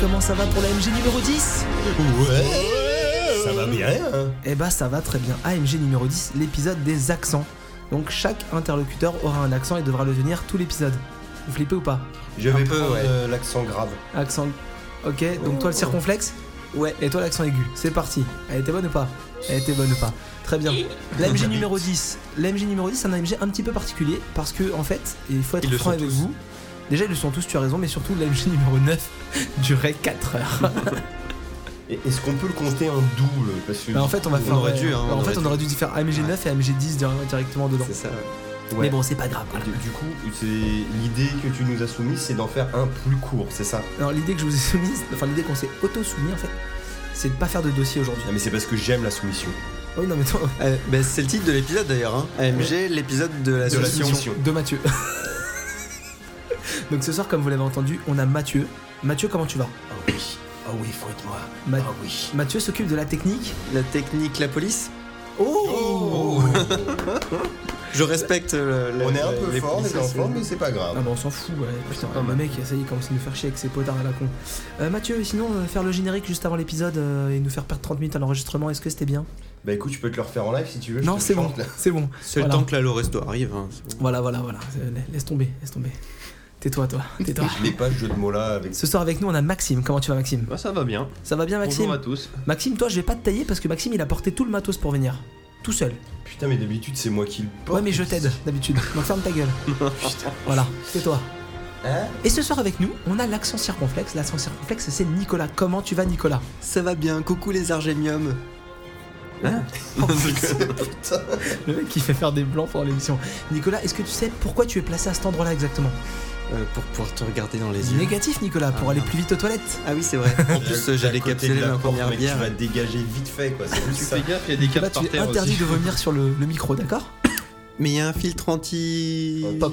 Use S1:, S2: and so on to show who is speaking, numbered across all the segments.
S1: Comment ça va pour la MG numéro 10
S2: Ouais Ça va bien
S3: Euh.
S2: hein
S1: Eh bah ça va très bien. AMG numéro 10, l'épisode des accents. Donc chaque interlocuteur aura un accent et devra le tenir tout l'épisode. Vous flippez ou pas
S2: Je
S3: Un
S2: vais
S3: peu,
S2: prendre
S3: ouais.
S2: euh, l'accent grave.
S1: Accent. Ok, donc toi le circonflexe Ouais. Et toi l'accent aigu. C'est parti. Elle était bonne ou pas Elle était bonne ou pas Très bien. L'AMG numéro 10. L'AMG numéro 10, c'est un AMG un petit peu particulier parce que, en fait, et il faut être
S3: Ils le
S1: franc
S3: sont
S1: avec
S3: tous.
S1: vous. Déjà, ils le sont tous, tu as raison, mais surtout l'AMG numéro 9 durait 4 heures.
S2: Et- Est-ce qu'on peut le compter en double Parce que
S1: Bah, en fait, on va
S3: On
S1: faire. bah,
S3: aurait dû, hein,
S1: en
S3: on
S1: fait,
S3: aurait
S1: on
S3: dû.
S1: aurait dû faire AMG 9 et AMG 10 dire- directement dedans.
S3: C'est ça.
S2: Ouais.
S1: Mais bon, c'est pas grave. voilà.
S2: Du, du coup, c'est l'idée que tu nous as soumise, c'est d'en faire un plus court, c'est ça
S1: Alors, l'idée que je vous ai soumise, enfin, l'idée qu'on s'est auto-soumis, en fait, c'est de pas faire de dossier aujourd'hui. Oh,
S2: Ah, mais c'est parce que j'aime la soumission.
S1: Oui, non, mais toi,
S3: Euh, bah, c'est le titre de l'épisode d'ailleurs. Hein. AMG, l'épisode de la
S2: De la
S3: solution.
S2: soumission.
S1: de Mathieu. Donc ce soir, comme vous l'avez entendu, on a Mathieu. Mathieu, comment tu vas
S2: Ah oui, ah oui, fouette-moi.
S1: Ma-
S2: oui.
S1: Mathieu s'occupe de la technique.
S3: Ah La technique, la police.
S1: Oh,
S3: Je respecte le- le-
S2: On est un
S3: le-
S2: peu
S3: les
S2: fort, on est
S3: policiers,
S2: en forme,
S3: c'est-
S2: mais c'est pas grave.
S1: Ah bah on s'en fout, ouais. Putain,
S3: pas
S1: le
S3: mal.
S1: mec, ça y est, il commence à nous faire chier avec ses potards à la con. Euh, Mathieu, sinon, euh, faire le générique juste avant l'épisode euh, et nous faire perdre 30 minutes à l'enregistrement, est-ce que c'était bien
S2: Bah écoute, tu peux te le refaire en live si tu veux. je
S1: Non,
S2: te le
S1: c'est bon,
S2: chante, là.
S1: c'est bon.
S3: C'est
S1: Voilà.
S3: le temps que la Loresto arrive. hein, c'est bon.
S1: Voilà, voilà, voilà. Euh, la- Laisse tomber, laisse tomber. Tais-toi, toi, tais-toi.
S2: Je n'ai pas ce jeu de mots là avec.
S1: Ce soir avec nous, on a Maxime. Comment tu vas, Maxime
S4: Bah ça va bien.
S1: Ça va bien,
S4: Bonjour à
S1: Maxime
S4: tous.
S1: Maxime, toi, je vais pas te tailler parce que Maxime, il a porté tout le matos pour venir. Tout seul.
S2: Putain, mais d'habitude, c'est moi qui le
S4: Oh.
S2: porte.
S1: Ouais, mais je t'aide d'habitude. Donc ferme ta gueule. Voilà, c'est toi.
S2: Hein
S1: Et ce soir avec nous, on a l'accent circonflexe. L'accent circonflexe, c'est Nicolas. Comment tu vas, Nicolas
S3: Ça va bien. Coucou les argéniums. Hein
S1: Le mec qui fait faire des blancs pendant l'émission. Nicolas, est-ce que tu sais pourquoi tu es placé à cet endroit-là exactement
S3: Euh, pour pouvoir te regarder dans
S2: Mmh.
S3: les yeux.
S1: Négatif, Nicolas, pour
S3: Ah,
S1: aller
S3: non.
S1: plus vite aux toilettes.
S3: Ah oui, c'est vrai. En plus,
S2: T'as
S3: euh, j'allais
S2: le côté de
S3: capsuler
S2: la
S3: ma
S2: porte,
S3: première
S2: mais
S3: bière.
S2: Tu vas dégager vite fait quoi, c'est
S4: Tu
S2: juste ça.
S4: fais gaffe, il y a des
S1: Nicolas,
S4: cartes
S1: tu
S4: par
S1: es
S4: terre
S1: interdit
S4: aussi.
S1: de vomir sur le, le micro, d'accord
S3: Mais il y a un filtre anti.
S2: Pop.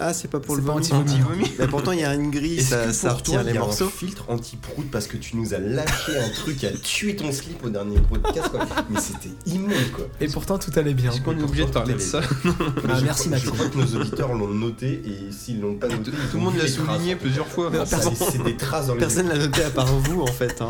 S3: Ah, c'est pas pour
S1: C'est
S3: le
S1: pas
S3: vomi.
S1: anti-vomi.
S3: Mais pourtant, il y a une grille,
S2: Est-ce
S3: ça,
S2: que
S3: ça
S2: pour toi,
S3: retire
S2: il
S3: les
S2: y a
S3: morceaux.
S2: un filtre anti-prout parce que tu nous as lâché un truc à tuer ton slip au dernier podcast quoi. Mais c'était immonde quoi.
S1: Et pourtant, tout allait bien.
S4: Est-ce qu'on est obligé de parler de ça
S2: Mais je
S1: merci,
S2: crois-
S1: Maxime.
S2: Je crois que nos auditeurs l'ont noté et s'ils l'ont pas noté,
S4: Tout
S2: ils
S4: tout le
S2: ont
S4: monde
S2: vu
S4: l'a
S2: les traces,
S4: souligné
S2: en fait.
S4: plusieurs fois.
S1: Non,
S2: C'est- C'est des traces dans les.
S3: Personne l'a noté à part vous, en fait. hein.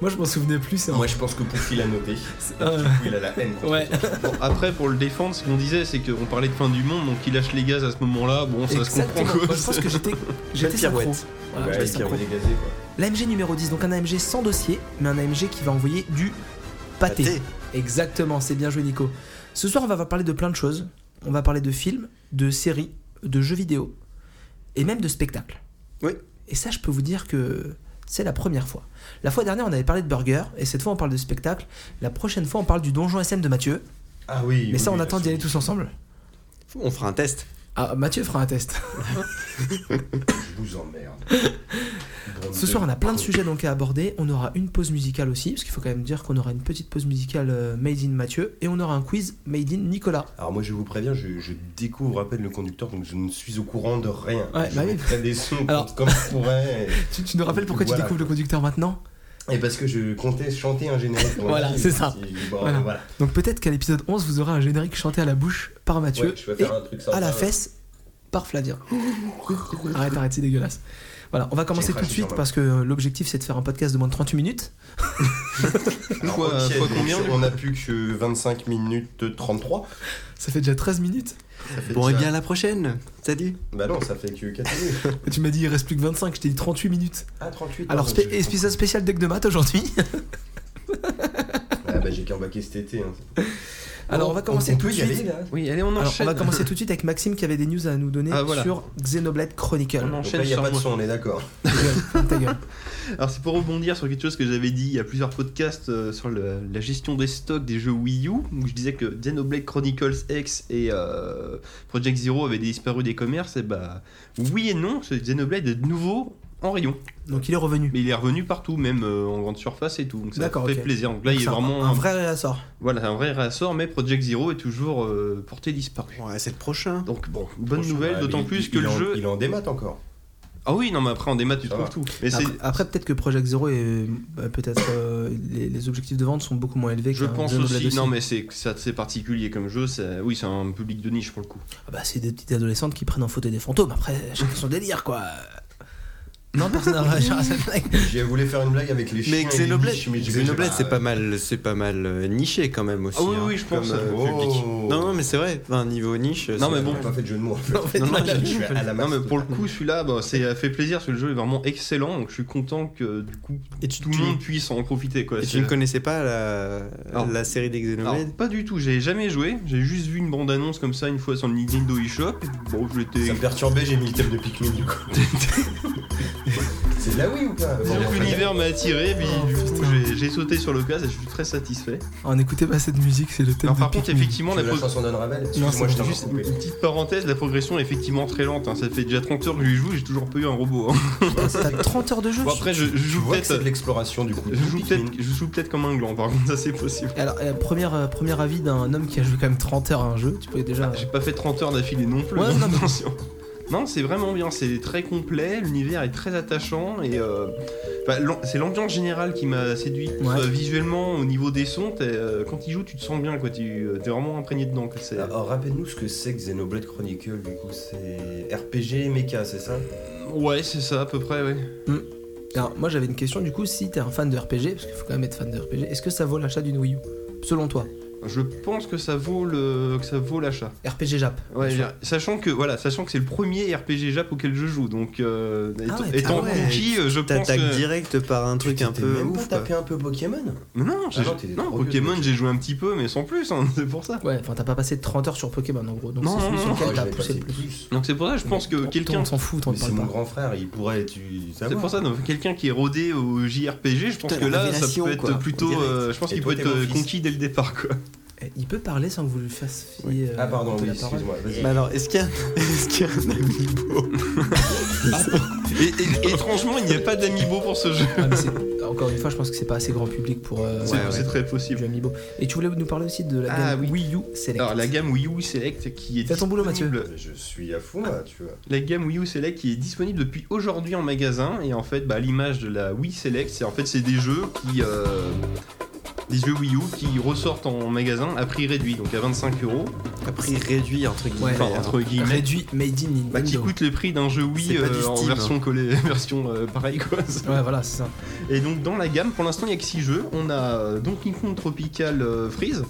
S1: Moi, je m'en souvenais plus. c'est
S2: Moi je pense que Pouf il a noté.
S1: C'est- euh,
S2: Pouf il a la haine. contre
S1: Ouais.
S2: toi.
S4: Bon, après, pour le défendre, ce qu'on disait, c'est qu'on parlait de fin du monde, donc il lâche les gaz à ce moment-là. Bon, ça se comprend
S1: Exactement.
S4: quoi.
S1: Moi, je pense que j'étais. J'étais synchro.
S3: pirouette.
S1: Voilà,
S2: Ouais,
S1: j'étais
S2: il a
S1: synchro.
S2: dégazé quoi.
S1: L'AMG numéro 10, donc un AMG sans dossier, mais un AMG qui va envoyer du pâté.
S3: Pâté.
S1: Exactement, c'est bien joué Nico. Ce soir, on va parler de plein de choses. On va parler de films, de séries, de jeux vidéo, et même de spectacles.
S3: Oui.
S1: Et ça, je peux vous dire que c'est la première fois. La fois dernière, on avait parlé de burger, et cette fois, on parle de spectacle. La prochaine fois, on parle du donjon SM de Mathieu.
S2: Ah oui.
S1: Mais
S2: oui,
S1: ça, on
S2: oui,
S1: attend d'y aller tous ensemble.
S3: On fera un test.
S1: Ah, Mathieu fera un test.
S2: Je vous emmerde.
S1: Ce soir, on a plein de sujets donc à aborder. On aura une pause musicale aussi, parce qu'il faut quand même dire qu'on aura une petite pause musicale euh, made in Mathieu, et on aura un quiz made in Nicolas.
S2: Alors moi je vous préviens, je, je découvre à peine le conducteur, donc je ne suis au courant de rien.
S1: Ouais,
S2: je
S1: bah oui.
S2: mettrai des sons
S1: Alors-
S2: comme je pourrais.
S1: Tu, tu nous rappelles pourquoi tu
S2: Voilà.
S1: découvres le conducteur maintenant
S2: Et parce que je comptais chanter un générique. pour
S1: Voilà,
S2: la
S1: c'est
S2: fille.
S1: ça.
S2: Bon,
S1: Voilà.
S2: voilà.
S1: Donc peut-être qu'à l'épisode 11, vous aurez un générique chanté à la bouche par Mathieu
S2: Ouais, je vais
S1: et
S2: faire un truc sympa.
S1: à la
S2: ouais.
S1: fesse par Flavien. arrête, arrête, c'est dégueulasse. Voilà, on va commencer
S2: J'ai
S1: tout de
S2: craché
S1: suite
S2: sur ma-
S1: parce que euh, l'objectif c'est de faire un podcast de moins de 38 minutes.
S2: Alors,
S4: Fois-
S2: ok,
S4: fois
S2: donc,
S4: combien, du
S2: On a plus que 25 minutes 33.
S1: Ça fait déjà 13 minutes.
S2: Ça fait
S3: Bon, et
S4: eh
S2: déjà-
S3: bien à la prochaine. Salut.
S2: Bah non, ça fait que 4 minutes.
S1: Et tu m'as dit il reste plus que 25, je t'ai dit 38 minutes.
S2: Ah, 38.
S1: Alors,
S2: pardon,
S1: spé-
S2: j'ai-
S1: épisode spécial deck de maths aujourd'hui.
S2: Ah bah j'ai qu'un bac cet été. hein.
S1: Alors, on va commencer
S2: on
S1: tout
S2: peut
S1: de
S2: y
S1: suite.
S2: aller là.
S4: Oui, allez, on
S1: Alors, on
S4: enchaîne.
S1: va commencer tout de suite avec Maxime qui avait des news à nous donner
S4: Ah, voilà.
S1: sur Xenoblade Chronicle.
S4: On
S2: Donc
S4: enchaîne
S2: là, il n'y a
S4: sur
S2: pas de
S4: moi.
S2: son, on est d'accord.
S1: Ta gueule, ferme ta gueule.
S4: Alors c'est pour rebondir sur quelque chose que j'avais dit il y a plusieurs podcasts euh, sur le- la gestion des stocks des jeux Wii U, où je disais que Xenoblade Chronicles X et euh, Project Zero avaient disparu des commerces, et bah oui et non, ce Xenoblade est de nouveau en rayon.
S1: Donc, il est revenu.
S4: Mais il est revenu partout, même euh, en grande surface et tout, donc ça fait
S1: D'accord, ok.
S4: plaisir. Donc là il
S1: C'est
S4: est
S1: un-
S4: vraiment
S1: un vrai réassort.
S4: Voilà, un vrai réassort, mais Project Zero est toujours euh, porté disparu.
S3: Ouais, c'est le prochain.
S4: Donc bon, bonne
S2: Franchement,
S4: nouvelle,
S2: ouais,
S4: d'autant
S2: mais
S4: plus
S2: il-
S4: que
S2: il
S4: le
S2: en-
S4: jeu...
S2: Il est en démat encore.
S4: Ah oui, non mais après en démat tu
S2: Ça
S4: trouves
S2: va.
S4: tout. Mais c'est-
S1: Après, après, peut-être que Project Zero est bah, peut-être euh, les, les objectifs de vente sont beaucoup moins élevés.
S4: Je
S1: qu'un
S4: pense
S1: Xenoblade
S4: aussi,
S1: aussi.
S4: non mais c'est ça, c'est particulier comme jeu, ça- oui c'est un public de niche pour le coup.
S1: Ah bah, c'est des petites adolescentes qui prennent en photo des fantômes. Après, chacun son délire, quoi. Non, personne n'a réagi à cette blague.
S2: J'ai voulu faire une blague avec les chiens. et
S3: Mais
S2: les
S3: Xenoblade,
S2: biches, mais j'ai-
S3: Xenoblade,
S2: j'ai
S3: c'est pas mal, c'est pas mal euh, niché quand même aussi.
S4: Ah oui,
S3: hein,
S4: oui, je pense,
S3: comme, euh,
S2: oh.
S3: public. Non, non, mais c'est vrai. Enfin, niveau niche.
S4: Non,
S3: c'est-
S4: mais
S2: Bon,
S4: bon.
S2: pas fait de jeu de mots. en fait.
S1: Non, en fait,
S4: Non, non,
S1: on l'a
S4: j'ai-
S1: dit.
S2: Je suis à la
S4: Non mais
S2: masse,
S4: pour le coup celui-là bah, c'est ça fait plaisir parce que le jeu est vraiment excellent donc je suis content que du coup
S3: Et tu,
S4: tout
S3: tu-
S4: le monde puisse en profiter quoi.
S3: et tu
S4: C'est-
S3: ne connaissais pas la,
S4: Non.
S3: la série des
S4: Alors,
S3: Xenoblade
S4: pas du tout, j'ai jamais joué, j'ai juste vu une bande-annonce comme ça une fois sur le Nintendo eShop. Bon,
S2: Ça
S4: j'étais
S2: me perturbait, j'ai mis le thème de Pikmin du coup. c'est de la Wii ou pas Bon,
S4: Genre,
S2: enfin,
S4: L'univers m'a attiré, puis
S1: Oh,
S4: du coup j'ai- j'ai sauté sur l'occasion et je suis très satisfait.
S1: On n'écoutait Ah, pas cette musique, c'est le thème.
S4: Alors
S1: de
S4: par contre,
S1: Pikmin.
S4: effectivement,
S2: tu
S4: la
S2: veux la
S4: pro-
S2: chanson d'Unravel
S1: Non,
S2: Excuse-moi,
S1: c'est
S2: je t'ai
S4: juste une
S2: recoupé.
S4: petite parenthèse, la progression est effectivement très lente. hein. Ça fait déjà 30 heures que je joue, j'ai toujours pas eu un robot. hein.
S1: Putain, T'as 30 heures de jeu.
S4: Bon,
S1: tu-
S4: après, je, je
S2: Tu
S4: joue
S2: vois que c'est
S4: peut-être.
S2: de l'exploration du coup.
S4: Je joue peut-être je joue peut-être comme un gland, par contre, ça c'est possible.
S1: Alors, euh, première, euh, premier avis d'un homme qui a joué quand même 30 heures à un jeu, tu peux déjà.
S4: J'ai pas fait 30 heures d'affilée non plus.
S1: Ouais,
S4: hein,
S1: non, mais-
S4: attention. Non, c'est vraiment bien, c'est très complet, l'univers est très attachant et euh, enfin, l'am- c'est l'ambiance générale qui m'a séduit. Que ce
S1: Ouais.
S4: soit visuellement, au niveau des sons, t'es, euh, quand tu joues, tu te sens bien, quoi. Tu euh, t'es vraiment imprégné dedans. quoi, c'est-
S2: Euh, Alors, rappelle-nous ce que c'est que Xenoblade Chronicle, du coup, c'est RPG méca, c'est ça
S4: Ouais, c'est ça à peu près, ouais.
S1: Alors, moi j'avais une question du coup, si t'es un fan de RPG, parce qu'il faut quand même être fan de RPG, est-ce que ça vaut l'achat d'une Wii U Selon toi,
S4: Je pense que ça vaut le que ça vaut l'achat.
S1: RPG Jap. bien
S4: Ouais, je
S1: sûr.
S4: veux dire, sachant que voilà, sachant que c'est le premier RPG Jap auquel je joue, donc euh, étant,
S1: ouais,
S4: étant
S3: ah ouais,
S4: rookie, euh, je pense.
S3: T'attaques
S4: que-
S3: direct par un truc un
S2: T'es
S3: peu
S2: même
S3: ouf.
S2: pas
S3: quoi.
S2: tapé un peu Pokémon
S4: Mais Non, j'ai-
S2: non, t'es
S4: non,
S2: trop vieux,
S4: Pokémon,
S2: toi.
S4: j'ai joué un petit peu, mais sans plus, hein, c'est pour ça.
S1: Ouais, enfin t'as pas passé 30 heures sur Pokémon en gros, donc
S4: Non,
S1: c'est celui
S4: non,
S1: sur
S4: non,
S1: lequel
S2: Ah,
S1: t'as
S2: j'avais
S1: poussé
S2: passé
S1: le plus.
S4: Donc c'est pour ça, je pense que quelqu'un.
S1: On s'en fout, t'en
S2: Mais c'est
S1: parles
S2: mon
S1: pas.
S2: grand frère, il pourrait tu
S4: C'est
S2: savoir.
S4: pour ça, donc, quelqu'un qui est rodé au JRPG, je pense
S3: Putain,
S4: que
S3: la
S4: là, ça
S3: révélation,
S4: peut être
S3: quoi,
S4: plutôt.
S3: direct.
S4: euh, je pense
S2: Et
S4: qu'il peut
S2: toi, t'es
S4: être
S2: mon
S4: euh,
S2: fils.
S4: conquis dès le départ, quoi.
S1: Eh, Il peut parler sans que vous lui fassiez. euh,
S2: Ah, pardon,
S1: couper
S2: oui,
S1: la parole.
S2: excuse-moi, vas-y.
S3: Bah alors, est-ce qu'il y a, est-ce qu'il y a un amiibo
S4: Et, et- étrangement, il n'y a pas d'amiibo pour ce jeu.
S1: Ah, mais c'est- Encore une fois, je pense que c'est pas assez grand public pour. euh,
S4: c'est
S3: Ouais, ouais.
S4: c'est très
S1: du
S4: possible.
S1: Amiibo. Et tu voulais nous parler aussi de la
S4: Ah,
S1: gamme Wii U Select.
S4: Alors la gamme Wii U Select qui est
S1: Fais ton boulot, Mathieu.
S4: disponible-
S2: Euh, Je suis à fond là, tu vois.
S4: La gamme Wii U Select qui est disponible depuis aujourd'hui en magasin et en fait bah, à l'image de la Wii Select, c'est en fait c'est des jeux qui euh, des jeux Wii U qui ressortent en magasin à prix réduit donc à 25 euros
S3: À prix réduit, entre guillemets.
S1: Ouais.
S4: enfin
S3: hein.
S4: entre guillemets
S1: réduit Made in
S4: bah, qui
S1: Nintendo.
S4: coûte le prix d'un jeu Wii
S3: C'est pas du
S4: euh, en
S3: Steam.
S4: version collée version euh, pareil quoi.
S1: Ouais, voilà, c'est ça.
S4: Et donc dans la gamme pour l'instant il y a que 6 jeux, on a euh, Donkey Kong Tropical euh, Freeze,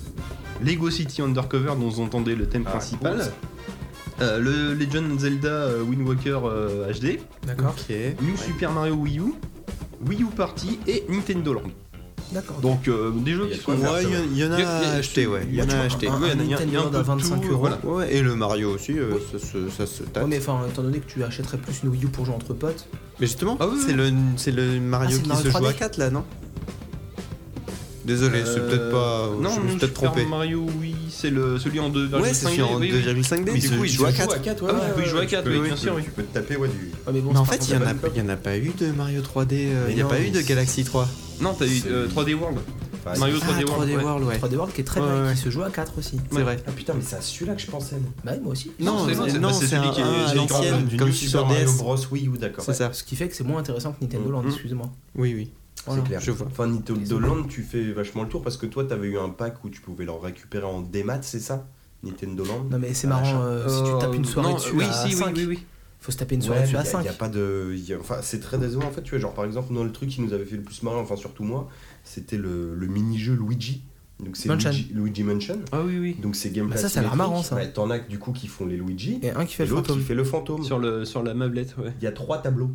S4: Lego City Undercover dont vous entendez le thème
S2: Ah,
S4: principal,
S2: cool, ça.
S4: euh, le Legend of Zelda euh, Wind Walker euh, HD.
S1: D'accord.
S3: Ok.
S4: New Super Mario Wii U, Wii U Party et Nintendo Land.
S1: D'accord.
S4: Donc euh, des
S2: Il
S4: jeux
S2: y a
S4: qui
S2: de quoi
S4: sont
S2: faire.
S3: Ouais, il y en- il y, en
S4: Il y a- il y
S3: a
S4: a-
S3: acheté, ouais. Il y en
S1: tu
S3: a
S1: vois,
S3: acheté.
S1: un-
S4: Ouais, il y en a- il y a un
S1: Nintendo
S4: peu
S1: à
S4: de tout,
S1: 25 euros.
S4: voilà.
S3: Ouais, et le Mario aussi, euh, ça, se- ça se tape.
S1: Ouais,
S3: mais...
S1: mais enfin, étant donné que tu achèterais plus une Wii U pour jouer entre potes,
S3: justement,
S4: Ah oui, oui.
S3: c'est le, c'est le
S1: Ah,
S3: Mario
S1: c'est le
S3: qui
S1: Mario
S3: se
S1: 3D.
S3: joue à 4 là, non Désolé, c'est
S4: Euh,
S3: peut-être pas.
S4: Non,
S3: je me suis
S4: New
S3: peut-être
S4: Super
S3: trompé.
S4: Mario Wii, c'est le celui en 2,5D.
S3: Ouais, c'est celui en
S4: oui, oui.
S3: 2,5D,
S4: Mais
S3: du
S4: il
S3: coup
S4: se-
S3: il
S4: il
S3: joue à
S4: se joue
S3: 4.
S2: quatre,
S4: Ah oui, tu peux y jouer à 4,
S2: Tu
S4: oui,
S2: peux-
S4: bien
S2: tu
S4: sûr,
S2: peux-
S4: oui.
S2: Tu peux te taper, ouais, du.
S1: ouais, Ah, mais bon,
S3: Mais en
S1: c'est
S3: fait,
S1: pas
S3: il y en a,
S1: compatible.
S3: il y en a pas eu de Mario 3D. euh,
S2: Mais
S3: Il n'y a
S2: non,
S3: pas eu de
S2: mais
S3: Galaxy 3.
S4: Non, t'as eu
S2: C'est-
S4: euh, 3D World.
S2: Enfin,
S4: Mario
S3: Ah,
S4: 3D World. ouais.
S3: World, ouais.
S1: 3D World qui est très
S3: Ouais,
S1: bien,
S3: ouais.
S1: qui se joue à 4 aussi.
S3: C'est vrai.
S2: Ah putain, mais c'est à celui-là que je pensais. moi.
S1: Bah, oui, moi aussi.
S3: Non,
S4: c'est-
S3: c'est-
S4: c'est-
S3: non,
S4: bah, c'est
S3: c'est
S4: celui
S3: un
S4: qui est-
S1: Ah,
S3: un à
S4: j'ai grandi
S3: l'ancienne,
S2: Du
S3: comme
S2: New
S3: sur
S2: Super
S3: DS.
S2: Mario Bros. Wii U, d'accord.
S3: C'est ça.
S1: Ce qui fait que E c'est moins intéressant que Nintendo Land,
S4: Mm.
S1: excusez-moi.
S3: Oui, oui.
S1: Voilà.
S2: C'est clair.
S3: Je vois.
S2: Enfin, Nintendo Land, tu fais vachement le tour parce que toi, t'avais eu un pack où tu pouvais leur récupérer en démat, c'est ça Nintendo Land
S1: Non, mais c'est
S2: Ah,
S1: marrant,
S2: l'achat.
S1: euh, si tu tapes une soirée
S4: non,
S1: dessus
S4: oui,
S1: à
S4: si,
S1: 5,
S4: oui, oui, oui.
S1: faut se taper une soirée dessus à 5.
S2: Il y a pas de. y a- enfin, c'est très décevant en fait, tu vois. Genre, par exemple, dans le truc qui nous avait fait le plus marrer, enfin, surtout moi, c'était le, le mini-jeu Luigi. Donc, c'est
S1: Mansion.
S2: Luigi, Luigi Mansion.
S4: Ah oui, oui.
S2: Donc, c'est gameplay.
S1: Bah, ça, ça a l'air
S2: asymétrique.
S1: marrant, ça.
S2: Ouais, T'en as du coup qui font les Luigi.
S1: Et un qui fait
S2: Et
S1: le
S2: l'autre
S1: fantôme.
S2: qui fait le fantôme.
S4: Sur, le, sur la mablette, ouais.
S2: Il y a trois tableaux.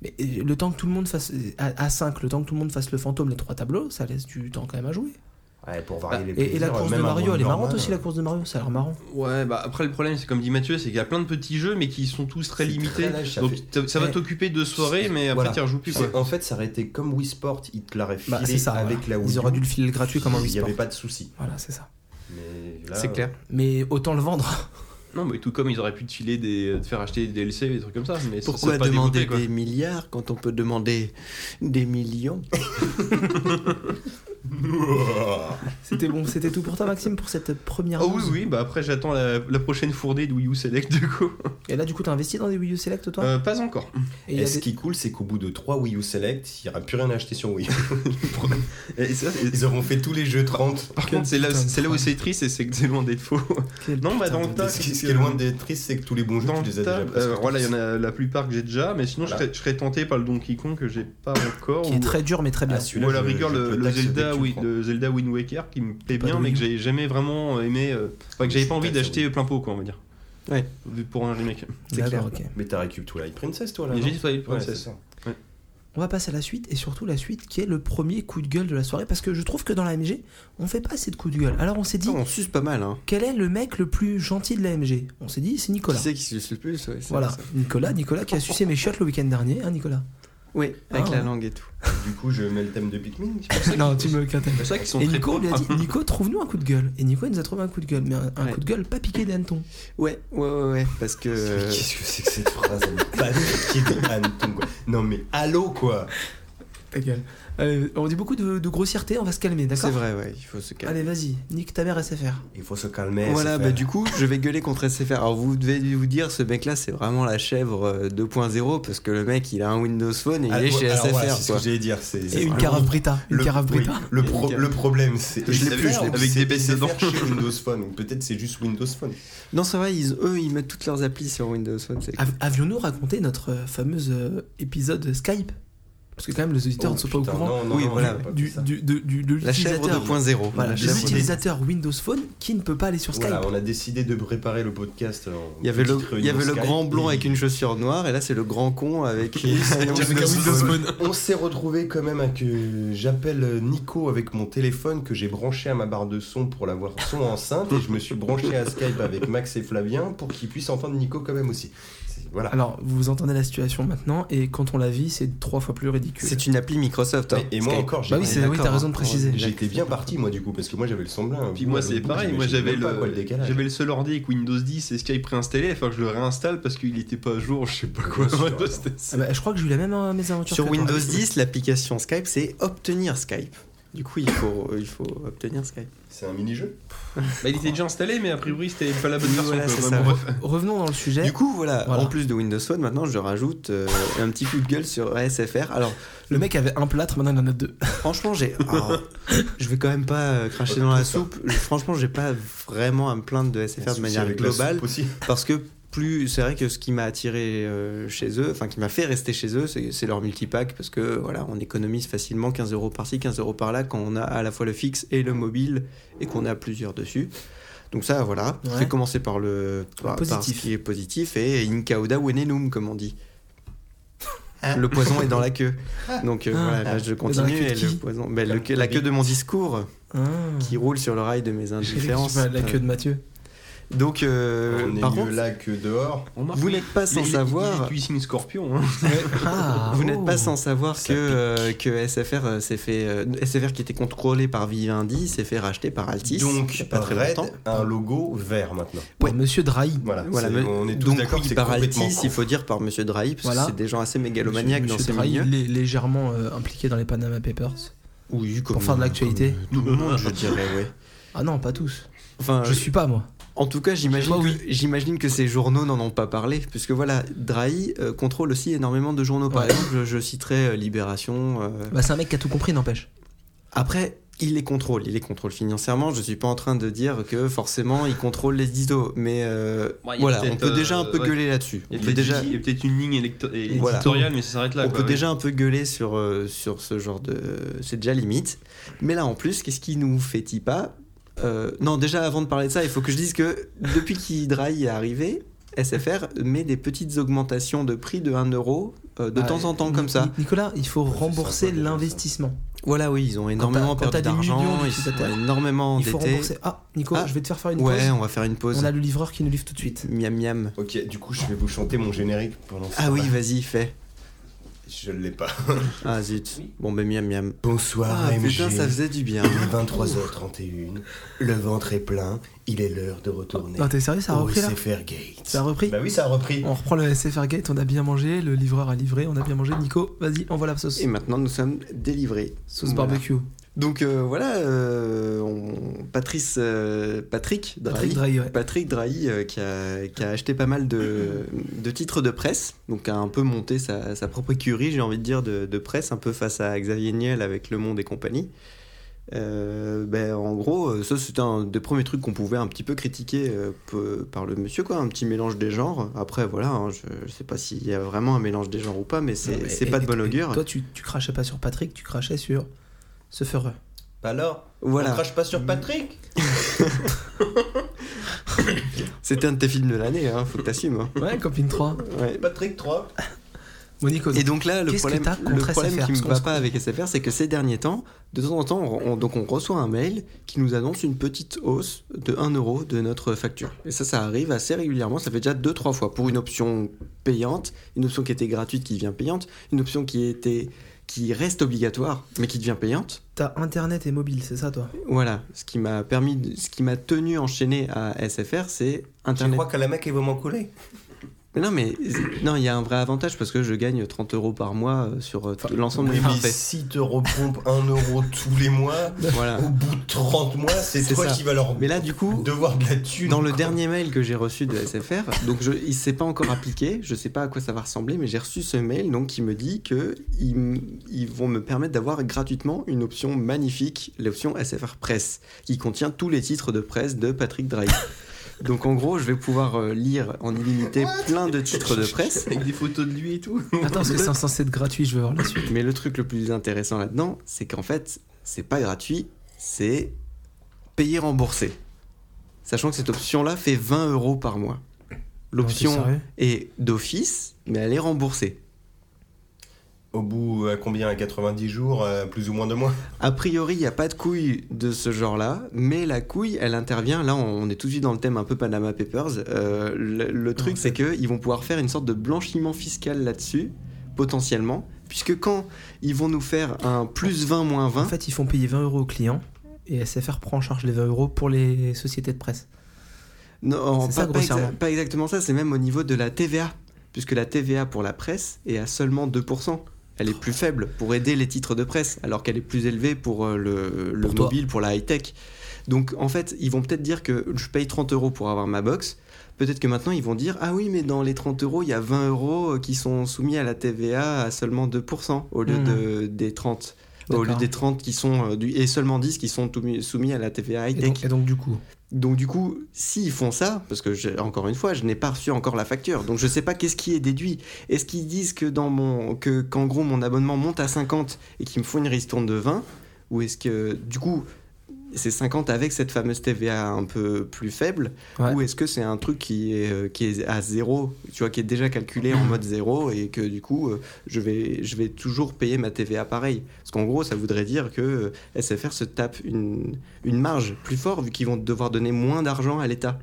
S1: Mais euh, le temps que tout le monde fasse. euh, À, 5, le temps que tout le monde fasse le fantôme, les trois tableaux, ça laisse du temps quand même à jouer.
S2: Ouais, pour varier les
S1: Bah, Et, et la
S2: plaisirs,
S1: course de
S2: même un
S1: Mario,
S2: monde
S1: elle est marrante
S2: normal.
S1: aussi, la course de Mario, ça a l'air marrant.
S4: Ouais, bah après le problème, c'est comme dit Mathieu, c'est qu'il y a plein de petits jeux, mais qui sont tous très
S2: C'est
S4: limités.
S2: très lâche, ça
S4: Donc
S2: fait-
S4: t'as- ça va
S1: Eh.
S4: t'occuper de soirées, mais après
S2: Voilà.
S4: t'y rejoues plus, quoi.
S2: C'est- En fait, ça aurait été comme Wii Sport, ils te l'auraient filé
S1: Bah, c'est ça.
S2: avec
S1: voilà.
S2: la Wii
S1: Ils auraient dû le filer gratuit comme un Wii
S2: Il n'y
S1: Sport.
S2: avait pas de souci.
S1: Voilà, c'est ça.
S2: Mais là,
S3: C'est clair.
S1: Mais autant le vendre.
S4: Non, mais tout comme ils auraient pu te filer des. te faire acheter des DLC et des trucs comme ça. Mais ça,
S3: Pourquoi
S4: c'est pas
S3: demander
S4: développé, quoi.
S3: des milliards quand on peut demander des millions
S2: euh,
S1: C'était bon, c'était tout pour toi, Maxime, pour cette première.
S4: Oh oui,
S1: news.
S4: oui, bah après j'attends la, la prochaine fournée de Wii U Select de Go.
S1: Et là, du coup, t'as investi dans des Wii U Select, toi
S4: Euh, pas encore.
S1: Et il y
S2: Et
S1: a
S2: ce
S1: des-
S2: qui est cool, c'est qu'au bout de 3 Wii U Select, il n'y aura plus rien à acheter sur Wii U.
S4: Et ça, c'est-
S2: Ils auront fait tous les jeux 30.
S4: par
S1: Quel
S4: contre, c'est là,
S1: putain de
S4: c'est là où
S1: crâne.
S4: c'est triste et c'est que c'est loin d'être faux.
S1: Quel
S4: Non, bah
S1: putain
S4: dans
S1: de-
S4: le tas, euh,
S2: Ce qui, ce qui est loin d'être triste, c'est que tous les bons jeux,
S4: Dans
S2: tu les as déjà
S4: le tas,
S2: presque
S4: euh,
S2: tous.
S4: voilà, il y en a la plupart que j'ai déjà, mais sinon
S2: Voilà.
S4: je, serais, je serais tenté par le Donkey Kong que j'ai pas encore.
S1: Qui est
S4: ou-
S1: très dur, mais très bien.
S2: Ah, celui-là,
S4: Ou à la
S2: je-
S4: rigueur,
S2: je
S4: le,
S2: peux
S4: le
S2: t'accepter
S4: Zelda,
S2: que tu
S4: oui,
S2: le
S4: le Zelda Wind Waker qui me plaît
S1: Pas de
S4: bien, mais
S1: Wii
S4: que j'avais jamais vraiment aimé. euh, enfin, que j'avais pas
S2: Je
S4: envie
S2: suis d'accord,
S4: d'acheter plein pot, quoi, on va dire.
S3: Ouais.
S4: Vu Pour un remake.
S2: c'est
S1: D'accord, ok.
S2: Mais t'as récup Twilight Princess, toi, là
S4: Mais
S2: Bah non
S4: j'ai dit Twilight
S2: Ouais, c'est
S4: Princess.
S2: ça.
S1: On va passer à la suite et surtout la suite qui est le premier coup de gueule de la soirée parce que je trouve que dans la MG on fait pas assez de coups de gueule. Alors on s'est dit
S3: Putain, Ah, on suce pas mal, hein.
S1: quel est le mec le plus gentil de la MG On s'est dit c'est Nicolas.
S3: Qui c'est qui suce le plus ouais, c'est
S1: Voilà
S3: ça.
S1: Nicolas, Nicolas qui a sucé mes chiottes le week-end dernier, hein Nicolas.
S3: Oui, avec
S1: Ah.
S3: la langue et tout.
S2: Du coup, je mets le thème de Pikmin.
S1: non tu me quintes.
S4: C'est ça qu'ils sont
S1: Et
S4: très
S1: Nico on
S4: bons.
S1: lui a dit Nico trouve-nous un coup de gueule et Nico il nous a trouvé un coup de gueule mais un, un
S3: Ouais.
S1: coup de gueule pas piqué d'hanneton.
S3: Ouais, ouais, ouais, ouais, parce que. euh,
S2: Qu'est-ce que c'est que cette phrase Elle est pas piquée de hanneton, quoi. Non, mais allô, quoi
S1: Ta gueule. Allez, on dit beaucoup de, de grossièreté, on va se calmer d'accord.
S3: C'est vrai, ouais, il faut se calmer.
S1: Allez vas-y nique ta mère SFR.
S2: Il faut se calmer.
S3: Voilà,
S2: SFR.
S3: bah du coup, je vais gueuler contre SFR. Alors vous devez vous dire, ce mec-là, c'est vraiment la chèvre euh, 2.0 parce que le mec, il a un Windows Phone et il
S2: Ah,
S3: est
S2: ouais,
S3: chez
S2: alors
S3: SFR.
S2: voilà, c'est ce
S3: quoi.
S2: que j'allais dire. C'est
S1: Et
S2: c'est
S1: une
S2: vraiment-
S1: carafe Brita, une
S2: le-
S1: carafe
S2: oui,
S1: Brita.
S2: le, pro- le problème, c'est.
S4: Je l'ai plus, je l'ai- avec des baisses
S2: de
S4: dedans.
S2: chez Windows Phone, ou peut-être c'est juste Windows Phone.
S3: Non, c'est vrai, ils, eux, ils mettent toutes leurs applis sur Windows Phone.
S2: Ah,
S3: c'est-
S1: Av- Avions-nous raconté notre euh, fameuse euh, épisode Skype Parce que quand même les auditeurs
S2: Oh,
S1: ne sont pas
S2: putain,
S1: au courant
S2: Non, non,
S3: Oui,
S2: non,
S3: voilà,
S2: j'ai pas
S1: du,
S2: fait ça.
S1: du- de- du- de
S3: La chèvre
S1: l'utilisateur.
S3: 2.0.
S1: Voilà,
S2: La
S1: de
S2: chèvre
S1: l'utilisateur Windows Phone qui ne peut pas aller sur Skype.
S2: Voilà, on a décidé de préparer le podcast. en
S3: Il y avait le,
S2: petite
S3: il y avait
S2: réunion
S3: le
S2: Skype,
S3: grand blond
S2: et-
S3: avec une chaussure noire et là, c'est le grand con avec.
S2: Avec un Windows Phone. On s'est retrouvé quand même à que j'appelle Nico avec mon téléphone que j'ai branché à ma barre de son pour l'avoir son enceinte et je me suis branché à Skype avec Max et Flavien pour qu'ils puissent entendre Nico quand même aussi. C'est- Voilà.
S1: Alors, vous entendez la situation maintenant, et quand on la vit, c'est trois fois plus ridicule.
S3: C'est une appli Microsoft. hein,
S2: Et, et moi
S3: Skype.
S2: encore, j'ai-
S1: Bah oui, c'est- oui,
S3: D'accord,
S1: t'as raison
S3: hein.
S1: de préciser.
S2: j'étais bien parti moi du coup parce que moi j'avais le semblant.
S4: Puis moi c'est pareil, moi j'avais le, j'avais le seul ordi avec Windows 10 et Skype préinstallé, enfin je le réinstalle parce qu'il était pas à jour, je sais pas quoi.
S2: Bien sûr,
S4: Ouais,
S2: attends.
S4: c'était-
S1: Ah bah, je crois que j'ai eu la même euh, mésaventure.
S3: Sur
S1: que toi.
S3: Windows 10, l'application Skype, c'est obtenir Skype. Du coup, il faut, il faut obtenir Skype.
S2: C'est un mini jeu.
S4: Bah, il était déjà installé mais a priori c'était pas la bonne
S3: Oui,
S4: version.
S3: voilà,
S4: quoi.
S3: c'est
S4: Bah,
S3: ça.
S4: bon, bref.
S1: Revenons dans le sujet.
S3: Du coup, voilà,
S1: Voilà.
S3: en plus de Windows Phone, maintenant je rajoute euh, un petit coup de gueule sur SFR. Alors,
S1: le mec avait un plâtre, maintenant il en a deux.
S3: franchement, j'ai. ah, je vais quand même pas euh, cracher dans la soupe. Je- franchement, j'ai pas vraiment à me plaindre de SFR de
S2: Souci
S3: manière
S2: avec la
S3: globale.
S2: soupe aussi.
S3: Parce que plus. C'est vrai que ce qui m'a attiré euh, chez eux, enfin qui m'a fait rester chez eux, c'est c'est leur multipack. Parce que, voilà, on économise facilement 15 euros par-ci, 15 euros par-là quand on a à la fois le fixe et le mobile et qu'on a plusieurs dessus. Donc ça, voilà,
S1: Ouais.
S3: j'ai commencé par le par,
S1: Positif.
S3: par ce qui est positif et incauda venenum, comme on dit. Le poison est dans la queue. Donc euh,
S1: Ah.
S3: voilà, là, je
S1: Mais dans la
S3: continue
S1: queue de
S3: et le
S1: qui
S3: poison, ben, le- la queue de mon discours
S1: Ah.
S3: qui roule sur le rail de mes
S1: J'ai cru que tu
S3: indifférences.
S1: parlais de la queue de Mathieu.
S3: Donc euh,
S2: on est
S3: par
S2: mieux
S3: contre,
S2: là que dehors.
S4: Remarque,
S3: vous
S4: il-
S3: n'êtes pas sans
S4: il- il- Il
S3: savoir,
S4: est du signe scorpion. hein.
S1: Ah,
S3: vous n'êtes pas
S1: oh.
S3: sans savoir que
S2: Ça
S3: euh, que SFR euh, s'est fait euh, SFR qui était contrôlé par Vivendi s'est fait racheter par Altis. il y a
S2: Donc
S3: pas très
S2: Red
S3: longtemps.
S2: a un logo vert maintenant.
S1: Par
S3: ouais.
S1: Monsieur Drahi.
S2: Voilà.
S3: Voilà,
S2: c'est-
S3: mais-
S2: on est tous
S3: donc
S2: d'accord. que
S3: oui,
S2: c'est
S3: par
S2: complètement
S3: Altis,
S2: con.
S3: il faut dire par Monsieur Drahi, parce
S1: Voilà.
S3: que c'est des gens assez mégalomaniaques
S1: Monsieur-
S3: dans
S1: Monsieur
S3: ces
S1: Drahi,
S3: milieux.
S1: lé- légèrement euh, impliqué dans les Panama Papers.
S3: Oui, comme- euh,
S1: Pour faire de l'actualité.
S3: comme Tout le monde, je dirais, ouais.
S1: Ah non, pas tous.
S3: Enfin,
S1: Je suis pas moi.
S3: En tout cas, j'imagine
S1: Moi,
S3: que,
S1: oui.
S3: j'imagine que ces journaux n'en ont pas parlé, puisque voilà, Drahi euh, contrôle aussi énormément de journaux. Par
S1: Ouais.
S3: exemple, je, je citerai euh, Libération. euh.
S1: Bah, c'est un mec qui a tout compris, n'empêche.
S3: Après, il les contrôle, il les contrôle financièrement. Je suis pas en train de dire que forcément il contrôle les éditos, mais euh,
S4: Ouais, il y a
S3: voilà, on
S4: peut-être,
S3: peut déjà un
S4: euh,
S3: peu
S4: ouais.
S3: gueuler là-dessus.
S4: Il y
S3: On
S4: a
S3: peut
S4: peut-être
S3: déjà,
S4: il y a peut-être une ligne électo- éditoriale,
S3: Voilà.
S4: mais ça s'arrête là.
S3: on
S4: quoi,
S3: peut
S4: ouais.
S3: déjà un peu gueuler sur, euh, sur ce genre de. C'est déjà limite. Mais là, en plus, qu'est-ce qui nous fait pas Euh, Non, déjà, avant de parler de ça, il faut que je dise que depuis qu'Hydrail est arrivé, SFR met des petites augmentations de prix de 1 euro euh, de
S1: Ah,
S3: temps en temps, comme ça.
S4: Mmh,
S1: Ni- Nicolas, il faut rembourser
S2: sympa, déjà, ça.
S1: l'investissement.
S3: Voilà, oui, ils ont énormément
S1: quand t'as
S3: perdu
S1: des millions
S3: d'argent, ils sont
S1: d'utilisateurs,
S3: énormément
S1: Il faut
S3: endettés.
S1: rembourser. Ah, Nico,
S3: Ah.
S1: je vais te faire faire une
S3: Ouais,
S1: pause.
S3: on va faire une pause.
S1: On a le livreur qui nous livre tout de suite.
S3: Miam miam.
S2: Ok, du coup, je vais vous chanter mon générique pendant. ce
S3: Ah oui,
S2: temps-là.
S3: vas-y, fais.
S2: Je l'ai pas.
S3: Ah zut. Bon, ben miam miam.
S2: Bonsoir,
S3: Ah
S2: MG.
S3: putain, ça faisait du bien.
S2: Il est 23h31, le ventre est plein, il est l'heure de retourner.
S1: Non, t'es sérieux, ça a
S3: Oh,
S2: au
S1: repris là
S2: SFR Gate.
S1: Ça a repris
S2: Bah oui, ça a repris.
S1: On reprend le SFR Gate, on a bien mangé, le livreur a livré, on a bien mangé. Nico, vas-y, envoie la sauce.
S3: Et maintenant, nous sommes délivrés.
S1: Sauce
S3: Voilà.
S1: barbecue.
S3: Donc euh, voilà, euh, on- Patrice, euh, Patrick Drahi,
S1: Patrick Drahi, ouais.
S3: Patrick Drahi, euh, qui, a, qui a acheté pas mal de, de titres de presse, donc a un peu monté sa, sa propre écurie, j'ai envie de dire, de, de presse, un peu face à Xavier Niel avec Le Monde et compagnie. Euh, ben, en gros, euh, ça c'était un des premiers trucs qu'on pouvait un petit peu critiquer euh, pe- par le monsieur, quoi, un petit mélange des genres. Après, voilà, hein, je, je sais pas s'il y a vraiment un mélange des genres ou pas, mais
S1: Non,
S3: c'est
S1: mais-
S3: c'est
S1: et-
S3: pas de
S1: et-
S3: bon
S1: et
S3: augure.
S1: Toi, tu, tu crachais pas sur Patrick, tu crachais sur ce ferreur.
S2: Bah alors On
S3: Voilà, Mm.
S2: crache pas sur Patrick
S3: c'était un de tes films de l'année, hein, faut que t'assumes. hein.
S1: Ouais, Camping 3.
S3: Ouais.
S2: Patrick 3
S1: Monique Ozon.
S3: Et donc là, le
S1: Qu'est-ce que
S3: problème,
S1: t'as contre
S3: le problème
S1: SFR,
S3: qui me
S1: parce qu'on
S3: va
S1: se
S3: pas avec SFR, c'est que ces derniers temps, de temps en temps, on, on- donc on reçoit un mail qui nous annonce une petite hausse de 1 euro de notre facture. Et ça, ça arrive assez régulièrement. Ça fait déjà 2-3 fois pour une option payante, une option qui était gratuite qui devient payante, une option qui était qui reste obligatoire mais qui devient payante.
S1: T'as internet et mobile, c'est ça, toi
S3: Voilà, ce qui m'a permis, de- ce qui m'a tenu enchaîné à SFR, c'est
S2: Je
S3: Internet.
S2: crois que la mec est vraiment collée.
S3: Mais non, mais non, il y a un vrai avantage parce que je gagne 30 euros par mois euh, sur euh, tout- l'ensemble des forfaits.
S2: si te repompe 1 euro tous les mois,
S3: Voilà.
S2: au bout de 30 mois, c'est
S3: C'est
S2: toi
S3: ça.
S2: qui vas leur
S3: Mais là, du coup,
S2: devoir de la thune.
S3: dans le
S2: quoi.
S3: dernier mail que j'ai reçu de SFR, donc je, il s'est pas encore appliqué, je sais pas à quoi ça va ressembler, mais j'ai reçu ce mail donc qui me dit que ils, m- ils vont me permettre d'avoir gratuitement une option magnifique, l'option SFR Presse, qui contient tous les titres de presse de Patrick Drahi. Donc en gros, je vais pouvoir euh, lire en illimité plein de titres de presse.
S4: Avec des photos de lui et tout.
S1: Attends, parce que c'est censé être gratuit, je veux voir la suite.
S3: Mais le truc le plus intéressant là-dedans, c'est qu'en fait, c'est pas gratuit, c'est payé remboursé. Sachant que cette option-là fait 20 euros par mois.
S1: Non,
S3: L'option
S1: hein,
S3: hein
S1: t'es sérieux
S3: est d'office, mais elle est remboursée.
S2: Au bout, à combien À 90 jours, euh, plus ou moins de mois
S3: A priori, il n'y a pas de couille de ce genre-là, mais la couille, elle intervient. Là, on est tout de suite dans le thème un peu Panama Papers. Euh, le, le truc, c'est qu'ils vont pouvoir faire une sorte de blanchiment fiscal là-dessus, potentiellement, puisque quand ils vont nous faire un plus 20, moins 20,
S1: En fait, ils font payer 20 euros aux clients et SFR prend en charge les 20 euros pour les sociétés de presse.
S3: Non, pas,
S1: C'est ça,
S3: pas exa-
S1: grossièrement.
S3: pas exactement ça, c'est même au niveau de la TVA, puisque la TVA pour la presse est à seulement 2%. Elle est plus faible pour aider les titres de presse, alors qu'elle est plus élevée pour euh, le, le
S1: Pour toi.
S3: mobile, pour la high-tech. Donc en fait, ils vont peut-être dire que je paye 30 euros pour avoir ma box. Peut-être que maintenant, ils vont dire Ah oui, mais dans les 30 euros, il y a 20 euros qui sont soumis à la TVA à seulement 2% au lieu
S1: Mhm.
S3: de, des 30. Au lieu
S1: D'accord.
S3: des 30 qui sont. euh, du, et seulement 10 qui sont tout mis- soumis à la TVA
S1: Et
S3: high-tech.
S1: donc, et donc, du coup,
S3: Donc du coup, s'ils font ça, parce que j'ai- encore une fois, je n'ai pas reçu encore la facture, donc je sais pas qu'est-ce qui est déduit. Est-ce qu'ils disent que dans mon que qu'en gros mon abonnement monte à 50 et qu'ils me font une ristourne de 20 ou est-ce que du coup c'est 50 avec cette fameuse TVA un peu plus faible
S1: Ouais.
S3: ou est-ce que c'est un truc qui est euh, qui est à zéro, tu vois qui est déjà calculé en mode zéro et que du coup euh, je vais je vais toujours payer ma TVA pareil parce qu'en gros ça voudrait dire que euh, SFR se tape une une marge plus forte vu qu'ils vont devoir donner moins d'argent à l'État.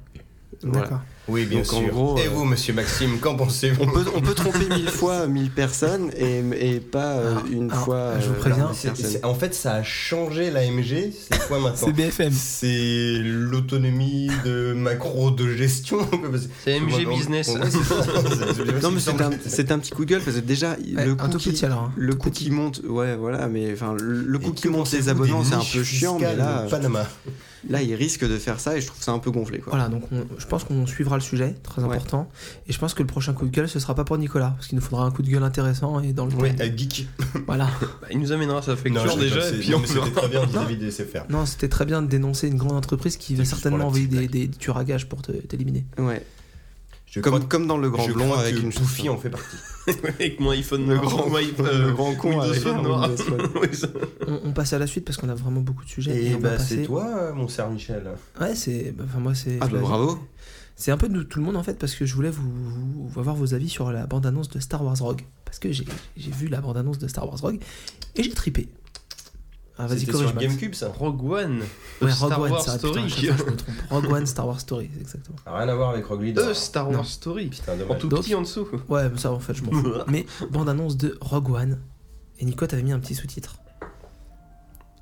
S3: Voilà.
S1: d'accord.
S2: Oui,
S3: bien Donc, en sûr. gros,
S2: Et
S3: euh,
S2: vous, monsieur Maxime, qu'en
S3: On
S2: pensez-vous
S3: peut, on peut tromper mille fois mille personnes et, et pas euh,
S1: Alors,
S3: une
S1: alors,
S3: fois.
S1: je vous
S3: euh,
S1: préviens,
S3: mille
S2: C'est-
S3: personnes.
S2: c'est- En fait, ça a changé l'AMG. C'est quoi maintenant
S1: C'est BFM.
S2: C'est l'autonomie de macro de gestion. quoi, parce que-
S4: C'est MG Business.
S2: Ouais, c'est ça. C'est-
S3: Non, mais c'est un, c'est un petit coup de gueule parce que déjà,
S1: Ouais,
S3: le
S1: un
S3: coût
S1: tout
S3: qui,
S1: petit alors. hein.
S3: le coût qui monte, ouais, voilà, mais enfin, le le coût
S2: Et
S3: qui
S2: que
S3: monte
S2: pensez-vous
S3: des abonnements,
S2: des
S3: c'est un
S2: niches
S3: peu chiant, mais
S2: fiscales
S3: là,
S2: de Panama.
S3: là, ils risquent de faire ça et je trouve ça un peu gonflé, quoi.
S1: Voilà, donc on- je pense qu'on suivra le sujet, très
S3: Ouais.
S1: important. Et je pense que le prochain coup de gueule, ce sera pas pour Nicolas, parce qu'il nous faudra un coup de gueule intéressant et dans le
S2: Oui,
S1: thème.
S2: euh, geek.
S1: Voilà.
S4: Bah, il nous amènera sa facture
S2: Non, je
S4: déjà,
S2: rigole,
S4: et
S2: c'est-
S4: puis
S2: non,
S4: on
S2: mais c'était
S4: verra.
S2: très bien vis-à-vis des SFR.
S1: Non, c'était très bien de dénoncer une grande entreprise qui va
S2: Juste pour
S1: certainement
S2: la
S1: envoyer
S2: petite
S1: des, des, des tueurs à gages pour te- t'éliminer.
S3: Ouais.
S2: Je
S3: Comme,
S2: crois que-
S3: comme dans le grand
S2: je
S3: blond
S2: crois
S3: avec
S2: que
S3: une Ah,
S2: Poufy en fait partie.
S4: Avec mon iPhone
S3: Le
S4: noir,
S3: grand,
S4: mon iPhone, euh,
S3: le grand con
S4: Windows
S3: avec un
S4: Phone noir.
S3: Windows Phone.
S4: Oui, ça-
S1: On, on passe à la suite parce qu'on a vraiment beaucoup de sujets.
S2: Et
S1: on va
S2: bah, c'est
S1: passer-
S2: toi, euh, mon cher Michel.
S1: Ouais, c'est. bah, Enfin, moi, c'est.
S3: Ah
S1: je
S3: bah
S1: l'avais-
S3: bravo.
S1: C'est un peu de tout le monde en fait parce que je voulais vous, vous- vous avoir vos avis sur la bande-annonce de Star Wars Rogue parce que j'ai j'ai vu la bande-annonce de Star Wars Rogue et j'ai tripé. Ah vas-y
S2: C'était sur
S1: corrige Max.
S2: GameCube, ça
S4: Rogue One.
S1: Ouais,
S4: Star
S1: Rogue One,
S4: Wars
S1: ça, putain,
S4: Story.
S1: à chaque fois, je me trompe. Rogue One Star Wars Story exactement.
S2: Rien à voir avec Rogue Leader.
S4: Euh, Star
S1: Non.
S4: Wars Story.
S2: Putain,
S4: En
S2: dommage.
S4: tout
S1: Donc-
S4: petit en dessous.
S1: Ouais mais ça en fait je m'en fous. Mais bande-annonce de Rogue One et Nico t'avais mis un petit sous-titre.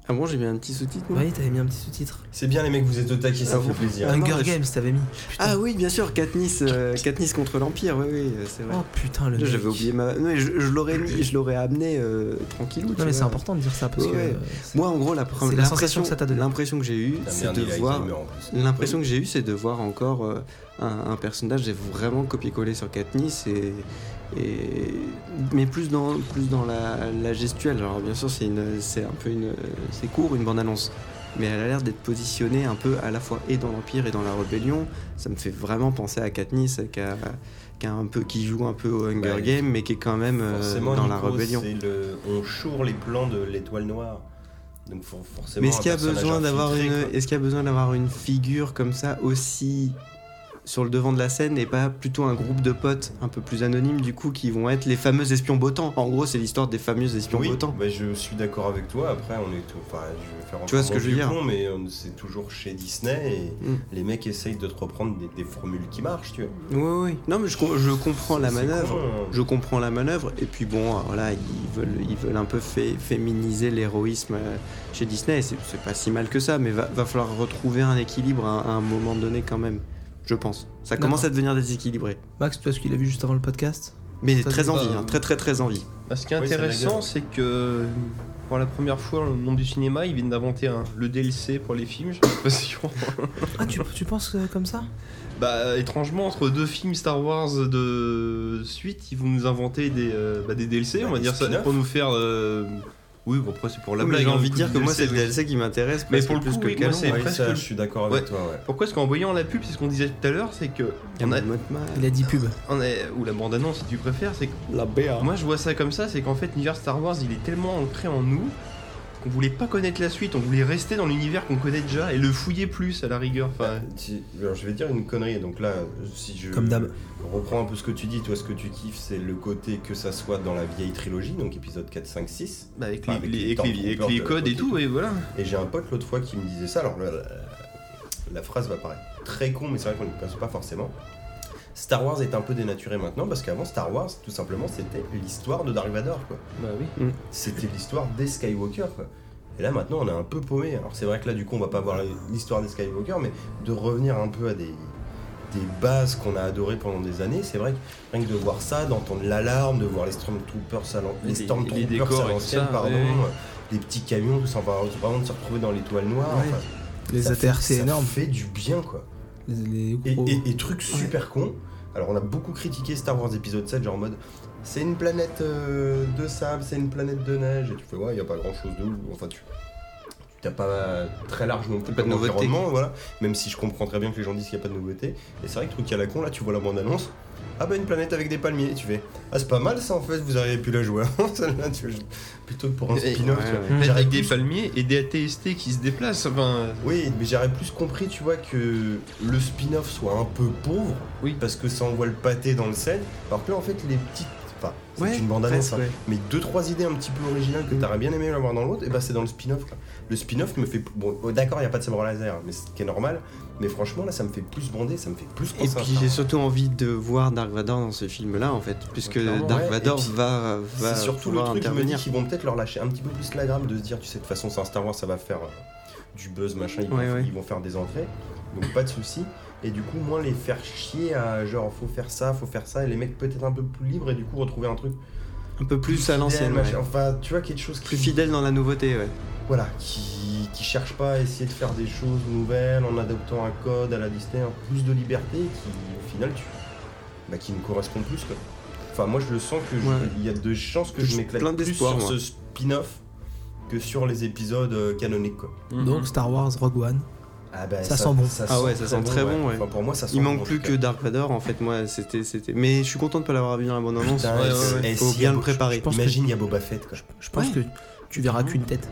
S3: Ah bon, j'ai mis un petit sous-titre moi
S1: Oui, t'avais mis un petit sous-titre.
S2: C'est bien les mecs, vous êtes au taquet, ça
S3: Ah
S2: me fait
S3: bon
S2: plaisir.
S3: Ah non,
S1: Hunger
S3: mais je-
S1: Games, t'avais mis.
S3: Ah oui, bien sûr, Katniss, euh, Katniss contre l'Empire, oui, oui, euh, c'est vrai.
S1: Oh putain, le.
S3: Là,
S1: mec.
S3: J'avais oublié ma. Non, mais je, je l'aurais mis, je l'aurais amené euh, tranquillou. tu
S1: Non, mais c'est
S3: vois.
S1: important de dire ça parce
S3: Ouais,
S1: que.
S3: ouais.
S1: euh, c'est-
S3: Moi, en gros, la, pre-
S1: C'est la sensation
S3: l'impression-
S1: que ça t'a donnée.
S3: L'impression que j'ai eue,
S2: Putain,
S3: c'est
S2: merde,
S3: de
S2: il a
S3: voir.
S2: Alzheimer, en plus.
S3: L'impression que j'ai eue, c'est de voir encore euh, un, un personnage est vraiment copié-collé sur Katniss et, et- mais plus dans plus dans la, la gestuelle. Alors bien sûr, c'est une c'est un peu une c'est court une bande annonce, mais elle a l'air d'être positionnée un peu à la fois et dans l'Empire et dans la rébellion. Ça me fait vraiment penser à Katniss qui a, qui a un peu qui joue un peu au Hunger
S2: Bah,
S3: Game, mais qui est quand même euh,
S2: Forcément,
S3: dans la
S2: Nico,
S3: rébellion.
S2: c'est le- On choure les plans de l'étoile noire. Donc for- forcément.
S3: Mais est-ce
S2: un
S3: qu'il y a
S2: personnage
S3: besoin d'avoir
S2: infiltré,
S3: une
S2: quoi.
S3: est-ce qu'il y a besoin d'avoir une figure comme ça aussi sur le devant de la scène et pas plutôt un groupe de potes un peu plus anonymes du coup qui vont être les fameux espions bottants. En gros, c'est l'histoire des fameux espions
S2: Oui,
S3: bottants.
S2: bah, je suis d'accord avec toi. Après, on est tout. Enfin, je vais faire
S3: Tu vois
S2: encore
S3: ce que
S2: mon
S3: je veux
S2: vieux
S3: dire
S2: con, Mais on- c'est toujours chez Disney et
S3: Mm.
S2: les mecs essayent de te reprendre des, des formules qui marchent, tu vois.
S3: Oui oui. Non mais je, com- je comprends la
S2: C'est
S3: manœuvre.
S2: con, hein.
S3: Je comprends la manœuvre et puis bon, euh, voilà, ils veulent ils veulent un peu fé- féminiser l'héroïsme euh, chez Disney, c'est c'est pas si mal que ça mais va, va falloir retrouver un équilibre à, à un moment donné quand même, je pense. Ça commence
S1: D'accord.
S3: à devenir déséquilibré.
S1: Max, toi, ce qu'il a vu juste avant le podcast
S3: Mais
S1: Ça,
S3: très
S1: c'est
S3: envie,
S4: pas-
S3: hein, très très très envie.
S4: Bah, ce qui est
S2: Oui, c'est la
S4: intéressant,
S2: guerre.
S4: c'est que pour la première fois, le monde du cinéma, ils viennent d'inventer un- le DLC pour les films. Je sais pas si on-
S1: Ah, tu, tu penses euh, comme ça
S4: Bah, étrangement, entre deux films Star Wars de suite, ils vont nous inventer des, euh, bah, des DLC,
S2: Bah,
S4: on va
S2: des
S4: dire ça,
S2: spin-offs.
S4: pour nous faire. euh, Oui, bon, après, c'est pour la
S3: Oui, mais
S4: blague.
S3: j'ai
S4: hein,
S3: envie
S4: du
S3: de
S4: coup,
S3: dire
S4: du
S3: que moi, c'est le
S4: oui.
S3: DLC qui m'intéresse
S4: Mais
S3: presque
S4: pour le
S3: plus
S4: coup,
S3: que
S4: oui,
S3: le
S4: moi,
S3: canon.
S4: c'est
S2: Ouais,
S4: presque
S2: ça,
S4: le-
S2: je suis d'accord avec
S4: Ouais.
S2: toi. Ouais.
S4: Pourquoi Parce qu'en voyant la pub, c'est ce qu'on disait tout à l'heure, c'est que.
S3: Il y en
S4: on
S3: a
S4: a-
S3: le mode mal.
S1: Il a dit pub.
S4: on a- ou la bande-annonce, si tu préfères, c'est que
S3: La BA.
S4: Moi je vois ça comme ça, c'est qu'en fait l'univers Star Wars il est tellement ancré en nous qu'on voulait pas connaître la suite, on voulait rester dans l'univers qu'on connaît déjà et le fouiller plus à la rigueur. Enfin,
S2: Tu- Euh, Alors, je vais dire une connerie. Donc là, si je
S1: Comme d'hab.
S2: reprends un peu ce que tu dis, toi, ce que tu kiffes, c'est le côté que ça soit dans la vieille trilogie, donc épisode 4, 5, 6.
S4: bah, avec,
S2: Enfin, avec
S4: les,
S2: les
S4: avec les- avec les
S2: Stormtroopers,
S4: codes et
S2: ok.
S4: tout, et voilà.
S2: Et j'ai un pote l'autre fois qui me disait ça. Alors, la, la- la phrase va paraître très con, mais c'est vrai qu'on n'y pense pas forcément. Star Wars est un peu dénaturé maintenant parce qu'avant Star Wars, tout simplement, c'était l'histoire de Dark Vador, quoi.
S4: Bah oui.
S2: C'était l'histoire des Skywalker, quoi. Et là, maintenant, on est un peu paumé. Alors, c'est vrai que là, du coup, on va pas voir l'histoire des Skywalker, mais de revenir un peu à des, des bases qu'on a adorées pendant des années, c'est vrai que rien que de voir ça, d'entendre l'alarme, de voir les Stormtroopers à l'an-
S4: Les-
S2: les Stormtroopers
S4: les décors
S2: à
S4: et tout
S2: l'ancienne,
S4: ça,
S2: pardon,
S4: ouais, ouais.
S2: les petits camions, tout ça, on va vraiment de se retrouver dans l'étoile noire.
S3: Ouais.
S2: enfin,
S1: Les
S2: ça
S1: ATR,
S2: fait-
S1: c'est énorme.
S2: Ça fait du bien, quoi.
S1: Les, les
S2: Et,
S1: gros-
S2: et- et truc super con. Alors, on a beaucoup critiqué Star Wars épisode 7, genre en mode c'est une planète euh, de sable, c'est une planète de neige. Et tu fais, ouais, il a pas grand chose de ouf. Enfin, tu. T'as pas très large non plus
S3: Pas de
S2: comme
S3: nouveauté,
S2: environnement, voilà. Même si je comprends très bien que les gens disent qu'il n'y a pas de nouveauté. Et c'est vrai que truc à la con, là, tu vois la bande-annonce. Ah bah une planète avec des palmiers, Et tu fais. Ah c'est pas mal ça en fait, vous auriez pu la jouer avant, celle-là, tu vois, je- Plutôt que pour un
S4: Et-
S2: spin-off,
S3: ouais,
S2: tu vois.
S3: ouais.
S1: Mmh.
S4: Avec
S2: J'arrive
S4: des
S2: plus-
S4: palmiers et des ATST qui se déplacent, enfin.
S3: Euh,
S2: Oui, mais j'aurais plus compris, tu vois, que le spin-off soit un peu pauvre,
S4: Oui.
S2: parce que ça envoie le pâté dans le set, alors que là, en fait, les petites... Enfin, c'est
S3: Ouais,
S2: une bande-annonce,
S3: presque,
S2: hein,
S3: ouais.
S2: mais deux, trois idées un petit peu originales que
S3: Mm.
S2: t'aurais bien aimé avoir dans l'autre, et bah c'est dans le spin-off, quoi. Le spin-off me fait... Bon, oh, d'accord, il a pas de sabre laser, mais ce qui est normal, mais franchement, là, ça me fait plus bander, ça me fait plus
S3: Et
S2: penser à
S3: puis
S2: Star
S3: j'ai
S2: Wars.
S3: surtout envie de voir Dark Vador dans ce film-là en fait, puisque
S4: Clairement,
S3: Dark
S2: ouais,
S3: Vador
S2: et puis,
S3: va, va
S2: C'est surtout le
S3: pouvoir
S2: truc, je me dis
S3: intervenir.
S2: qu'ils vont peut-être leur lâcher un petit peu plus la gramme de se dire, tu sais, de toute façon, c'est un Star Wars, ça va faire euh, du buzz, machin, ils,
S3: Ouais,
S2: vont,
S3: ouais.
S2: ils vont faire des entrées, donc pas de soucis. Et du coup, moins les faire chier à genre, faut faire ça, faut faire ça, et les mecs peut-être un peu plus libres, et du coup, retrouver un truc
S3: Un peu plus à l'ancienne,
S2: fidèle,
S3: ouais.
S2: machin. Enfin, tu vois, quelque chose qui.
S3: plus fidèle dans la nouveauté, ouais.
S2: Voilà, qui, qui cherche pas à essayer de faire des choses nouvelles en adoptant un code à la Disney, hein, plus de liberté, qui au final, tu. Bah, qui me correspond plus, quoi. Enfin, moi, je le sens que je-
S3: Ouais.
S2: il y a de chances que
S3: Je
S2: je
S3: suis
S2: m'éclate
S3: plein
S2: plus
S3: d'espoir,
S2: sur
S3: moi.
S2: ce spin-off que sur les épisodes euh, canoniques, quoi.
S1: Donc, Star Wars, Rogue One.
S2: Ah, bah,
S1: Ça sent bon.
S3: Ah ouais, ça sent très bon, ouais.
S2: Enfin, pour moi, ça sent
S3: Il
S2: bon, en
S3: manque
S2: tout
S3: plus
S2: cas.
S3: que Dark Vador en fait, moi c'était c'était. Mais je suis content de pas l'avoir vu dans la bande annonce.
S2: Putain,
S4: Ouais,
S2: et-
S4: ouais,
S2: et
S3: Faut
S2: s'il y a
S3: bien le
S2: Bo-
S3: préparer.
S1: je pense
S2: Imagine, il y a Boba Fett, quoi.
S1: Je pense
S3: Ouais.
S1: que tu verras qu'une tête.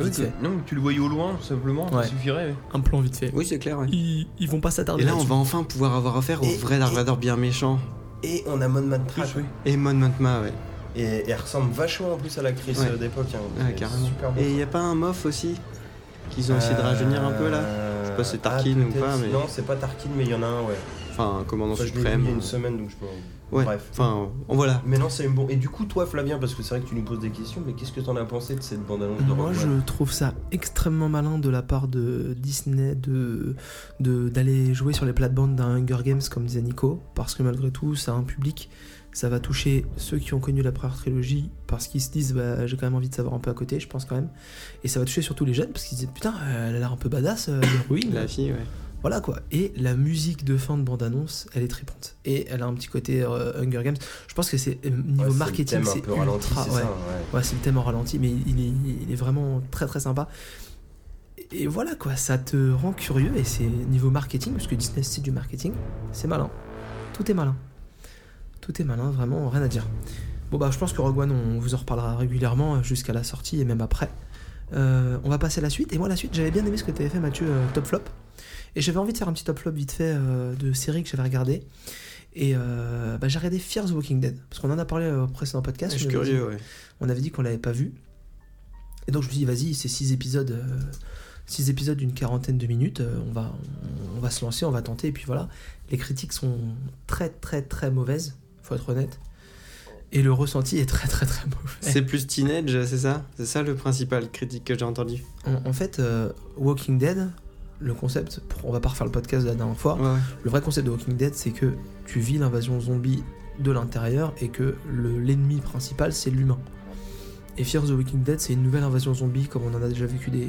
S4: Oui,
S1: Vite fait.
S4: tu- non, mais tu le voyais au loin, tout simplement,
S1: Ouais.
S4: ça suffirait. ouais.
S1: Un plan vite fait.
S3: Oui c'est clair. ouais.
S1: Ils, ils vont pas s'attarder
S3: Et là on
S1: là-dessus.
S3: va enfin pouvoir avoir affaire au
S2: Et-
S3: vrai Dark
S2: et-
S3: Vador bien méchant.
S2: Et on a Mon Mantra,
S1: Ah,
S2: quoi.
S3: Et Mon Mothma, ouais.
S2: Et et elle ressemble vachement en plus à l'actrice
S3: Ouais.
S2: euh, d'époque. hein.
S3: Ouais,
S2: C'est
S3: carrément.
S2: Super bon.
S3: Et il y a pas un mof aussi qu'ils ont essayé de rajeunir un peu là.
S2: Euh, ah,
S3: sais pas si c'est Tarkin ou
S2: peut-être.
S3: pas, mais-
S2: Non, c'est pas Tarkin, mais il y en a un, ouais.
S3: enfin, un commandant
S2: Enfin, je l'ai lu
S3: suprême. euh.
S2: il y a une semaine, donc je peux.
S3: Ouais,
S2: Bref.
S3: enfin, on- voilà.
S2: Mais non, c'est bon. Et du coup, toi, Flavien, parce que c'est vrai que tu nous poses des questions, mais qu'est-ce que t'en as pensé de cette bande-annonce de
S1: Moi,
S2: Rogue
S1: je
S2: One
S1: trouve ça extrêmement malin de la part de Disney de de- d'aller jouer sur les plates-bandes d'un Hunger Games, comme disait Nico, parce que malgré tout, ça a un public. Ça va toucher ceux qui ont connu la première trilogie parce qu'ils se disent bah, j'ai quand même envie de savoir un peu à côté, je pense quand même. Et ça va toucher surtout les jeunes parce qu'ils se disent putain, euh, elle a l'air un peu badass, euh, l'héroïne.
S3: La fille, ouais.
S1: Voilà quoi. Et la musique de fin de bande-annonce, elle est tripante. Et elle a un petit côté euh, Hunger Games. Je pense que c'est euh,
S2: Ouais,
S1: niveau
S2: c'est le
S1: marketing,
S2: thème un
S1: c'est
S2: peu
S1: ultra.
S2: ralenti, c'est
S1: ouais.
S2: ça, ouais.
S1: Ouais, c'est le thème en ralenti, mais il est, il est vraiment très très sympa. Et voilà quoi, ça te rend curieux et c'est niveau marketing, parce que Disney c'est du marketing, c'est malin. Tout est malin. Tout est malin, vraiment, rien à dire. Bon bah je pense que Rogue One, on vous en reparlera régulièrement euh, jusqu'à la sortie et même après. Euh, on va passer à la suite, et moi la suite, j'avais bien aimé ce que tu avais fait Mathieu, euh, Top Flop. Et j'avais envie de faire un petit Top Flop vite fait euh, de séries que j'avais regardées. Et euh, bah, j'ai regardé Fear the Walking Dead, parce qu'on en a parlé euh, au précédent
S2: Ah,
S1: podcast.
S3: Ah, Je suis
S1: on avait dit-
S3: curieux, ouais.
S2: Eh.
S1: on avait dit qu'on l'avait pas vu. Et donc je me suis dit, vas-y, c'est 6 épisodes, 6 épisodes d'une quarantaine de minutes, euh, on, va, on, on va se lancer, on va tenter, et puis voilà. Les critiques sont très très très mauvaises, faut être honnête. Et le ressenti est très très très mauvais.
S3: C'est plus teenage, c'est ça C'est ça le principal critique que j'ai entendu.
S1: En, en fait, euh, Walking Dead, le concept, pour- on va pas refaire le podcast de la dernière fois,
S2: Oh.
S3: Ouais, ouais.
S1: le vrai concept de Walking Dead, c'est que tu vis l'invasion zombie de l'intérieur et que le- l'ennemi principal, c'est l'humain. Et Fear the Walking Dead, c'est une nouvelle invasion zombie, comme on en a déjà vécu des,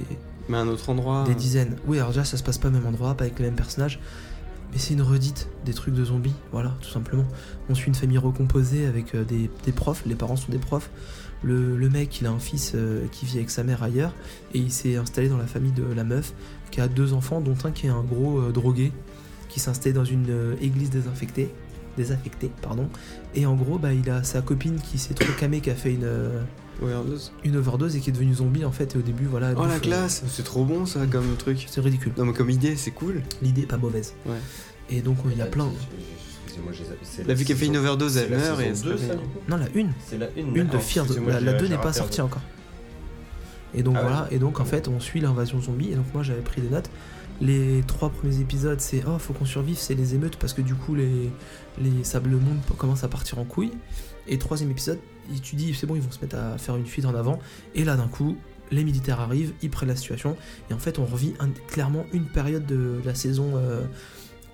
S3: Mais un autre endroit.
S1: des dizaines. Oui, alors déjà, ça se passe pas au même endroit, pas avec les mêmes personnages, mais c'est une redite des trucs de zombies, voilà, tout simplement. On suit une famille recomposée avec euh, des, des profs, les parents sont des profs. Le, le mec, il a un fils euh, qui vit avec sa mère ailleurs, et il s'est installé dans la famille de la meuf, qui a deux enfants, dont un qui est un gros euh, drogué, qui s'est installé dans une euh, église désinfectée, désaffectée, pardon. Et en gros, bah, il a sa copine qui s'est trop camée, qui a fait une, euh,
S3: Ouais, en deux.
S1: une overdose et qui est devenue zombie en fait, et au début, voilà. elle
S3: Oh
S1: bouffe,
S3: la
S1: euh,
S3: classe C'est trop bon ça comme truc.
S1: C'est ridicule.
S3: Non mais comme idée, c'est cool.
S1: L'idée est pas mauvaise.
S3: Ouais.
S1: Et donc il y a
S2: Là,
S1: plein.
S2: j'ai- j'ai- Excusez-moi, j'ai zappé. C'est
S3: La vu qu'elle fait
S2: saison-
S3: une overdose,
S2: c'est
S3: elle
S2: la
S3: meurt et
S2: saison deux,
S3: c'est
S2: ça,
S3: pas
S2: du
S3: bien.
S2: coup
S1: Non, la une,
S2: C'est la une.
S1: une de
S2: d'accord,
S1: Fear, the-
S2: excusez-moi,
S1: la,
S2: j'ai-
S1: la deux
S2: j'ai
S1: n'est pas
S2: raté un
S1: sortie
S2: peu.
S1: encore. Et donc
S2: Ah
S1: voilà,
S2: ouais.
S1: et donc en fait on suit l'invasion zombie. Et donc moi j'avais pris des notes. Les trois premiers épisodes, c'est oh faut qu'on survive, c'est les émeutes parce que du coup les les sables monde commence à partir en couille. Et troisième épisode, il- tu dis c'est bon ils vont se mettre à faire une fuite en avant. Et là d'un coup les militaires arrivent, ils prennent la situation. Et en fait on revit un- clairement une période de, de la saison. euh,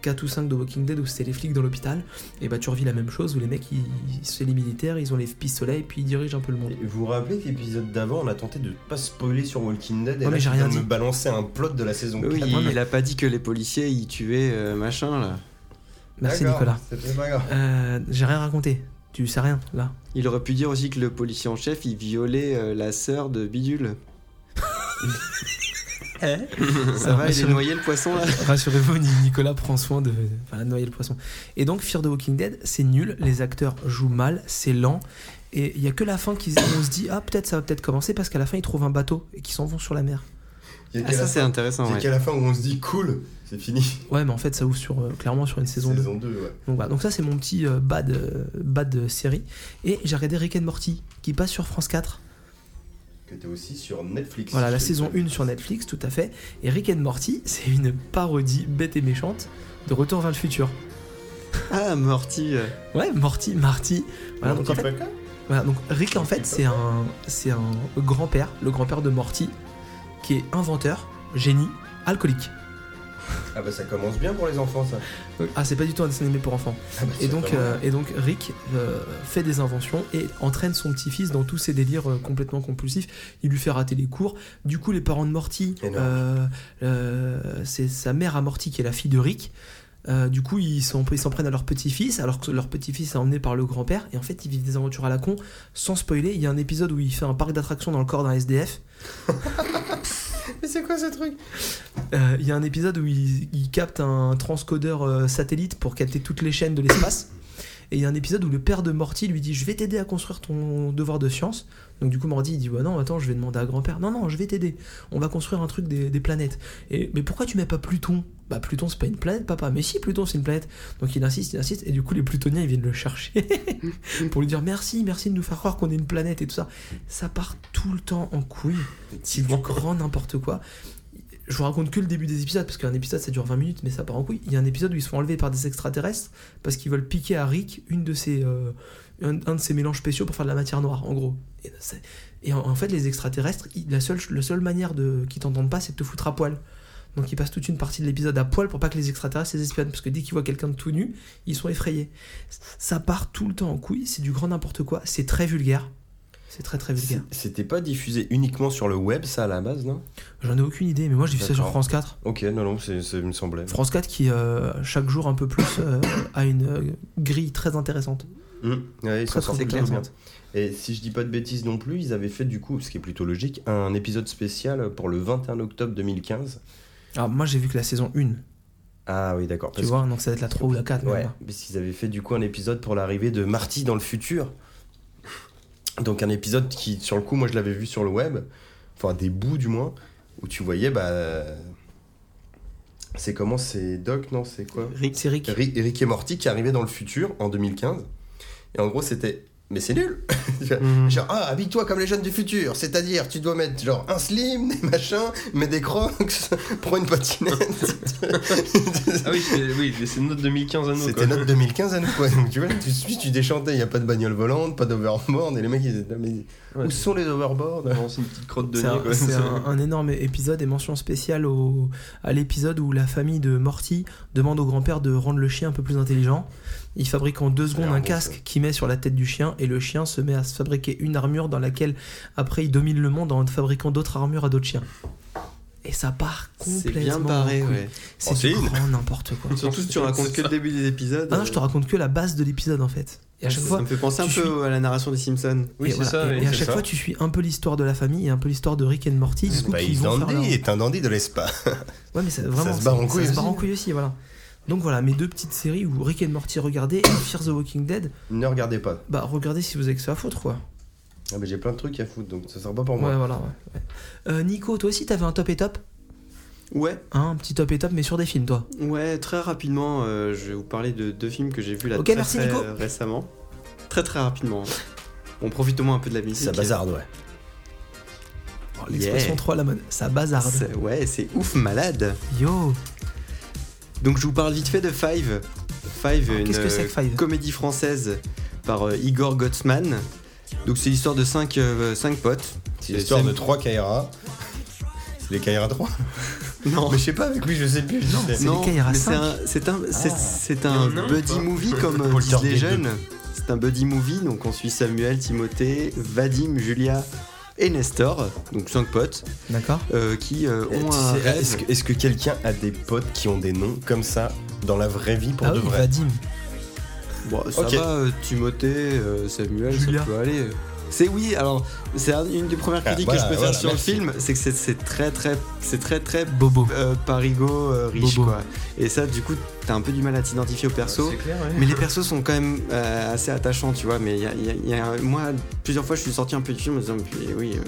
S1: 4 ou 5 de Walking Dead où c'était les flics dans l'hôpital, et bah tu revis la même chose où les mecs, ils, ils- c'est les militaires, ils ont les pistolets et puis ils dirigent un peu le monde.
S2: Et Vous vous rappelez que l'épisode d'avant, on a tenté de pas spoiler sur Walking Dead
S1: Ouais,
S2: et
S1: mais
S2: là,
S1: j'ai
S2: tu
S1: rien
S2: viens de
S1: dit.
S2: me balancer un plot de la saison
S3: Mais oui,
S2: 4.
S3: il, il a pas dit que les policiers ils tuaient euh, machin là.
S1: Merci
S2: D'accord,
S1: Nicolas.
S2: C'était pas grave.
S1: Euh, J'ai rien raconté, tu sais rien là.
S3: Il aurait pu dire aussi que le policier en chef il violait euh, la sœur de Bidule. Ça
S1: Alors,
S3: va, il
S1: monsieur-
S3: est noyé le poisson là.
S1: Rassurez-vous, Ni- Nicolas prend soin de enfin, noyer le poisson. Et donc, Fear the Walking Dead, c'est nul, les acteurs jouent mal, c'est lent. Et il y a que la fin qui on se dit ah peut-être ça va peut-être commencer parce qu'à la fin ils trouvent un bateau et qu'ils s'en vont sur la mer.
S2: Il y a
S3: Ah,
S2: qu'à
S3: ça
S2: la-
S3: c'est intéressant.
S2: c'est
S3: Ouais.
S2: qu'à la fin où on se dit cool, c'est fini.
S1: Ouais mais en fait ça ouvre sur euh, clairement sur une saison 2.
S2: Saison 2, ouais.
S1: Donc voilà, donc ça c'est mon petit euh, bad, euh, bad série. Et j'ai regardé Rick and Morty qui passe sur France 4.
S2: Que t'es aussi sur Netflix.
S1: Voilà, la
S2: Je-
S1: saison 1 sur Netflix, tout à fait. Et Rick and Morty, c'est une parodie bête et méchante de Retour vers le futur.
S3: Ah Morty. euh,
S1: Ouais, Morty, Marty. Voilà, donc, en
S2: Monty
S1: fait,
S2: Python
S1: voilà, donc Rick, en fait, c'est un, c'est un grand-père, le grand-père de Morty, qui est inventeur, génie, alcoolique.
S2: Ah bah ça commence bien pour les enfants, ça.
S1: Ah, c'est pas du tout un dessin animé pour enfants.
S2: Ah bah,
S1: Et
S2: c'est
S1: donc,
S2: vraiment-
S1: euh, et donc Rick euh, fait des inventions et entraîne son petit-fils dans tous ses délires euh, complètement compulsifs. Il lui fait rater les cours. Du coup, les parents de Morty,
S2: Énorme.
S1: euh, euh, c'est sa mère à Morty qui est la fille de Rick. Euh, du coup, ils s'en ils s'en prennent à leur petit-fils, alors que leur petit-fils est emmené par le grand-père. Et en fait, ils vivent des aventures à la con. Sans spoiler, il y a un épisode où il fait un parc d'attractions dans le corps d'un SDF.
S2: Mais c'est quoi ce truc
S1: Euh, Il y a un épisode où il, il capte un transcodeur euh, satellite pour capter toutes les chaînes de l'espace. Et il y a un épisode où le père de Morty lui dit Je vais t'aider à construire ton devoir de science. Donc, du coup, Morty il dit Bah non, attends, je vais demander à grand-père. Non, non, je vais t'aider. On va construire un truc des, des planètes. Et, mais pourquoi tu mets pas Pluton Bah, Pluton, c'est pas une planète, papa. Mais si, Pluton, c'est une planète. Donc, il insiste, il insiste. Et du coup, les Plutoniens, ils viennent le chercher pour lui dire Merci, merci de nous faire croire qu'on est une planète et tout ça. Ça part tout le temps en couille. C'est du grand n'importe quoi. je vous raconte que le début des épisodes, parce qu'un épisode ça dure 20 minutes, mais ça part en couille. Il y a un épisode où ils sont enlevés par des extraterrestres parce qu'ils veulent piquer à Rick une de ses, euh, un, un de ses mélanges spéciaux pour faire de la matière noire, en gros. Et, c'est- et en, en fait, les extraterrestres, ils- la, seule, la seule manière de qu'ils t'entendent pas, c'est de te foutre à poil. Donc ils passent toute une partie de l'épisode à poil pour pas que les extraterrestres les espionnent, parce que dès qu'ils voient quelqu'un de tout nu, ils sont effrayés. Ça part tout le temps en couille, c'est du grand n'importe quoi, c'est très vulgaire. C'est très très vulgaire.
S2: C'était pas diffusé uniquement sur le web, ça à la base, non
S1: J'en ai aucune idée, mais moi j'ai vu ça sur
S2: D'accord.
S1: France 4.
S2: Ok, non, non, c'est- ça me semblait.
S1: France 4 qui euh, chaque jour un peu plus euh, a une euh, grille très intéressante.
S2: Mmh. Ouais, ils
S1: Très,
S2: s'en sortent
S1: très
S2: plutôt
S1: clair.
S2: bien. hein. Et si je dis pas de bêtises non plus, ils avaient fait du coup, ce qui est plutôt logique, un épisode spécial pour le 21 octobre 2015.
S1: Alors moi j'ai vu que la saison 1, tu
S2: Ah oui, d'accord. parce
S1: vois, donc ça va être la 3 ou la 4.
S2: que- Ouais,
S1: même.
S2: parce qu'ils avaient fait du coup un épisode pour l'arrivée de Marty dans le futur. Donc un épisode qui, sur le coup, moi je l'avais vu sur le web, enfin des bouts du moins, où tu voyais, bah. C'est comment C'est Doc, non C'est quoi
S3: Rick,
S1: C'est Rick.
S2: Ri- Rick et Morty qui arrivaient dans le futur en 2015. Et en gros, c'était. Mais c'est nul Genre, ah, habille-toi comme les jeunes du futur, c'est-à-dire, tu dois mettre genre un slim, des machins, mets des crocs, prends une patinette.
S4: Ah oui, c'est oui, c'est notre 2015 à nous.
S2: C'était
S4: quoi.
S2: notre 2015 à nous, quoi. Donc, tu vois, tu suis, tu déchantais, il n'y a pas de bagnole volante, pas d'overboard, et les mecs, ils étaient là, mais
S4: Ouais,
S2: où
S4: c'est-
S2: sont les overboards
S4: non, c'est une petite crotte de
S1: C'est
S4: nez.
S1: un,
S4: quoi.
S1: c'est un- un énorme épisode et mention spéciale au, à l'épisode où la famille de Morty demande au grand-père de rendre le chien un peu plus intelligent. Il fabrique en deux secondes
S2: l'air
S1: un
S2: bon,
S1: casque qu'il met sur la tête du chien et le chien se met à se fabriquer une armure dans laquelle après il domine le monde en fabriquant d'autres armures à d'autres chiens. Et ça part
S3: c'est
S1: complètement.
S3: bien
S1: en
S3: barré,
S1: couille.
S3: ouais.
S1: C'est du
S2: Ensuite.
S1: grand n'importe quoi.
S3: Surtout si tu racontes que le début des épisodes. euh,
S1: Ah non, je te raconte que la base de l'épisode en fait. Et à chaque
S3: Ça
S1: fois,
S3: me fait penser Ah, un peu
S1: tu
S3: à la narration des Simpsons.
S4: Oui,
S1: et
S4: c'est
S1: voilà.
S4: ça.
S1: Et-
S4: oui,
S1: et à
S4: c'est
S1: chaque
S4: ça.
S1: fois, tu suis un peu l'histoire de la famille et un peu l'histoire de Rick et de Morty. Du coup, qui
S2: Space
S1: vont faire leur-
S2: Dandy est un dandy de l'espace.
S1: Ouais, mais ça, vraiment,
S2: se barre en couille
S1: ça se barre
S2: aussi.
S1: en couille aussi, voilà. Donc voilà, mes deux petites séries où Rick et Morty regardaient et Fear the Walking Dead,
S2: Ne regardez pas.
S1: bah regardez si vous avez que ça à foutre quoi.
S2: Ah, mais j'ai plein de trucs à foutre, donc ça sert pas pour
S1: Ouais,
S2: moi.
S1: voilà. ouais, ouais. Euh, Nico, toi aussi t'avais un top et top
S3: Ouais,
S1: hein, Un petit top et top, mais sur des films toi.
S3: ouais, très rapidement, euh, je vais vous parler de deux films que j'ai vus là
S1: Ok,
S3: très,
S1: merci,
S3: très,
S1: Nico.
S3: euh, récemment. Très très rapidement. On profite au moins un peu de la musique.
S2: Ça bazarde, ouais.
S1: Oh, L'expression
S3: Yeah.
S1: 3 à la mode, ça bazarde.
S3: C'est- Ouais, c'est ouf malade.
S1: Yo
S3: Donc je vous parle vite fait de Five.
S1: Alors,
S3: Five,
S1: Ah,
S3: une euh,
S1: qu'est-ce que c'est que Five
S3: comédie française par euh, Igor Gotzman. Donc c'est l'histoire de 5 potes.
S2: C'est l'histoire
S3: c'est-
S2: de 3 KRA. C'est les KRA 3
S3: Non.
S2: Mais je sais pas, avec lui, je sais plus. Non,
S1: c'est les Kaira
S3: mais c'est
S1: 5.
S3: un, c'est un, c'est-
S2: Ah.
S3: c'est
S4: Il
S3: un
S4: y en a un ou
S3: buddy
S4: pas
S3: movie comme euh,
S2: Polter
S3: disent
S2: des
S3: les jeunes. C'est un buddy movie, donc on suit Samuel, Timothée, Vadim, Julia et Nestor, donc cinq potes,
S1: D'accord
S3: euh, qui euh,
S2: Tu
S3: ont un
S2: sais,
S3: rêve.
S2: Est-ce que, est-ce que quelqu'un a des potes qui ont des noms comme ça dans la vraie vie pour
S1: Ah
S2: de
S1: oui,
S2: vrai
S1: Vadim.
S3: Bon, ça
S2: Ok.
S3: va, euh, Timothée, euh, Samuel,
S1: Julia.
S3: ça peut aller. C'est oui, alors c'est un- une des premières
S2: Ah,
S3: critiques
S2: voilà,
S3: que je peux
S2: voilà,
S3: faire sur
S2: merci.
S3: le film, c'est que c'est- c'est très très, c'est très très
S1: Bobo.
S3: euh, parigo euh, riche
S1: Bobo.
S3: quoi. Et ça, du coup, t'as un peu du mal à t'identifier au perso.
S4: C'est clair, ouais.
S3: Mais les persos sont quand même euh, assez attachants, tu vois. Mais il y a- il y a- il y a- moi, plusieurs fois, je suis sorti un peu du film en me disant, mais oui, euh,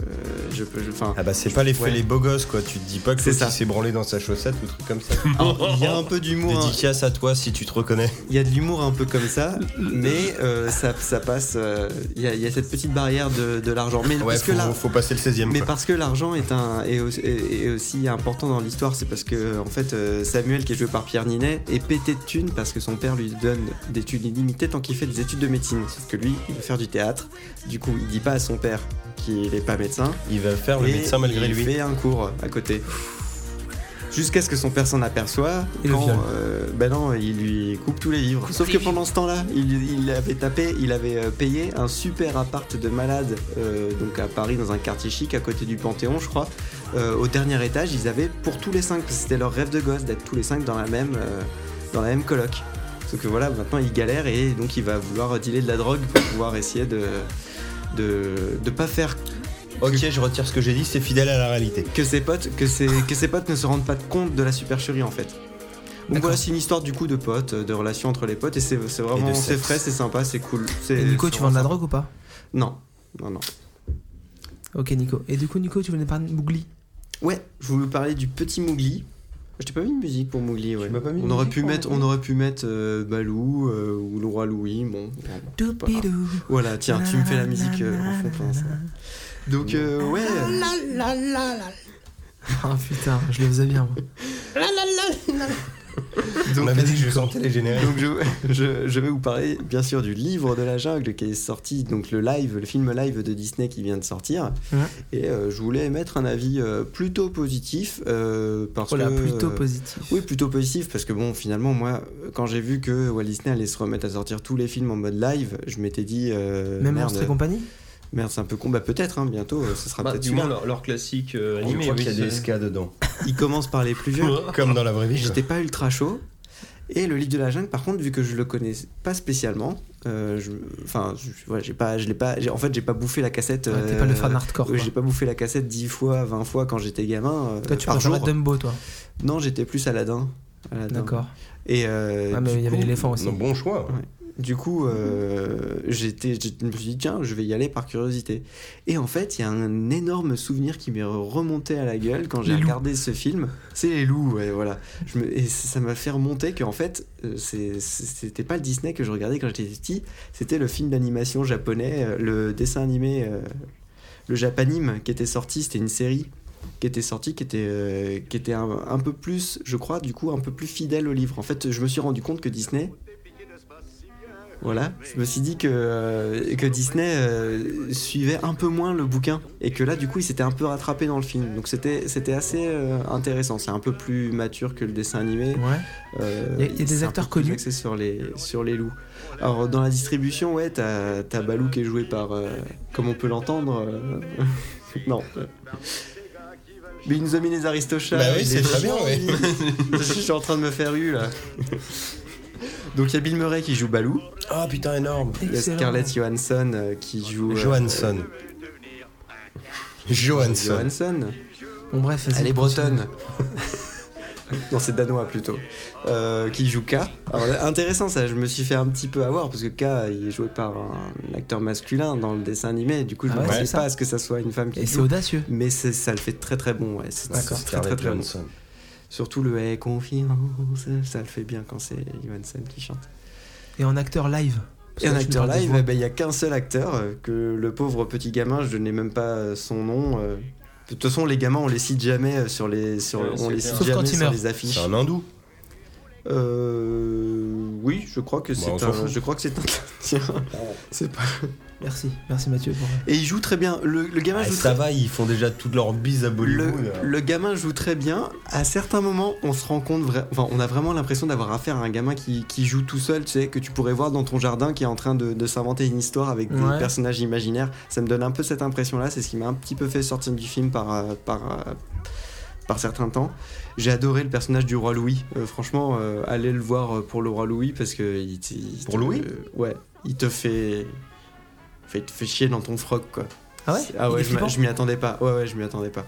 S3: je peux. je- Enfin,
S2: Ah bah c'est pas les
S3: Ouais.
S2: faits les beaux gosses quoi, tu te dis pas que
S3: C'est
S2: l'autre,
S3: ça.
S2: il s'est branlé dans sa chaussette ou truc comme ça.
S3: alors, il y a un peu d'humour, hein.
S2: Dédicace à toi si tu te reconnais.
S3: il y a de l'humour un peu comme ça, mais euh, ça, ça passe. euh, Il y, a- il y a cette petite barrière de, de l'argent. Mais
S2: Ouais,
S3: parce
S2: faut,
S3: que là.
S2: faut passer le 16ème.
S3: Mais parce que l'argent est, un, est, aussi, est- est aussi important dans l'histoire, c'est parce que en fait euh, Samuel, qui est joué par Pierre Ninet, est pété de thunes parce que son père lui donne des thunes illimitées tant qu'il fait des études de médecine. Sauf que lui, il veut faire du théâtre. Du coup, il dit pas à son père qu'il est pas médecin.
S2: Il va faire le
S3: et
S2: médecin malgré
S3: il
S2: lui.
S3: fait un cours à côté. Jusqu'à ce que son père s'en aperçoit,
S1: Et le
S3: quand,
S1: viole.
S3: euh, ben non, il lui coupe tous les livres. Sauf que pendant ce temps-là, il, il avait tapé, il avait euh, payé un super appart de malade, euh, donc à Paris, dans un quartier chic, à côté du Panthéon, je crois. Euh, au dernier étage, ils avaient pour tous les cinq, parce que c'était leur rêve de gosse d'être tous les cinq dans la même, euh, dans la même coloc. Sauf que voilà, maintenant il galère et donc il va vouloir dealer de la drogue pour pouvoir essayer de de, de pas faire
S2: Ok, je retire ce que j'ai dit, c'est fidèle à la réalité.
S3: que ses potes que ses, que ses potes ne se rendent pas compte de la supercherie en fait. Donc
S1: D'accord.
S3: voilà, c'est une histoire du coup de potes, de relations entre les potes et c'est c'est vraiment
S2: Et de
S3: c'est
S2: sexe.
S3: frais, c'est sympa, c'est cool. c'est-
S1: Et Nico, tu
S3: c'est
S1: vends de la
S3: vraiment
S1: drogue ou pas
S3: sympa. Non. Non non.
S1: Ok, Nico. Et du coup, Nico, tu venais parler de Bougli
S3: Ouais, je voulais vous parler du petit Mougli. Je t'ai pas mis de musique pour Mougli, ouais.
S2: m'as pas mis de
S3: on, aurait
S2: musique
S3: pu
S2: pour
S3: mettre, on aurait pu mettre euh, Balou euh, ou le roi Louis, bon. bon.
S1: Doupidou.
S3: Voilà, tiens, tu me fais la musique euh, en fond pendant ça. Donc euh, ouais.
S1: Ah putain, je le faisais bien. moi.
S2: On avait dit que je sentais les génériques.
S3: Donc je, je- je vais vous parler bien sûr du livre de la jungle qui est sorti, donc le live, le film live de Disney qui vient de sortir.
S1: Ouais.
S3: Et euh, je voulais émettre un avis euh, plutôt positif euh, parce
S1: Voilà,
S3: que
S1: Oh plutôt
S3: euh,
S1: positif.
S3: oui, plutôt positif parce que bon, finalement, moi, quand j'ai vu que Walt Disney allait se remettre à sortir tous les films en mode live, je m'étais dit euh,
S1: Même
S3: merde,
S1: Monstre et compagnie
S3: merde, c'est un peu con. Bah peut-être, hein, bientôt, euh, ce sera
S4: Bah,
S3: peut-être
S4: du
S3: celui-là.
S4: moins leur, leur classique euh,
S2: Je
S4: animé.
S2: crois qu'il y a
S4: oui,
S2: des
S4: ça-
S2: SK dedans.
S3: Il commence par les plus vieux.
S2: Comme dans la vraie vie.
S3: J'étais pas ultra chaud. Et le livre de la jungle, par contre, vu que je le connais pas spécialement, euh, je, enfin, je, voilà, j'ai pas, je l'ai pas, j'ai- en fait, j'ai pas bouffé la cassette.
S1: Ouais, Ah, T'es
S3: euh,
S1: pas le fan hardcore.
S3: oui,
S1: quoi.
S3: j'ai pas bouffé la cassette 10 fois, 20 fois quand j'étais gamin. euh,
S1: Toi, tu
S3: par
S1: préfères à
S3: jour.
S1: Dumbo, toi.
S3: Non, j'étais plus Aladdin. Aladdin.
S1: D'accord.
S3: Et euh,
S1: Ah, mais
S3: du
S1: il y avait
S3: coup-
S1: l'éléphant aussi.
S2: Non, bon choix.
S3: du coup, euh, j'étais, je me suis dit, tiens, je vais y aller par curiosité. Et en fait, il y a un énorme souvenir qui m'est remonté à la gueule quand j'ai
S1: Les loups.
S3: regardé ce film. C'est les loups, ouais, voilà. Je me- et ça m'a fait remonter qu'en fait, euh, c'est- c'était pas le Disney que je regardais quand j'étais petit, c'était le film d'animation japonais, euh, le dessin animé, euh, le Japanime, qui était sorti, c'était une série qui était sortie, qui était, euh, qui était un, un peu plus, je crois, du coup, un peu plus fidèle au livre. En fait, je me suis rendu compte que Disney. Voilà, je me suis dit que, euh, que Disney euh, suivait un peu moins le bouquin et que là du coup il s'était un peu rattrapé dans le film. Donc c'était c'était assez euh, intéressant, c'est un peu plus mature que le dessin animé.
S1: Ouais.
S3: Euh,
S1: Il y a- il y a des
S3: c'est un
S1: acteurs
S3: peu plus
S1: connus.
S3: axé sur les, sur les loups. Alors, dans la distribution, ouais, t'as t'as Balou qui est joué par. euh, comme on peut l'entendre. euh, non. Mais il nous a mis les Aristochats.
S2: Bah oui,
S3: il
S2: c'est
S3: est
S2: très bien, ouais.
S3: Je suis en train de me faire eu, là. Donc, il y a Bill Murray qui joue Balou.
S2: Ah putain, énorme.
S3: Il y a
S1: Excellent.
S3: Scarlett Johansson euh, qui joue. euh,
S2: Johansson. Johansson.
S3: Johansson.
S1: Bon, bref, vas-y.
S3: Elle est bretonne. non, c'est danois plutôt. Euh, qui joue K. Alors, là, intéressant ça, je me suis fait un petit peu avoir parce que K, il est joué par un acteur masculin dans le dessin animé. Du coup, je
S1: Ah
S3: ne
S1: ouais,
S3: me
S1: c'est
S3: sais
S1: ça.
S3: pas à ce que ça soit une femme qui
S1: Et c'est
S3: joue.
S1: audacieux.
S3: Mais c'est- ça le fait très très bon, ouais. C'est
S1: D'accord.
S3: c'est très très très bon.
S2: Johansson.
S3: Surtout le Hey, confiance, ça le fait bien quand c'est Johansen qui chante.
S1: Et en acteur live. Parce
S3: Et
S1: que
S3: un
S1: là, tu nous
S3: acteur
S1: parles des
S3: live,
S1: voix.
S3: eh ben, il n'y a qu'un seul acteur, euh, que le pauvre petit gamin, je n'ai même pas euh, son nom. euh. De toute façon, les gamins, on les cite jamais euh, sur les, sur,
S4: Ouais,
S3: on
S4: c'est
S3: les
S4: clair.
S3: cite
S1: Sauf quand
S3: jamais
S1: il
S3: sur
S1: meurt.
S3: les affiches.
S2: C'est un hindou.
S3: Euh, oui, je crois que
S2: Bah,
S3: c'est
S2: on s'en
S3: un.
S2: fout. Ah
S3: Je crois que c'est un. Tiens, c'est pas.
S1: Merci, merci Mathieu. Pour...
S3: Et il joue très bien. Le, le gamin
S2: Ah,
S3: joue
S2: ça
S3: très.
S2: va, ils font déjà toutes leurs bises à
S3: Le,
S2: Bollywood.
S3: le gamin joue très bien. À certains moments, on se rend compte, vra- enfin, on a vraiment l'impression d'avoir affaire à un gamin qui, qui joue tout seul, tu sais, que tu pourrais voir dans ton jardin, qui est en train de, de s'inventer une histoire avec des
S1: Ouais.
S3: personnages imaginaires. Ça me donne un peu cette impression-là. C'est ce qui m'a un petit peu fait sortir du film par, euh, par, euh, par certains temps. J'ai adoré le personnage du roi Louis. Euh, franchement, euh, allez le voir euh, pour le roi Louis parce que il, t- il te-
S2: Pour Louis
S3: euh, Ouais, il te fait, fait, te fait chier dans ton froc quoi.
S1: Ah ouais
S3: Ah
S1: Il est
S3: ouais, je m'a-
S1: flippant
S3: je m'y attendais pas. Ouais ouais, je m'y attendais pas.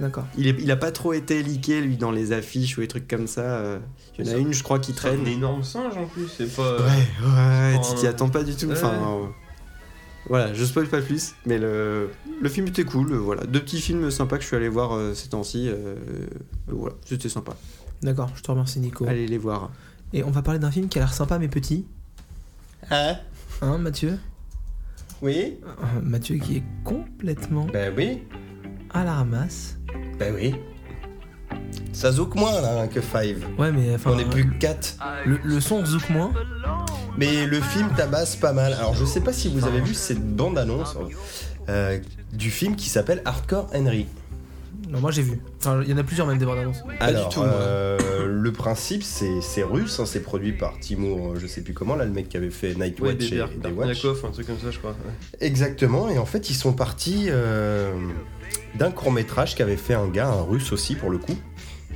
S1: D'accord.
S3: Il, est- il a pas trop été liqué lui dans les affiches ou les trucs comme ça. euh. Il y en a une, je crois, qui
S4: C'est un
S3: traîne.
S4: énorme singe en plus, c'est pas. euh,
S3: Ouais,
S4: Oh,
S3: tu t'y
S4: non.
S3: attends pas du tout.
S4: Ouais.
S3: Enfin, euh, voilà, je spoil pas plus, mais le, le film était cool. euh, Voilà, deux petits films sympas que je suis allé voir euh, ces temps-ci. euh, euh, voilà, c'était sympa.
S1: D'accord, je te remercie Nico.
S3: Allez les voir.
S1: Et on va parler d'un film qui a l'air sympa mais petit. Hein Mathieu
S3: Oui.
S1: Euh, Mathieu qui est complètement
S2: Bah oui,
S1: à la ramasse.
S2: bah oui. Ça zouk moins là hein, que Five.
S1: Ouais mais enfin...
S2: On est plus que 4.
S1: Le, le son zouk moins.
S2: Mais le film tabasse pas mal. Alors je sais pas si vous avez vu cette bande-annonce euh, du film qui s'appelle Hardcore Henry.
S1: Non moi j'ai vu. Enfin il y en a plusieurs même des bandes annonces.
S2: Alors,
S3: du tout, moi.
S2: euh, le principe, c'est c'est russe, hein, c'est produit par Timur, euh, je sais plus comment, là, le mec qui avait fait Night
S4: Ouais,
S2: Watch
S4: des
S2: et,
S4: verres,
S2: et Day Watch.
S4: Darkunakov, un truc comme ça, je crois. ouais.
S2: Exactement, et en fait, ils sont partis euh, d'un court-métrage qu'avait fait un gars, un russe aussi pour le coup,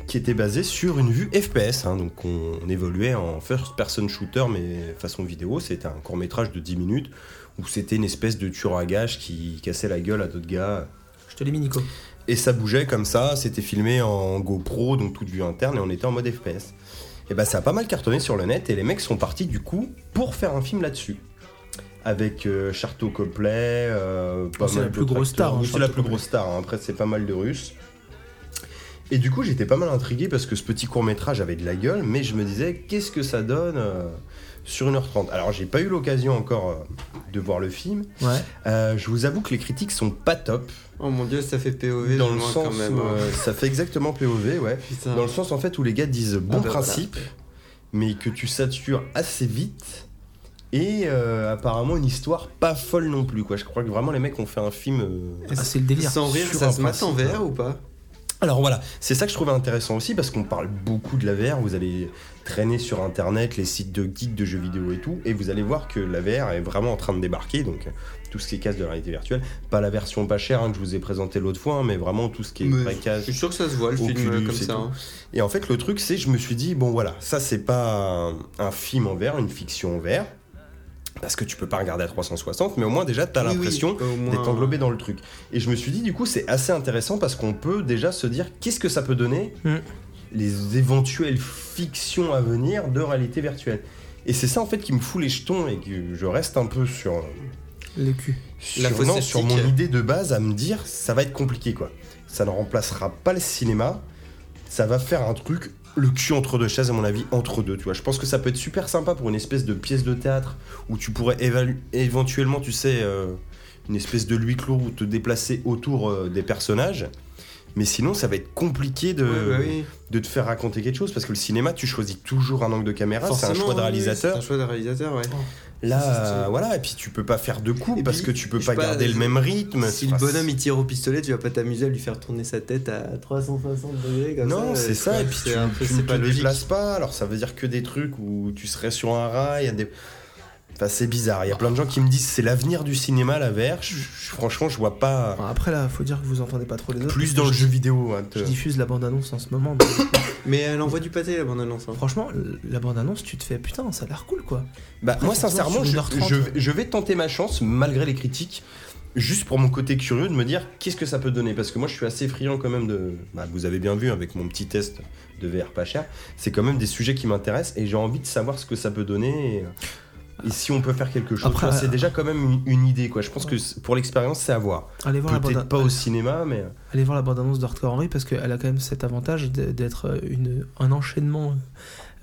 S2: qui était basé sur une vue FPS. hein, donc, on, on évoluait en first-person shooter, mais façon vidéo. C'était un court-métrage de 10 minutes où c'était une espèce de tueur à gages qui cassait la gueule à d'autres gars.
S1: Je te l'ai mis Nico.
S2: Et ça bougeait comme ça, c'était filmé en GoPro, donc toute vue interne, et on était en mode FPS. Et bah ça a pas mal cartonné sur le net, et les mecs sont partis du coup pour faire un film là-dessus. Avec euh, Charto Copley, euh, pas
S1: C'est
S2: mal
S1: la plus
S2: d'autres
S1: grosse
S2: acteurs.
S1: star, hein,
S2: Oui, c'est la
S1: Charto
S2: plus grosse star, hein. après c'est pas mal de Russes. Et du coup j'étais pas mal intrigué parce que ce petit court-métrage avait de la gueule, mais je me disais qu'est-ce que ça donne euh, sur 1h30. Alors j'ai pas eu l'occasion encore euh, de voir le film.
S1: Ouais.
S2: Euh, je vous avoue que les critiques sont pas top.
S3: Oh mon dieu, ça fait POV
S2: dans
S3: je
S2: le
S3: vois,
S2: sens
S3: quand même.
S2: où,
S3: hein.
S2: euh, ça fait exactement POV, ouais.
S3: Putain.
S2: Dans le sens en fait où les gars disent bon
S3: bah voilà.
S2: principe, mais que tu satures assez vite. Et euh, apparemment une histoire pas folle non plus quoi. Je crois que vraiment les mecs ont fait un film. euh,
S1: Ah, c'est le délire.
S3: Sans rire,
S2: sur
S3: ça
S2: un
S3: se mate en
S2: principe,
S3: VR
S2: hein.
S3: ou pas
S2: Alors voilà, c'est ça que je trouvais intéressant aussi parce qu'on parle beaucoup de la VR. Vous allez traîner sur internet les sites de geeks de jeux vidéo et tout, et vous allez voir que la VR est vraiment en train de débarquer. Donc tout ce qui est casse de la réalité virtuelle, pas la version pas chère hein, que je vous ai présentée l'autre fois, hein, mais vraiment tout ce qui est
S3: Mais
S2: vrai
S3: Je suis
S2: casse.
S3: sûr que ça se voit le
S2: Oculus
S3: film euh, comme
S2: et
S3: ça.
S2: tout.
S3: hein.
S2: Et en fait, le truc, c'est je me suis dit, bon voilà, ça c'est pas un, un film en VR, une fiction en VR, parce que tu peux pas regarder à 360, mais au moins déjà t'as
S3: Oui, oui,
S2: l'impression
S3: au moins. euh,
S2: d'être englobé dans le truc. Et je me suis dit, du coup, c'est assez intéressant parce qu'on peut déjà se dire qu'est-ce que ça peut donner
S1: Mm.
S2: les éventuelles fictions à venir de réalité virtuelle. Et c'est ça en fait qui me fout les jetons et que je reste un peu sur,
S1: Le cul.
S2: sur,
S3: fausse
S2: non,
S3: sceptique.
S2: sur mon idée de base à me dire ça va être compliqué quoi. Ça ne remplacera pas le cinéma, ça va faire un truc le cul entre deux chaises à mon avis entre deux tu vois. Je pense que ça peut être super sympa pour une espèce de pièce de théâtre où tu pourrais évalu- éventuellement tu sais euh, une espèce de huis clos où te déplacer autour euh, des personnages. Mais sinon ça va être compliqué de,
S3: Ouais, bah oui.
S2: de te faire raconter quelque chose parce que le cinéma tu choisis toujours un angle de caméra, c'est un
S3: Forcément,
S2: choix de
S3: oui,
S2: réalisateur. Oh.
S3: C'est un choix de réalisateur, ouais.
S2: Là,
S3: Ça, c'est-
S2: euh, voilà, et puis tu peux pas faire de coups
S3: Et
S2: parce que
S3: puis,
S2: tu peux
S3: je
S2: pas
S3: sais pas,
S2: garder le
S3: euh,
S2: même rythme.
S3: Si le
S2: Enfin,
S3: bonhomme il tire au pistolet, tu vas pas t'amuser à lui faire tourner sa tête à 360 degrés comme ça.
S2: Non, c'est
S3: euh,
S2: ça,
S3: tu
S2: et
S3: vois,
S2: puis
S3: c'est
S2: tu,
S3: un peu-
S2: tu
S3: c'est
S2: ne te
S3: pas logique.
S2: déplaces pas, alors ça veut dire que des trucs où tu serais sur un rail, il y a des. Enfin, c'est bizarre, il y a plein de gens qui me disent c'est l'avenir du cinéma, la VR. Je- je- franchement, je vois pas
S1: Enfin, après là, faut dire que vous entendez pas trop les autres.
S2: plus dans le jeu vidéo. hein, te-
S1: Je diffuse la bande-annonce en ce moment. mais
S3: Mais elle envoie du pâté la hein. bande annonce.
S1: franchement, la bande-annonce, tu te fais putain, ça a l'air cool quoi.
S2: Bah,
S1: franchement,
S2: moi, sincèrement, je,
S1: sur 1h30,
S2: je- je vais tenter ma chance, malgré les critiques, juste pour mon côté curieux, de me dire qu'est-ce que ça peut donner. Parce que moi, je suis assez friand quand même de. Bah, vous avez bien vu avec mon petit test de VR pas cher, c'est quand même des sujets qui m'intéressent et j'ai envie de savoir ce que ça peut donner. Et, et si on peut faire quelque chose,
S1: Après,
S2: Tu vois, c'est
S1: euh,
S2: déjà quand même une, une idée quoi. Je pense que c'est- pour l'expérience, c'est à voir.
S1: Allez voir la
S2: Peut-être
S1: bande
S2: pas au cinéma, mais euh,
S1: Allez voir la bande-annonce de Hardcore Henry parce qu'elle a quand même cet avantage de- d'être euh, une, un enchaînement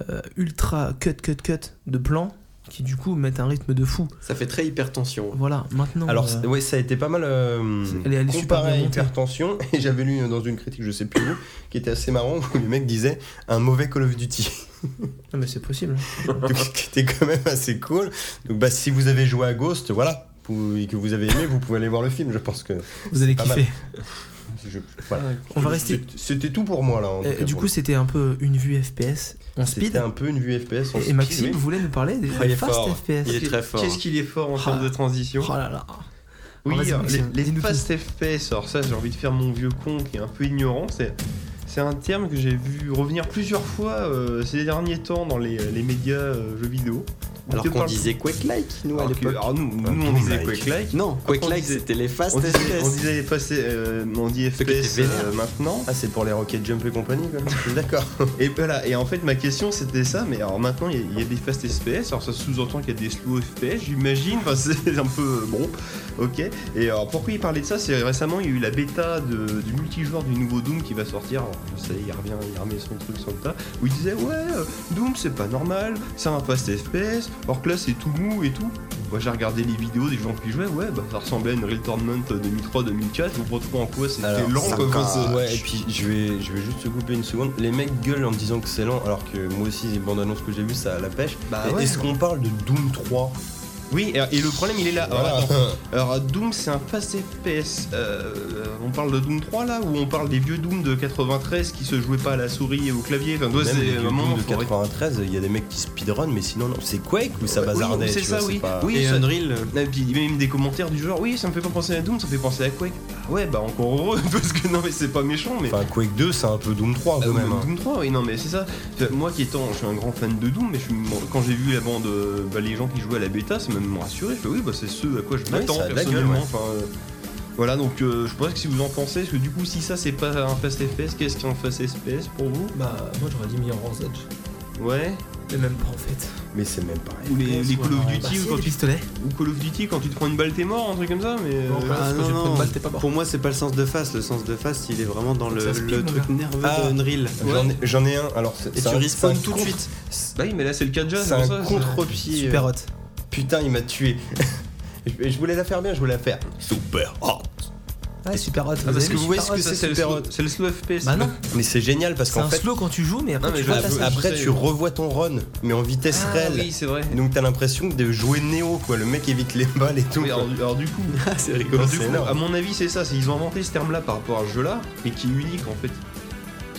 S1: euh, ultra cut, cut, cut de plans qui du coup mettent un rythme de fou.
S3: Ça fait très hypertension. hein.
S1: Voilà, maintenant.
S2: Alors,
S1: euh,
S2: c'est- ouais, ça a été pas mal euh,
S1: Elle est- elle est super
S2: comparé à
S1: bien montée.
S2: Hypertension. Et j'avais lu euh, dans une critique, je sais plus où, qui était assez marrant, où le mec disait un mauvais Call of Duty.
S1: non, mais c'est possible. hein.
S2: Donc, ce qui était quand même assez cool. Donc, bah, si vous avez joué à Ghost, voilà, vous- et que vous avez aimé, vous pouvez aller voir le film. Je pense que.
S1: Vous allez
S2: pas
S1: kiffer.
S2: je- voilà.
S1: On va rester.
S2: C'était- C'était tout pour moi là. en tout
S1: Euh,
S2: cas,
S1: du
S2: pour
S1: coup, c'était un peu une vue FPS en
S2: le- c'était
S1: speed.
S2: un peu une vue FPS. en
S1: Et
S2: speed,
S1: Maxime
S2: oui.
S1: voulait nous parler des
S2: Ah, il est
S1: fast
S2: fort.
S1: FPS.
S3: Il est très fort.
S4: Qu'est-ce qu'il est fort en
S1: Ah.
S4: termes de transition
S1: Oh là là.
S4: Oui,
S1: Vas-y,
S4: euh,
S1: Maxime,
S4: les, les
S1: dis-nous
S4: fast FPS, alors ça j'ai envie de faire mon vieux con qui est un peu ignorant, c'est, c'est un terme que j'ai vu revenir plusieurs fois euh, ces derniers temps dans les, les médias euh, jeux vidéo. On
S3: Alors
S4: te
S3: qu'on
S4: parle-
S3: disait Quake Like, nous à
S4: alors, que-
S3: l'époque.
S4: alors nous, nous,
S2: Enfin,
S4: on
S2: boom
S4: disait
S2: like.
S4: Quake Like.
S3: Non, Quake
S4: on
S3: Like
S4: disait-
S3: c'était les fast
S4: On disait, on
S3: FPS.
S4: disait fast, euh, on dit
S3: Ceux qui étaient
S4: FPS euh,
S3: vénères.
S4: maintenant.
S2: Ah, c'est pour les Rocket Jump et compagnie. quoi. D'accord.
S4: Et voilà, et en fait ma question c'était ça, mais alors maintenant il y a- il y, a des fast FPS, alors ça sous-entend qu'il y a des slow FPS, j'imagine, enfin c'est un peu euh, bon, ok. Et alors pourquoi il parlait de ça C'est récemment il y a eu la bêta de- du multijoueur du nouveau Doom qui va sortir, alors je sais, il revient, il remet son truc sur le tas, où il disait ouais, euh, Doom c'est pas normal, c'est un fast FPS, alors que là c'est tout mou et tout. Moi j'ai regardé les vidéos des gens qui jouaient, ouais, bah ça ressemblait à une Real Tournament euh, 2003-2004, vous vous retrouvez en quoi c'était
S2: Alors,
S4: lent
S2: ça
S4: comme
S2: cache.
S4: ça.
S2: Ouais, et puis je vais, je vais juste te couper une seconde. Les mecs gueulent en disant que c'est lent, alors que moi aussi, les bandes annonces que j'ai vues, ça a la pêche.
S4: Bah
S2: Et
S4: ouais.
S2: Est-ce qu'on parle de Doom 3
S4: Oui, et, et le problème il est là. Alors,
S2: Voilà.
S4: attends. Alors Doom c'est un fast FPS. Euh, on parle de Doom 3 là ou on parle des vieux Doom de 93 qui se jouaient pas à la souris et au clavier. Enfin, toi,
S2: Même
S4: c'est
S2: les
S4: un
S2: Doom
S4: moment
S2: de
S4: faut arrêter.
S2: 93, il y a des mecs qui speedrun, mais sinon, non. C'est Quake ou ça
S4: Ouais, oui,
S2: bazardait
S4: oui, c'est
S2: tu vois,
S4: ça, oui.
S2: pas-
S4: Oui,
S3: Et
S4: ça-
S3: Unreal. euh,
S4: Et puis il y a même des commentaires du genre oui ça me fait pas penser à Doom, ça me fait penser à Quake. Ah ouais bah encore heureux parce que non mais c'est pas méchant mais.
S2: Enfin, Quake 2, c'est un peu Doom 3
S4: Bah,
S2: quand
S4: oui,
S2: même. hein.
S4: Doom 3, oui, non, mais c'est ça. Enfin, Moi qui étant, je suis un grand fan de Doom, mais je suis- bon, quand j'ai vu la bande, euh, bah, les gens qui jouaient à la bêta, ça m'a même rassuré. Je fais, oui, bah, c'est ce à quoi je
S2: Ah oui,
S4: m'attends
S2: ça a de la gueule,
S4: personnellement.
S2: ouais.
S4: Enfin, euh, voilà, donc euh, je pense que si vous en pensez, parce que du coup, si ça c'est pas un fast FPS, qu'est-ce qu'un fast FPS pour vous
S1: Bah, moi j'aurais dit Mirror's Edge.
S4: Ouais.
S1: Mais même pas en fait.
S2: Mais c'est même pareil.
S4: Ou les, les Call of
S1: Bah,
S4: Duty,
S1: si,
S4: ou quand
S1: les
S4: tu,
S1: pistolets.
S4: ou Call of Duty, quand tu te prends une balle, t'es mort, un truc comme ça, mais.
S1: Bon,
S4: euh,
S1: bah,
S3: Ah
S1: parce que
S3: non,
S1: tu te prends une
S3: non.
S1: balle, t'es pas mort.
S3: Pour moi, c'est pas le sens de face. Le sens de face, il est vraiment dans le,
S1: Ça speed,
S3: le
S1: mon
S3: truc
S1: gars.
S3: nerveux
S2: Ah.
S3: de Unreal.
S2: J'en ai- J'en ai, un, alors c'est
S3: Et
S2: c'est
S3: tu
S2: un-
S3: respawns
S2: c'est un
S3: tout de
S2: contre-
S3: suite.
S4: Bah oui, mais là c'est le 4
S2: C'est un contre-pied.
S1: Super
S2: euh,
S1: hot.
S2: Putain, il m'a tué. Et je voulais la faire bien, je voulais la faire.
S4: Super hot
S1: Ouais, super hot.
S4: ah,
S1: avez
S4: Parce que
S1: vu,
S4: vous voyez ce
S1: super
S4: que
S1: hot.
S4: c'est, c'est le
S2: super
S4: slow-
S2: hot.
S4: c'est le slow FPS.
S1: Bah non,
S2: Mais c'est génial parce
S1: c'est
S2: qu'en
S1: un
S2: fait,
S1: slow quand tu joues, mais après
S4: Non, mais
S1: tu
S4: je-
S1: vois pas
S4: je-
S1: ça.
S2: après
S4: sais.
S2: tu revois ton run, mais en vitesse
S4: Ah,
S2: réelle.
S4: oui, c'est vrai.
S2: Donc t'as l'impression de jouer Néo, quoi. Le mec évite les balles et tout.
S4: Mais
S2: quoi.
S4: alors, alors du coup,
S3: Ah, c'est rigolo.
S4: alors,
S2: Ouais,
S4: du
S2: c'est
S4: coup,
S2: énorme.
S4: à mon avis, c'est ça. c'est- Ils ont inventé ce terme-là par rapport à ce jeu-là, mais qui est unique en fait.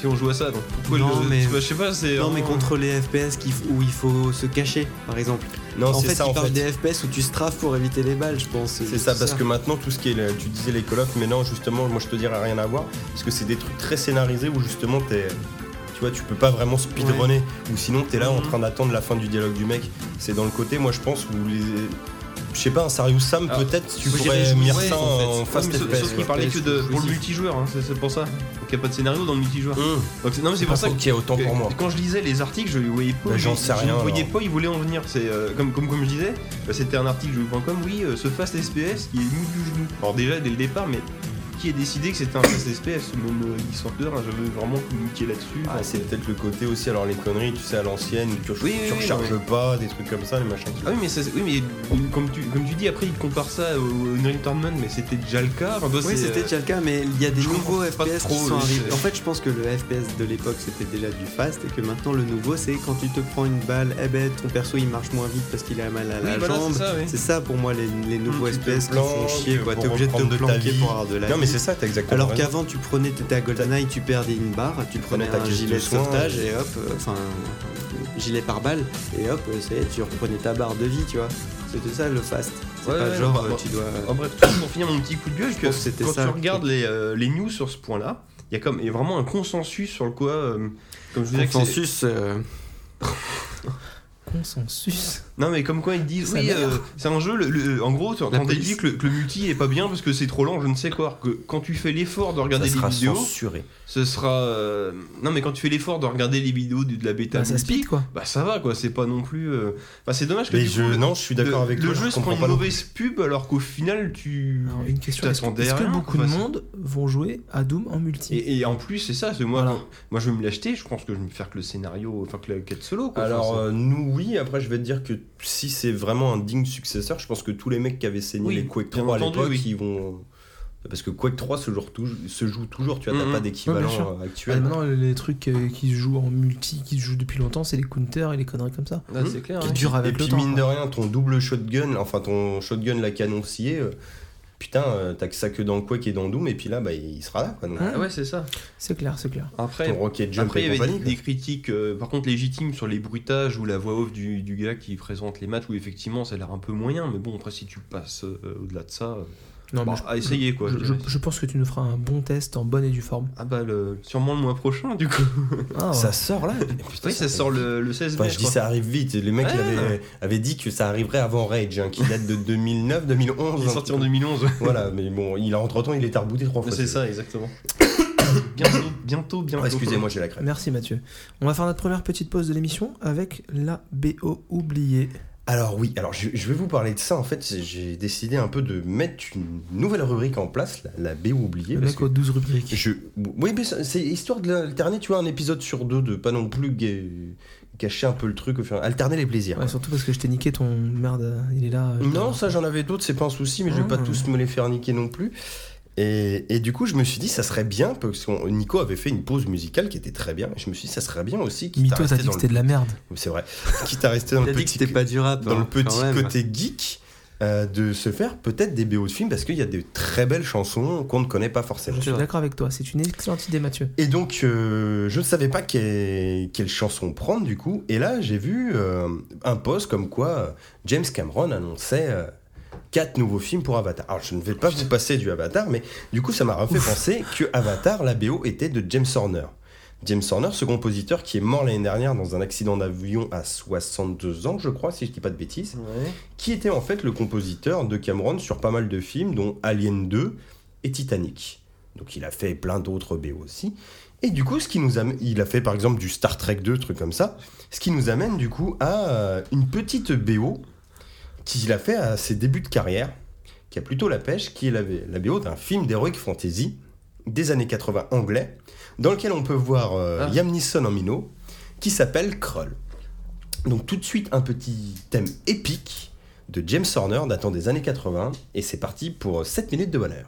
S4: Si on joue à ça, donc pourquoi
S3: Non,
S4: le-
S3: mais-
S4: tu vois, je sais pas, c'est.
S3: Non, mais contre les FPS qui f- où il faut se cacher, par exemple.
S2: Non,
S3: en
S2: c'est
S3: fait,
S2: ça
S3: il
S2: en
S3: parle
S2: fait.
S3: des FPS où tu strafes pour éviter les balles, je pense.
S2: C'est ça, parce que maintenant, tout ce qui est. le- Tu disais les colloques, mais non, justement, moi je te dirais rien à voir. Parce que c'est des trucs très scénarisés où justement t'es. Tu vois, tu peux pas vraiment speedrunner. Ou sinon, t'es là en
S4: Mhm.
S2: train d'attendre la fin du dialogue du mec. C'est dans le côté, moi je pense, où les. Je sais pas, un Serious Sam,
S4: Ah,
S2: peut-être, tu
S4: moi, j'irais
S2: pourrais
S4: jouer,
S2: mettre
S4: ouais,
S2: ça
S3: en fait.
S2: en
S3: Ouais,
S2: euh, fast
S4: mais sauf-
S2: FPS,
S4: sauf
S2: quoi.
S4: qu'il parlait que de, pour le
S3: jouissif.
S4: multijoueur, hein, c'est c'est pour ça. Donc il n'y a pas de scénario dans le multijoueur.
S3: Mmh.
S2: Hum,
S4: Donc, non, mais c'est
S2: pas
S4: pour ça
S2: faut
S4: que
S2: qu'il y ait autant
S4: Et
S2: pour moi.
S4: Quand je lisais les articles, je voyais pas.
S2: Bah, j'en
S4: je-
S2: sais
S4: je
S2: rien,
S4: ne voyais
S2: alors.
S4: pas, ils voulaient en venir. C'est euh, comme, comme comme je disais, bah, c'était un article jeu.com. Oui, euh, ce fast SPS qui est mou du genou. Alors déjà dès le départ, mais qui a décidé que c'était un fast SPS Même euh, ils sortent dehors, hein, je veux vraiment communiquer là-dessus.
S2: Ah, c'est peut-être le côté aussi, alors les conneries, tu sais, à l'ancienne, où tu, re-
S4: Oui, oui,
S2: tu
S4: oui,
S2: recharges
S4: non,
S2: pas, des trucs comme ça, les machins.
S4: Ah oui mais, ça, c'est- oui, mais comme, tu, comme tu dis après ils comparent ça au Unreal Tournament mais c'était déjà le cas. Enfin, toi,
S3: Oui,
S4: c'est,
S3: c'était
S4: euh,
S3: déjà le cas, mais il y a des
S4: je
S3: nouveaux
S4: comprends pas
S3: FPS qui
S4: trop,
S3: sont
S4: le-
S3: arrivés. En fait, je pense que le FPS de l'époque, c'était déjà du fast, et que maintenant, le nouveau, c'est quand tu te prends une balle, eh ben, ton perso, il marche moins vite parce qu'il a mal à
S4: Oui,
S3: la
S4: voilà,
S3: jambe.
S4: c'est ça, Mmh, oui.
S3: C'est ça, pour moi, les, les nouveaux
S2: Mm, tu te
S3: FPS qui font
S2: planques
S3: chier, quoi.
S2: pour
S3: T'es obligé de te
S2: reprendre de ta
S3: planquer
S2: vie.
S3: pour avoir de la
S2: Non, mais
S3: vie.
S2: c'est ça, t'as exactement.
S3: Alors
S2: raison.
S3: qu'avant, tu prenais ta GoldenEye, tu perdais une barre, tu prenais
S2: prenais ta
S3: un
S2: caisse de
S3: gilet de
S2: soins,
S3: sauvetage
S2: et-
S3: et hop, euh, enfin, un gilet par balle, et hop, euh, ça y est, tu reprenais ta barre de vie, tu vois. C'était ça le fast. C'est
S4: Ouais,
S3: pas
S4: ouais,
S3: genre,
S4: bah,
S3: euh,
S4: bah,
S3: tu dois.
S4: En bref, tout pour finir mon petit coup de gueule, que
S3: pense que c'était
S4: quand
S3: ça,
S4: tu
S3: le
S4: regardes les, euh, les news sur ce point-là, il y a comme il y a vraiment un consensus sur le quoi, euh, comme je disais, que c'est-
S3: Consensus. euh,
S1: Consensus.
S4: non mais comme quoi ils disent
S1: Ça
S4: oui,
S1: merde.
S4: euh, c'est un jeu, le- le- en gros, tu
S3: La
S4: entends des
S3: police.
S4: dit que, le- que le multi est pas bien parce que c'est trop lent, je ne sais quoi. alors Que quand tu fais l'effort de
S2: ça
S4: regarder les
S2: sera
S4: vidéos,
S2: censuré.
S4: ce sera euh, non mais quand tu fais l'effort de regarder les vidéos de, de la bêta
S1: Bah, ça
S4: multi,
S1: speed quoi.
S4: bah ça va quoi, c'est pas non plus. euh, Bah c'est dommage que
S2: Les
S4: du coup,
S2: jeux,
S4: le-
S2: non, je suis d'accord
S4: le-
S2: avec
S4: le
S2: toi. je
S4: jeu se prend
S2: comprends
S4: une
S2: pas non
S4: mauvaise pub alors qu'au final tu
S1: Alors, une question.
S4: tu
S1: Est-ce que,
S4: t'attendais
S1: est-ce que
S4: rien,
S1: beaucoup
S4: quoi,
S1: de
S4: c'est-
S1: monde vont jouer à Doom en multi
S4: Et, et en plus, c'est ça, c'est moi,
S1: Voilà.
S4: moi je vais me l'acheter, je pense que je vais me faire que le scénario, enfin que la quête solo. Quoi,
S2: Alors
S4: Enfin,
S2: euh, nous oui, après je vais te dire que si c'est vraiment un digne successeur, je pense que tous les mecs qui avaient saigné
S4: Oui,
S2: les Quake
S4: bien
S2: 3 à
S4: entendu,
S2: l'époque,
S4: oui.
S2: ils vont parce que Quake 3 se joue, tou- se joue toujours, tu vois, t'as
S4: Mhm.
S2: pas
S1: Ouais, bien sûr.
S2: d'équivalent euh,
S1: Ouais,
S2: actuel.
S1: maintenant, les trucs euh, qui se jouent en multi, qui se jouent depuis longtemps, c'est les counters et les conneries comme ça.
S4: ça- Ah, c'est clair.
S1: Qui
S4: hein.
S1: durent
S2: et
S1: avec le
S2: puis
S1: temps.
S2: mine de
S1: quoi.
S2: rien, ton double shotgun, enfin ton shotgun la canon sciée, euh, putain, euh, t'as que ça que dans Quake et dans Doom, et puis là, bah, il sera là, quoi. donc.
S1: Hein
S4: Ah ouais, c'est ça.
S1: C'est clair, c'est clair.
S4: Après,
S2: ton rocket jump
S4: après il y
S2: et
S4: avait
S2: compagnie.
S4: des,
S2: quoi.
S4: des critiques, euh, par contre, légitimes sur les bruitages ou la voix off du, du gars qui présente les matchs, où effectivement ça a l'air un peu moyen, mais bon, après, si tu passes euh, au-delà de ça, euh,
S1: Non,
S4: bon,
S1: mais je-
S4: à essayer quoi.
S1: je,
S4: je dirais.
S1: je- je pense que tu nous feras un bon test en bonne et due forme.
S4: Ah bah, le, sûrement le mois prochain, du coup.
S1: Ah, ouais.
S2: Ça sort là putain,
S4: oui, ça
S2: fait-
S4: sort le, le 16 mai.
S2: Enfin, je
S4: je
S2: dis
S4: crois.
S2: ça arrive vite. Les mecs
S4: Ouais.
S2: avaient, avaient dit que ça arriverait avant Rage, hein, qui date de 2009, 2011.
S4: Il est
S2: un
S4: sorti
S2: truc
S4: en 2011.
S2: Voilà, mais bon, il a entre temps, il est arbouté trois fois.
S4: c'est ça, exactement. bientôt, bientôt, bientôt.
S2: Ah, Excusez-moi, j'ai la crème.
S1: Merci Mathieu. On va faire notre première petite pause de l'émission avec la BO oubliée.
S2: Alors oui, alors je, je vais vous parler de ça. En fait, c'est- j'ai décidé un peu de mettre une nouvelle rubrique en place, la, la BO oubliée.
S1: Le
S2: parce
S1: mec
S2: que
S1: aux 12 rubriques.
S2: je, oui, mais ça- c'est histoire de l'alterner, tu vois, un épisode sur deux, de pas non plus ga- gâcher un peu le truc, au fur et à- alterner les plaisirs.
S1: Ouais, surtout parce que je t'ai niqué ton merde, euh, il est là. euh, je
S2: Non,
S1: t'en-
S2: ça j'en avais d'autres, c'est pas un souci, mais je vais pas
S1: Ah.
S2: tous me les faire niquer non plus. Et, et du coup, je me suis dit, ça serait bien, parce que Nico avait fait une pause musicale qui était très bien. Je me suis dit, ça serait bien aussi qu'il
S1: Mytho, t'as dit que c'était de la merde.
S2: C'est vrai. Quitte à rester dans
S3: T'as
S2: le
S3: dit que
S2: petit,
S3: c'était pas du rap.
S2: dans
S3: hein,
S2: le
S3: quand
S2: petit
S3: même.
S2: côté geek, euh, de se faire peut-être des BO de films, parce qu'il y a des très belles chansons qu'on ne connaît pas forcément.
S1: Je suis
S3: vrai.
S1: d'accord avec toi, c'est une excellente idée, Mathieu.
S2: Et donc, euh, je ne savais pas quelle, quelle chanson prendre du coup. Et là, j'ai vu euh, un post comme quoi euh, James Cameron annonçait euh, quatre nouveaux films pour Avatar. Alors, je ne vais pas vous passer du Avatar, mais du coup, ça m'a refait penser que Avatar, la BO, était de James Horner. James Horner, ce compositeur qui est mort l'année dernière dans un accident d'avion à 62 ans, je crois, si je dis pas de bêtises
S4: Ouais.
S2: qui était en fait le compositeur de Cameron sur pas mal de films, dont Alien 2 et Titanic. Donc il a fait plein d'autres BO aussi. Et du coup, ce qui nous amène, il a fait par exemple du Star Trek 2, truc comme ça. Ce qui nous amène du coup à euh, une petite BO qu'il a fait à ses débuts de carrière, qui a plutôt la pêche, qui est la, la BO d'un film d'heroic fantasy des années 80 anglais, dans lequel on peut voir euh,
S4: Ah.
S2: Liam Neeson en minot, qui s'appelle Krull. Donc tout de suite un petit thème épique de James Horner datant des années 80. Et c'est parti pour 7 minutes de bonheur.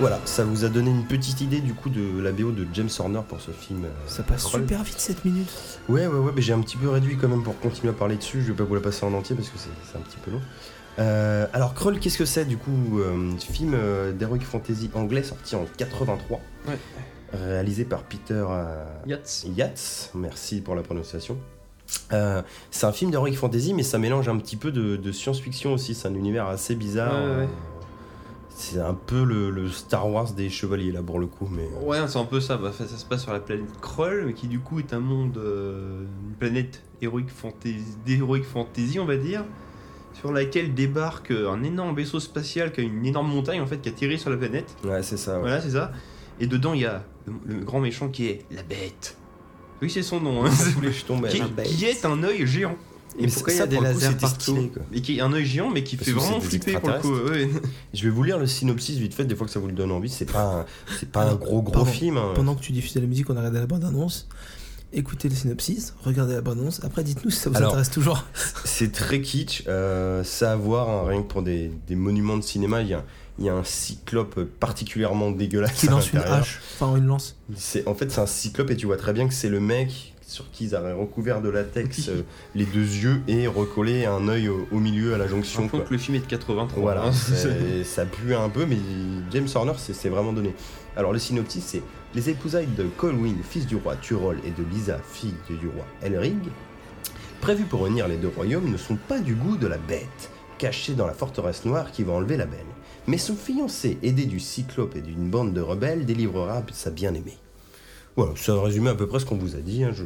S2: Voilà, ça vous a donné une petite idée du coup de la BO de James Horner pour ce film. euh,
S1: Ça passe
S2: drôle.
S1: super vite 7 minutes.
S2: Ouais, ouais, ouais, mais j'ai un petit peu réduit quand même pour continuer à parler dessus. Je vais pas vous la passer en entier parce que c'est c'est un petit peu long. Euh, alors, Krull, qu'est-ce que c'est du coup euh, Film euh, d'heroic fantasy anglais sorti en 83.
S4: Ouais.
S2: Réalisé par Peter euh,
S4: Yates.
S2: Yates. Merci pour la prononciation. Euh, c'est un film d'heroic fantasy, mais ça mélange un petit peu de, de science-fiction aussi. C'est un univers assez bizarre.
S4: Ouais, ouais, ouais.
S2: Euh, C'est un peu le, le Star Wars des chevaliers là pour le coup, mais. euh,
S4: Ouais, c'est un peu ça. Bah, ça, ça se passe sur la planète Krull, mais qui du coup est un monde, euh, une planète héroïque fantasy, d'héroïque fantasy, on va dire, sur laquelle débarque euh, un énorme vaisseau spatial qui a une énorme montagne en fait qui a tiré sur la planète.
S2: Ouais, c'est ça. Ah ouais.
S4: Voilà, c'est ça. Et dedans, il y a le, le grand méchant qui est la Bête. Oui, c'est son nom. Hein.
S2: Tous les jetons, mais-
S4: qui,
S3: la Bête.
S4: qui est un œil géant.
S3: Et
S2: Mais
S3: pourquoi
S2: ça,
S3: il y a des
S2: pour le coup,
S3: lasers
S2: c'était
S3: partout
S2: stylé, quoi.
S4: Et qui est un œil géant, mais qui
S2: Parce
S4: fait
S2: que
S4: vraiment
S2: c'est des
S4: flipper pour le coup. ouais.
S2: Je vais vous lire le synopsis vite fait, des fois que ça vous le donne envie. C'est pas, un- c'est pas un gros gros
S1: Pardon.
S2: film. hein.
S1: Pendant que tu diffusais la musique, on a regardé la bande-annonce. Écoutez le synopsis, regardez la bande-annonce. Après, dites-nous si ça vous
S2: Alors,
S1: intéresse toujours.
S2: C'est très kitsch. euh, ça à voir, hein, rien que pour des, des monuments de cinéma, il y a, il y a un cyclope particulièrement dégueulasse.
S1: Qui
S2: à
S1: lance une
S2: l'intérieur.
S1: hache, enfin une lance.
S2: C'est- En fait, c'est un cyclope et tu vois très bien que c'est le mec sur qui ils avaient recouvert de latex euh, les deux yeux et recollé un œil au, au milieu à la jonction.
S4: Rappelons
S2: quoi.
S4: que le film est de 83.
S2: Voilà,
S4: hein.
S2: c'est- ça pue un peu, mais James Horner c'est c'est vraiment donné. Alors le synopsis c'est les épousailles de Colwyn, fils du roi Turol, et de Lisa, fille du roi Elrig, prévues pour unir les deux royaumes, ne sont pas du goût de la bête. caché dans la forteresse noire qui va enlever la belle. Mais son fiancé, aidé du cyclope et d'une bande de rebelles, délivrera sa bien-aimée. Voilà, ça résumé à peu près ce qu'on vous a dit. hein, je-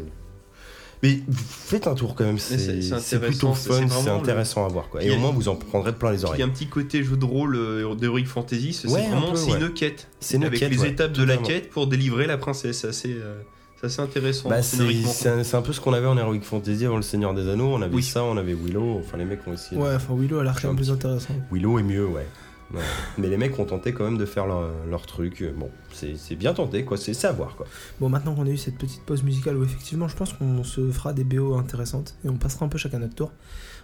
S2: Mais faites un tour quand même,
S4: c'est-
S2: c'est
S4: c'est
S2: c'est plutôt
S4: intéressant, c'est-
S2: fun,
S4: c'est
S2: c'est
S4: vraiment
S2: intéressant à voir. Quoi.
S4: Il
S2: Et
S4: y
S2: au
S4: a-
S2: moins, vous en prendrez plein les
S4: Il y
S2: oreilles.
S4: a un petit côté jeu de rôle euh, d'Heroic Fantasy, c'est
S2: Ouais, un
S4: vraiment
S2: peu,
S4: c'est
S2: ouais.
S4: une quête.
S2: C'est une
S4: Avec
S2: quête,
S4: les
S2: ouais,
S4: étapes de la
S2: totalement.
S4: quête pour délivrer la princesse, c'est assez, euh, c'est assez intéressant
S2: Bah, c'est
S4: scénariquement.
S2: c'est un, c'est un peu ce qu'on avait en Heroic Fantasy avant le Seigneur des Anneaux. On avait
S4: Oui.
S2: ça, on avait Willow. Enfin, les mecs ont essayé. de-
S1: Ouais, enfin Willow a l'air quand même plus intéressant.
S2: Willow est mieux, ouais. Ouais. Mais les mecs ont tenté quand même de faire leur, leur truc. Bon, c'est c'est bien tenté, quoi. C'est c'est à voir, quoi.
S1: Bon, maintenant qu'on a eu cette petite pause musicale où effectivement je pense qu'on se fera des BO intéressantes et on passera un peu chacun notre tour.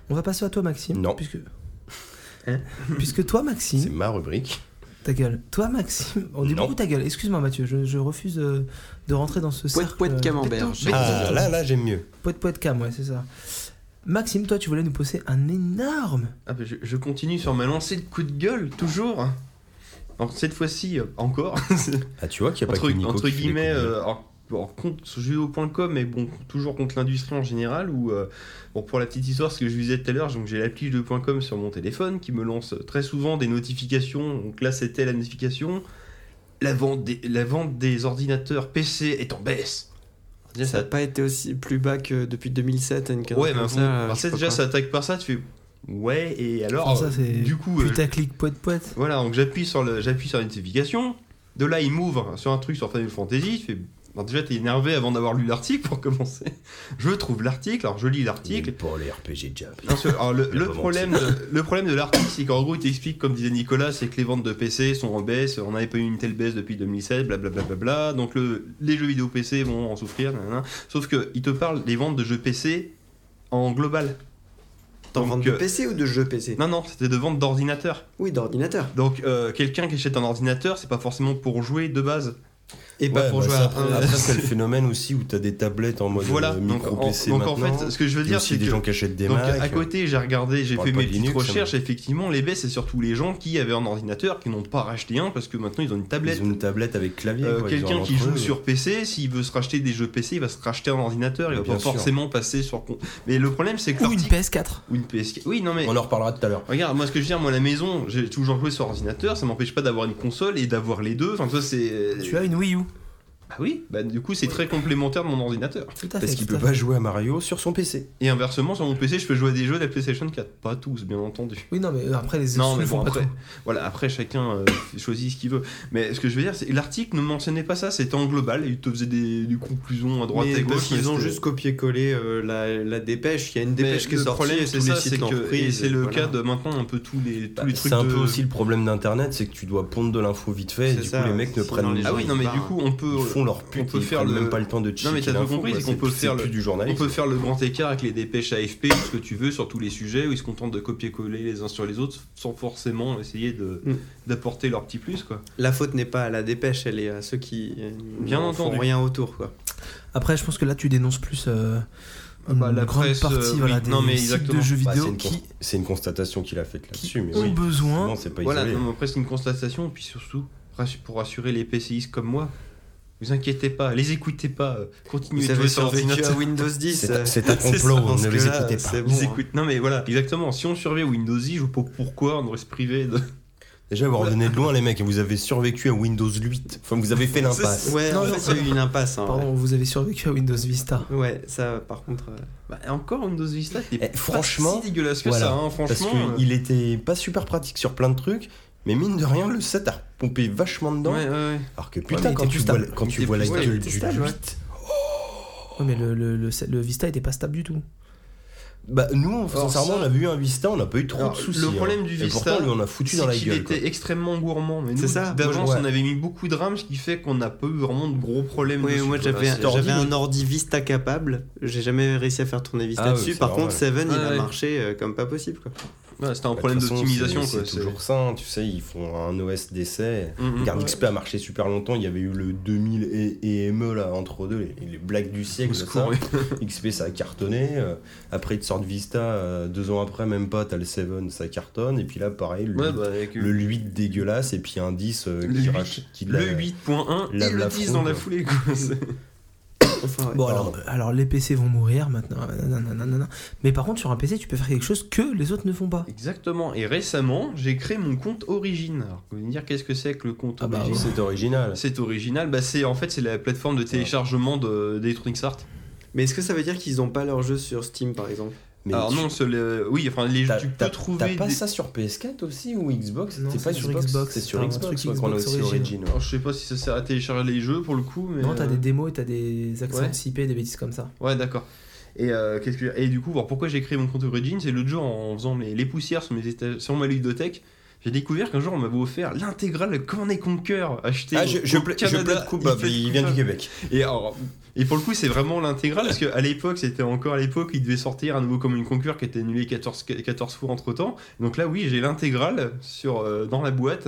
S1: On va passer à toi Maxime.
S2: Non.
S1: Puisque,
S4: Hein
S1: puisque toi
S2: C'est
S1: Maxime,
S2: ma rubrique.
S1: ta gueule. Toi Maxime, on dit
S2: Non.
S1: beaucoup ta gueule. Excuse-moi Mathieu, je, je refuse de, de rentrer dans ce
S3: Pouet,
S1: cercle. euh,
S3: pouet de camembert.
S1: Béton,
S2: Ah, là, là, j'aime mieux.
S1: Poète poète cam, ouais, c'est ça. Maxime, toi, tu voulais nous poser un énorme.
S4: Ah, bah, je, je continue sur ma lancée de coups de gueule, toujours. Alors cette fois-ci, euh, encore.
S2: Ah, tu vois qu'il n'y a pas
S4: entre,
S2: que Nico
S4: entre
S2: qui fait des
S4: guillemets,
S2: coups de gueule.
S4: euh, alors, bon, contre jeuxvideo.com, mais bon, toujours contre l'industrie en général, ou euh, bon, pour la petite histoire, ce que je vous disais tout à l'heure, donc j'ai l'appli jeuxvideo.com sur mon téléphone qui me lance très souvent des notifications, donc là c'était la notification, la vente des, la vente des ordinateurs PC est en baisse. Déjà,
S3: Ça n'a
S4: ça-
S3: pas été aussi plus bas que depuis 2007 N15.
S4: ouais, mais
S3: comme
S4: bon,
S3: ça,
S4: alors,
S3: je
S4: ça,
S3: sais pas
S4: déjà
S3: quoi.
S4: ça attaque par ça, tu fais ouais, et alors,
S1: Enfin, ça, c'est
S4: du coup, euh,
S1: Putaclic poète poète.
S4: Voilà, donc j'appuie sur, le, j'appuie sur la notification. De là, il m'ouvre sur un truc sur Final Fantasy. Je fais, alors déjà, t'es énervé avant d'avoir lu l'article pour commencer. Je trouve l'article, alors je lis l'article.
S2: Il est Pour les RPG Jump.
S4: Non, sur- alors, le,
S2: Il a
S4: le
S2: pas
S4: problème de, le problème de l'article, c'est qu'en gros, il t'explique, comme disait Nicolas, c'est que les ventes de PC sont en baisse. On n'avait pas eu une telle baisse depuis 2007, blablabla. donc le, les jeux vidéo PC vont en souffrir. nanana. Sauf que il te parle des ventes de jeux PC en global.
S3: T'en
S4: Donc,
S3: vends de
S4: euh,
S3: PC ou de jeux PC
S4: Non, non, c'était de ventes d'ordinateurs.
S3: Oui, d'ordinateur.
S4: Donc euh, quelqu'un qui achète un ordinateur, c'est pas forcément pour jouer de base.
S3: Et pas
S2: Ouais,
S3: pour
S2: bah,
S3: jouer
S2: ça,
S3: à
S2: après,
S3: un-
S2: après, c'est le phénomène aussi où t'as des tablettes en mode
S4: voilà.
S2: euh,
S4: Donc,
S2: micro
S4: en,
S2: PC
S4: donc, en
S2: maintenant.
S4: fait, ce que je veux
S2: Il y a
S4: dire,
S2: aussi
S4: c'est
S2: des
S4: que
S2: gens qui achètent des
S4: donc,
S2: Macs.
S4: à côté, j'ai regardé, j'ai
S2: On parle
S4: fait
S2: pas
S4: mes
S2: de
S4: petites
S2: Linux, hein.
S4: recherches. Effectivement, les baisses, c'est surtout les gens qui avaient un ordinateur qui n'ont pas racheté un parce que maintenant ils ont une tablette.
S2: Ils ont une tablette avec clavier.
S4: Euh,
S2: quoi, ils
S4: Quelqu'un
S2: ont
S4: qui
S2: entre
S4: joue
S2: eux.
S4: sur PC, s'il veut se racheter des jeux PC, il va se racheter un ordinateur. Il va
S2: Ah, Bien
S4: pas
S2: sûr.
S4: forcément passer sur. con- Mais le problème, c'est que
S1: Ou une
S4: l'article-
S1: PS4.
S4: ou une PS. Oui, non mais.
S2: On en reparlera tout à l'heure.
S4: Regarde, moi ce que je veux dire, moi à la maison, j'ai toujours joué sur ordinateur, ça m'empêche pas d'avoir une console et d'avoir les deux. Enfin, ça c'est.
S1: Tu as une Wii U.
S4: Ah oui, bah du coup c'est très complémentaire de mon ordinateur.
S1: Tout à fait.
S2: Parce qu'il
S1: tout
S2: peut
S1: à
S2: pas
S1: fait.
S2: jouer à Mario sur son PC.
S4: Et inversement, sur mon PC, je peux jouer à des jeux de la PlayStation 4. Pas tous, bien entendu.
S1: Oui, non, mais euh, après, les
S4: Non,
S1: exclus
S4: mais
S1: font
S4: bon,
S1: pas
S4: après,
S1: tout.
S4: voilà, après chacun euh, choisit ce qu'il veut. Mais ce que je veux dire, c'est l'article ne mentionnait pas ça, c'était en global, et il te faisait des, des conclusions à droite
S3: mais
S4: et à
S3: parce
S4: gauche. mais
S3: qu'ils ont
S4: c'était-
S3: juste copié-collé euh, la, la dépêche. Il y a une
S4: Mais
S3: dépêche qui est
S4: le
S3: sortie.
S4: problème,
S3: et
S4: c'est
S3: tous les
S4: ça,
S3: sites
S4: c'est
S3: l'ont
S4: que.
S3: reprise,
S4: Et c'est le
S3: voilà.
S4: cas de maintenant un peu tous les, tous les trucs
S2: C'est un
S4: de-
S2: peu aussi le problème d'Internet, c'est que tu dois pondre de l'info vite fait. Et
S3: C'est
S2: du
S3: ça,
S2: coup, les mecs ne
S3: sinon
S2: prennent
S3: les gens,
S4: Ah oui, non, mais du coup, on peut.
S2: ils font leur
S4: on
S2: pute,
S4: peut
S2: ils
S4: faire
S2: prennent
S4: le-
S2: même pas le temps de checker
S4: mais t'as tout
S2: l'info,
S4: compris,
S2: quoi.
S4: c'est qu'on peut
S2: c'est
S4: faire
S2: plus
S4: le-
S2: du
S4: On
S2: journalisme.
S4: peut faire le grand écart avec les dépêches AFP, ce que tu veux, sur tous les sujets, où ils se contentent de copier-coller les uns sur les autres, sans forcément essayer de-
S3: Mm.
S4: d'apporter leur petit plus, quoi.
S3: La faute n'est pas à la dépêche, elle est à ceux qui euh,
S4: Bien
S3: n'en font
S4: entendu.
S3: rien autour. Quoi.
S1: Après, je pense que là, tu dénonces plus euh,
S4: Ah bah,
S1: une
S4: la
S1: grande
S4: presse, euh,
S1: partie
S4: oui,
S1: voilà, des
S4: non, mais
S1: sites de
S4: exactement.
S1: jeux
S2: Bah, c'est
S1: vidéo
S2: une con-
S1: qui,
S2: C'est une constatation qu'il a faite là-dessus,
S1: qui
S2: mais
S1: ont
S2: oui.
S1: besoin.
S2: Non, c'est pas
S4: Voilà,
S2: isolé.
S4: non, mais après c'est une constatation, puis surtout, rassu- pour rassurer les PCistes comme moi, vous inquiétez pas, les écoutez pas, euh, continuez
S3: Vous
S4: de
S3: avez
S4: jouer sur
S3: survécu à
S4: ordinateur.
S3: Windows 10.
S2: C'est un-
S3: euh,
S2: c'est un
S3: c'est
S2: complot,
S3: ça,
S2: ne
S3: parce que
S2: les
S3: là,
S2: écoutez pas.
S3: c'est bon,
S4: Les
S3: hein.
S4: écoute- Non mais voilà, exactement, si on survit à Windows 10, je vois pas pourquoi on devrait se priver de...
S2: Déjà, vous revenez de loin, les mecs, et vous avez survécu à Windows 8. Enfin, vous avez fait l'impasse.
S3: Ouais,
S1: Non,
S3: en
S1: non,
S3: fait, il y a eu une impasse. hein,
S1: Pardon, vous avez survécu à Windows Vista.
S3: ouais. Ouais, ça par contre. euh,
S4: Bah, encore Windows Vista, c'est
S2: Eh,
S4: pas
S2: franchement,
S4: si dégueulasse que
S2: voilà,
S4: ça, hein,
S2: Parce
S4: franchement. euh,
S2: qu'il était pas super pratique sur plein de trucs, mais mine de rien, le 7 a pompé vachement dedans.
S4: ouais, ouais, ouais.
S2: Alors que
S1: Ouais, mais
S2: putain,
S1: il
S2: quand
S1: était
S2: tu
S1: plus
S2: vois,
S1: stable.
S2: quand
S4: Il
S2: tu
S4: était
S2: vois la
S4: plus stable.
S2: gueule
S3: Il était
S2: du
S3: stable, ouais.
S2: 8, Oh.
S1: Ouais, Oh, mais le, le, le, le Vista était pas stable du tout.
S2: bah nous, on-
S4: Alors,
S2: sincèrement,
S4: ça-
S2: on a vu un Vista, on n'a pas eu trop
S4: Alors,
S2: de soucis.
S4: le problème
S2: hein.
S4: du
S2: Et
S4: Vista,
S2: pourtant, lui, on a foutu dans la
S4: C'est qu'il
S2: gueule. quoi. Bah,
S4: était extrêmement gourmand, mais
S3: C'est
S4: nous,
S3: ça.
S4: d'avance,
S2: Moi, je-
S4: on avait mis beaucoup de RAM, ce qui fait qu'on n'a pas eu vraiment de gros problèmes.
S3: Oui,
S4: dessus,
S3: moi
S4: quoi. Bah,
S3: j'avais
S4: C'est-
S2: ordi,
S3: j'avais un
S2: mais-
S3: ordi Vista capable. J'ai jamais réussi à faire tourner Vista
S2: Ah oui,
S3: dessus.
S2: c'est
S3: Par
S2: normal.
S3: contre, Seven, il a
S4: Ouais.
S3: marché euh, comme pas possible. Quoi.
S4: Ouais, C'était un
S2: Bah, de
S4: problème
S2: toute façon,
S4: d'optimisation,
S2: c'est-
S4: quoi.
S2: C'est toujours ça, hein, tu sais, ils font un OS d'essai.
S4: Mhm.
S2: Regarde, XP a marché super longtemps, il y avait eu le 2000 et- et EME là, entre deux, les, les blagues du siècle.
S4: Au
S2: ça.
S4: secours, oui.
S2: XP ça a cartonné, euh, après ils te sortent Vista, euh, deux ans après même pas, t'as le 7, ça cartonne, et puis là pareil, le,
S4: Ouais, bah, avec, euh,
S2: le 8 dégueulasse, et puis un 10 euh,
S4: Le
S2: qui,
S4: 8,
S2: rach- qui
S4: le
S2: la-
S4: 8.1
S2: lave
S4: et le
S2: la
S4: 10
S2: fronde,
S4: dans la
S2: quoi.
S4: foulée. quoi. C'est-
S3: Enfin, ouais.
S1: Bon, alors,
S2: Oh.
S1: alors les PC vont mourir maintenant. nanana, nanana. Mais par contre, sur un PC, tu peux faire quelque chose que les autres ne font pas.
S4: Exactement. Et récemment, j'ai créé mon compte Origin. Alors, vous allez me dire qu'est-ce que c'est que le compte
S1: Ah bah,
S4: Origin
S2: C'est original.
S4: C'est original. Bah, c'est en fait c'est la plateforme de téléchargement de- d'Electronics Arts.
S3: Mais est-ce que ça veut dire qu'ils n'ont pas leur jeu sur Steam par exemple
S2: Mais
S4: Alors
S2: tu-
S4: non, c'est le- oui, enfin les
S2: t'as-
S4: tu
S2: t'as-
S4: peux
S2: T'as
S4: trouver.
S2: pas
S4: des-
S2: ça sur PS4 aussi ou Xbox
S1: Non,
S2: C'est
S1: c'est
S2: pas
S1: sur
S2: Xbox,
S1: Xbox,
S2: C'est sur
S1: c'est un
S2: Xbox,
S1: truc
S2: je crois qu'on a
S1: Xbox
S2: aussi
S1: Origin.
S2: Origin. ouais.
S4: Alors, je sais pas si ça sert à télécharger les jeux pour le coup, mais
S1: Non, t'as
S4: euh,
S1: des démos et t'as des accents
S4: ouais.
S1: anticipés, des bêtises comme ça.
S4: Ouais, d'accord. Et, euh, qu'est-ce que- et du coup, alors, pourquoi j'ai créé mon compte Origin C'est l'autre jour, en faisant mes- les poussières sur, mes éta- sur ma ludothèque, j'ai découvert qu'un jour, on m'avait offert l'intégrale Command Conquer achetée
S2: Ah,
S4: au-
S2: je, je,
S4: au
S2: pla- je
S4: Canada.
S2: plaide
S4: Il
S2: coupable,
S4: plaide
S2: il vient du
S4: coupable.
S2: Québec.
S4: Et, alors, et pour le coup, c'est vraiment l'intégrale, parce qu'à l'époque, c'était encore à l'époque, il devait sortir un nouveau Command Conquer qui était annulé 14, 14 fois entre temps. Donc là, oui, j'ai l'intégrale sur, euh, dans la boîte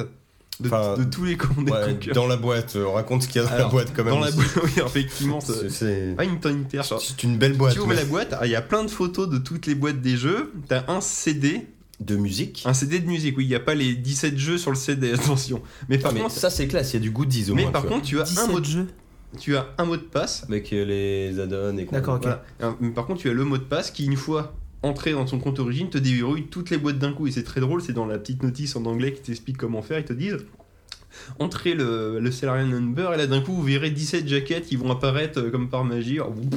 S4: de,
S2: Enfin,
S4: de tous les Command
S2: Ouais,
S4: Conquer.
S2: dans la boîte, euh, raconte ce qu'il y a dans la
S4: Alors,
S2: boîte quand même.
S4: Dans la boîte, oui, effectivement.
S2: C'est-
S4: c'est-
S2: C'est
S4: Pas une tonne terre, ça.
S2: c'est une belle boîte.
S4: tu ouvres
S2: mais-
S4: la boîte, ah, il y a plein de photos de toutes les boîtes des jeux. T'as un CD,
S2: De musique.
S4: un CD de musique. Oui, il n'y a pas les 17 jeux sur le CD, attention. Mais par
S2: mais
S4: contre,
S2: ça c'est classe, il y a du goût au
S4: mais
S2: moins.
S4: par
S2: tu vois.
S4: contre, tu as Bah, un
S1: 17
S4: mot de,
S1: jeux.
S4: tu as un mot de passe.
S2: Avec euh, les add-ons et
S1: D'accord, ok.
S4: Voilà. Et un- mais par contre, tu as le mot de passe qui, une fois entré dans ton compte origine, te déverrouille toutes les boîtes d'un coup. Et c'est très drôle. C'est dans la petite notice en anglais qui t'explique comment faire. Ils te disent. Entrez le, le salarié number et là d'un coup vous verrez 17 jaquettes qui vont apparaître euh, comme par magie. Alors, vous-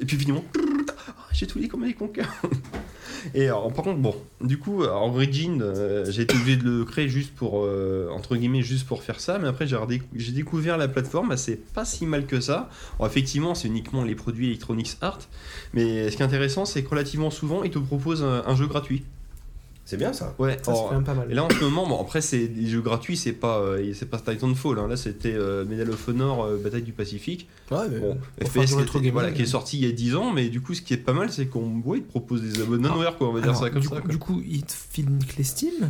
S4: Et puis finalement, Ah, j'ai tous les commandes conquêtes. Et alors, par contre, bon, du coup, alors, Origin, euh, j'ai été obligé de le créer juste pour, euh, entre guillemets, juste pour faire ça. Mais après, j'ai redéc- j'ai découvert la plateforme, bah, c'est pas si mal que ça. Alors, effectivement, c'est uniquement les produits Electronics Art. Mais ce qui est intéressant, c'est que relativement souvent, ils te proposent un, un jeu gratuit.
S2: C'est bien ça.
S4: Ouais,
S1: Ça, c'est
S4: alors,
S1: quand même pas mal.
S4: Oh. et là en ce moment, bon après c'est des jeux gratuits, c'est pas euh, c'est pas Titanfall, hein. là c'était euh, Medal of Honor, euh, Bataille du Pacifique.
S1: Ouais, mais-
S4: Bon,
S1: pour faire
S4: FPS
S1: du rétro
S4: qui,
S1: gaming.
S4: voilà, qui est sorti il y a 10 ans, mais du coup ce qui est pas mal c'est qu'on ouais, ils te propose des abonnements quoi, on va dire
S1: Alors,
S4: ça comme
S1: du,
S4: ça.
S1: coup,
S4: quoi.
S1: du coup, ils te filent une clé Steam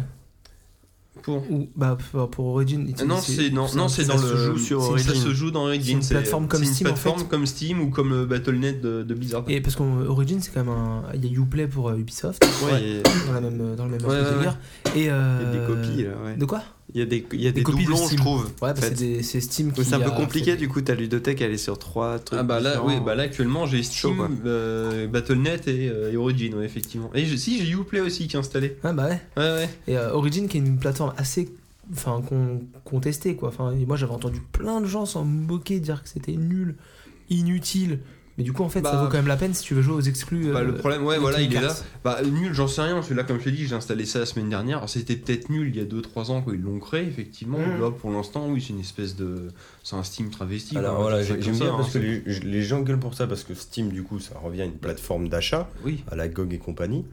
S4: Pour-
S1: Ou bah, pour- pour Origin ils te
S4: Ah Non,
S1: disent
S4: c'est non,
S1: ça-
S4: non, c'est
S1: ça
S4: dans
S1: se
S4: le
S1: joue sur
S4: c'est-
S1: Origin.
S4: Ça se joue dans Origin.
S1: C'est une plateforme comme
S4: c'est une
S1: Steam, en
S4: plateforme
S1: fait.
S4: comme Steam ou comme le Battle.net de, de Blizzard.
S1: Et parce qu'Origin, c'est quand même un. Il y a Uplay pour euh, Ubisoft,
S3: Ouais, il y a-
S1: dans, la même, dans le même
S4: Ouais, ouais,
S1: délire. Et.
S3: il y a des
S1: euh,
S3: copies là, ouais.
S1: De quoi
S3: Il y a des, il y a des
S1: copies de
S3: doublons, je
S1: Steam.
S3: trouve.
S1: Ouais, bah,
S3: en
S1: c'est
S3: fait.
S1: des- c'est Steam qui.
S3: Donc, c'est un peu
S1: a
S3: compliqué,
S1: fait-
S3: du coup, ta ludothèque, elle est sur trois trucs.
S4: Ah bah là,
S3: différents.
S4: oui, bah là actuellement j'ai
S3: Chaud, quoi.
S4: Steam, euh, Battle.net et, euh, et Origin, ouais, effectivement. Et j'ai- si j'ai Uplay aussi qui est installé.
S1: Ah bah ouais.
S4: Ouais, ouais.
S1: Et euh, Origin, qui est une plateforme assez. Enfin, con- contestée, quoi. Enfin, et moi, j'avais entendu plein de gens s'en moquer, dire que c'était nul, inutile. Mais du coup, en fait, ça
S4: Bah,
S1: vaut quand même la peine si tu veux jouer aux exclus.
S4: Bah, le
S1: euh,
S4: problème, ouais, voilà, il est là.
S1: Electronic
S4: Bah, nul, j'en sais rien, parce que là, comme je t'ai dit, j'ai installé ça la semaine dernière. Alors, C'était peut-être nul il y a 2-3 ans quand ils l'ont créé, effectivement.
S1: Mhm.
S4: Là, pour l'instant, oui, c'est une espèce de. C'est un Steam travesti.
S2: Alors
S4: quoi,
S2: voilà,
S4: c'est
S2: j'ai-
S4: comme
S2: j'aime
S4: ça,
S2: bien
S4: hein,
S2: parce que
S4: c'est-
S2: les, les gens gueulent pour ça parce que Steam du coup ça revient à une plateforme d'achat
S4: Oui.
S2: à la GOG et compagnie.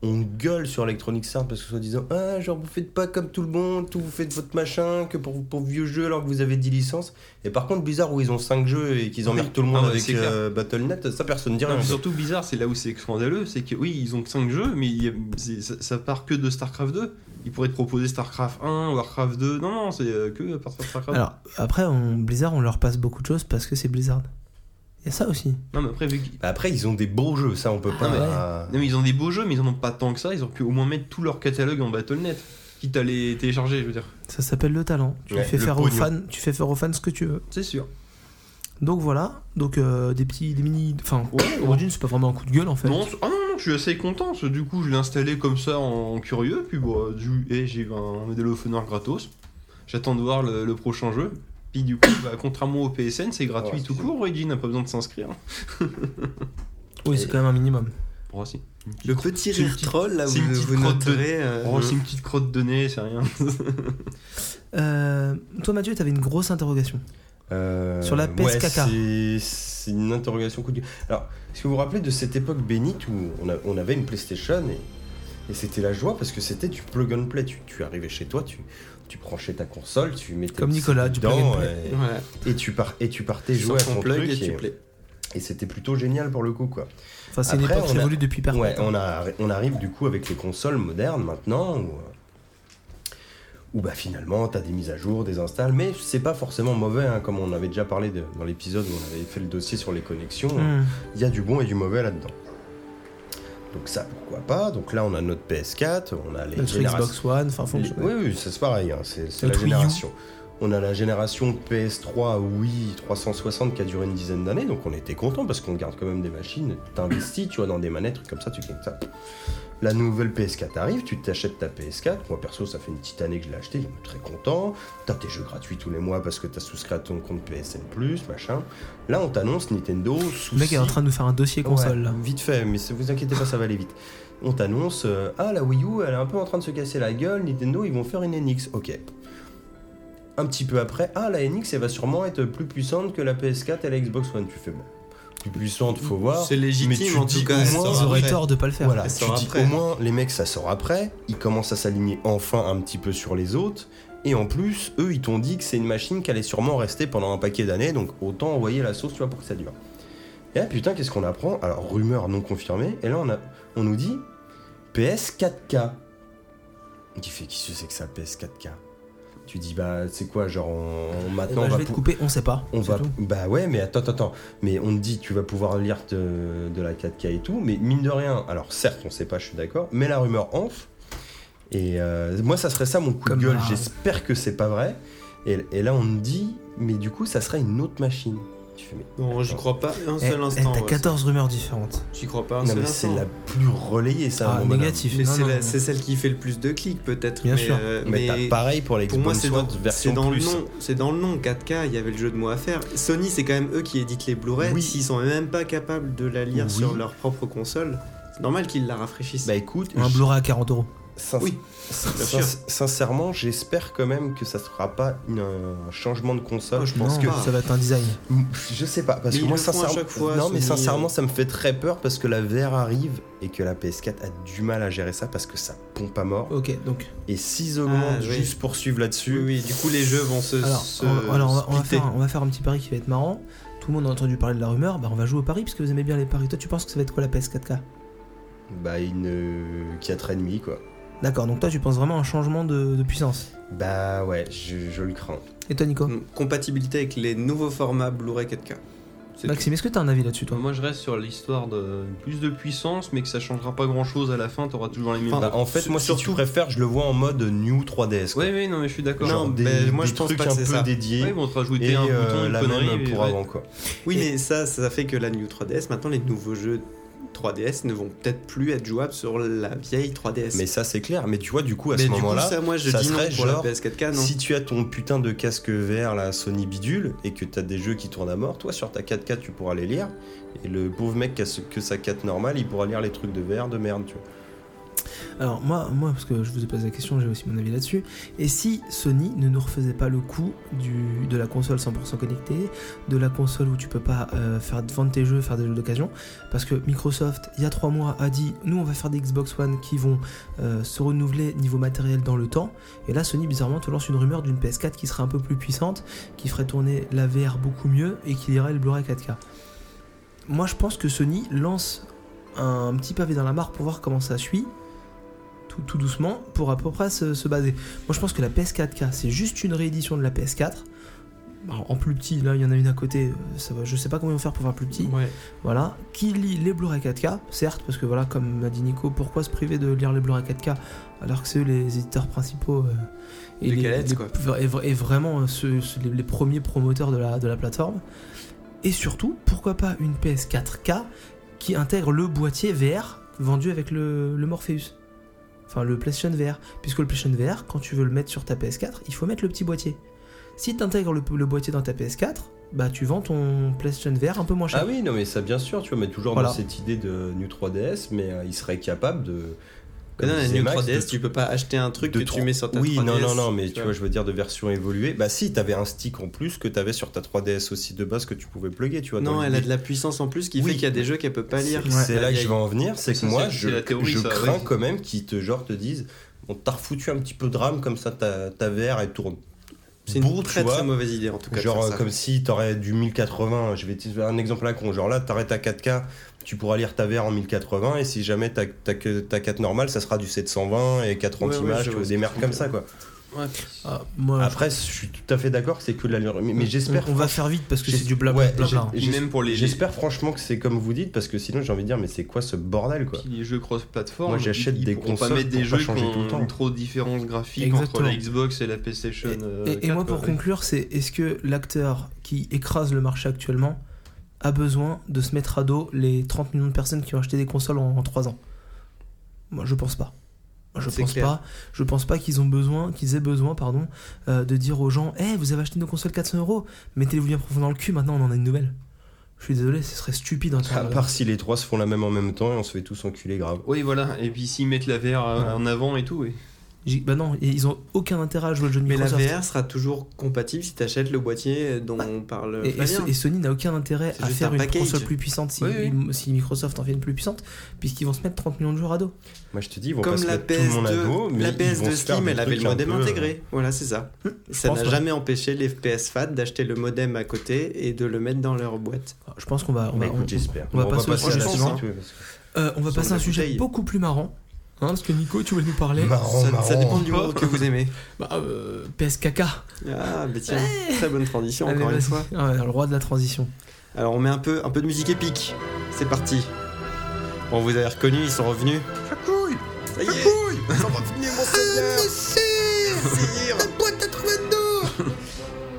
S2: On gueule sur Electronic Arts parce que soi-disant ah genre vous faites pas comme tout le monde, tout vous faites votre machin que pour, pour vieux jeux alors que vous avez 10 licences. Et par contre bizarre où ils ont 5 jeux et qu'ils emmerdent tout le monde
S4: Ah ouais,
S2: avec
S4: c'est clair.
S2: euh, Battle.net, ça personne ne dit
S4: Non,
S2: rien.
S4: mais surtout bizarre, c'est là où c'est scandaleux, c'est que oui, ils ont que 5 jeux, mais il y a- c'est- ça, ça part que de StarCraft 2. Ils pourraient te proposer StarCraft 1, Warcraft 2. Non, non, c'est euh, que à partir de StarCraft
S1: Alors, après, on, Blizzard, on leur passe beaucoup de choses parce que c'est Blizzard. Il y a ça aussi.
S4: Non, mais après, vu qu'ils-
S2: Bah après ils ont des beaux jeux, ça on peut
S4: Ah
S2: pas.
S4: non, mais ils ont des beaux jeux, mais ils en ont pas tant que ça. Ils auraient pu au moins mettre tout leur catalogue en Battle.net, quitte à les télécharger, je veux dire.
S1: Ça s'appelle le talent. Tu
S2: Ouais,
S1: fais
S2: le
S1: faire aux
S2: pognon.
S1: fans, tu fais faire aux fans ce que tu veux.
S4: C'est sûr.
S1: Donc voilà, donc euh, des petits, des mini, enfin,
S4: Ouais,
S1: Origin c'est pas vraiment un coup de gueule en fait.
S4: Non, c- ah non, non, je suis assez content. parce que du coup, je l'ai installé comme ça en, en curieux. Puis bon, euh, du- eh, j'ai eu un Medal of Honor gratos. J'attends de voir le, le prochain jeu. Puis du coup, bah, contrairement au PSN, c'est gratuit
S2: Ouais,
S4: tout
S2: c'est
S4: court. Origin n'a pas besoin de s'inscrire.
S1: Oui, c'est quand même un minimum.
S4: Bon, Oh, si.
S3: Le petit
S4: C'est une
S3: rire
S4: petite-
S3: troll, là, où
S4: c'est une petite
S3: vous
S4: crotte de-
S3: noterez. euh,
S4: Oh, c'est une petite crotte de nez, c'est rien.
S1: Euh, toi Mathieu, t'avais une grosse interrogation.
S2: Euh,
S1: Sur la
S2: ouais,
S1: PSKK.
S2: c'est- c'est une interrogation coup de gueule. Alors, est-ce que vous vous rappelez de cette époque bénite où on, a- on avait une PlayStation et, et c'était la joie parce que c'était du plug and play. Tu, tu arrivais chez toi, tu, tu branchais ta console, tu mettais
S1: Comme
S2: le
S1: Nicolas,
S2: CD
S1: du plug and
S2: dedans,
S1: play.
S2: et-
S3: Voilà.
S2: Et, tu par- et tu partais
S3: Tu
S2: jouer à
S3: sors ton
S2: ton
S3: plug
S2: truc
S3: et tu plais.
S2: et c'était plutôt génial pour le coup quoi.
S1: Enfin, c'est une
S2: Après,
S1: époque qui
S2: on a-
S1: évolue depuis Perpète.
S2: Ouais,
S1: hein.
S2: on, a- on arrive du coup avec les consoles modernes maintenant où, euh, où bah finalement t'as des mises à jour, des installs, mais c'est pas forcément mauvais hein, comme on avait déjà parlé de- dans l'épisode où on avait fait le dossier sur les connexions.
S1: Hmm.
S2: Il y a du bon et du mauvais là-dedans. Donc ça pourquoi pas. Donc là on a notre PS4, on a les
S1: Notre
S2: générations-
S1: Xbox One, enfin,
S2: les-
S1: fonction.
S2: Oui oui ça c'est pareil, hein, c'est c'est la
S1: Notre Wii U.
S2: génération. On a la génération PS3 Wii 360 qui a duré une dizaine d'années, donc on était content parce qu'on garde quand même des machines. T'investis, tu vois, dans des manettes trucs comme ça, tu gagnes ça. La nouvelle PS4 arrive, tu t'achètes ta PS4. Moi perso, ça fait une petite année que je l'ai acheté, donc très content. T'as tes jeux gratuits tous les mois parce que t'as souscrit à ton compte PSN machin. Là, on t'annonce Nintendo.
S1: Le mec est en train de nous faire un dossier console.
S2: Ouais,
S1: là.
S2: Vite fait, mais vous inquiétez pas, ça va aller vite. On t'annonce euh, Ah, la Wii U, elle est un peu en train de se casser la gueule. Nintendo, ils vont faire une NX. Ok. Un petit peu après, Ah, la NX, elle va sûrement être plus puissante que la PS4 et la Xbox One. Tu fais bon. Plus puissante, faut voir.
S3: C'est légitime,
S2: mais tu
S3: en
S2: te
S3: tout
S2: dis
S3: cas,
S2: au
S3: ça
S2: moins-
S1: Ils auraient
S3: après.
S1: tort de pas le faire.
S2: voilà,
S3: Ça
S2: tu
S3: sort
S2: dis
S3: après.
S2: au moins les mecs ça sort après, ils commencent à s'aligner enfin un petit peu sur les autres, et en plus eux ils t'ont dit que c'est une machine qui allait sûrement rester pendant un paquet d'années, donc autant envoyer la sauce tu vois pour que ça dure. Et là putain qu'est-ce qu'on apprend Alors rumeur non confirmée, et là on, a, on nous dit PS 4K. Tu fais qui c'est que ça PS 4K Tu dis bah c'est quoi genre on- on-
S1: Eh ben,
S2: maintenant on
S1: je
S2: va
S1: vais te
S2: pou-
S1: couper, on sait pas.
S2: on
S1: c'est
S2: va
S1: tout.
S2: bah ouais mais attends attends attends. mais on te dit tu vas pouvoir lire de, de la 4K et tout mais mine de rien alors certes on sait pas je suis d'accord mais la rumeur enfle et euh, moi ça serait ça mon coup
S1: Comme
S2: de gueule
S1: la-
S2: j'espère que c'est pas vrai et, et là on me dit mais du coup ça serait une autre machine tu fais mais
S3: Non, j'y crois pas un
S1: Eh,
S3: seul
S1: eh,
S3: instant.
S1: T'as
S3: ouais.
S1: 14 rumeurs différentes.
S3: J'y crois pas un
S2: non
S3: seul
S2: mais
S3: instant.
S2: c'est la plus relayée ça à un
S1: Ah,
S2: moment donné.
S1: négatif.
S3: Mais
S1: Non,
S3: c'est
S1: non,
S3: la-
S1: non.
S3: c'est celle qui fait le plus de clics peut-être.
S1: Bien
S3: mais,
S1: sûr.
S3: euh,
S2: mais, t'as
S3: mais
S2: pareil pour les
S3: pour moi c'est dans,
S2: version
S3: c'est dans le
S2: plus.
S3: nom. C'est dans le nom 4K. Il y avait le jeu de mots à faire. Sony c'est quand même eux qui éditent les Blu-ray.
S2: Oui.
S3: S'ils sont même pas capables de la lire
S2: Oui.
S3: sur leur propre console, c'est normal qu'ils la rafraîchissent.
S2: bah écoute
S1: Un Blu-ray à 40 euros.
S2: Sin-
S3: Oui,
S2: sin-
S3: bien sûr.
S2: sin- sincèrement, j'espère quand même que ça sera pas une- un changement de console.
S3: Ah, je pense
S1: Non,
S3: que-
S1: ça va être un design.
S2: Je sais pas, parce
S3: Mais
S2: que
S3: ils
S2: moi,
S3: le font à
S2: sincèrement,
S3: chaque fois,
S2: non, mais
S3: Sony,
S2: sincèrement,
S3: euh.
S2: ça me fait très peur parce que la VR arrive et que la PS4 a du mal à gérer ça parce que ça pompe à mort.
S1: Ok, donc.
S2: Et s'ils augmentent
S3: Ah, oui.
S2: juste poursuivre
S3: oui,
S2: là-dessus,
S3: oui, Du coup les jeux vont se.
S1: Alors,
S3: se
S1: on, alors, on va- on va
S3: splitter.
S1: faire, un- on va faire un petit pari qui va être marrant. Tout le monde a entendu parler de la rumeur. Bah, on va jouer au pari parce que vous aimez bien les paris. Toi, tu penses que ça va être quoi la PS4K
S2: bah une euh, 4,5 quoi.
S1: D'accord, donc toi, tu penses vraiment à un changement de, de puissance.
S2: Bah ouais, je, je le crains.
S1: Et toi, Nico
S3: Donc, compatibilité avec les nouveaux formats Blu-ray 4K. C'est
S1: Maxime, est-ce que t'as un avis là-dessus, toi
S4: Moi je reste sur l'histoire de plus de puissance, mais que ça changera pas grand chose à la fin, t'auras toujours les mêmes.
S2: Bah, en fait,
S3: sur-
S2: moi, si tu
S3: surtout-
S2: préfères, je le vois en mode New 3DS. Quoi.
S4: Ouais, ouais, non, mais je suis d'accord.
S2: Genre
S3: Non,
S2: des,
S3: ben, moi,
S2: des
S3: je pense
S2: trucs
S3: pas que
S2: un
S3: c'est
S2: peu
S3: ça.
S2: dédiés
S4: Ouais, bon, on te rajouter
S2: et
S4: un
S2: euh,
S4: bouton, une
S2: la
S4: connerie.
S2: même
S4: mais
S2: pour
S4: ouais.
S2: avant quoi.
S3: Oui,
S1: Et-
S3: mais ça, ça fait que la New 3DS, maintenant les nouveaux jeux 3DS ne vont peut-être plus être jouables sur la vieille 3DS.
S2: Mais ça c'est clair. Mais tu vois, du coup, à
S3: Mais
S2: ce
S3: du coup,
S2: moment-là,
S3: ça, moi, je
S2: ça
S3: dis non
S2: serait
S3: pour
S2: genre,
S3: la PS4K, non.
S2: Si tu as ton putain de casque vert, la Sony bidule, et que t'as des jeux qui tournent à mort, toi sur ta 4K tu pourras les lire, et le pauvre mec qui a ce- que sa 4 normale, il pourra lire les trucs de VR de merde, tu vois.
S1: Alors, moi, moi, parce que je vous ai posé la question, j'ai aussi mon avis là-dessus. Et si Sony ne nous refaisait pas le coup du, de la console 100% connectée, de la console où tu peux pas euh, faire vendre tes jeux, faire des jeux d'occasion, parce que Microsoft, il y a trois mois, a dit nous on va faire des Xbox One qui vont euh, se renouveler niveau matériel dans le temps. Et là, Sony bizarrement te lance une rumeur d'une PS4 qui serait un peu plus puissante, qui ferait tourner la VR beaucoup mieux et qui lirait le Blu-ray 4K. Moi, je pense que Sony lance un petit pavé dans la mare pour voir comment ça suit. Tout, tout doucement pour à peu près se, se baser. Moi je pense que la PS4K c'est juste une réédition de la PS4. Alors, Bah, en plus petit, là il y en a une à côté, euh, ça va, je sais pas comment ils vont faire pour faire plus petit.
S3: Ouais.
S1: Voilà, qui lit les Blu-ray 4K, certes, parce que voilà, comme m'a dit Nico, pourquoi se priver de lire les Blu-ray 4K alors que c'est eux les éditeurs principaux euh,
S3: Les galettes, quoi.
S1: et vra- et vraiment euh, ceux- ceux- les, les premiers promoteurs de la, de la plateforme. Et surtout, pourquoi pas une PS4K qui intègre le boîtier VR vendu avec le, le Morpheus Enfin, le PlayStation VR. Puisque le PlayStation VR, quand tu veux le mettre sur ta PS4, il faut mettre le petit boîtier. Si tu intègres le, le boîtier dans ta PS4, bah tu vends ton PlayStation VR un peu moins cher.
S2: Ah oui, non mais ça bien sûr, tu vois, mais toujours
S1: Voilà.
S2: dans cette idée de New 3DS, mais euh, il serait capable de...
S3: Mais
S2: comme
S3: non, la
S2: disait
S3: New
S2: Max,
S3: 3DS,
S2: de-
S3: tu peux pas acheter un truc
S2: de
S3: que tu
S2: tro-
S3: mets sur ta
S2: oui,
S3: 3DS.
S2: non, non, non, mais tu vois, je veux dire de version évoluée. Bah si, t'avais un stick en plus que t'avais sur ta 3DS aussi de base que tu pouvais plugger, tu vois. dans
S3: Non, elle
S2: l'idée.
S3: a de la puissance en plus qui
S2: Oui.
S3: fait qu'il y a des jeux qu'elle peut pas lire.
S2: C'est c'est là que je vais en venir, c'est que
S4: Ça,
S2: moi,
S4: c'est-
S2: je,
S4: c'est la théorie,
S2: je
S4: ça,
S2: crains
S4: ouais.
S2: quand même qu'ils te, genre, te disent on t'a refoutu un petit peu de rame, comme ça ta, ta VR elle tourne.
S3: C'est une
S2: Bon, tu
S3: très
S2: vois,
S3: très mauvaise idée en tout cas. de
S2: Genre
S3: faire
S2: euh,
S3: ça.
S2: comme si t'aurais du 1080, je vais te faire un exemple là con, genre là t'arrêtes à 4K, tu pourras lire ta VR en 1080 et si jamais t'as t'as que ta 4 normale, ça sera du 720 et 40
S3: Ouais, ouais,
S2: images,
S3: je
S2: tu
S3: vois
S2: vois,
S3: ce
S2: des
S3: que
S2: merdes
S3: tu
S2: comme
S3: veux
S2: ça quoi.
S1: Ah, moi,
S2: Après, je suis tout à fait d'accord, c'est que de la lumière. Mais, mais j'espère.
S1: on va faire vite parce que
S2: j'es-
S1: c'est du blabla.
S2: ouais,
S1: blabla, hein.
S2: j'ai- j'ai-
S4: Même pour les-
S2: J'espère franchement que c'est comme vous dites, parce que sinon j'ai envie de dire, mais c'est quoi ce bordel quoi
S4: Puis les jeux cross-platform,
S2: Moi, j'achète
S4: ils- ils
S2: des
S4: pourront pas
S2: consoles
S4: mettre des
S2: pour pas
S4: jeux qui
S2: changer tout le
S4: ont
S2: temps.
S4: une trop de différence graphique entre
S1: Exactement.
S4: la Xbox et la PlayStation.
S1: Et-
S4: euh,
S1: Et, et moi,
S4: 4,
S1: pour
S4: ouais.
S1: conclure, c'est est-ce que l'acteur qui écrase le marché actuellement a besoin de se mettre à dos les 30 millions de personnes qui ont acheté des consoles en, 3 ans Moi, je pense pas. Moi, je
S4: C'est
S1: pense
S4: clair.
S1: pas. Je pense pas qu'ils ont besoin, qu'ils aient besoin, pardon, euh, de dire aux gens, Eh, vous avez acheté nos consoles 400 euros. Mettez-les-vous bien profond dans le cul. Maintenant, on en a une nouvelle. Je suis désolé, ce serait stupide. en
S2: À
S1: termes de-
S2: part si les trois se font la même en même temps et on se fait tous enculer grave.
S4: Oui, voilà. Et puis s'ils mettent la VR euh, en avant et tout. Et...
S1: J'ai- Bah non, ils ont aucun intérêt à jouer le jeu de
S3: Mais la
S1: Microsoft.
S3: VR sera toujours compatible si t'achètes le boîtier dont on parle.
S1: Et, et-
S3: Flavien.
S1: et Sony n'a aucun intérêt
S3: Euh, C'est
S1: à
S3: juste
S1: faire
S3: un
S1: une
S3: package.
S1: console plus puissante si,
S4: Oui,
S1: si Microsoft en fait une plus puissante, puisqu'ils vont se mettre 30 millions de joueurs à dos.
S2: Moi je te dis, ils vont pas
S3: Comme
S2: se
S3: la
S2: mettre tout le monde à dos,
S3: PS2,
S2: mais
S3: la
S2: ils vont
S3: PS2
S2: se faire
S3: Slim,
S2: des
S3: elle avait le
S2: trucs un
S3: modem
S2: peu, euh,
S3: intégré. Voilà, c'est ça. Ça
S1: pense,
S3: n'a
S1: ouais.
S3: jamais empêché les PS fans d'acheter le modem à côté et de le mettre dans leur boîte.
S1: Je pense qu'on va, on
S2: Bah
S1: va, on-
S2: écoute, j'espère.
S1: on va
S2: Bon,
S1: passer au
S2: à la
S3: prochain
S2: suite,
S3: suivant.
S2: ouais, hein, parce que-
S1: euh, on va passer à un
S3: la
S1: sujet
S3: bouteille.
S1: beaucoup plus marrant. hein, parce que Nico, tu voulais nous parler
S2: Marrant,
S3: ça, ça
S2: Oh, marrant.
S3: dépend du mot que vous aimez.
S1: bah, euh, PSKK,
S3: Ah, bah tiens, très bonne transition
S1: Allez,
S3: encore une
S1: vas-y.
S3: fois.
S1: Ah ouais, le roi de la transition.
S3: Alors on met un peu, un peu de musique épique. C'est parti. Bon, vous avez reconnu, ils sont revenus. Ça y est, ils sont revenus, mon seigneur. Sire.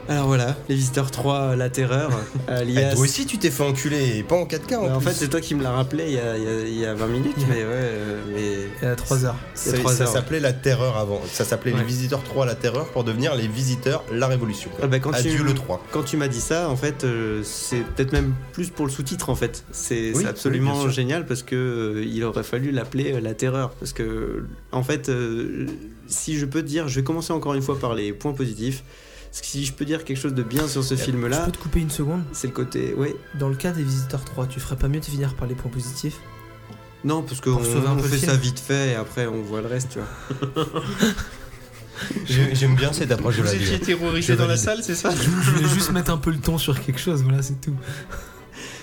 S3: Alors voilà, les visiteurs 3, la terreur,
S2: Eh,
S3: alias.
S2: Toi aussi, tu t'es fait enculer, et pas en 4K en
S3: Bah, en
S2: plus.
S3: fait, c'est toi qui me l'as rappelé il y, a, il y a- il y a 20 minutes, mais ouais, euh, mais
S1: Et à 3 heures.
S2: Ça,
S3: C'est trois
S2: ça
S3: heures.
S2: s'appelait la terreur avant. Ça s'appelait
S3: Ouais.
S2: les visiteurs 3 la terreur pour devenir les visiteurs la révolution.
S3: Ah bah, quand
S2: Adieu
S3: tu-
S2: le 3.
S3: Quand tu m'as dit ça, en fait, euh, c'est peut-être même plus pour le sous-titre, en fait. C'est
S2: Oui,
S3: c'est
S2: oui,
S3: absolument
S2: bien sûr.
S3: génial parce que euh, il aurait fallu l'appeler euh, la terreur. Parce que, en fait, euh, si je peux te dire, je vais commencer encore une fois par les points positifs. Parce que si je peux dire quelque chose de bien sur ce
S1: Eh, Je
S3: film-là,
S1: peux te couper une seconde
S3: c'est le côté. Ouais.
S1: Dans le cas des Visiteurs 3, tu ferais pas mieux de finir par les points positifs
S3: Non, parce qu'on
S1: Pour sauver un
S3: on
S1: peu le
S3: fait
S1: film.
S3: ça vite fait et après on voit le reste, tu vois.
S2: J'ai- J'aime bien cette approche de
S4: Vous
S2: la
S4: étiez
S2: vie.
S4: terrorisé dans la
S2: valide.
S4: salle, c'est ça
S1: Je voulais juste mettre un peu le ton sur quelque chose, voilà, c'est tout.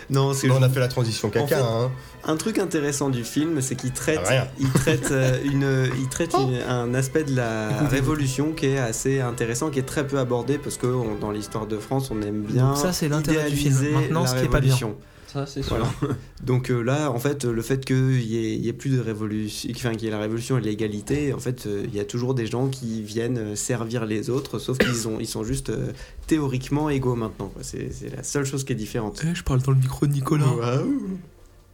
S3: Non, c'est
S2: Bon, on a fait la transition caca,
S3: En fait-
S2: hein.
S3: Un truc intéressant du film, c'est qu'il
S1: Ah
S3: traite,
S2: Rien.
S3: il traite, euh, une, il traite une- un aspect de la
S1: Écoutez.
S3: révolution qui est assez intéressant, qui est très peu abordé parce que on- dans l'histoire de France, on aime bien.
S1: Donc ça, c'est l'intérêt du film.
S3: idéaliser
S1: Maintenant,
S3: la
S1: ce qui est pas bien.
S3: révolution.
S4: Ça, c'est
S3: Voilà. Donc euh, là, en fait, euh, le fait qu'il y, ait- il y ait plus de révolution, enfin qu'il y ait la révolution et l'égalité, en fait, euh, il y a toujours des gens qui viennent euh, servir les autres, sauf qu'ils ont, ils sont juste euh, théoriquement égaux maintenant. quoi. C'est c'est la seule chose qui est différente.
S1: Eh, je parle dans le micro de Nicolas.
S3: Waouh.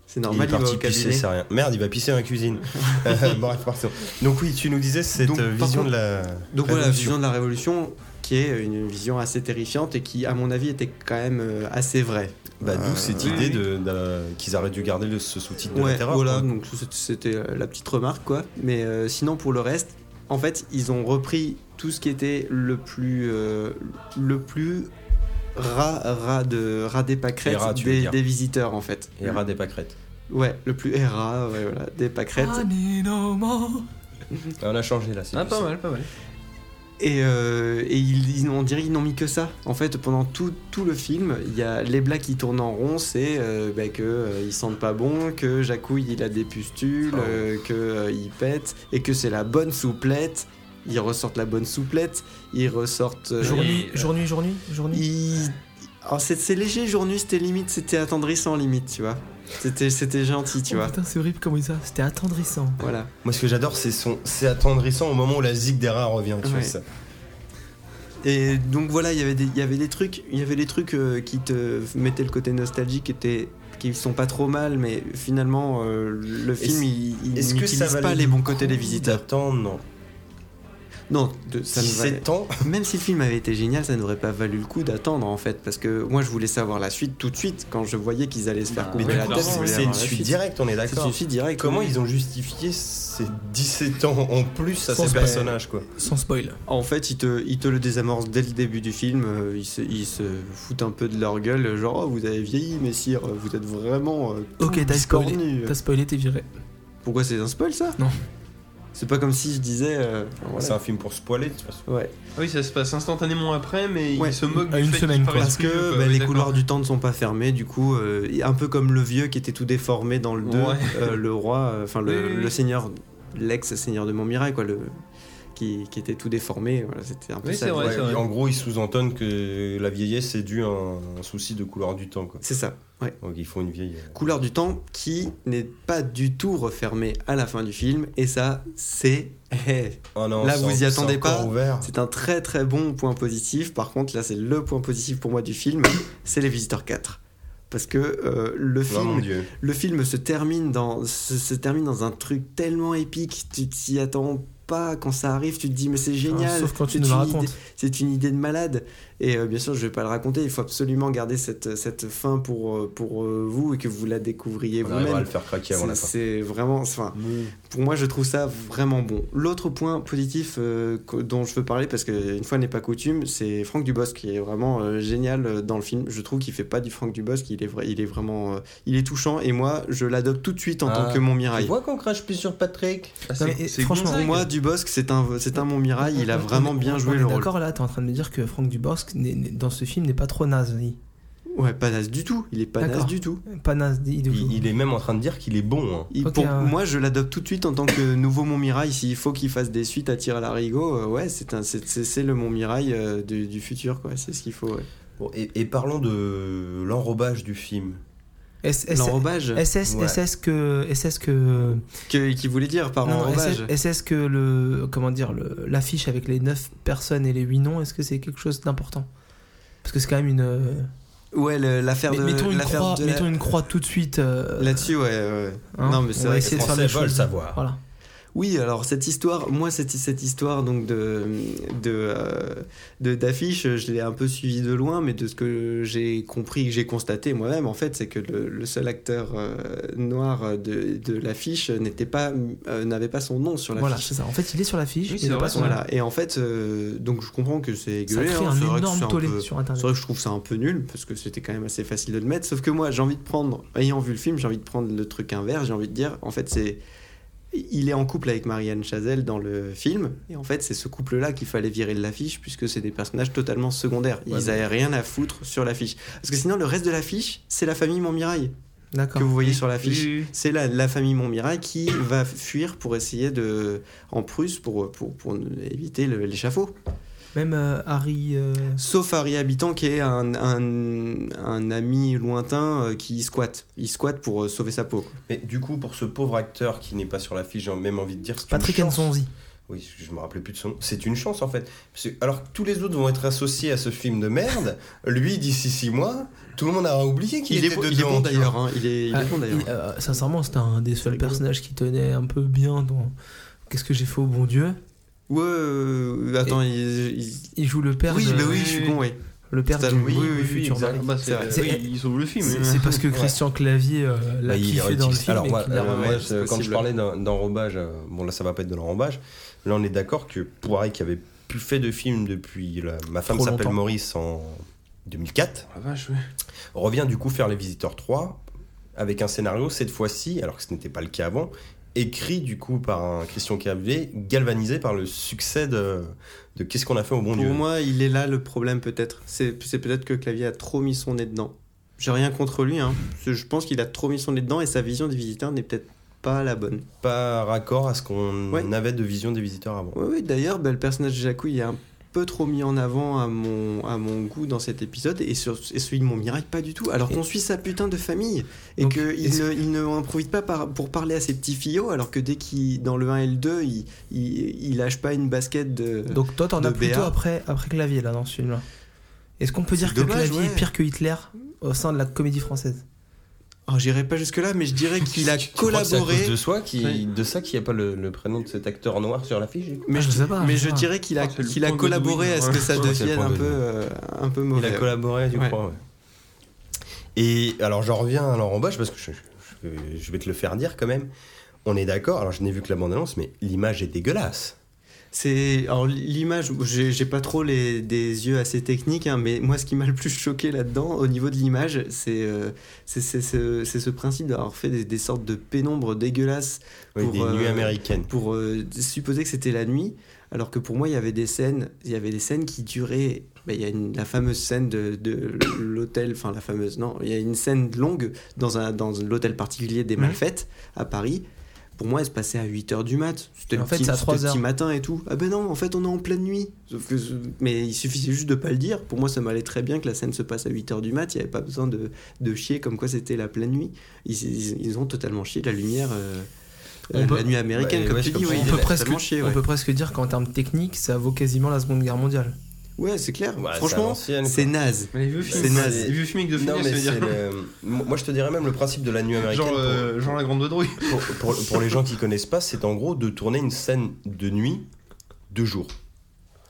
S3: C'est
S2: Il est
S3: normal, il, va
S2: parti
S3: au
S2: pisser,
S3: cabinet.
S2: c'est rien. Merde, il va pisser dans la cuisine. Euh, bon, bref, partons. Donc oui, tu nous disais cette
S3: Donc,
S2: euh,
S3: par
S2: vision
S3: contre-
S2: de la.
S3: Donc voilà, la
S2: révolution.
S3: vision de la révolution qui est une vision assez terrifiante et qui, à mon avis, était quand même euh, assez vraie.
S2: Bah,
S3: Euh,
S2: d'où cette
S4: oui,
S2: idée
S4: oui.
S2: de, de- qu'ils auraient dû garder le- ce sous-titre de
S3: Ouais,
S2: la terreur.
S3: voilà,
S2: quoi.
S3: donc c'était- c'était euh, la petite remarque, quoi. Mais euh, sinon, pour le reste, en fait, ils ont repris tout ce qui était le plus. euh, le plus. Rat, rat, de, rat des pâquerettes
S2: Les rats, tu veux
S3: des,
S2: dire.
S3: des visiteurs en fait.
S2: Et ras des pâquerettes.
S3: Ouais, le plus et rat, ouais, voilà, des pâquerettes.
S1: Ah, mais non, man.
S3: Mm.
S2: Ah, on a changé là. c'est
S4: Ah,
S2: plus
S4: pas
S2: ça.
S4: mal, pas mal.
S3: Et, euh, et ils, ils- on dirait qu'ils n'ont mis que ça. En fait, pendant tout, tout le film, il y a les blagues qui tournent en rond, c'est euh, bah, que euh, ils sentent pas bon, que Jacouille il a des pustules,
S2: Ah ouais.
S3: euh, que euh, il pète, et que c'est la bonne souplette. Ils ressortent la bonne souplette, ils ressortent. euh,
S1: Journée,
S4: euh,
S1: journée, journée, journée.
S3: ils- Alors, c'est c'est léger, journée, c'était limite, c'était attendrissant limite, tu vois. C'était c'était gentil, tu
S1: Oh,
S3: vois.
S1: Putain, c'est horrible comment ils ça. C'était attendrissant.
S3: Voilà.
S2: Moi, ce que j'adore, c'est son, c'est attendrissant au moment où la zig des rats revient. Tu vois
S3: Ouais.
S2: ça.
S3: Et donc voilà, il y avait des, il y avait des trucs, il y avait des trucs euh, qui te mettaient le côté nostalgique, qui étaient qui sont pas trop mal, mais finalement euh, le film
S2: Est-ce-
S3: il, il
S2: Est-ce que ça
S3: n'utilise
S2: va
S3: pas les bons côtés des visiteurs.
S2: Attends, non.
S3: Non, de- ça
S2: si
S3: ne valait-
S2: c'est temps,
S3: même si le film avait été génial, ça n'aurait pas valu le coup d'attendre en fait, parce que moi je voulais savoir la suite tout de suite quand je voyais qu'ils allaient se faire
S4: Bah,
S3: couper
S2: mais du
S4: Ouais,
S3: la
S2: coup,
S3: tête.
S4: clairement,
S3: je
S2: c'est-
S3: voulais
S2: c'est
S3: avoir
S2: une
S3: la
S2: suite
S3: suite.
S2: directe, on est
S3: C'est
S2: d'accord.
S3: une suite directe.
S2: Comment
S3: oui.
S2: ils ont justifié ces 17 ans en plus à
S1: Sans
S2: ces
S1: spoil.
S2: personnages quoi
S1: Sans spoil.
S3: En fait, ils te, ils te le désamorcent dès le début du film. euh, Ils se, ils se foutent un peu de leur gueule, genre oh, vous avez vieilli, messire, euh, vous êtes vraiment. euh,
S1: Ok,
S3: tout
S1: t'as spoilé.
S3: biscornu.
S1: T'as spoilé, t'es viré.
S3: Pourquoi c'est un spoil ça
S1: Non.
S3: C'est pas comme si je disais. euh, voilà.
S2: C'est un film pour spoiler de toute façon.
S3: Ouais.
S4: Ah oui, ça se passe instantanément après, mais
S3: Ouais,
S4: ils se moquent
S1: à
S4: du
S1: une
S4: fait
S1: semaine,
S4: qu'ils
S1: quoi.
S3: Parce
S4: paraissent plus vieux,
S3: que
S4: quoi.
S3: bah,
S4: Ouais,
S3: les
S4: d'accord.
S3: couloirs du temps ne sont pas fermés, du coup, euh, un peu comme le vieux qui était tout déformé dans le 2,
S4: Ouais.
S3: euh, le roi, euh, enfin le,
S4: Oui, oui, oui.
S3: le seigneur, l'ex-seigneur de Montmirail, quoi, le, qui qui, qui était tout déformé. Voilà, c'était un peu
S4: Oui,
S3: ça.
S4: c'est vrai.
S2: Ouais, en gros, ils sous-entendent que la vieillesse est due à un, un souci de couleur du temps. Quoi.
S3: C'est ça. Ouais.
S2: Donc ils font une vieille. euh,
S3: Couleur du temps qui n'est pas du tout refermée à la fin du film. Et ça, c'est. eh,
S2: Ah non,
S3: Là,
S2: c'est
S3: vous
S2: en-
S3: y
S2: c'est
S3: attendez
S2: encore
S3: pas.
S2: Ouvert.
S3: C'est un très très bon point positif. Par contre, là, c'est le point positif pour moi du film, c'est Les Visiteurs 4. Parce que euh, le,
S2: Oh mon
S3: film,
S2: dieu.
S3: le film se termine, dans, se, se termine dans un truc tellement épique, tu t'y attends pas quand ça arrive, tu te dis mais c'est génial.
S1: Sauf quand tu
S3: c'est
S1: nous le
S3: une
S1: racontes.
S3: idée- C'est une idée de malade. Et euh, bien sûr, je vais pas le raconter, il faut absolument garder cette, cette fin pour, euh, pour euh, vous et que vous la découvriez
S2: On arrivera à
S3: vous-même.
S2: le faire craquer avant
S3: C'est
S2: la fin.
S3: c'est vraiment... Enfin, pour moi, je trouve ça vraiment bon. L'autre point positif euh, que- dont je veux parler, parce qu'une fois n'est pas coutume, c'est Franck Dubosc, qui est vraiment euh, génial euh, dans le film. Je trouve qu'il fait pas du Franck Dubosc, il est, vrai, il est vraiment... euh, il est touchant, et moi, je l'adopte tout de suite en
S2: Ah.
S3: tant que mon Mirail.
S2: vois qu'on crache plus sur Patrick
S4: Ah,
S1: Non, mais, franchement,
S3: Pour
S4: Gonzague.
S3: moi, Dubosc, c'est un, c'est un mon Mirail, il a
S1: On- on-
S3: vraiment
S1: on-
S3: bien
S1: on
S3: joué
S1: est
S3: le rôle.
S1: D'accord, là, t'es en train de me dire que Franck Dubosc n'est- n'est- dans ce film n'est pas trop naze. oui.
S3: Ouais, pas naze du tout, il est pas naze
S1: D'accord.
S3: du tout.
S1: Pas naze, dit du tout.
S2: il, il est même en train de dire qu'il est bon. hein.
S3: Il-
S1: Ok,
S3: pour
S1: ouais.
S3: moi, je l'adopte tout de suite en tant que nouveau Montmirail. S'il faut qu'il fasse des suites à tir à l'arigot, euh, ouais, c'est un- c'est- c'est- c'est le Montmirail euh, du, du futur, quoi. C'est ce qu'il faut. ouais.
S2: Bon, et, et parlons de l'enrobage du film.
S1: S- S-
S3: L'enrobage,
S1: SS,
S2: Ouais.
S1: SS que, SS que,
S3: que- qui voulait dire par
S1: non,
S3: enrobage.
S1: SS, SS que le, comment dire, le- l'affiche avec les 9 personnes et les 8 noms, est-ce que c'est quelque chose d'important Parce que c'est quand même une, euh,
S3: Ouais, le- l'affaire
S1: mais-
S3: de
S1: mettons une
S3: l'affaire
S1: croix,
S3: de la-
S1: mettons une croix tout de suite. euh,
S3: Là-dessus, ouais. ouais.
S1: hein,
S3: non, mais
S1: on
S3: c'est
S1: va
S3: vrai. que-
S1: essayer de faire
S2: Français
S1: des
S2: veulent
S1: choses.
S2: savoir.
S1: Voilà.
S3: Oui, alors cette histoire, moi cette, cette histoire donc de de euh, de- d'affiche, je l'ai un peu suivie de loin, mais de ce que j'ai compris, que j'ai constaté moi-même en fait, c'est que le, le seul acteur euh, noir de, de l'affiche n'était pas euh, n'avait pas son nom sur
S1: Voilà,
S3: l'affiche.
S1: c'est ça. En fait, il est sur l'affiche.
S4: Oui,
S1: mais
S4: c'est
S1: il a
S4: vrai,
S1: pas son nom.
S3: Voilà. Et en fait, euh, donc je comprends que c'est
S1: Ça
S3: gueulé.
S1: crée
S3: hein,
S1: un
S3: c'est vrai que c'est
S1: énorme tollé
S3: peu-
S1: sur
S4: Ah
S3: c'est
S1: Internet.
S3: vrai que je trouve ça un peu nul parce que c'était quand même assez facile de le mettre. Sauf que moi, j'ai envie de prendre, ayant vu le film, j'ai envie de prendre le truc inverse. J'ai envie de dire, en fait, c'est. Il est en couple avec Marianne Chazelle dans le film. Et en fait, c'est ce couple-là qu'il fallait virer de l'affiche puisque c'est des personnages totalement secondaires. Ils
S2: Ouais, mais-
S3: avaient rien à foutre sur l'affiche. Parce que sinon, le reste de l'affiche, c'est la famille Montmirail que
S1: D'accord.
S3: vous voyez
S4: Oui,
S3: sur l'affiche.
S4: oui, oui.
S3: C'est la, la famille Montmirail qui va fuir pour essayer de. en Prusse pour, pour, pour éviter le- l'échafaud.
S1: Même euh, Harry. euh,
S3: Sauf Harry Habitant qui est un, un, un ami lointain euh, qui squatte. Il squatte pour euh, sauver sa peau. quoi.
S2: Mais du coup, pour ce pauvre acteur qui n'est pas sur l'affiche, j'ai même envie de dire c'est une
S1: Patrick
S2: chance.
S1: Enzonzi.
S2: Oui, je me rappelais plus de son nom. C'est une chance en fait. Parce que- alors que tous les autres vont être associés à ce film de merde, lui d'ici six mois, tout le monde aura oublié qu'il
S3: Il,
S2: était
S3: est, bon- il est
S2: dedans.
S3: bon
S2: tu vois.
S3: d'ailleurs. hein. Il est, il est
S1: Ah,
S3: bon d'ailleurs.
S1: il- euh, sincèrement, c'était un des seuls
S3: rigolo.
S1: personnages qui tenait un peu bien dans Qu'est-ce que j'ai fait au bon Dieu
S3: Ouais, euh, attends, il, il-
S1: Il joue le père
S3: Oui,
S1: de,
S3: bah oui, je suis con, ouais.
S1: le père
S3: Totalement.
S1: du
S3: Oui, oui,
S1: du
S3: oui,
S1: futur
S4: exact.
S1: mari.
S4: Bah,
S3: C'est vrai.
S4: c'est-
S1: C'est-
S4: oui, ils sauvent le film. hein.
S1: C'est
S4: mais-
S1: c'est parce que Christian Clavier euh, l'a
S2: Bah, il
S1: kiffé
S2: est
S1: dans le
S2: réutilisé.
S1: film.
S2: Alors
S1: et
S2: moi,
S1: qu'il l'a
S2: euh,
S1: remis.
S2: moi,
S3: c'est
S2: je- quand je
S3: possible.
S2: parlais d'un- d'enrobage, euh, bon là ça va pas être de l'enrobage, là on est d'accord que Poiré qui avait plus fait de film depuis la- Ma femme
S1: Trop
S2: s'appelle
S1: longtemps.
S2: Maurice en 2004,
S4: Ah, vache, ouais.
S2: revient du coup faire Les Visiteurs 3 avec un scénario cette fois-ci, alors que ce n'était pas le cas avant, écrit du coup par un Christian Cavier, galvanisé par le succès de, de Qu'est-ce qu'on a fait au bon
S3: Pour
S2: Dieu
S3: moi, il est là le problème peut-être. C'est c'est peut-être que Clavier a trop mis son nez dedans. J'ai rien contre lui. Hein. Parce que Je pense qu'il a trop mis son nez dedans et sa vision des visiteurs n'est peut-être pas la bonne.
S2: Pas raccord à ce qu'on
S3: Ouais.
S2: avait de vision des visiteurs avant.
S3: Oui, oui d'ailleurs, bah, le personnage de Jakku, il est un peu trop mis en avant à mon, à mon goût dans cet épisode et, sur, et celui de mon miracle pas du tout alors qu'on suit sa putain de famille et
S1: Donc,
S3: qu'il
S1: est-ce-
S3: ne, il ne en profite pas par- pour parler à ses petits fillots alors que dès qu'il dans le 1 et le 2 il, il, il lâche pas une basket de
S1: Donc toi, t'en
S3: de
S1: as plutôt
S3: BA.
S1: après, après Clavier là dans ce film-là. Est-ce qu'on peut
S3: C'est
S1: dire que
S3: dommage,
S1: Clavier
S3: ouais.
S1: est pire que Hitler au sein de la comédie française
S3: oh, j'irai pas jusque là mais je dirais qu'il a
S2: Tu crois que c'est à cause
S3: collaboré
S2: de soi qui
S4: Oui.
S2: de ça qu'il n'y a pas le, le prénom de cet acteur noir sur l'affiche du coup
S3: mais
S1: Ah,
S3: je,
S1: je sais pas,
S3: mais
S1: je sais
S3: je
S1: pas.
S3: dirais qu'il a,
S4: Ah, c'est le
S3: qu'il a
S4: point de
S3: collaboré
S4: Louis,
S3: à ce
S4: ouais.
S3: que ça
S2: Ouais, c'est le
S3: devienne
S2: point
S3: un
S2: de
S3: peu,
S2: Louis.
S3: euh, un peu
S2: Il
S3: mauvais.
S2: a collaboré, tu
S3: Ouais.
S2: crois ouais. Et alors j'en reviens à Laurent Bosch parce que je, je- je vais te le faire dire quand même. On est d'accord, alors je n'ai vu que la bande-annonce, mais l'image est dégueulasse.
S3: C'est alors l'image, j'ai j'ai pas trop les, des yeux assez techniques, hein, mais moi ce qui m'a le plus choqué là-dedans, au niveau de l'image, c'est euh, c'est c'est ce, c'est ce principe d'avoir fait des, des sortes de pénombres dégueulasses
S2: Oui,
S3: Pour,
S2: des
S3: euh,
S2: nuits américaines.
S3: pour euh, supposer que c'était la nuit, alors que pour moi il y avait des scènes, il y avait des scènes qui duraient. bah, Il y a une- la fameuse scène de, de l'hôtel, enfin la fameuse non, il y a une scène longue dans un dans l'hôtel particulier des
S1: Mhm.
S3: Malfaites à Paris. pour moi, elle se passait à 8h du mat.
S1: Et
S3: C'était le
S1: en fait,
S3: petit,
S1: c'est à
S3: c'était
S1: 3
S3: le petit
S1: heures.
S3: matin et tout. Ah ben non, en fait, on est en pleine nuit. Sauf que, ce- mais il suffisait juste de pas le dire. Pour moi, ça m'allait très bien que la scène se passe à 8h du mat. Il n'y avait pas besoin de, de chier comme quoi c'était la pleine nuit. Ils, ils- ils ont totalement chié la lumière. euh,
S1: On
S3: euh,
S1: peut-
S3: la nuit américaine,
S2: Bah,
S3: comme
S2: ouais,
S3: tu
S2: je
S3: dis,
S2: comprends.
S3: ouais,
S1: on,
S3: ils
S1: peut
S3: l'ont
S1: presque,
S3: totalement chié,
S1: on
S3: ouais.
S1: peut presque dire qu'en termes techniques, ça vaut quasiment la Seconde Guerre mondiale.
S3: Ouais, c'est clair.
S2: Ouais, c'est à
S3: Franchement,
S2: l'ancienne,
S3: c'est
S2: quoi.
S3: naze.
S4: Mais les vieux
S3: C'est
S4: films, c'est
S3: naze.
S4: Les vieux films de
S2: Non,
S4: finesse,
S2: mais
S4: je veux
S2: c'est
S4: dire.
S2: le- Moi, je te dirais même le principe de la nuit américaine.
S4: Genre,
S2: pour-
S4: euh, genre la grande vadrouille.
S2: pour, pour- pour les gens qui connaissent pas, c'est en gros de tourner une scène de nuit de jour.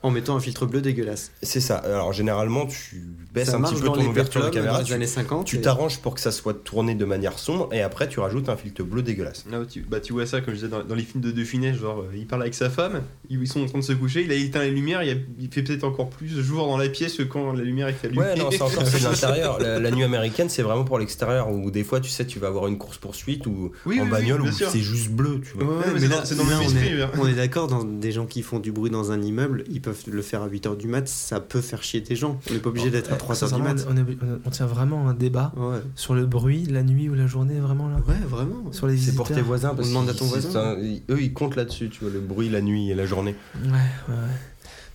S3: En mettant un filtre bleu dégueulasse.
S2: C'est ça. Alors généralement, tu baisses
S3: ça
S2: un petit
S3: marche
S2: peu
S3: dans les
S2: ton ouverture de
S3: clubs
S2: caméra.
S3: dans les
S2: Tu,
S3: années 50.
S2: tu
S3: et-
S2: t'arranges pour que ça soit tourné de manière sombre et après tu rajoutes un filtre bleu dégueulasse.
S4: Là, tu, bah, tu vois ça, comme je disais dans, dans les films de De Funès, genre euh, il parle avec sa femme, ils, ils sont en train de se coucher, il a éteint les lumières, il, a- il fait peut-être encore plus jour dans la pièce que quand la lumière est allumée.
S2: Ouais, non, c'est encore c'est de l'intérieur. La, la nuit américaine, c'est vraiment pour l'extérieur où des fois, tu sais, tu vas avoir une course poursuite ou
S4: Oui,
S2: en
S4: oui, oui,
S2: bagnole
S4: bien
S2: où
S4: sûr.
S2: c'est juste bleu, tu
S3: Ouais,
S2: vois.
S3: ouais,
S4: mais
S3: mais
S4: c'est
S3: là-
S4: dans- c'est dans le
S3: là,
S4: même
S3: on
S4: esprit,
S3: est-
S4: ouais.
S3: On est d'accord, dans des gens qui font du bruit dans un immeuble, ils peuvent le faire à 8h du mat, ça peut faire chier des gens. On n'est
S2: Oh,
S3: pas obligé d'être à 3h du
S1: Sincèrement,
S3: mat.
S1: Eh, on, est- on est- on tient vraiment un débat
S3: Ouais.
S1: sur le bruit, la nuit ou la journée, vraiment là.
S3: ouais, vraiment.
S1: Sur les
S2: C'est pour tes
S1: visiteurs.
S2: voisins. Parce
S3: On demande
S2: qu'ils-
S3: à ton voisin.
S2: c'est un- ils- eux, ils comptent là-dessus, tu vois, le bruit, la nuit et la journée.
S1: Ouais, ouais, ouais.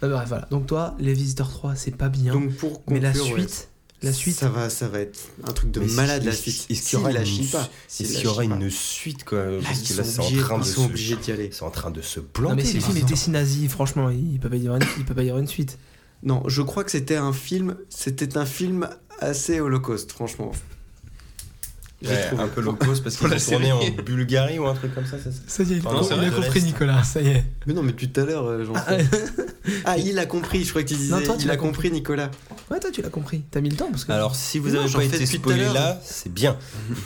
S1: Bah, bref, voilà. Donc toi, les visiteurs 3, c'est pas bien.
S3: Donc pour
S1: mais la
S3: conclure, ouais,
S1: suite, la suite.
S3: ça va, ça va être un truc de
S2: Mais
S3: malade
S2: si-
S3: la
S2: si-
S3: suite.
S2: est-ce qu'il y
S3: S'ils
S2: aura
S3: la
S2: une-
S3: chient pas, s'ils
S2: Est-ce
S3: la
S2: qu'il y aura
S3: chient pas.
S2: une suite, quoi
S3: Là,
S2: Parce que
S3: ils
S2: là,
S3: sont
S2: c'est en
S3: obligés-
S2: train de
S3: ils sont
S2: se.
S3: obligés d'y aller.
S2: C'est en train de se
S1: Non, mais
S2: planter.
S1: si le
S2: les
S1: film
S2: gens.
S1: était si nazi, franchement, il peut pas y avoir une, il peut pas y avoir une suite.
S3: Non, je crois que c'était un film, c'était un film assez holocauste, franchement. J'ai
S2: Ouais,
S3: trouvé.
S2: un peu low cost parce
S4: Pour
S2: qu'ils
S4: la
S2: ont tourné en
S4: série.
S2: Bulgarie ou un truc comme ça, c'est ça
S1: Ça y est, il
S2: Pardon,
S4: c'est vrai,
S1: a
S2: de
S1: compris
S2: l'Est.
S1: Nicolas, ça y est.
S3: Mais non, mais depuis tout à l'heure, euh,
S1: Ah,
S3: Jean-François. Ah, il a compris, je crois que tu disais.
S1: Non, toi, tu
S3: il a
S1: l'as
S3: compris, Nicolas.
S1: ouais, toi tu l'as compris, t'as mis le temps parce que.
S2: Alors si vous
S3: Non,
S2: avez
S3: j'en
S2: pas
S3: fais
S2: été
S3: depuis tout à
S2: spoilé
S3: l'heure.
S2: là, c'est bien.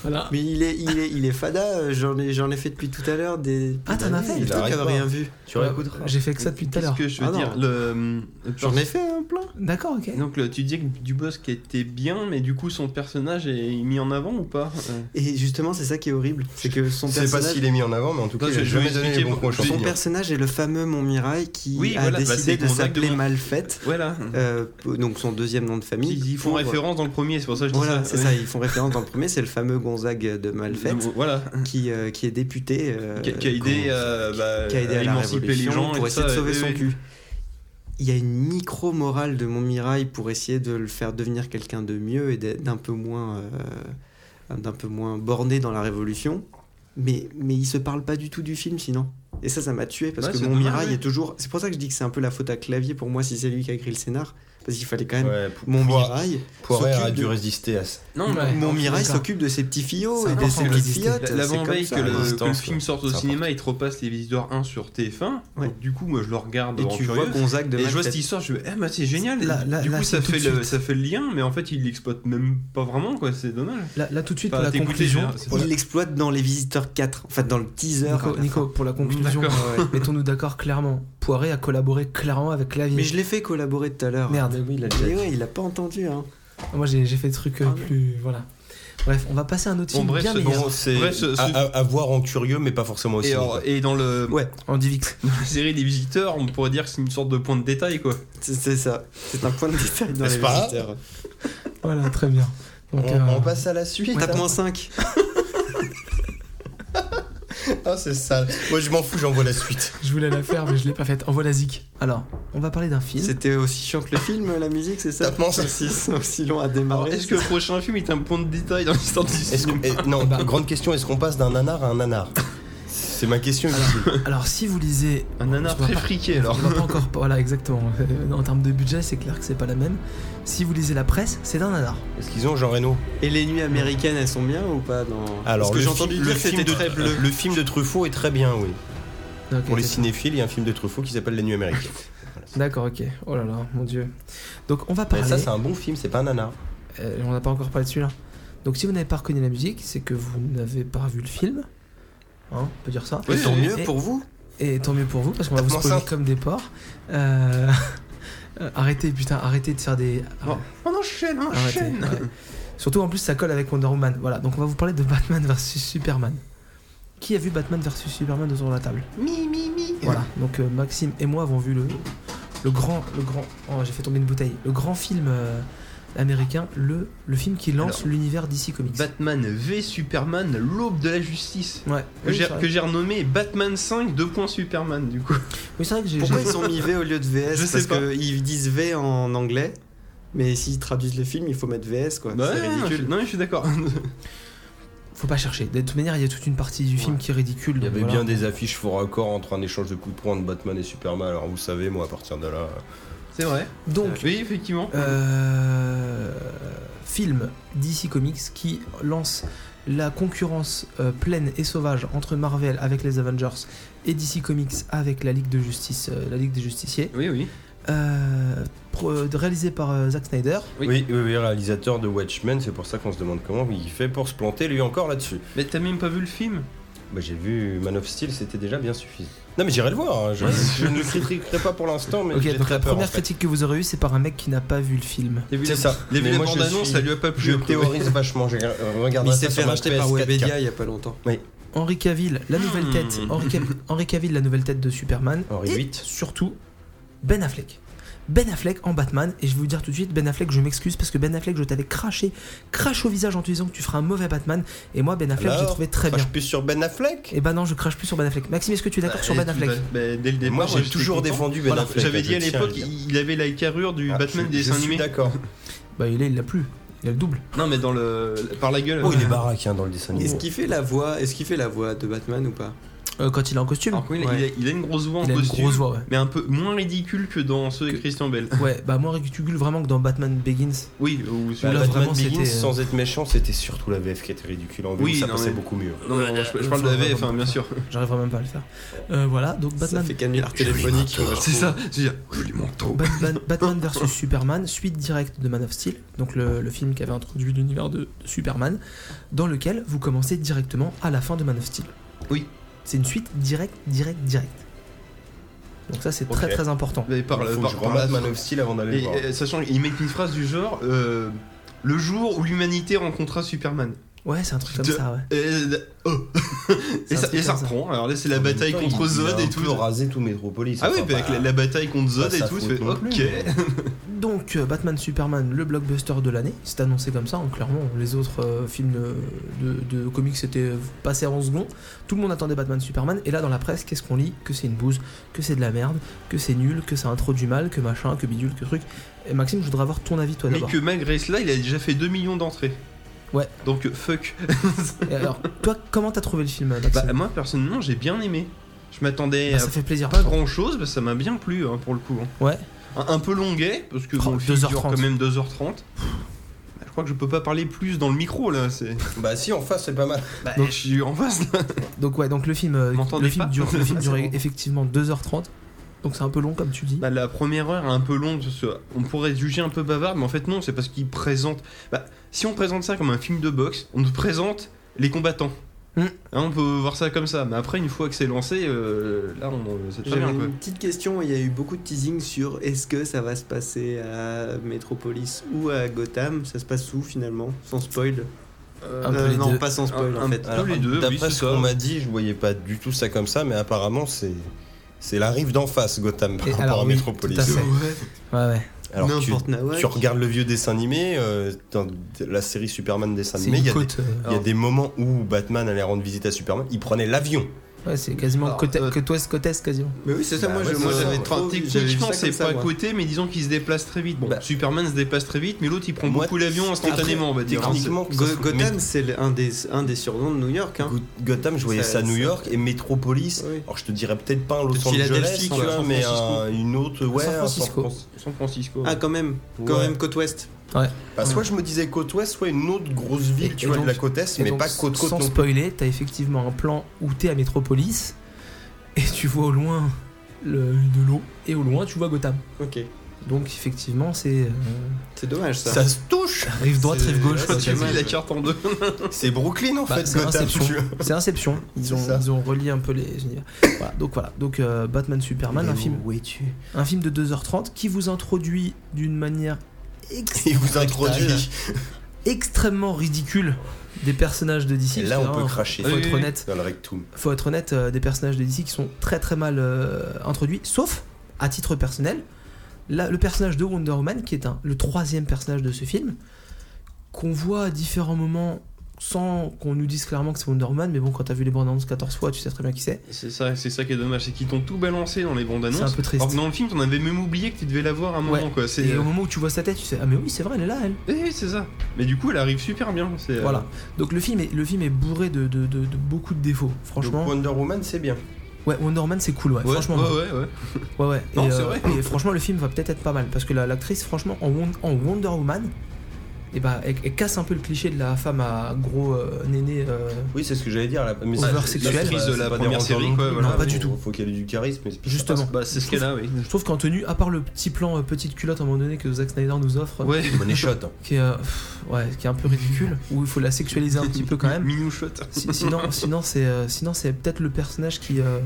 S1: voilà.
S3: Mais il est, il est, il est fada, euh, j'en ai, j'en ai fait depuis tout à l'heure des.
S1: Ah, t'en as fait
S3: Des
S2: Il
S3: trucs
S2: arrête
S3: à
S2: pas.
S3: rien vu.
S2: Tu réécouteras.
S1: J'ai fait que ça depuis tout à
S4: Qu'est-ce
S1: l'heure.
S4: que je veux
S3: Ah, non.
S4: dire le, hum, le
S3: J'en ai fait un plein.
S1: D'accord, ok.
S4: Donc le- tu disais que Dubosc était bien, mais du coup son personnage est mis en avant ou pas Euh,
S3: Et justement, c'est ça qui est horrible. C'est que son
S2: Je sais pas
S3: personnage.
S2: s'il est mis en avant, mais en tout
S4: Non,
S2: cas, je vais
S4: je- je vais
S2: jamais donné les
S4: expliquer
S2: bons
S4: pour-
S2: conseils.
S3: son personnage est le fameux Montmirail qui
S4: Oui,
S3: a
S4: voilà, bah, c'est
S3: décidé de
S4: mon
S3: s'appeler
S4: acte de-
S3: Malfaite,
S4: Voilà.
S3: euh, p- donc son deuxième nom de famille.
S4: Ils, ils font
S3: pour-
S2: euh,
S4: référence dans le premier, c'est pour ça que je dis
S3: Voilà,
S4: ça.
S3: c'est ça, ils font référence dans le premier, c'est le fameux Gonzague de Malfaite
S4: Voilà.
S3: qui, euh, qui est député. euh,
S4: Qui a- qui a aidé, euh, bah,
S3: qui a aidé à, la
S4: émanciper les
S3: révolution
S4: gens et
S3: pour
S4: tout
S3: essayer
S4: ça,
S3: de sauver
S4: oui,
S3: son
S4: oui.
S3: cul. Il y a une micro morale de Montmirail pour essayer de le faire devenir quelqu'un de mieux et d'être- d'un peu moins euh, d'un peu moins borné dans la révolution. Mais mais il se parle pas du tout du film sinon. Et ça ça m'a tué parce
S4: Ouais,
S3: que
S4: c'est
S3: Montmirail
S4: dommage, ouais.
S3: est toujours c'est pour ça que je dis que c'est un peu la faute à clavier pour moi si c'est lui qui a écrit le scénar parce qu'il fallait quand même
S2: Ouais, Pou- Poir-
S3: Montmirail
S2: Poiret
S3: s'occupe
S2: a dû
S3: de-
S2: résister à ça.
S4: Non,
S1: Ouais.
S3: Montmirail
S1: D'accord.
S3: s'occupe de ses petits fillots
S1: C'est
S3: et de ses
S1: important
S3: petites
S1: d'exister.
S3: fillottes. c'est comme
S4: L'avant-veille que,
S3: ça. hein.
S4: le-
S2: à
S4: que le
S2: l'instant,
S4: film
S2: quoi.
S4: sorte au
S2: C'est
S4: cinéma, il te repasse les visiteurs 1 sur TF1.
S3: Ouais.
S4: Donc, du coup, moi, je le regarde
S3: Et
S4: en
S3: tu
S4: curieux.
S3: vois Gonzague de
S4: et je vois
S3: Malfaite.
S4: cette histoire, je me dis, eh, bah, c'est génial.
S1: Là- là-
S4: du
S1: là,
S4: coup,
S1: c'est
S4: ça
S1: tout
S4: fait,
S1: de
S4: le,
S1: suite.
S4: ça fait le lien, mais en fait, il l'exploite même pas vraiment, quoi. C'est dommage.
S1: Là, là, tout de suite
S4: Enfin,
S1: pour la
S4: t'écoutes les
S1: conclusion.
S4: gens, c'est
S1: Nico-
S3: Il l'exploite dans Les Visiteurs 4, en fait dans le teaser. à
S1: Nico,
S3: la
S1: Nico, pour la conclusion,
S4: D'accord.
S1: euh, mettons-nous d'accord clairement. Poiré a collaboré clairement avec
S3: fin.
S1: Clavier.
S3: Mais je l'ai fait collaborer tout à l'heure.
S1: Merde.
S2: Oui, il a
S3: Mais ouais, il a pas entendu. Hein.
S1: Moi j'ai j'ai fait des trucs euh,
S3: Ah ouais.
S1: plus. Voilà. Bref, on va passer à un autre
S4: Bon,
S1: film
S4: bref,
S1: bien
S4: c'est
S1: meilleur.
S2: Bon, c'est
S4: Bref, ce- ce-
S2: à, à- à voir en curieux, mais pas forcément aussi.
S4: Et, alors- et dans, le,
S3: Ouais.
S1: En DivX.
S4: dans la série des visiteurs, on pourrait dire que c'est une sorte de point de détail, quoi.
S3: C'est- C'est ça. C'est un point de détail dans
S2: N'est-ce
S3: Les
S2: pas
S3: Visiteurs.
S1: Voilà, très bien. Donc,
S2: On,
S1: euh,
S2: on passe à la suite.
S3: Tape moins 5.
S2: Ah, c'est ça. Moi, je m'en fous, j'envoie la suite.
S1: Je voulais la faire, mais je l'ai pas faite. Envoie la zik. Alors, on va parler d'un film.
S3: C'était aussi chiant que le film, la musique, c'est ça
S2: Tape moins cinq.
S3: aussi, aussi long à
S4: Alors,
S3: démarrer.
S4: est-ce que le prochain film est un point de détail dans l'histoire du
S2: Est-ce
S4: cinéma
S2: que- eh, non,
S1: Bah.
S2: grande question est-ce qu'on passe d'un nanar à un nanar C'est ma question. ici.
S1: Alors, si vous lisez.
S3: Ah,
S4: Un nanar
S1: Je vois
S4: très
S1: pas-
S4: friqué, alors.
S1: On va pas encore. Voilà, exactement. Euh, En termes de budget, c'est clair que c'est pas la même. Si vous lisez la presse, c'est d'un nanar.
S2: Est-ce qu'ils ont Jean Reno
S3: Et les nuits américaines, elles sont bien ou pas dans...
S2: Alors,
S3: Parce que
S2: le
S3: j'ai
S2: fi-
S3: entendu
S2: le
S3: dire que
S2: film
S3: c'était
S2: de-
S3: très bleu.
S2: Le film de Truffaut est très bien, oui.
S1: Ok,
S2: Pour les
S1: c'est-
S2: cinéphiles, il y a un film de Truffaut qui s'appelle La Nuit américaine.
S1: D'accord, ok. Oh là là, mon dieu. Donc, on va
S2: Mais
S1: parler.
S2: ça, c'est un bon film, c'est pas un nanar.
S1: Euh, on n'a pas encore parlé de celui-là. Donc, si vous n'avez pas reconnu la musique, c'est que vous n'avez pas vu le film. Hein, on peut dire ça.
S4: Oui,
S3: Et tant
S4: oui.
S3: mieux pour vous.
S1: Et tant mieux pour vous, parce qu'on va vous
S2: Tape-moi
S1: spoiler
S2: ça.
S1: comme des porcs. Euh, euh, Arrêtez, putain, arrêtez de faire des.
S4: Bon, On enchaîne, on
S1: Arrêtez,
S4: enchaîne.
S1: ouais. Surtout en plus ça colle avec Wonder Woman. Voilà, donc on va vous parler de Batman versus Superman. Qui a vu Batman versus Superman autour de la table
S4: Mi, mi, mi.
S1: Voilà, donc euh, Maxime et moi avons vu le, le grand, le grand, oh, j'ai fait tomber une bouteille, le grand film euh, américain, le, le film qui lance
S4: Alors,
S1: l'univers DC Comics.
S4: Batman v Superman, l'aube de la justice.
S1: ouais.
S4: Que
S1: Oui,
S4: j'ai-
S1: c'est vrai.
S4: que j'ai renommé Batman 5, 2 points Superman, du coup.
S1: Oui, c'est vrai que j'ai.
S3: Pourquoi
S1: j'ai-
S3: ils ont mis V au lieu de VS
S4: Je
S3: Parce
S4: sais pas.
S3: qu'ils disent V en anglais, mais s'ils traduisent le film, il faut mettre VS quoi.
S4: Bah
S3: c'est
S4: ouais, non, je suis-
S3: ridicule.
S4: Non, mais je suis d'accord.
S1: Faut pas chercher. De toute manière, il y a toute une partie du film
S3: Ouais.
S1: qui est ridicule.
S2: Il y
S1: donc
S2: avait
S1: voilà.
S2: bien des affiches fort raccord entre un échange de coups de poing de Batman et Superman. Alors vous savez, moi à partir de là,
S4: C'est vrai.
S1: Donc,
S4: Oui, effectivement.
S1: euh, film DC Comics qui lance la concurrence euh, pleine et sauvage entre Marvel avec les Avengers et DC Comics avec la Ligue de Justice, euh, la Ligue des Justiciers,
S4: Oui, oui.
S1: Euh, pro- euh, réalisé par euh, Zack Snyder.
S4: Oui.
S2: oui, oui, oui, réalisateur de Watchmen, c'est pour ça qu'on se demande comment il fait pour se planter lui encore là-dessus.
S4: Mais t'as même pas vu le film
S2: Bah j'ai vu Man of Steel, c'était déjà bien suffisant. Non mais j'irai le voir, hein. je, je ne le critiquerai pas pour l'instant, mais
S1: Ok,
S2: j'ai
S1: donc
S2: très
S1: la
S2: peur, en
S1: première
S2: fait.
S1: critique que vous aurez eue, c'est par un mec qui n'a pas vu le film.
S4: T'as vu
S2: C'est
S4: la-
S2: ça.
S4: T'as vu
S2: Mais
S4: la
S2: moi, je
S4: bande-annonce,
S2: suis-
S4: ça lui a pas plu.
S2: Je
S4: après.
S2: théorise vachement, je regarde
S3: Mais il
S2: ça
S3: s'est fait
S2: sur ma
S3: racheter par
S2: PS4.
S3: Webedia il y a pas longtemps.
S1: Henry Cavill, la nouvelle
S4: Hmm.
S1: tête. Henry, Cav- Henry Cavill, la nouvelle tête de Superman.
S2: Henry
S1: Et
S2: VIII.
S1: Surtout, Ben Affleck. Ben Affleck en Batman. Et je vais vous dire tout de suite, Ben Affleck, je m'excuse parce que Ben Affleck, je t'avais craché, crache au visage en te disant que tu feras un mauvais Batman. Et moi, Ben Affleck, j'ai
S2: Alors,
S1: trouvé très
S2: Enfin, je
S1: bien.
S2: suis plus sur Ben Affleck.
S1: Et bah non, je crache plus sur Ben Affleck. Maxime, est-ce que tu es d'accord sur
S4: Et
S1: Ben
S4: tu
S1: Affleck
S4: vas- bah, dès le départ,
S2: moi j'ai
S4: j'étais
S2: toujours
S4: content.
S2: défendu Ben
S4: Voilà,
S2: Affleck.
S4: J'avais dit à
S2: je tiens le
S4: l'époque,
S2: dire.
S4: il avait la carrure du
S2: Ah,
S4: Batman
S2: je-
S4: dessin
S2: je suis
S4: animé.
S2: D'accord.
S1: Bah il est, il l'a plus. Il a le double.
S4: Non, mais dans le par la gueule.
S2: Oh, il est baraque hein, dans le dessin animé.
S3: Est-ce qu'il fait la voix Est-ce qu'il fait la voix de Batman ou pas
S1: Euh, quand il est en costume.
S4: Alors, il, a,
S3: Ouais.
S4: il a- il a une grosse voix en
S1: il a une
S4: costume,
S1: grosse voix, ouais.
S4: mais un peu moins ridicule que dans ceux avec
S1: Que-
S4: Christian Bell.
S1: Ouais, bah moi, tu gueules vraiment que dans Batman Begins.
S4: Oui, ou
S2: Bah,
S1: Là,
S4: celui-là.
S2: Batman
S1: vraiment,
S2: Begins,
S1: c'était, euh,
S2: sans être méchant, c'était surtout la VF qui était ridicule. En VO,
S4: Oui,
S2: ça
S4: non,
S2: passait
S4: mais-
S2: beaucoup mieux.
S4: Non, non, non, je, je parle de la VF, hein, bien sûr.
S1: J'arriverai même pas à le faire. Euh, voilà, donc
S3: Ça
S1: Batman,
S3: fait canular téléphonique. moi, je
S4: C'est
S3: trouve.
S4: ça. C'est dire,
S2: Oh,
S4: je lui manteau.
S1: Batman, Batman versus Superman, suite directe de Man of Steel, donc le, le film qui avait introduit l'univers de, de Superman, dans lequel vous commencez directement à la fin de Man of Steel.
S4: Oui.
S1: C'est une suite directe, directe, directe. Donc ça, c'est très
S2: Ok.
S1: très important.
S4: Mais par,
S2: Faut
S4: la-
S2: que
S4: par,
S2: je
S4: par la
S2: remate Man of Steel avant d'aller le
S4: Et,
S2: voir.
S4: euh, sachant qu'il met une phrase du genre euh, le jour où l'humanité rencontrera Superman.
S1: Ouais, c'est un truc comme
S4: De-
S1: ça, ouais.
S4: Et, euh, oh.
S1: C'est
S4: et
S1: un
S4: ça,
S1: truc
S4: et ça
S1: comme ça.
S4: reprend. Alors là, c'est la bataille contre Zod et tout.
S2: Il a un peu rasé tout Metropolis.
S4: Ah oui,
S2: enfin,
S4: bah, avec
S2: pas-
S4: la, la bataille contre
S2: pas
S4: Zod et
S2: sa
S4: tout,
S2: faute
S4: tu fais,
S2: non
S4: ok.
S2: plus, mais-
S1: Donc euh, Batman Superman, le blockbuster de l'année, c'est annoncé comme ça, hein, clairement. Les autres euh, films de, de- de comics étaient passés en second. Tout le monde attendait Batman Superman, et là dans la presse, qu'est-ce qu'on lit Que c'est une bouse, que c'est de la merde, que c'est nul, que ça introduit mal, que machin, que bidule, que truc. Et Maxime, je voudrais avoir ton avis toi
S4: Mais
S1: d'abord.
S4: que malgré cela, il a déjà fait 2 millions d'entrées.
S1: Ouais.
S4: Donc euh, fuck.
S1: Et Alors, toi, comment t'as trouvé le film, Maxime
S4: Bah, moi personnellement, j'ai bien aimé. Je m'attendais
S1: Bah,
S4: à
S1: Ça fait plaisir.
S4: pas grand chose, parce que ça m'a bien plu hein, pour le coup. hein.
S1: Ouais.
S4: Un, un peu longuet, parce que
S1: Oh,
S4: bon, le film
S1: 2h30.
S4: dure quand même 2h30. Bah, je crois que je peux pas parler plus dans le micro là. C'est...
S2: Bah si, en face, c'est pas mal.
S4: Bah, je suis en face là.
S1: Donc ouais, donc le film, euh,
S4: M'entendez
S1: le film
S4: pas
S1: dure, le film
S4: C'est
S1: dure
S4: bon.
S1: effectivement 2h30, donc c'est un peu long comme tu dis.
S4: Bah, la première heure est un peu longue, parce que on pourrait juger un peu bavard, mais en fait non, c'est parce qu'il présente. Bah, si on présente ça comme un film de boxe, on nous présente les combattants.
S1: Mm.
S4: Hein, on peut voir ça comme ça, mais après une fois que c'est lancé, euh, là on c'est très
S3: J'avais
S4: bien quoi.
S3: une petite question, il y a eu beaucoup de teasing sur est-ce que ça va se passer à Metropolis ou à Gotham Ça se passe où finalement Sans spoil
S2: Ah,
S1: Un peu
S3: Euh,
S1: les
S3: Non,
S1: deux.
S3: pas sans spoil
S4: Un-
S3: en fait.
S4: un- les deux, oui,
S2: D'après
S4: c'est
S2: ce
S4: ça.
S2: qu'on m'a dit, je voyais pas du tout ça comme ça, mais apparemment, c'est. C'est la rive d'en face, Gotham, par
S1: Et
S2: rapport
S1: alors,
S2: à
S1: oui,
S2: Metropolis.
S1: tout à fait. Ouais ouais.
S2: Alors, tu-
S3: N'importe ah Nawak.
S2: Tu regardes le vieux dessin animé, euh, dans la série Superman dessin
S1: C'est
S2: animé, il
S1: une
S2: y a, des,
S1: côte. euh,
S2: il y a des moments où Batman allait rendre visite à Superman, il prenait l'avion.
S1: Ouais, c'est quasiment
S4: Alors,
S1: côte,
S4: euh,
S1: côte ouest, côte est quasiment.
S3: Mais oui, c'est ça,
S2: Bah
S3: moi
S2: ouais,
S3: je-
S2: c'est
S3: moi,
S2: ça,
S3: j'avais
S2: ouais.
S3: trop.
S4: Enfin,
S3: vu- j'avais vu
S4: techniquement,
S3: ça
S4: c'est
S3: comme ça,
S4: pas à
S3: moi.
S4: côté, mais disons qu'il se déplace très vite. Bon,
S2: Bah.
S4: Superman se déplace très vite, mais l'autre il prend
S2: Moi,
S4: beaucoup l'avion instantanément, on va dire. hein,
S2: Techniquement, que ça
S3: bah, Go-
S2: soit-
S3: Gotham, c'est le- un des, un des surnoms de New York. hein.
S2: Go- Gotham, je voyais
S3: Ça-
S2: ça à New
S3: ça-
S2: York et Metropolis.
S3: Oui.
S2: Alors je te dirais peut-être pas un Los
S3: De
S2: Angeles,
S3: Philadelphie,
S2: tu
S3: quoi.
S2: vois,
S4: San
S2: mais
S4: Francisco.
S2: un- une autre, ouais,
S1: San
S2: un
S1: Francisco.
S2: Francisco.
S4: San Francisco.
S3: Ah, quand même, quand
S2: Ouais.
S3: même, côte ouest.
S2: Bah, soit je me disais côte ouest, soit une autre grosse ville,
S1: Et-
S2: tu
S1: et
S2: vois,
S1: donc-
S2: de la côte est,
S1: Et
S2: mais
S1: donc,
S2: pas côte côte.
S1: Sans
S2: non plus.
S1: spoiler, t'as effectivement un plan où t'es à Métropolis et tu vois au loin le, de l'eau et au loin tu vois Gotham.
S3: Ok,
S1: Donc effectivement c'est euh,
S3: c'est dommage ça.
S2: Ça se touche.
S1: rive droite,
S3: C'est-
S1: rive gauche.
S3: ouais,
S1: quoi,
S4: Quand
S3: c'est
S1: tu
S4: il
S1: vois.
S4: la carte en deux.
S2: C'est Brooklyn en
S1: Bah,
S2: fait,
S1: c'est
S2: Gotham.
S1: Inception.
S2: tu vois.
S1: C'est Inception. Ils
S2: C'est
S1: ont,
S2: ça.
S1: ils ont relié un peu les univers. Voilà, donc voilà, donc euh, Batman Superman, un film,
S3: tu
S1: un film de 2h30 qui vous introduit d'une manière
S2: Il vous introduit.
S1: extrêmement ridicule des personnages de DC.
S2: Et là,
S1: parce
S2: on
S1: que,
S2: peut
S1: hein,
S2: cracher.
S1: Faut
S4: Oui,
S1: être
S4: oui, oui.
S1: honnête,
S2: Dans le rectum.
S1: faut être honnête, euh, des personnages de DC qui sont très très mal euh, introduits, sauf à titre personnel. là, le personnage de Wonder Woman, qui est un, le troisième personnage de ce film, qu'on voit à différents moments sans qu'on nous dise clairement que c'est Wonder Woman, mais bon, quand t'as vu les bandes annonces 14 fois, tu sais très bien qui c'est.
S4: C'est ça, c'est ça qui est dommage, c'est qu'ils t'ont tout balancé dans les bandes
S1: C'est
S4: annonces.
S1: un peu triste.
S4: Alors que dans le film, t'en avais même oublié que tu devais la voir à un moment,
S1: Ouais.
S4: quoi. C'est
S1: Et au moment où tu vois sa tête, tu sais, ah mais oui, c'est vrai, elle est là, elle.
S4: Eh, c'est ça. Mais du coup, elle arrive super bien. c'est, euh,
S1: Voilà. Donc le film est, le film est bourré de, de- de- de beaucoup de défauts, franchement.
S2: Donc Wonder Woman, c'est bien.
S1: Ouais, Wonder Woman, c'est cool, ouais.
S4: Ouais,
S1: franchement,
S4: ouais, ouais, ouais.
S1: Ouais, ouais.
S4: Non,
S1: et, euh,
S4: c'est vrai.
S1: et franchement, le film va peut-être être pas mal parce que la- l'actrice, franchement, en, Won- en Wonder Woman, et bah, elle, elle casse un peu le cliché de la femme à gros euh, néné. euh,
S2: Oui, c'est ce que j'allais dire. La, mais
S1: Over
S2: c'est-
S1: sexuel.
S2: c'est pas-
S4: L'actrice de
S2: c'est
S4: la
S2: pas
S4: première
S2: dérangeant
S4: série,
S2: non
S4: quoi,
S2: plus,
S4: voilà.
S1: Non, pas du
S2: faut-
S1: tout.
S2: Faut qu'elle ait du charisme. mais c'est-
S1: Justement.
S4: Bah, c'est ce qu'elle a, oui.
S1: Je trouve qu'en tenue, à part le petit plan euh, petite culotte à un moment donné que Zack Snyder nous offre,
S4: Ouais.
S2: Bonne échotte.
S1: qui, est, euh, pff, ouais, qui est un peu ridicule, où il faut la sexualiser un petit peu quand même.
S4: Minouchotte.
S1: Si- Sinon, sinon c'est euh, sinon c'est peut-être le personnage qui, euh,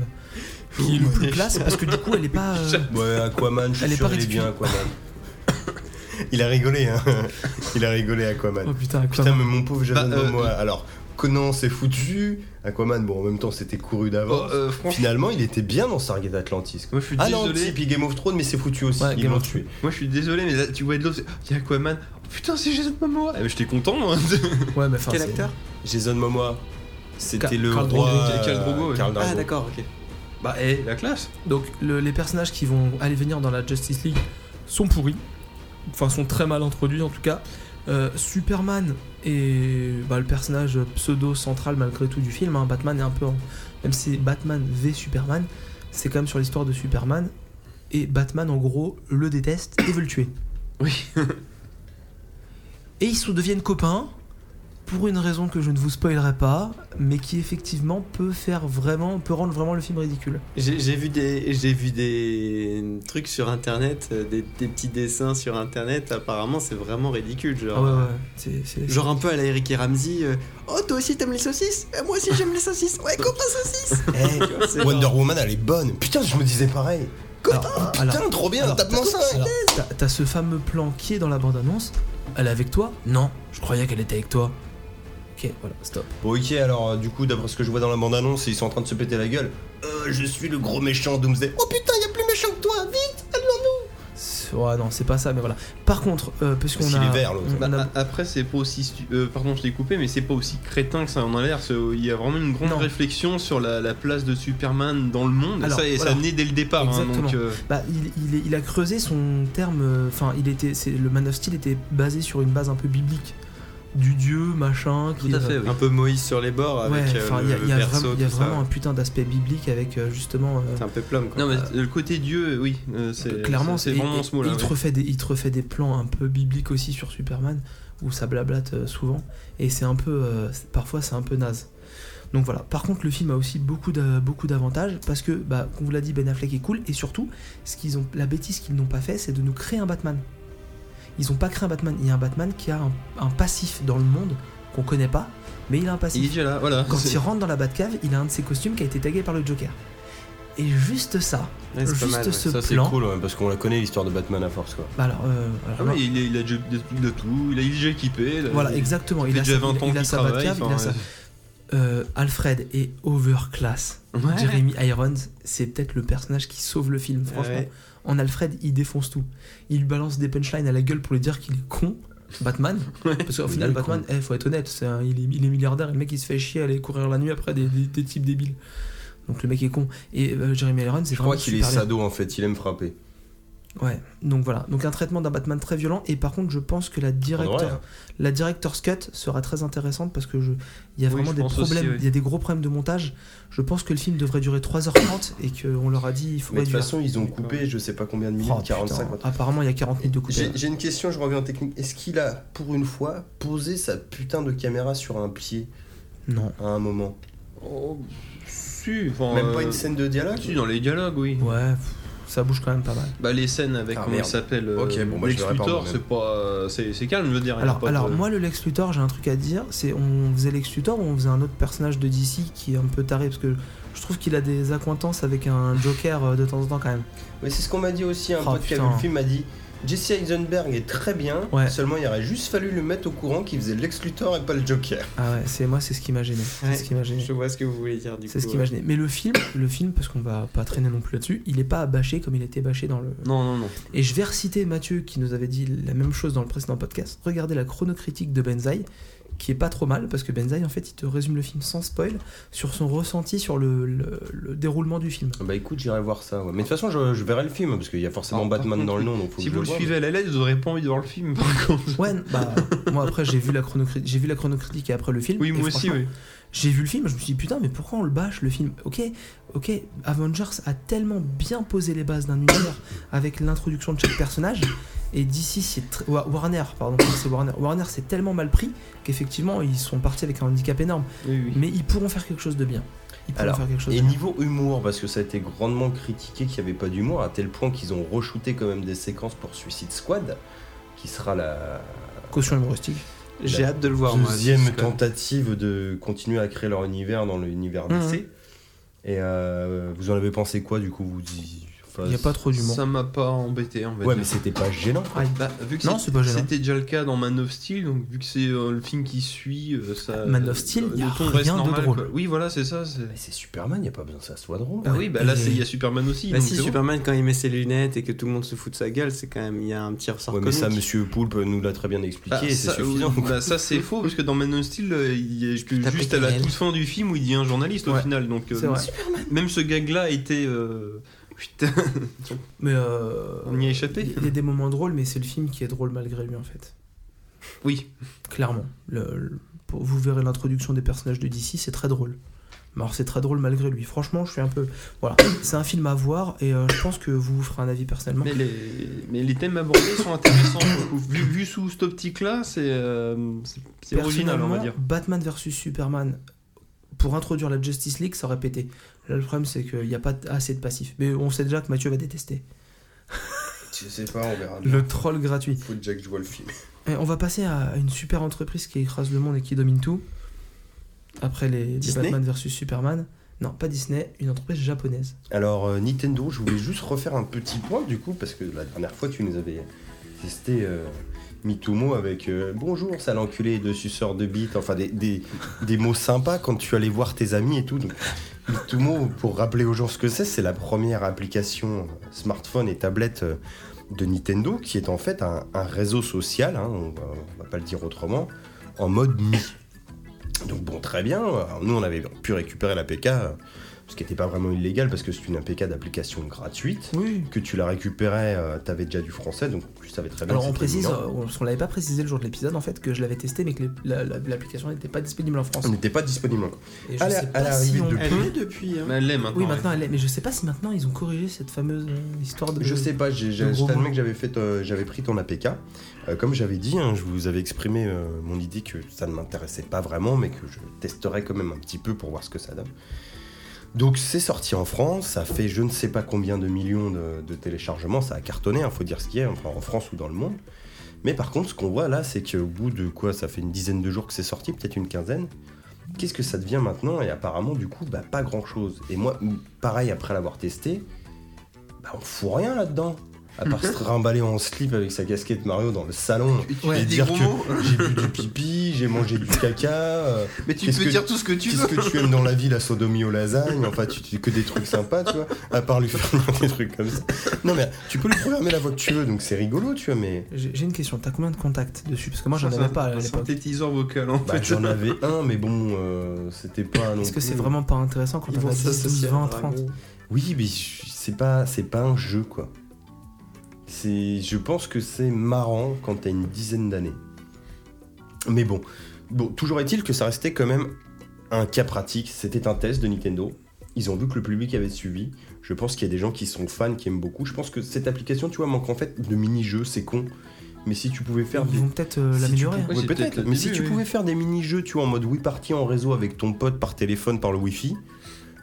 S1: qui est le plus classe parce que du coup elle est pas euh,
S2: Ouais, Aquaman, je
S1: Elle est
S2: suis sûr
S1: pas
S2: il est
S1: rectifiée.
S2: bien, Aquaman. Il a rigolé, hein. Il a rigolé, Aquaman.
S1: oh putain quoi.
S2: Putain, mais mon pauvre Jason
S4: Bah, euh,
S2: Momoa. Alors, Conan s'est foutu. Aquaman, bon, en même temps, c'était couru
S4: Oh,
S2: d'avance.
S4: euh, franchement,
S2: Finalement, il était bien dans Stargate Atlantis. quoi.
S4: moi je suis
S2: Ah non,
S4: désolé.
S2: si, puis Game of Thrones, mais c'est foutu aussi.
S1: Ouais,
S2: Ils
S1: Game
S2: l'ont
S1: of
S2: tué.
S4: Moi je suis désolé, mais là, tu vois de l'autre, il y a Aquaman. Oh, putain, c'est Jason Momoa. Eh, mais j'étais content, moi.
S1: ouais mais enfin
S3: Quel
S1: c'est-
S3: acteur
S2: Jason Momoa, c'était
S1: Car-
S2: le
S1: Khal
S2: roi.
S4: Drogo,
S2: euh,
S4: Khal Drogo, ouais.
S2: Khal Drogo.
S3: Ah, d'accord, ok.
S4: bah, eh, la classe.
S1: Donc le- les personnages qui vont aller venir dans la Justice League sont pourris, enfin sont très mal introduits en tout cas. Euh, Superman est bah, le personnage pseudo central malgré tout du film. hein. Batman est un peu, en- même si c'est Batman v Superman, c'est quand même sur l'histoire de Superman et Batman en gros le déteste et veut le tuer.
S4: Oui.
S1: Et ils se deviennent copains pour une raison que je ne vous spoilerai pas, mais qui effectivement peut faire vraiment, peut rendre vraiment le film ridicule.
S3: J'ai j'ai vu des j'ai vu des trucs sur internet, euh, des, des petits dessins sur internet. Apparemment, c'est vraiment ridicule, genre.
S1: Ah
S3: euh,
S1: ouais, ouais, c'est- c'est-
S3: Genre un peu à la Eric et Ramsey. euh, oh, toi aussi t'aimes les saucisses Eh, Moi aussi j'aime les saucisses. Ouais, coupe un saucisse.
S2: Bah. Eh,
S3: Tu vois, c'est
S2: Wonder
S3: genre-
S2: Woman, elle est bonne. Putain, je me disais pareil.
S1: Alors,
S2: Putain,
S1: alors,
S2: trop bien,
S1: alors,
S2: tape-moi ça.
S1: alors, t'as- T'as ce fameux plan qui est dans la bande-annonce. Elle est avec toi Non, je croyais qu'elle était avec toi. Ok, voilà, stop.
S2: Bon, ok, alors euh, du coup, d'après ce que je vois dans la bande-annonce, ils sont en train de se péter la gueule. Euh, je suis le gros méchant Doomsday. Oh putain, y a plus méchant que toi, vite
S1: C'est- Ouais, non, c'est pas ça, mais voilà. Par contre, euh, parce qu'on
S2: S'il
S1: a.
S2: est vert, l'autre.
S1: on-
S4: Bah,
S1: on a-
S4: a- Après, c'est pas aussi. stu- euh, pardon, je t'ai coupé, mais c'est pas aussi crétin que ça en a l'air. C'est- Il y a vraiment une grande
S1: Non.
S4: réflexion sur la, la place de Superman dans le monde.
S1: Alors,
S4: ça, et ça
S1: voilà.
S4: naît dès le départ. hein,
S1: Exactement.
S4: donc, euh,
S1: bah, il, il est- il a creusé son terme. euh, Enfin, il était. c'est- Le Man of Steel était basé sur une base un peu biblique. Du dieu, machin. Qui, euh,
S3: Un peu Moïse sur les bords
S1: Ouais,
S3: avec euh,
S1: enfin, il y a,
S3: le
S1: il y a
S3: verso,
S1: vraiment, il y a
S3: tout ça.
S1: vraiment un putain d'aspect biblique avec euh, justement. euh,
S3: C'est un peu plum quoi.
S4: Non, mais euh, le côté Dieu, oui. euh, c'est
S1: clairement
S4: c'est
S1: et-
S4: c'est vraiment
S1: et-
S4: ce mot-là.
S1: il, te
S4: ouais.
S1: refait des, il te refait des plans un peu bibliques aussi sur Superman où ça blablate euh, souvent et c'est un peu euh, c'est- parfois c'est un peu naze donc voilà par contre le film a aussi beaucoup d'a- beaucoup d'avantages parce que bah, qu'on vous l'a dit Ben Affleck est cool et surtout ce qu'ils ont la bêtise qu'ils n'ont pas fait c'est de nous créer un Batman ils ont pas créé un Batman il y a un Batman qui a un, un passif dans le monde qu'on connaît pas mais il a un
S4: Il est
S1: passif
S4: déjà là, voilà. Ah
S1: quand
S4: C'est-
S1: il rentre dans la Batcave il a un de ses costumes qui a été tagué par le Joker et juste ça
S3: Ouais, c'est pas
S1: juste
S3: mal, ouais.
S1: ce
S2: Ça, c'est
S1: plan
S2: cool, ouais, parce qu'on la connaît, l'histoire de Batman à force, quoi.
S1: bah alors, euh, alors
S4: Ah
S1: non.
S4: oui, il, est- il a déjà il a tout, il a il est déjà équipé. là,
S1: Voilà,
S4: il-
S1: exactement.
S4: Il
S1: Il
S4: a
S1: a,
S4: déjà
S1: sa-
S4: 20
S1: il a-
S4: ans
S1: il a
S4: qu'il
S1: sa
S4: travaille.
S1: Batcave, il a
S4: enfin,
S1: sa-
S4: euh,
S1: Euh, Alfred est overclass.
S4: Ouais.
S1: Jeremy Irons, c'est peut-être le personnage qui sauve le film, franchement.
S3: Ouais.
S1: En Alfred, il défonce tout. Il lui balance des punchlines à la gueule pour lui dire qu'il est con. Batman, parce qu'au final, Batman, eh, faut être honnête, c'est un- il, est, il est milliardaire et le mec il se fait chier à aller courir la nuit après des, des- des types débiles. Donc le mec est con. Et euh, Jeremy Irons, c'est
S2: Je crois
S1: vraiment
S2: qu'il est
S1: super bien.
S2: sado, en fait, il aime frapper.
S1: Ouais, donc voilà. Donc un traitement d'un Batman très violent. Et par contre, je pense que la directeur,
S2: devrait, hein.
S1: la director's cut sera très intéressante parce que je, il y a
S4: Oui,
S1: vraiment
S4: je
S1: des
S4: pense
S1: problèmes,
S4: aussi, oui.
S1: il y a des gros problèmes de montage. Je pense que le film devrait durer 3h30 et qu'on leur a dit il faut
S2: Mais de toute
S1: réduire.
S2: façon, ils ont coupé, je sais pas combien de minutes,
S1: Oh,
S2: 45,
S1: putain.
S2: quoi.
S1: Apparemment, il y a 40 minutes de coupé.
S2: J'ai j'ai une question, je reviens en technique. Est-ce qu'il a, pour une fois, posé sa putain de caméra sur un pied
S1: Non.
S2: à un moment
S4: Oh, si, enfin,
S2: Même pas
S4: euh,
S2: une scène de dialogue
S4: si, dans les dialogues, oui.
S1: Ouais, pff, ça bouge quand même pas mal.
S4: Bah, les scènes avec,
S2: Ah,
S4: comment il
S2: merde.
S4: s'appelle,
S2: Ok,
S4: euh,
S2: bon, bah,
S4: Lex
S2: je verrai pas
S4: Luthor,
S2: moi-même.
S4: c'est pas. euh, c'est c'est calme, je veux dire. il y a
S1: Alors,
S4: pas
S1: alors
S4: de-
S1: moi, le Lex Luthor, j'ai un truc à dire. C'est on faisait Lex Luthor ou on faisait un autre personnage de DC qui est un peu taré parce que je trouve qu'il a des accointances avec un Joker euh, de temps en temps quand même.
S2: Mais c'est ce qu'on m'a dit aussi, un
S1: Oh,
S2: pote qui a vu
S1: putain.
S2: le film m'a dit Jesse Eisenberg est très bien,
S1: Ouais.
S2: seulement il aurait juste fallu le mettre au courant qu'il faisait l'exclutor et pas le Joker.
S1: Ah ouais, c'est moi, c'est ce qui m'a gêné. C'est
S3: Ouais.
S1: ce qui m'a gêné.
S3: Je vois ce que vous voulez dire du coup.
S1: C'est ce qui m'a gêné. Mais le film, le film, parce qu'on va pas traîner non plus là-dessus, il est pas à bâcher comme il était bâché dans le.
S4: Non, non, non.
S1: Et je vais reciter Mathieu qui nous avait dit la même chose dans le précédent podcast. Regardez la chronocritique de Benzaï, qui est pas trop mal parce que Benzaï, en fait, il te résume le film sans spoil sur son ressenti sur le, le- le déroulement du film.
S2: Bah écoute, j'irai voir ça. ouais. Mais de toute façon, je, je verrai le film parce qu'il y a forcément
S4: Alors, par
S2: Batman
S4: contre,
S2: dans le nom, donc faut
S4: Si
S2: que
S4: vous le
S2: je
S4: suivez à la lettre, vous aurez pas envie de voir le film par contre.
S1: Ouais, bah moi après j'ai vu la chronocritique, j'ai vu la chronocritique et après le film.
S4: Oui,
S1: et
S4: moi aussi,
S1: franchement,
S4: oui.
S1: J'ai vu le film, je me suis dit putain, mais pourquoi on le bâche le film Ok, ok, Avengers a tellement bien posé les bases d'un univers avec l'introduction de chaque personnage. Et d'ici, c'est tr- Wa- Warner, pardon, c'est Warner. Warner, c'est tellement mal pris qu'effectivement, ils sont partis avec un handicap énorme.
S4: oui, oui.
S1: Mais ils pourront faire quelque chose de bien. Ils pourront
S2: Alors,
S1: faire quelque chose
S2: Et
S1: de bien.
S2: niveau humour, parce que ça a été grandement critiqué qu'il n'y avait pas d'humour, à tel point qu'ils ont re-shooté quand même des séquences pour Suicide Squad, qui sera la
S1: Caution humoristique.
S3: J'ai hâte de le voir. moi,
S2: deuxième
S3: parce que-
S2: tentative de continuer à créer leur univers dans l'univers
S1: Mhm.
S2: DC. Et euh, vous en avez pensé quoi du coup vous y-
S4: Bah,
S2: enfin,
S1: Il n'y a pas trop d'humour.
S4: Ça m'a pas embêté en fait.
S2: Ouais, mais Ah, c'était pas gênant.
S1: Aïe.
S4: Bah, vu que
S1: Non,
S4: c'est-
S1: c'est pas gênant.
S4: c'était déjà le cas dans Man of Steel, donc vu que c'est euh, le film qui suit, euh, ça.
S1: Man of Steel,
S4: le
S1: y a
S4: ton
S1: rien
S4: reste
S1: de
S4: normal,
S1: drôle.
S4: quoi. Oui, voilà, c'est ça. c'est-
S2: Mais c'est Superman, il n'y a pas besoin que ça soit drôle.
S4: Bah oui, bah là,
S1: Et-
S4: c'est- il y a Superman aussi.
S3: Bah
S4: donc
S3: si,
S4: c'est bon.
S3: Superman, quand il met ses lunettes et que tout le monde se fout de sa gueule, c'est quand même. Il y a un petit ressort
S2: Ouais, mais
S3: comique.
S2: ça, Monsieur Poulpe nous l'a très bien expliqué,
S4: Ah,
S2: et c'est
S4: ça,
S2: suffisant.
S4: oui, bah, ça, c'est faux parce que dans Man of Steel, euh, il y a que
S3: tapé
S4: juste
S3: tes
S4: à la
S3: ailes.
S4: toute fin du film où il dit un journaliste
S1: Ouais.
S4: au final. Donc euh,
S1: C'est vrai.
S4: même ce gag-là a été, euh, putain,
S1: Mais euh,
S4: on y a échappé.
S1: Il y a des moments drôles, mais c'est le film qui est drôle malgré lui en fait.
S4: Oui,
S1: Clairement. Le- le- pour- vous verrez l'introduction des personnages de DC, c'est très drôle. Mais alors c'est très drôle malgré lui. Franchement, je suis un peu. Voilà. C'est un film à voir et euh, je pense que vous vous ferez un avis personnellement.
S4: mais les, mais les thèmes abordés sont intéressants. pour le coup. vu, vu sous cette optique-là, c'est euh, c'est- c'est original, on va
S1: Personnellement,
S4: dire.
S1: Batman versus Superman, pour introduire la Justice League, ça aurait pété. Là, le problème, c'est qu'il n'y a pas t- assez de passifs. Mais on sait déjà que Mathieu va détester.
S2: Je sais pas, on verra.
S1: Le troll gratuit.
S2: Faut déjà que je vois le film.
S1: Et on va passer à une super entreprise qui écrase le monde et qui domine tout. Après les, les
S3: Disney
S1: Batman versus Superman. Non, pas Disney, une entreprise japonaise.
S2: Alors euh, Nintendo, je voulais juste refaire un petit point du coup parce que la dernière fois tu nous avais testé euh, Mitumo avec euh, bonjour sale enculé de suceur de bite, enfin des, des, des mots sympas quand tu allais voir tes amis et tout. Donc, Mitumo, pour rappeler aux gens ce que c'est, c'est la première application euh, smartphone et tablette euh, de Nintendo qui est en fait un, un réseau social, hein, on, va, on va pas le dire autrement, en mode Mi. Donc bon, très bien, Alors, nous on avait pu récupérer l'APK euh, ce qui n'était pas vraiment illégal parce que c'est une APK d'application gratuite,
S1: Oui,
S2: que tu la récupérais, euh, t'avais déjà du français, donc tu savais Bah très bien.
S1: Alors
S2: que
S1: on
S2: c'était
S1: précise,
S2: imminent.
S1: euh, on, on l'avait pas précisé le jour de l'épisode en fait que je l'avais testé mais que les- la- la- l'application n'était pas disponible en France.
S2: on n'était pas disponible.
S1: Et je
S2: Ah, à la-
S1: sais
S2: à
S1: pas
S2: l'arrivée
S1: si on...
S2: de-
S3: Elle l'est depuis. hein.
S4: Mais Elle l'est maintenant.
S1: Oui
S4: ouais.
S1: maintenant elle est, mais je sais pas si maintenant ils ont corrigé cette fameuse euh, histoire de.
S2: Hmm. Je sais pas, j'ai-
S1: le
S2: j'ai- je
S1: gros
S2: t'admets
S1: mot.
S2: que j'avais fait, euh, j'avais pris ton APK. Euh, comme j'avais dit, hein, je vous avais exprimé euh, mon idée que ça ne m'intéressait pas vraiment, mais que je testerais quand même un petit peu pour voir ce que ça donne. Donc c'est sorti en France, ça fait je ne sais pas combien de millions de, de téléchargements, ça a cartonné, il faut dire ce qu'il y a, enfin, en France ou dans le monde. Mais par contre, ce qu'on voit là, c'est qu'au bout de quoi, ça fait une dizaine de jours que c'est sorti, peut-être une quinzaine. Qu'est-ce que ça devient maintenant Et apparemment, du coup, bah, pas grand-chose. Et moi, pareil, après l'avoir testé, bah, on fout rien là-dedans. À part se trimballer en slip avec sa casquette Mario dans le salon
S4: Tu- tu
S1: Ouais.
S2: et
S4: dis des
S2: dire
S4: gros
S2: que
S4: mots,
S2: j'ai bu du pipi, j'ai mangé du caca, euh,
S4: mais tu
S2: qu'est-ce
S4: peux
S2: que-
S4: dire tout ce que tu
S2: qu'est-ce
S4: veux.
S2: que tu aimes dans la vie, la sodomie aux lasagnes, enfin tu, tu que des trucs sympas, tu vois, à part lui faire des trucs comme ça. Non mais tu peux lui programmer la voix que tu veux, donc c'est rigolo, tu vois, mais
S1: J'ai j'ai une question, t'as combien de contacts dessus Parce que moi j'en
S4: C'est
S1: avais
S4: un-
S1: pas à
S4: un
S1: l'époque.
S4: synthétiseur vocal hein. en
S2: bah,
S4: fait.
S2: j'en avais un, mais bon, euh, c'était pas non
S1: Est-ce que
S2: plus-
S1: c'est vraiment pas intéressant quand
S3: Ils
S1: on
S3: vont
S1: a 10, 12,
S3: s'associer à
S1: 20,
S3: un
S1: 30
S3: dragon.
S2: Oui, mais je- c'est pas, c'est pas un jeu, quoi. C'est, je pense que c'est marrant quand t'as une dizaine d'années. Mais bon, bon, toujours est-il que ça restait quand même un cas pratique. C'était un test de Nintendo. Ils ont vu que le public avait suivi. Je pense qu'il y a des gens qui sont fans, qui aiment beaucoup. Je pense que cette application, tu vois, manque en fait de mini-jeux. C'est con. Mais si tu pouvais faire
S1: Ils
S2: des
S1: vont peut-être euh,
S2: si tu
S1: l'améliorer.
S2: pouvais-
S4: Oui, c'est
S2: peut-être,
S4: peut-être le
S2: mais si
S4: début,
S2: tu
S4: oui.
S2: pouvais faire des mini-jeux, tu vois, en mode oui party en réseau avec ton pote par téléphone, par le wifi,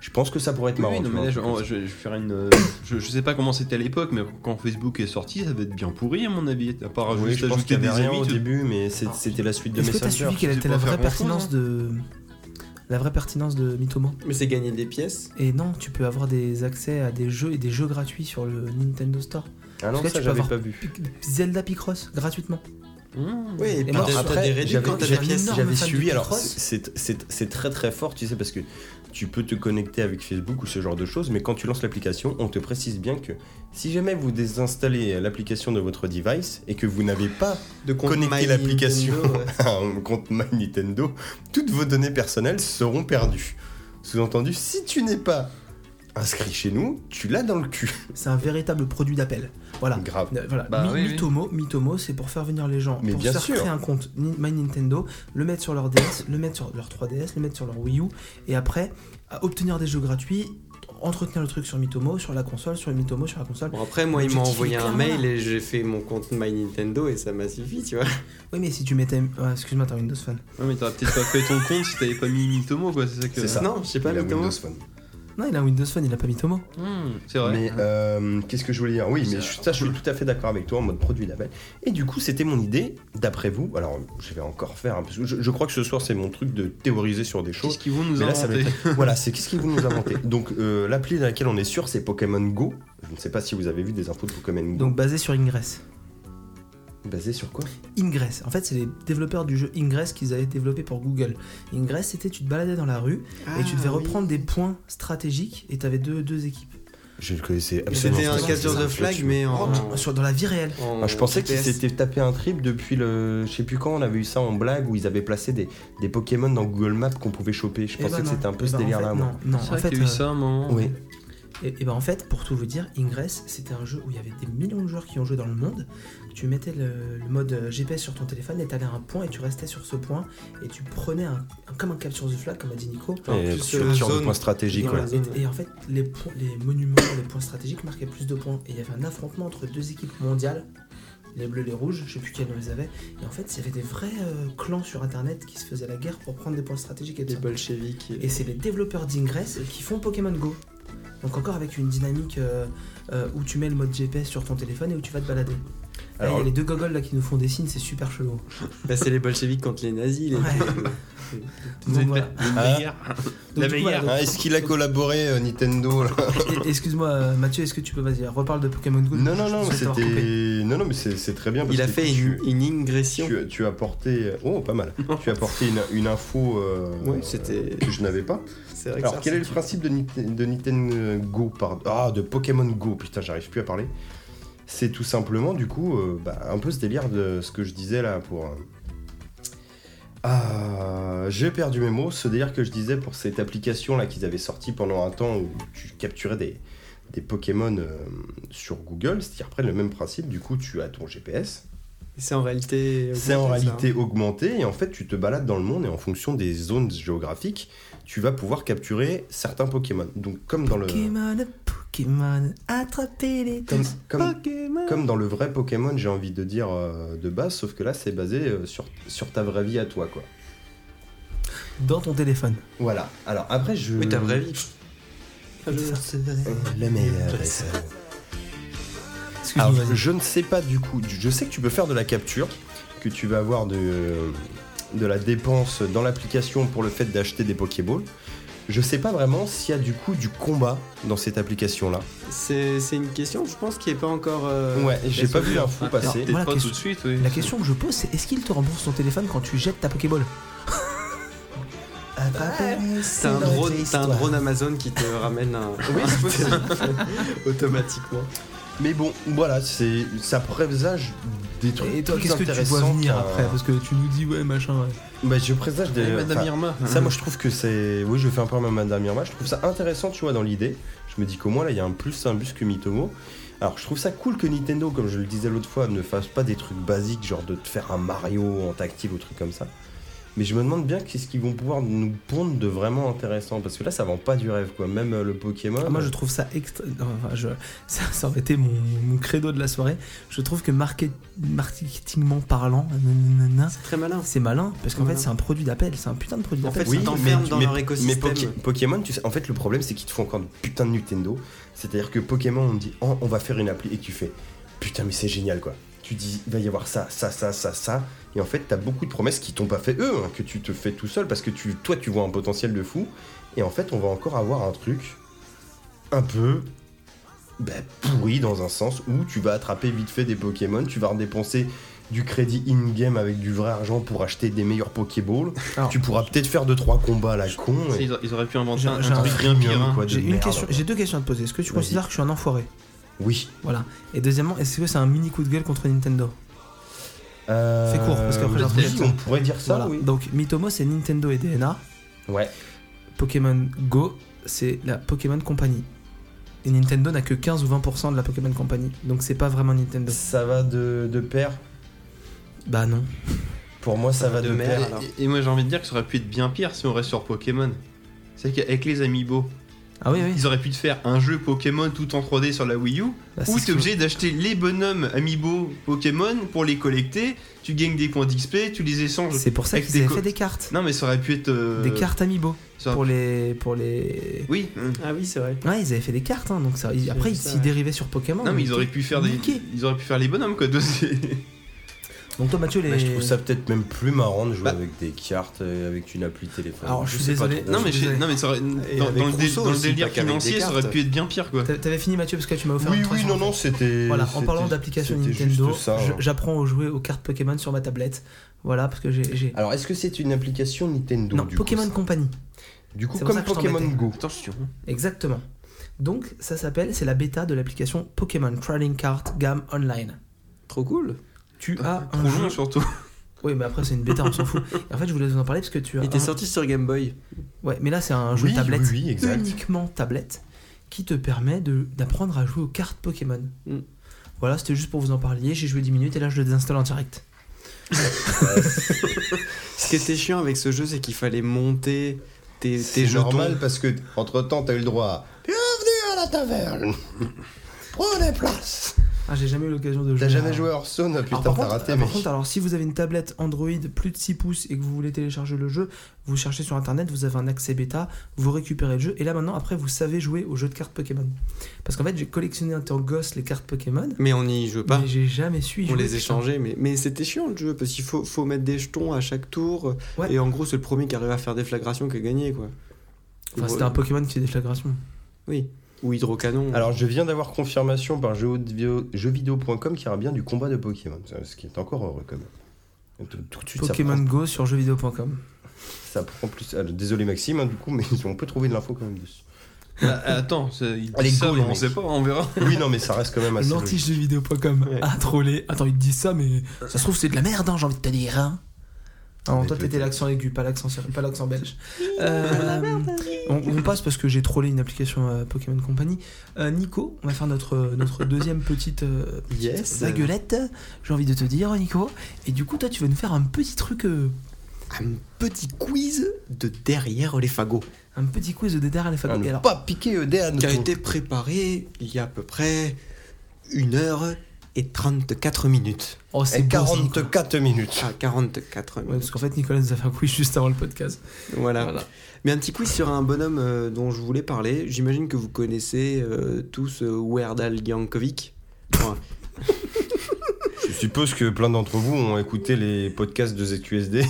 S2: je pense que ça pourrait être
S4: Oui,
S2: marrant.
S4: oui, non,
S2: tu
S4: mais
S2: vois,
S4: là,
S2: un
S4: je,
S2: truc comme ça.
S4: oh, je- je vais faire une. euh, Je, je sais pas comment c'était à l'époque, mais quand Facebook est sorti, ça va être bien pourri à mon avis. À part
S2: Oui,
S4: Ah, juste
S2: je pense
S4: ajouter
S2: qu'il y
S4: des
S2: avait rien
S4: amis,
S2: au
S4: tu-
S2: début, mais c'est- c'était la suite de
S1: Est-ce que t'as
S2: Messenger.
S1: suivi quelle
S4: tu sais
S1: était
S4: pas
S1: la
S4: faire
S1: vraie
S4: grand-chose,
S1: pertinence
S4: hein.
S1: de la vraie pertinence de Mitomo
S3: Mais c'est gagner des pièces.
S1: Et non, tu peux avoir des accès à des jeux et des jeux gratuits sur le Nintendo Store.
S2: Ah
S1: Parce
S2: non,
S1: que là,
S2: ça
S1: tu peux
S2: j'avais
S1: avoir-
S2: pas vu.
S1: Zelda Picross gratuitement.
S4: Mmh.
S3: Oui, et
S1: Et
S3: par
S1: moi,
S3: des-
S1: après,
S3: t'as des réduits
S2: j'avais-
S3: quand t'as
S1: j'ai
S3: des
S1: un
S3: pièces.
S1: énorme-
S2: J'avais
S1: fan de
S2: suivi, alors
S1: Picross.
S2: c'est c'est- c'est très très fort, tu sais, parce que tu peux te connecter avec Facebook ou ce genre de choses, mais quand tu lances l'application, on te précise bien que si jamais vous désinstallez l'application de votre device et que vous n'avez pas
S3: De
S2: connecté l'application
S3: Nintendo, ouais.
S2: à un compte My Nintendo, toutes vos données personnelles seront perdues. Sous-entendu, si tu n'es pas inscrit chez nous, tu l'as dans le cul.
S1: C'est un véritable produit d'appel. Voilà.
S2: Grave.
S1: Euh, Voilà.
S4: Bah
S1: Mi-
S4: oui, oui.
S1: Mitomo, Mitomo, c'est pour faire venir les gens,
S2: Mais
S1: pour
S2: bien
S1: se faire
S2: sûr.
S1: créer un compte Ni- My Nintendo, le mettre sur leur DS, le mettre sur leur 3DS, le mettre sur leur Wii U, et après à obtenir des jeux gratuits, entretenir le truc sur Mitomo, sur la console, sur Mitomo, sur la console.
S3: Bon, après, moi, il m'a
S1: L'objectif
S3: envoyé
S1: est
S3: un
S1: clairement
S3: mail
S1: là.
S3: et j'ai fait mon compte My Nintendo et ça m'a suffi, tu vois.
S1: Oui, mais si tu mettais, ouais, excuse-moi, t'as Windows Phone.
S4: Ouais, mais t'aurais peut-être pas fait ton compte si t'avais pas mis Mitomo, quoi. C'est ça que.
S2: C'est ça.
S3: Non, je sais pas,
S2: Il a
S3: Mitomo.
S2: Windows Phone.
S1: Non, il a un Windows Phone, il a pas Mitomo.
S4: Hmm, c'est vrai.
S2: Mais euh, qu'est-ce que je voulais dire Oui, mais je- ça, je suis tout à fait d'accord avec toi en mode produit d'appel. Et du coup, c'était mon idée, d'après vous. Alors, je vais encore faire, hein, parce que je, je crois que ce soir, c'est mon truc de théoriser sur des choses.
S4: Qu'est-ce qu'ils vont nous
S2: Mais là, ça va
S4: inventer
S2: être- Voilà, c'est qu'est-ce qu'ils vont nous inventer. Donc, euh, l'appli dans laquelle on est sûr, c'est Pokémon Go. Je ne sais pas si vous avez vu des infos de Pokémon Go.
S1: Donc basé sur Ingress.
S2: basé sur quoi
S1: Ingress. En fait, c'est les développeurs du jeu Ingress qu'ils avaient développé pour Google. Ingress, c'était tu te baladais dans la rue et tu devais
S3: Ah, oui.
S1: reprendre des points stratégiques et t'avais deux, deux équipes.
S2: Je ne connaissais absolument
S3: C'était
S2: pas.
S3: un
S1: c'est
S3: capture
S1: ça,
S3: de flag, mais en.
S1: Sur, dans la vie réelle.
S3: en
S2: Oh, Ah, je pensais qu'ils
S3: GPS.
S2: s'étaient tapé un trip depuis le. Je sais plus quand, on avait eu ça en blague où ils avaient placé des, des Pokémon dans Google Maps qu'on pouvait choper. Je
S1: Eh
S2: pensais
S1: ben
S2: que
S1: non.
S2: c'était un peu
S1: Eh
S2: ce
S1: ben, en
S2: délire-là,
S1: fait,
S2: moi.
S1: Non, non.
S4: C'est
S1: en
S4: vrai
S1: fait,
S4: qu'il y a eu
S1: euh,
S4: ça à un moment.
S2: Oui.
S1: Et, et ben en fait, pour tout vous dire, Ingress, c'était un jeu où il y avait des millions de joueurs qui ont joué dans le monde. Tu mettais le, le mode euh, GPS sur ton téléphone et t'allais à un point et tu restais sur ce point et tu prenais un, un- comme un capture the flag, comme a dit Nico.
S3: En
S2: Et
S3: plus,
S2: sur
S3: euh,
S2: sur le
S3: zone.
S2: point stratégique,
S1: Et,
S2: ouais.
S1: voilà. Et- et en fait, les, points- les monuments, les points stratégiques marquaient plus de points. Et il y avait un affrontement entre deux équipes mondiales, les bleus, les rouges, je sais plus quels nom ils avaient. Et en fait, il y avait des vrais euh, clans sur internet qui se faisaient la guerre pour prendre des points stratégiques et
S3: Des
S1: des
S3: bolcheviks.
S1: et c'est les développeurs d'Ingress qui font Pokémon Go. Donc encore avec une dynamique euh, euh, où tu mets le mode GPS sur ton téléphone et où tu vas te balader. Là, Il
S2: Alors-
S1: y a les deux gogoles là qui nous font des signes, c'est super chelou.
S3: Bah, c'est les bolcheviks contre les nazis. les-
S1: Ouais.
S4: Vous êtes
S1: Donc, voilà.
S4: la-
S2: Ah.
S4: la meilleure. La
S1: du coup, voilà,
S4: meilleure.
S2: Ah, Est-ce qu'il a collaboré euh, Nintendo là
S1: Et- Excuse-moi euh, Mathieu, est-ce que tu peux vas-y reparle de Pokémon Go
S2: hein. Non
S1: je-
S2: non
S1: je
S2: non,
S1: sais t'avoir coupé.
S2: c'était non non mais c'est c'est très bien parce
S3: Il a
S2: que
S3: fait
S2: tu,
S3: une, une ingression.
S2: tu, tu as porté oh pas mal. tu as porté une, une info euh,
S3: Ouais, c'était-
S2: que je n'avais pas.
S3: C'est vrai que
S2: Alors
S3: ça
S2: quel est le principe de, Nite- de Nintendo Go pardon ah de Pokémon Go putain j'arrive plus à parler. C'est tout simplement du coup euh, bah, un peu ce délire de ce que je disais là pour euh, ah j'ai perdu mes mots ce délire que je disais pour cette application là qu'ils avaient sorti pendant un temps où tu capturais des des Pokémon euh, sur Google, c'est-à-dire après le même principe, du coup tu as ton GPS,
S3: C'est en réalité.
S2: c'est en
S3: augmenté, ça,
S2: réalité augmenté et en fait tu te balades dans le monde et en fonction des zones géographiques, tu vas pouvoir capturer certains Pokémon. Donc comme dans le
S1: Pokémon, Pokémon, attrapez les
S2: comme,
S1: tous.
S3: hein.
S2: comme, comme dans le vrai Pokémon, j'ai envie de dire euh, de base, sauf que là c'est basé euh, sur, sur ta vraie vie à toi quoi.
S1: dans ton téléphone.
S2: Voilà. Alors après je
S3: hein. Oui, ta vraie vie.
S1: C'est ça.
S2: Euh, le meilleur est seul.
S1: Ah, Excuse-moi,
S2: Alors,
S1: Ah, vas-y.
S2: je ne sais pas du coup, je sais que tu peux faire de la capture, que tu vas avoir de, de la dépense dans l'application pour le fait d'acheter des Pokéballs. Je sais pas vraiment s'il y a du coup du combat dans cette application là.
S3: C'est c'est une question, je pense, qui est pas encore. euh,
S2: ouais, j'ai
S3: est-ce
S2: pas
S3: que-
S2: vu l'info passer.
S4: Peut-être
S1: Moi, la
S4: pas
S1: question-
S4: tout de suite, oui.
S1: La question que je pose, c'est est-ce qu'il te rembourse ton téléphone quand tu jettes ta Pokéball
S3: T'as un, drone, t'as un drone Amazon qui te ramène un. Oui, c'est possible. Automatiquement.
S2: Mais bon, voilà, c'est ça présage des trucs
S1: Et toi,
S2: plus
S1: qu'est-ce que tu vois
S2: intéressants
S1: venir
S2: qu'un-
S1: après Parce que tu nous dis, ouais, machin. ouais.
S2: Bah, je présage des
S4: Eh, Madame
S2: enfin,
S4: Irma.
S2: Ça, moi, je trouve que c'est. Oui, je fais un peu ma Madame Irma. Je trouve ça intéressant, tu vois, dans l'idée. Je me dis qu'au moins, là, il y a un plus, un bus que Mitomo. Alors, je trouve ça cool que Nintendo, comme je le disais l'autre fois, ne fasse pas des trucs basiques, genre de te faire un Mario en tactile ou truc comme ça. Mais je me demande bien qu'est-ce qu'ils vont pouvoir nous pondre de vraiment intéressant. Parce que là, ça vend pas du rêve, quoi. Même euh, le Pokémon.
S1: Ah, Moi, je trouve ça extra. non, Enfin, je... ça, ça aurait été mon, mon credo de la soirée. Je trouve que market- marketingement parlant, nanana,
S3: C'est très malin.
S1: c'est malin parce qu'en
S3: Malin.
S1: fait, c'est un produit d'appel. C'est un putain de produit
S3: En
S1: d'appel.
S3: fait, ça t'enferme dans leur écosystème.
S2: mais Poké- Pokémon, tu sais, en fait, le problème, c'est qu'ils te font encore de putain de Nintendo. C'est-à-dire que Pokémon, on dit, Oh, on va faire une appli, et tu fais, putain, mais c'est génial, quoi. Tu dis, il va y avoir ça, ça, ça, ça, ça. Et en fait, t'as beaucoup de promesses qui t'ont pas fait eux, hein, que tu te fais tout seul, parce que tu, toi, tu vois un potentiel de fou. Et en fait, on va encore avoir un truc un peu bah, pourri dans un sens où tu vas attraper vite fait des Pokémon, tu vas redépenser du crédit in-game avec du vrai argent pour acheter des meilleurs Pokéballs.
S1: Alors,
S2: tu pourras peut-être faire 2-3 combats à la con.
S4: Ça,
S2: et-
S4: Ils, aura- ils auraient pu inventer
S1: J'ai-
S4: un, un
S1: j'ai un
S4: truc bien
S2: freemium,
S4: pire. hein.
S2: quoi, de
S1: J'ai une
S2: merde.
S1: question, j'ai deux questions à te poser. Est-ce que tu
S2: Vas-y.
S1: considères que je suis un enfoiré
S2: Oui.
S1: Voilà. Et deuxièmement, est-ce que c'est un mini coup de gueule contre Nintendo
S2: Euh,
S1: Fais court, parce qu'après, j'ai un
S2: oui,
S1: truc à
S2: on
S1: dire.
S2: pourrait dire ça,
S1: Voilà.
S2: oui.
S1: Donc Mitomo c'est Nintendo et DNA.
S2: Ouais.
S1: Pokémon Go c'est la Pokémon Company. Et Nintendo n'a que 15 ou 20% de la Pokémon Company. Donc c'est pas vraiment Nintendo.
S2: Ça va de, de pair.
S1: Bah non.
S2: Pour moi, ça, va de,
S3: mer,
S2: pair.
S3: alors.
S4: Et, et moi j'ai envie de dire que ça aurait pu être bien pire si on reste sur Pokémon. C'est qu'avec les amiibo,
S1: Ah oui, oui.
S4: ils auraient pu te faire un jeu Pokémon tout en 3D sur la Wii U,
S1: Bah, c'est
S4: ou
S1: ce
S4: t'es
S1: que-
S4: obligé d'acheter les bonhommes amiibo Pokémon pour les collecter, tu gagnes des points d'XP, tu les échanges.
S1: C'est pour ça
S4: avec
S1: qu'ils avaient
S4: des
S1: fait
S4: co-
S1: des cartes.
S4: Non mais ça aurait pu être... euh,
S1: Des cartes Amiibo.
S4: ça aurait-
S1: Pour les. Pour les...
S4: Oui,
S3: Ah oui, c'est vrai.
S1: Ouais, ils avaient fait des cartes, hein, donc ça. ils-
S3: J'ai
S1: Après,
S3: vu
S1: ils
S3: ça,
S1: s'y
S3: ouais.
S1: dérivaient sur Pokémon.
S4: non mais ils
S1: donc-
S4: auraient pu faire des...
S1: niqué.
S4: Ils auraient pu faire les bonhommes quoi. donc c'est-
S1: Donc toi, Mathieu, les.
S2: Bah, je trouve ça peut-être même plus marrant de jouer
S4: Bah.
S2: avec des cartes, euh, avec une appli téléphone.
S1: Alors, je suis
S2: sais pas
S1: désolé.
S2: trop.
S4: Non mais, j'ai-
S1: désolé.
S4: non, mais ça aurait-
S3: Et
S4: dans,
S3: avec
S4: dans le, dé-
S3: Rousseau
S4: dans le
S3: aussi,
S4: délire
S3: pas qu'avec
S4: financier
S3: des
S4: ça aurait
S3: cartes.
S4: pu être bien pire quoi.
S1: T'a- T'avais fini, Mathieu, parce que là, tu m'as offert
S2: Oui,
S1: un
S2: oui,
S1: truc,
S2: non,
S1: en
S2: non,
S1: fait.
S2: c'était.
S1: Voilà, en
S2: c'était-
S1: parlant d'application
S2: c'était juste
S1: Nintendo,
S2: ça,
S1: je-
S2: hein.
S1: j'apprends à jouer aux cartes Pokémon sur ma tablette. Voilà, parce que j'ai. j'ai-
S2: Alors, est-ce que c'est une application Nintendo
S1: Non,
S2: Ah, du
S1: Pokémon
S2: coup, ça
S1: Company.
S2: Du coup,
S1: C'est pour ça
S2: comme
S1: que je
S2: Pokémon
S1: t'embêtais.
S2: Go.
S4: Attention.
S1: Exactement. Donc, ça s'appelle, c'est la bêta de l'application Pokémon Trading Card Game Online.
S3: Trop cool.
S1: Tu as
S4: Trop
S1: un jeu.
S4: long surtout.
S1: Oui, mais après, c'est une bêta, on s'en fout. Et en fait, je voulais vous en parler parce que tu as.
S3: Il était
S1: un-
S3: sorti sur Game Boy.
S1: Ouais, mais là, c'est un jeu
S2: Oui,
S1: tablette.
S2: oui, oui, exact.
S1: Uniquement tablette, qui te permet de- d'apprendre à jouer aux cartes Pokémon.
S3: Mm.
S1: Voilà, c'était juste pour vous en parler. J'ai joué 10 minutes et là, je le désinstalle en direct.
S3: Ce qui était chiant avec ce jeu, c'est qu'il fallait monter tes, tes
S2: C'est
S3: jetons.
S2: normal parce que, entre temps, t'as eu le droit à. Bienvenue à la taverne Prenez place
S1: Ah, j'ai jamais eu l'occasion de jouer.
S2: T'as
S1: à-
S2: jamais joué à Hearthstone Putain,
S1: Alors, Ah, par,
S2: t'as
S1: contre,
S2: raté,
S1: par
S2: mec.
S1: contre, alors si vous avez une tablette Android plus de 6 pouces et que vous voulez télécharger le jeu, vous cherchez sur internet, vous avez un accès bêta, vous récupérez le jeu et là maintenant après vous savez jouer au jeu de cartes Pokémon. Parce qu'en fait j'ai collectionné en tant que gosse les cartes Pokémon,
S3: Mais on n'y jouait
S2: Bah,
S3: pas.
S1: mais j'ai jamais su y
S3: On
S1: jouer,
S3: les
S1: putain.
S3: échangeait, mais, mais c'était chiant le jeu parce qu'il faut, faut mettre des jetons à chaque tour.
S1: Ouais.
S3: Et en gros, c'est le premier qui arrive à faire des flagrations qui a gagné quoi.
S1: Enfin
S3: Ou- euh,
S1: c'était un Pokémon qui est déflagration.
S3: Oui. Ou hydrocanon.
S2: Alors, je viens d'avoir confirmation par jeux vidéo- jeuxvideo.com qu'il y aura bien du combat de Pokémon, ça, ce qui est encore heureux quand même. Tout- Tout de suite, ça
S1: Pokémon Go sur jeuxvideo.com.
S2: prend- ça prend plus. ah, désolé, Maxime, hein, du coup, mais on peut trouver de l'info quand même dessus.
S4: Ah, Attends, c'est- ils
S2: Allez,
S4: disent ça,
S2: go,
S4: mais
S2: les
S4: on
S2: mecs.
S4: sait pas, on verra.
S2: Oui, non, mais ça reste quand même assez. logique.
S1: L'anti-jeuxvideo.com
S3: Ouais.
S1: a trollé. Ah, Attends, ils te disent ça, mais ça se trouve, c'est de la merde, hein, j'ai envie de te dire. Hein. Alors,
S2: Mais
S1: toi, t'étais
S2: peut-être.
S1: l'accent aigu, pas l'accent sur- pas l'accent belge. Euh, on, on passe parce que j'ai trollé une application euh, Pokémon Company. Euh, Nico, on va faire notre, euh, notre deuxième petite, euh, petite
S3: Yes.
S1: bagueulette, j'ai envie de te dire, Nico. Et du coup, toi, tu vas nous faire un petit truc, euh,
S3: Un petit quiz de derrière les fagots.
S1: un petit quiz de DDR à la
S2: Ah,
S1: fac.
S2: ne
S1: Et alors,
S2: pas piquer ED à
S3: qui a
S2: notre-
S3: été préparé il y a à peu près 1 heure et 34 minutes.
S1: oh,
S2: Et
S1: c'est beau, ça, Nico.
S2: 44 minutes.
S3: Ah, 44
S1: Ouais,
S3: minutes.
S1: parce qu'en fait, Nicolas nous a fait un quiz juste avant le podcast.
S3: Voilà.
S1: Voilà.
S3: Mais un petit quiz sur un bonhomme euh, dont je voulais parler. J'imagine que vous connaissez euh, tous euh, Weird Al Yankovic. Enfin,
S2: Je suppose que plein d'entre vous ont écouté les podcasts de ZQSD.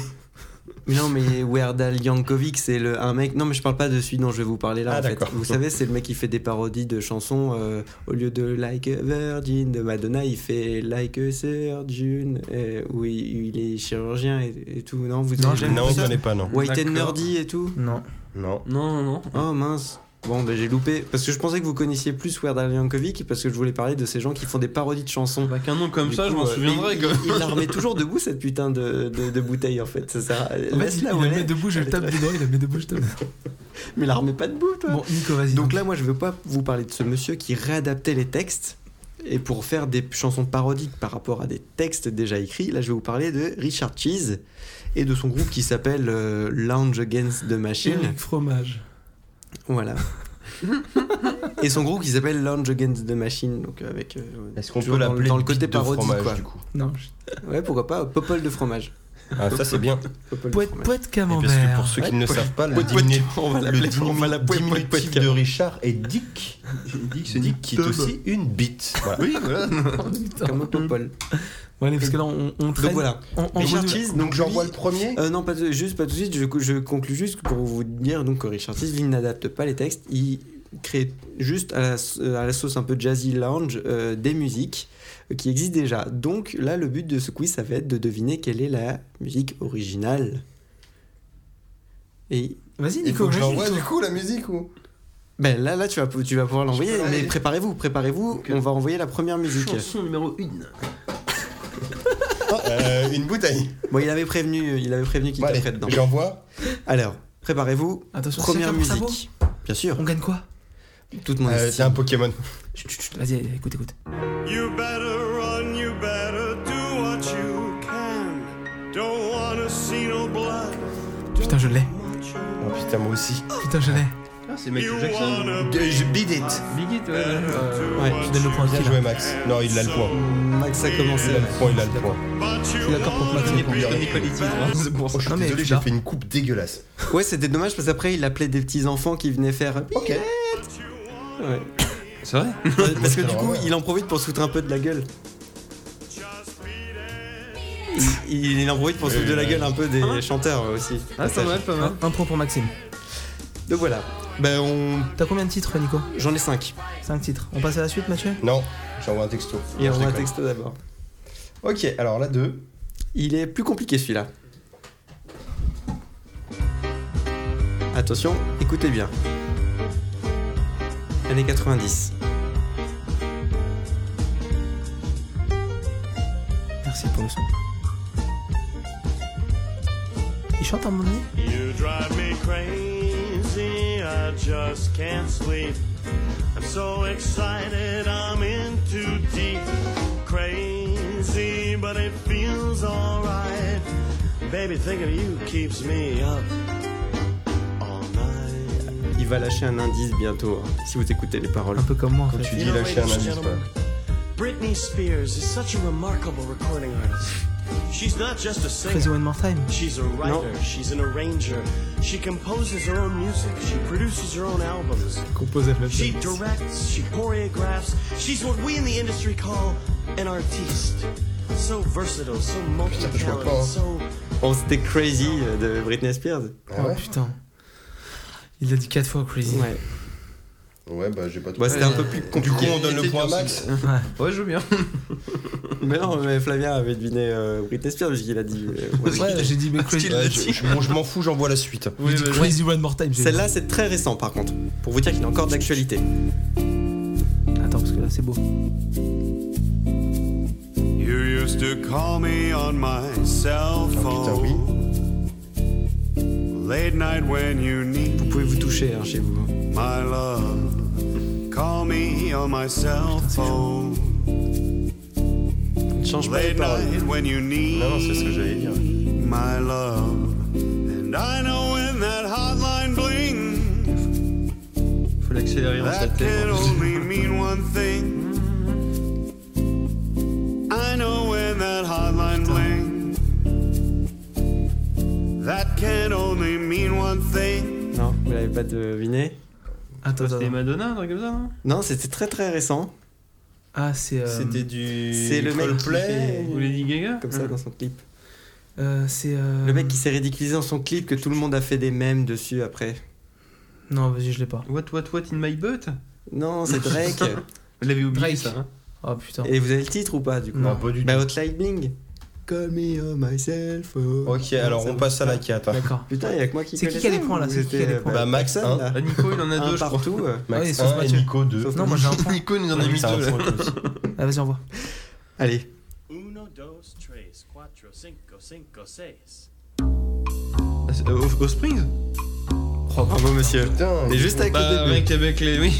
S3: mais non, mais Weird Al Yankovic, c'est le- un mec. Non, mais je parle pas de celui dont je vais vous parler là.
S2: Ah,
S3: en fait.
S2: d'accord.
S3: Vous savez, c'est le mec qui fait des parodies de chansons. euh, au lieu de Like a Virgin de Madonna, il fait Like a Surgeon, euh, où il, il est chirurgien et, et tout. Non, vous
S1: Non,
S3: avez
S1: je
S3: jamais
S2: Non,
S3: vu
S2: je
S3: ça
S2: n'en ai pas, non.
S3: White and
S4: D'accord.
S3: Nerdy et tout
S1: Non.
S2: Non.
S4: Non, non, non.
S3: Oh mince Bon, ben j'ai loupé, parce que je pensais que vous connaissiez plus Weird Al Yankovic, parce que je voulais parler de ces gens qui font des parodies de chansons.
S4: Avec un bah, nom comme
S3: Du
S4: ça, je
S3: coup,
S4: m'en
S3: euh,
S4: souviendrai.
S3: Il,
S4: quoi.
S3: il- il la remet toujours debout, cette putain de, de, de bouteille, en fait, ça sert à-
S1: En fait, il
S3: Laisse-la
S1: la
S3: où elle
S1: met
S3: est.
S1: debout, je le tape dedans, il la met debout, je tape dedans.
S3: mais la remet pas debout, toi
S1: Bon, Nico, vas-y. hein.
S3: Donc là, moi, je veux pas vous parler de ce monsieur qui réadaptait les textes, et pour faire des chansons parodiques par rapport à des textes déjà écrits, là, je vais vous parler de Richard Cheese, et de son groupe qui s'appelle euh, Lounge Against the Machine.
S1: Eric Fromage.
S3: Voilà. et son groupe qui s'appelle Lounge Against the Machine, donc avec. euh,
S2: Est-ce qu'on
S3: toujours
S2: peut
S3: dans le-
S2: l'appeler
S3: dans le côté
S2: bite de
S3: parodie
S2: fromage,
S3: quoi.
S2: du coup
S1: Non, je...
S3: Ouais, pourquoi pas euh, Popole de fromage.
S2: Ah, ça c'est bien.
S3: Popole de
S1: Poète,
S3: fromage.
S1: poète
S2: Et parce que
S1: camembert.
S2: pour ceux qui ne le savent pas, le
S3: Poète, poète,
S2: diminutif-
S3: on va
S2: le
S3: l'appeler on va
S2: diminu-
S3: l'appeler poète, poète,
S2: diminutif de Richard est Dick.
S4: Dick, c'est
S2: Dick qui est
S4: Tub.
S2: aussi une bite. Voilà.
S4: Oui, voilà.
S1: Putain.
S3: comme un popole.
S1: Bon, allez, parce que là, on, on traîne.
S3: Donc voilà.
S1: On, on
S3: Richard
S1: redou-
S3: Cheese, donc,
S2: Donc j'envoie
S3: lui-
S2: le premier.
S3: Euh, non, pas de- juste, pas tout de suite. Je, je conclue juste pour vous dire donc que Richard Cheese, il n'adapte pas les textes. Il créer juste à la, euh, à la sauce un peu jazzy lounge euh, des musiques euh, qui existent déjà. Donc là, le but de ce quiz, ça va être de deviner quelle est la musique originale. Et
S1: Vas-y,
S2: Il
S1: Nico,
S2: faut que
S1: vas-y,
S2: je l'envoie
S1: Nico.
S2: du coup la musique ou
S3: ben là, là tu, vas, tu vas pouvoir l'envoyer,
S4: Je peux
S3: mais
S4: aller.
S3: préparez-vous, préparez-vous,
S4: Ok.
S3: on va envoyer la première musique.
S4: Chanson numéro 1.
S2: Euh, Une bouteille.
S3: Bon, il avait prévenu, il avait prévenu qu'il
S2: Bon, allez,
S3: taperait dedans.
S2: J'envoie.
S3: Alors, préparez-vous,
S1: Attention,
S3: première
S1: chacun pour sa
S3: musique. Bien sûr,
S1: On gagne quoi
S3: toute mon
S2: Euh,
S3: estime.
S2: C'est un Pokémon.
S1: Chut, chut, chut, Vas-y, allez, écoute, écoute.
S5: You better run, you better do what you can. Don't wanna see no blood.
S1: Putain, je l'ai.
S2: Oh putain, moi aussi.
S1: Putain, je l'ai.
S4: Ah, c'est
S5: You
S4: Michael Jackson.
S5: wanna
S2: Je bid it.
S4: Big It, ouais. ouais.
S5: do
S3: ouais,
S5: what
S1: Je donne le point à
S2: Bien
S1: qui, là
S2: joué, Max. Non, il a le point.
S3: Max a commencé.
S2: Il a le point, il a le point.
S5: But you
S1: d'accord pour Max,
S5: wanna
S1: mais pour
S5: be
S4: Plus Tony Colletti, hein. C'est pour ça.
S2: Oh, je suis
S1: Non, mais
S2: désolé,
S1: tu
S2: j'ai
S1: l'as.
S2: fait une coupe dégueulasse.
S3: Ouais, c'était dommage parce qu'après, il appelait des petits enfants qui venaient faire. euh,
S2: Ok.
S3: Ouais.
S4: C'est vrai
S3: Parce que
S2: c'est
S3: du coup,
S2: vrai.
S3: il en profite pour se foutre un peu de la gueule.
S5: just beat it.
S3: Il, il en profite pour se foutre de la gueule un peu des
S4: Ah.
S3: chanteurs euh, aussi.
S4: Ah, pas mal, pas mal.
S1: Un point pour Maxime.
S3: Donc voilà. Ben, on...
S1: T'as combien de titres, Nico
S3: j'en ai 5.
S1: 5 titres. On passe à la suite, Mathieu
S2: Non, j'envoie un texto.
S3: Et
S2: Non, Ah, je
S3: on va un
S2: déconne.
S3: texto d'abord.
S2: Ok, alors là, deux.
S3: Il est plus compliqué celui-là. Attention, écoutez bien. Années 90.
S1: Merci pour le son. Il chante à un moment donné
S5: You drive me crazy, I just can't sleep. I'm so excited, I'm in too deep. Crazy, but it feels alright. Baby, thinking of you keeps me up all night.
S3: Il va lâcher un indice bientôt, hein, si vous écoutez les paroles.
S1: Un peu comme moi, en
S2: Quand
S1: fait.
S2: tu dis
S5: You know,
S2: lâcher un
S5: ladies and
S2: indice, quoi.
S5: gentlemen, Britney Spears is such a remarkable recording artist. She's not just a
S1: Crazy
S5: singer.
S1: One More Time.
S5: She's a writer, she's an arranger. She composes her own music, she produces her own albums. She directs, she choreographs. She's what we in the industry call an artiste. So versatile, so
S2: je vois pas,
S5: multi-talented,
S2: hein.
S5: so
S3: Bon, Oh, c'était Crazy euh, de Britney Spears.
S2: Ah ouais
S1: Oh, Putain. Il l'a dit 4 fois, Crazy.
S3: Ouais.
S2: Ouais, bah j'ai pas tout.
S3: Bon, c'était un peu plus
S2: Du
S3: compliqué.
S2: coup, on donne le
S4: était
S2: point à
S4: dur,
S2: Max.
S3: Ah.
S4: Ouais, je veux bien.
S3: Mais non, mais Flavien avait deviné euh, Britney Spears puisqu'il a dit. euh,
S1: Ouais,
S3: voilà.
S1: j'ai dit, mais Crazy.
S4: qu'il
S2: Ouais,
S4: l'a
S2: je
S4: dit.
S2: je- bon, je m'en fous, j'envoie la suite.
S1: J'ai dit Crazy One More Time. j'ai-
S3: Celle-là, c'est très récent par contre, pour vous dire qu'il est encore d'actualité.
S1: Attends, parce que là, c'est beau.
S5: You used to call me on my
S3: Ah
S5: cell
S2: putain, oui.
S5: phone. Late night when you need
S3: Vous pouvez vous toucher hein, chez vous.
S5: my love. Call me on my cell phone.
S3: Ne change pas les
S5: Late
S3: paroles.
S5: night when you need
S2: Non, non, c'est ce que j'allais dire.
S5: my love. And I know when that hotline blings.
S4: Faut l'accélérer
S3: Ah,
S4: en
S5: That can only mean one thing. I know when that hotline bling. That can only mean one thing.
S3: Non, vous l'avez pas deviné.
S1: Attends, attends.
S4: C'était
S1: attends.
S4: Madonna, un truc comme ça, non
S3: Non, c'était très très récent,
S1: Ah, c'est. euh,
S2: C'était du.
S3: c'est le mec qui
S2: Coldplay.
S3: fait-
S4: Ou Lady Gaga
S3: comme ça
S4: Ouais.
S3: dans son clip.
S1: euh, c'est. euh,
S3: Le mec qui s'est ridiculisé dans son clip, que tout le monde a fait des mèmes dessus après.
S1: Non, vas-y, je l'ai pas.
S4: What, what, what in my butt
S3: Non, c'est Drake.
S4: Vous l'avez oublié,
S1: Drake.
S4: ça. hein
S1: Oh putain.
S3: Et vous avez le titre ou pas du coup
S1: Non.
S2: Non, pas du tout.
S3: Bah, Hotline Bling. Call me on myself.
S2: Ok, alors on passe à la 4.
S1: D'accord.
S3: Putain, y'a que moi qui
S1: C'est qui
S3: connais
S1: qui a
S3: ça,
S1: les points, là
S3: ou
S1: C'est qui qui a
S3: c'était,
S1: les points
S3: bah,
S2: Bah, Max,
S3: personne,
S2: un.
S3: là.
S4: Ah, Nico, il en a
S3: Un
S4: deux, je crois.
S3: partout. euh.
S1: Ouais,
S2: Max
S1: sauf
S2: 1 et
S1: Mathieu.
S2: Nico 2.
S3: Sauf
S1: Non, moi j'ai un point.
S4: Nico, il nous en a
S2: Ah,
S4: mis
S2: ça
S4: deux, là.
S2: raconte aussi.
S1: Ah, vas-y, envoie.
S3: Allez,
S5: Uno, dos, tres, cuatro, cinco, cinco, seis.
S4: Ah, c'est- euh, Au au Springs
S3: bravo monsieur.
S2: Putain,
S3: Et juste avec
S4: Bah,
S3: le début.
S4: mec, avec les. Oui.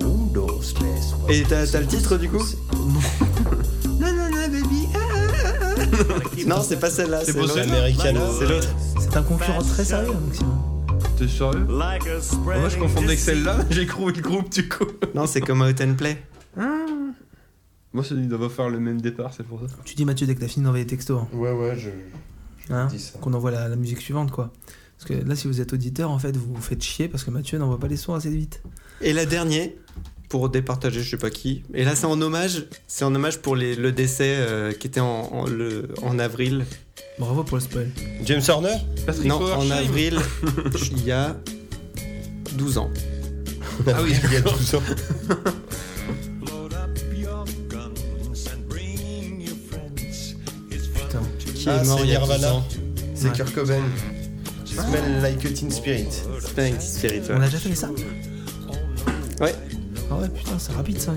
S2: Rudo, stress,
S3: Et t'as t'as le titre du coup
S4: Non, non, non, baby.
S3: Ah, Non, c'est pas celle-là.
S4: C'est pas
S3: l'autre.
S4: celle-là.
S2: Americana.
S3: C'est l'autre.
S1: C'est un concurrent très sérieux, Maxime.
S4: T'es sérieux
S5: Like a spreading
S4: Moi, je confondais avec
S5: disease.
S4: celle-là, j'ai trouvé le groupe, du coup.
S3: Non, c'est comme Out and Play.
S4: Moi, c'est ils doivent faire le même départ, c'est pour ça.
S1: Tu dis, Mathieu, dès que t'as fini d'envoyer les textos. hein,
S2: Ouais, ouais, je.
S1: Hein
S2: dis ça.
S1: Qu'on envoie la, la musique suivante, quoi. Parce que là, si vous êtes auditeur, en fait, vous vous faites chier parce que Mathieu n'envoie pas les sons assez vite.
S3: Et la dernière, pour départager, je sais pas qui. Et là, c'est en hommage. C'est en hommage pour les- le décès euh, qui était en, en- le- en avril.
S1: Bravo pour le spoil.
S2: James Horner
S4: Patrick
S3: Non, en
S4: Oversheim.
S3: avril, il y a 12 ans.
S4: Ah oui,
S2: il y a 12 ans.
S5: Load up your guns and bring your friends. It's fun.
S1: Putain.
S3: Qui
S2: Ah,
S3: est mort
S2: c'est
S3: il y a 12
S2: Nirvana.
S3: ans
S2: C'est
S1: Ouais.
S2: Kurt Cobain. Smell like a teen spirit.
S3: C'était un petit spirit, ouais.
S1: On a déjà fait ça
S3: Ouais.
S1: Ah ouais, putain, c'est rapide ça.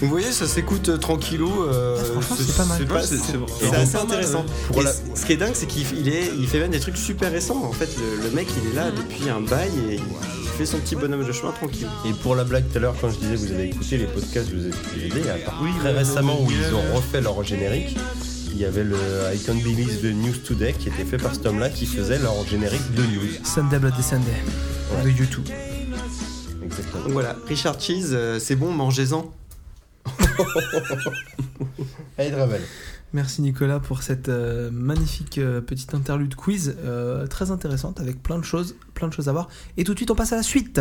S3: Vous voyez, ça s'écoute euh, tranquillou. euh,
S1: Ouais, franchement, c'est pas mal.
S3: C'est
S4: Ouais, c'est- c'est vraiment
S3: c'est
S4: pas
S3: assez
S4: mal,
S3: intéressant.
S4: ouais.
S3: Et c- Ce qui est dingue, c'est qu'il f- il est, il fait même des trucs super récents. En fait, le, le mec, il est là depuis un bail et il fait son petit bonhomme de chemin tranquille.
S2: Et pour la blague tout à l'heure, quand je disais vous avez écouté les podcasts, vous avez écouté à part
S4: Oui,
S2: très
S4: le-
S2: récemment
S4: le-
S2: où ils ont refait leur générique, il y avait le Icon Babies de News Today qui était fait par cet homme-là qui faisait leur générique de news.
S1: Sunday Bloody Sunday de YouTube.
S2: Exactement.
S3: Donc voilà, Richard Cheese, euh, c'est bon, mangez-en.
S2: Allez, Dravel.
S1: Merci Nicolas pour cette euh, magnifique euh, petite interlude quiz euh, très intéressante avec plein de choses, plein de choses à voir. Et tout de suite on passe à la suite.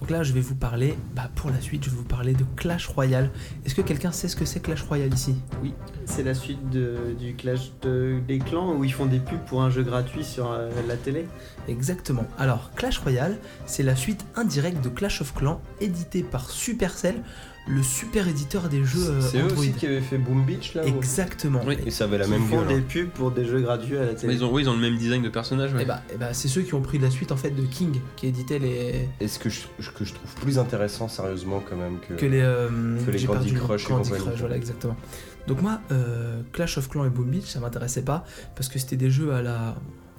S1: Donc là je vais vous parler, bah, pour la suite je vais vous parler de Clash Royale. Est-ce que quelqu'un sait ce que c'est Clash Royale ici
S3: C'est la suite du Clash des Clans où ils font des pubs pour un jeu gratuit sur euh, la télé.
S1: Exactement. Alors, Clash Royale, c'est la suite indirecte de Clash of Clans, édité par Supercell, le super éditeur des jeux euh,
S2: C'est eux
S1: Android.
S2: aussi qui avaient fait Boom Beach là
S1: Exactement.
S4: Oui.
S2: Et ça avait la
S3: Ils
S2: même
S3: font
S2: gueule.
S3: des
S2: hein.
S3: pubs pour des jeux gratuits à la télé.
S4: Ils ont, oui, ils ont le même design de personnage. ouais.
S1: Et bah, c'est ceux qui ont pris la suite en fait de King, qui éditait les
S2: Et ce que je, ce que je trouve plus intéressant, sérieusement, quand même, que.
S1: que les, euh,
S2: Que les
S1: j'ai
S2: Candy
S1: perdu le nom,
S2: Crush et
S1: Candy
S2: compagnie.
S1: Crush, voilà, exactement. Donc moi, euh, Clash of Clans et Boom Beach, ça m'intéressait pas parce que c'était des jeux à la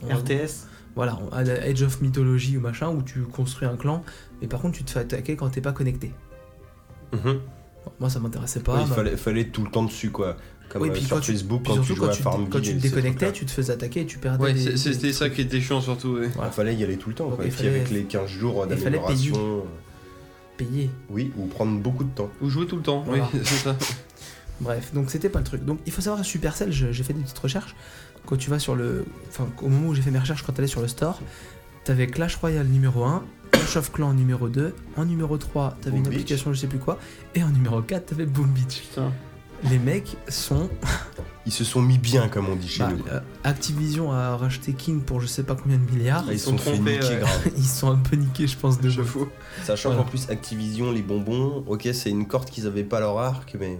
S1: on-
S3: RTS.
S1: voilà, on- à la Age of Mythology ou machin où tu construis un clan, mais par contre tu te fais attaquer quand t'es pas connecté.
S2: Mhm.
S1: Bon, moi ça m'intéressait pas.
S2: Ouais,
S1: ma-
S2: il fallait, fallait tout le temps dessus, quoi. Comme
S1: Oui,
S2: euh,
S1: puis
S2: sur
S1: quand tu-
S2: Facebook,
S1: Puis
S2: quand tu
S1: surtout
S2: jouais
S1: quand
S2: à
S1: tu,
S2: Farm
S1: quand tu te déconnectais, tu te faisais attaquer et tu perdais.
S4: Ouais,
S1: des-
S4: c'est-
S1: des-
S4: c'était ça qui était chiant surtout. ouais.
S2: Il fallait y aller tout le temps,
S1: Donc,
S2: quoi.
S1: il
S2: Et puis avec
S1: fallait-
S2: les 15 jours
S1: il fallait
S2: d'amélioration.
S1: payé.
S2: Oui, ou prendre beaucoup de temps.
S4: Ou jouer tout le temps,
S1: Voilà.
S4: oui, c'est ça.
S1: Bref, donc c'était pas le truc. Donc il faut savoir à Supercell, je- j'ai fait des petites recherches. Quand tu vas sur le. Enfin, au moment où j'ai fait mes recherches, quand t'allais sur le store, t'avais Clash Royale numéro 1, Clash of Clans numéro 2, en numéro 3, t'avais
S2: Boom
S1: une
S2: Beach.
S1: application, je sais plus quoi, et en numéro 4, t'avais Boom Beach.
S3: Putain.
S1: Les mecs sont.
S2: Ils se sont mis bien, comme on dit chez
S1: bah,
S2: nous.
S1: euh, Activision a racheté King pour je sais pas combien de milliards.
S2: Ah, Ils
S4: Ils
S2: se sont
S4: sont
S2: fait
S4: trompés,
S2: niquer
S4: ouais.
S2: grave.
S1: Ils sont un peu niqués, je pense, de
S4: J'avoue.
S2: Sachant
S1: Voilà.
S2: qu'en plus, Activision, les bonbons, ok, c'est une corde qu'ils avaient pas leur arc, mais.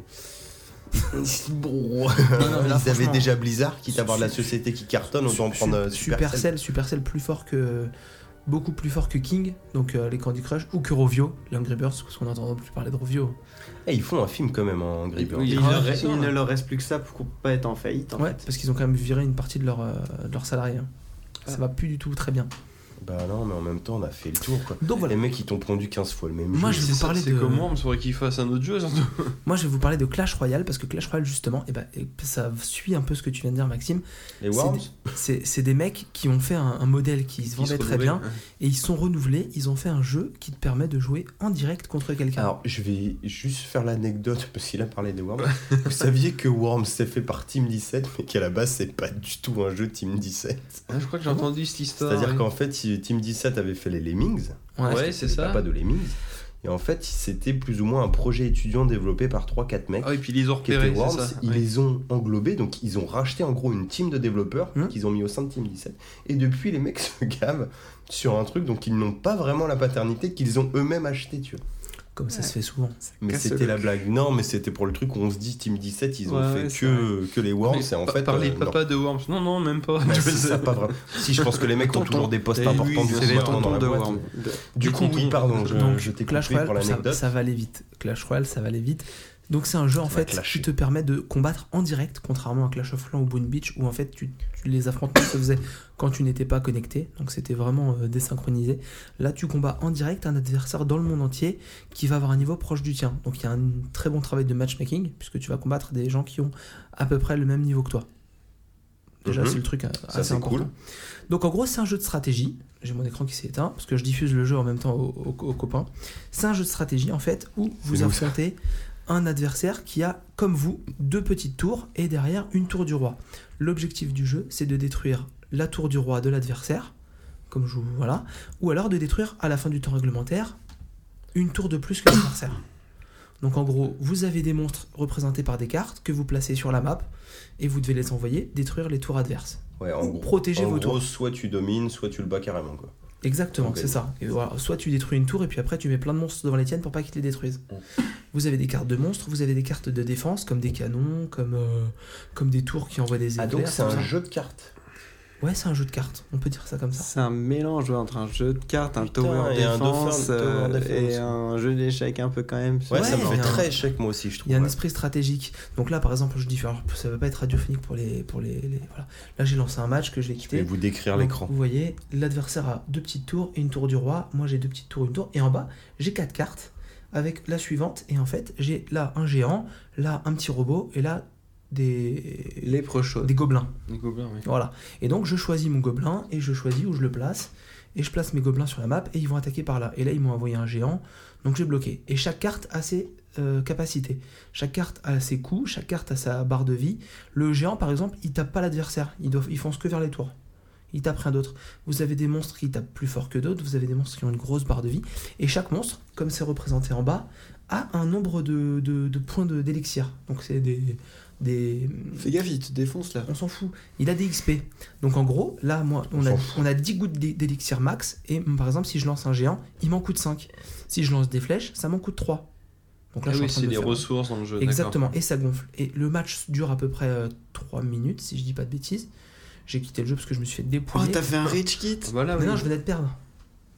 S2: Bon.
S1: non, mais là,
S2: Ils avaient
S1: franchement,
S2: déjà Blizzard, quitte à avoir de la
S1: su-
S2: société qui cartonne, on doit en
S1: Su-
S2: prendre euh,
S1: Su- Supercell, Supercell plus fort que beaucoup plus fort que King, donc euh, les Candy Crush ou que Rovio, l'Angry Birds, parce qu'on n'entend plus parler de Rovio.
S2: Eh, ils font un film quand même en Angry Birds.
S4: Oui,
S3: Il,
S4: Ah,
S3: leur-
S4: c'est ça,
S3: il
S4: ouais.
S3: ne leur reste plus que ça pour pas être en faillite. en
S1: Ouais,
S3: fait.
S1: parce qu'ils ont quand même viré une partie de leurs euh, de leurs salariés. hein. Ça va plus du tout très bien.
S2: Bah non, mais en même temps, on a fait le tour, quoi.
S1: Donc voilà.
S2: Les mecs, ils t'ont pondu 15 fois le même
S1: Moi,
S2: jeu.
S1: je vais vous
S4: C'est-
S1: parler
S4: C'est
S1: de-
S4: comment On saurait qu'ils fassent un autre jeu surtout.
S1: Moi, je vais vous parler de Clash Royale parce que Clash Royale justement, et ben, et ça suit un peu ce que tu viens de dire, Maxime.
S2: Les
S1: c'est
S2: Worms
S1: C'est c'est des mecs qui ont fait un, un modèle qui se
S4: Ils se
S1: vendait très bien
S4: renouvellent.
S1: et ils se sont renouvelés. Ils ont fait un jeu qui te permet de jouer en direct contre quelqu'un.
S2: Alors, je vais juste faire l'anecdote parce qu'il a parlé des Worms. Vous saviez que Worms c'est fait par Team 17, mais qu'à la base, c'est pas du tout un jeu Team 17.
S4: Ah, Je crois que j'ai entendu cette histoire.
S2: C'est-à-dire
S4: ouais.
S2: qu'en fait, il- Team 17 avait fait les Lemmings,
S1: Ouais,
S4: Ouais, c'est
S2: le
S4: ça.
S2: papa de Lemmings, et en fait, c'était plus ou moins un projet étudiant développé par 3-4 mecs.
S4: Ah, et puis ils les ont
S2: qui étaient
S4: repérés,
S2: Worms,
S4: c'est ça.
S2: ils
S4: oui.
S2: les ont englobés, donc ils ont racheté en gros une team de développeurs
S4: Hum.
S1: Hmm.
S2: qu'ils ont mis au sein de Team 17. Et depuis, les mecs se gavent sur un truc, donc ils n'ont pas vraiment la paternité qu'ils ont eux-mêmes acheté, tu vois.
S1: Comme ça se fait souvent.
S2: Mais
S3: Casse
S2: c'était
S3: le
S2: la blague. Non, mais c'était pour le truc où on se dit Team 17, ils ont
S3: Ouais,
S2: fait
S3: ouais,
S2: que, que les Worms.
S4: Mais
S2: Et en
S4: pa-
S2: fait,
S4: par les
S2: euh, non.
S4: papas de Worms. Non, non, même pas.
S2: Bah,
S4: Je
S2: si,
S4: sais.
S2: ça, pas vraiment. Si, je pense que les mecs ont
S3: Tonton.
S2: toujours des postes
S4: Et oui,
S2: importants
S4: bien
S2: de
S4: sûr.
S2: ce
S4: Les
S2: maintenant dans la
S3: de
S2: boîte.
S3: Worm. De-
S2: Du coup, oui, pardon, je,
S1: Donc,
S2: je t'ai
S1: Clash
S2: coupé pour
S1: Royale, ça,
S2: l'anecdote.
S1: ça va aller vite. Clash Royale, ça va aller vite. Donc c'est un jeu en
S2: va
S1: fait
S2: clasher.
S1: qui te permet de combattre en direct, contrairement à Clash of Clans ou Boon Beach, où en fait tu, tu- les affrontements se faisaient quand tu n'étais pas connecté, donc c'était vraiment euh, désynchronisé. Là tu combats en direct un adversaire dans le monde entier qui va avoir un niveau proche du tien. Donc il y a un très bon travail de matchmaking, puisque tu vas combattre des gens qui ont à peu près le même niveau que toi. Déjà
S2: Mhm.
S1: c'est le truc euh,
S2: Ça,
S1: assez
S2: c'est
S1: important.
S2: cool.
S1: Donc en gros, c'est un jeu de stratégie. J'ai mon écran qui s'est éteint parce que je diffuse le jeu en même temps aux, aux- aux copains. C'est un jeu de stratégie en fait où vous
S2: nous, ça.
S1: affrontez un adversaire qui a, comme vous, deux petites tours et derrière une tour du roi. L'objectif du jeu, c'est de détruire la tour du roi de l'adversaire, comme je vous voilà, ou alors de détruire à la fin du temps réglementaire une tour de plus que l'adversaire. Donc en gros, vous avez des monstres représentés par des cartes que vous placez sur la map et vous devez les envoyer détruire les tours adverses.
S2: Ouais, en
S1: Ou
S2: gros.
S1: protéger
S2: en
S1: vos
S2: gros,
S1: tours.
S2: soit tu domines, soit tu le bats carrément, quoi.
S1: Exactement,
S2: Ok.
S1: c'est ça. Et voilà, soit tu détruis une tour et puis après tu mets plein de monstres devant les tiennes pour pas qu'ils les détruisent.
S2: Mm.
S1: Vous avez des cartes de monstres, vous avez des cartes de défense comme des canons, comme, euh, comme des tours qui envoient des
S2: Ah,
S1: éclairs.
S2: donc c'est
S1: tout
S2: un
S1: ça.
S2: jeu de cartes.
S1: Ouais, c'est un jeu de cartes. On peut dire ça comme ça.
S3: C'est un mélange ouais, entre un jeu de cartes, un
S2: Putain,
S3: tower
S2: et un
S3: défense
S2: dauphin-
S3: euh,
S2: tower défense.
S3: et un jeu d'échecs un peu quand même.
S2: Ouais,
S1: Ouais,
S2: ça me
S1: il y
S2: fait
S1: a un-
S2: très échec, moi aussi, je
S1: Il
S2: trouve.
S1: y a un
S2: ouais.
S1: esprit stratégique. Donc là, par exemple, je dis, alors, ça va pas être radiophonique pour les, pour les, les- voilà. Là, j'ai lancé un match que je vais
S2: Je vais
S1: quitter.
S2: vous décrire
S1: Donc,
S2: l'écran.
S1: Vous voyez, l'adversaire a deux petites tours et une tour du roi. Moi, j'ai deux petites tours, une tour. Et en bas, j'ai quatre cartes avec la suivante. Et en fait, j'ai là un géant, là un petit robot et là des,
S3: Les prochains.
S1: des gobelins.
S4: Les gobelins, oui.
S1: Voilà. Et donc, je choisis mon gobelin et je choisis où je le place. Et je place mes gobelins sur la map et ils vont attaquer par là. Et là, ils m'ont envoyé un géant. Donc, j'ai bloqué. Et chaque carte a ses euh, capacités. Chaque carte a ses coups. Chaque carte a sa barre de vie. Le géant, par exemple, il tape pas l'adversaire. Il, doit- il fonce que vers les tours. Il tape rien d'autre. Vous avez des monstres qui tapent plus fort que d'autres. Vous avez des monstres qui ont une grosse barre de vie. Et chaque monstre, comme c'est représenté en bas, a un nombre de, de- de points de- d'élixir. Donc, c'est des- des,
S3: Fais gaffe, il te défonce là.
S1: on s'en fout. Il a des XP. Donc en gros, là, moi, on,
S2: On
S1: a,
S2: s'en fout.
S1: on a 10 gouttes d'é- d'élixir max. Et mm, par exemple, si je lance un géant, il m'en coûte 5. Si je lance des flèches, ça m'en coûte 3. Donc
S4: Ah
S1: là, je suis
S4: oui,
S1: en train
S4: c'est
S1: de
S4: les
S1: faire-
S4: ressources dans le jeu. d'accord.
S1: Exactement. Et ça gonfle. Et le match dure à peu près 3 minutes, si je dis pas de bêtises. J'ai quitté le jeu parce que je me suis fait
S3: Oh,
S1: dépouiller.
S3: t'as fait un rich kit
S4: Voilà,
S1: Mais
S4: oui.
S1: non, je venais de perdre.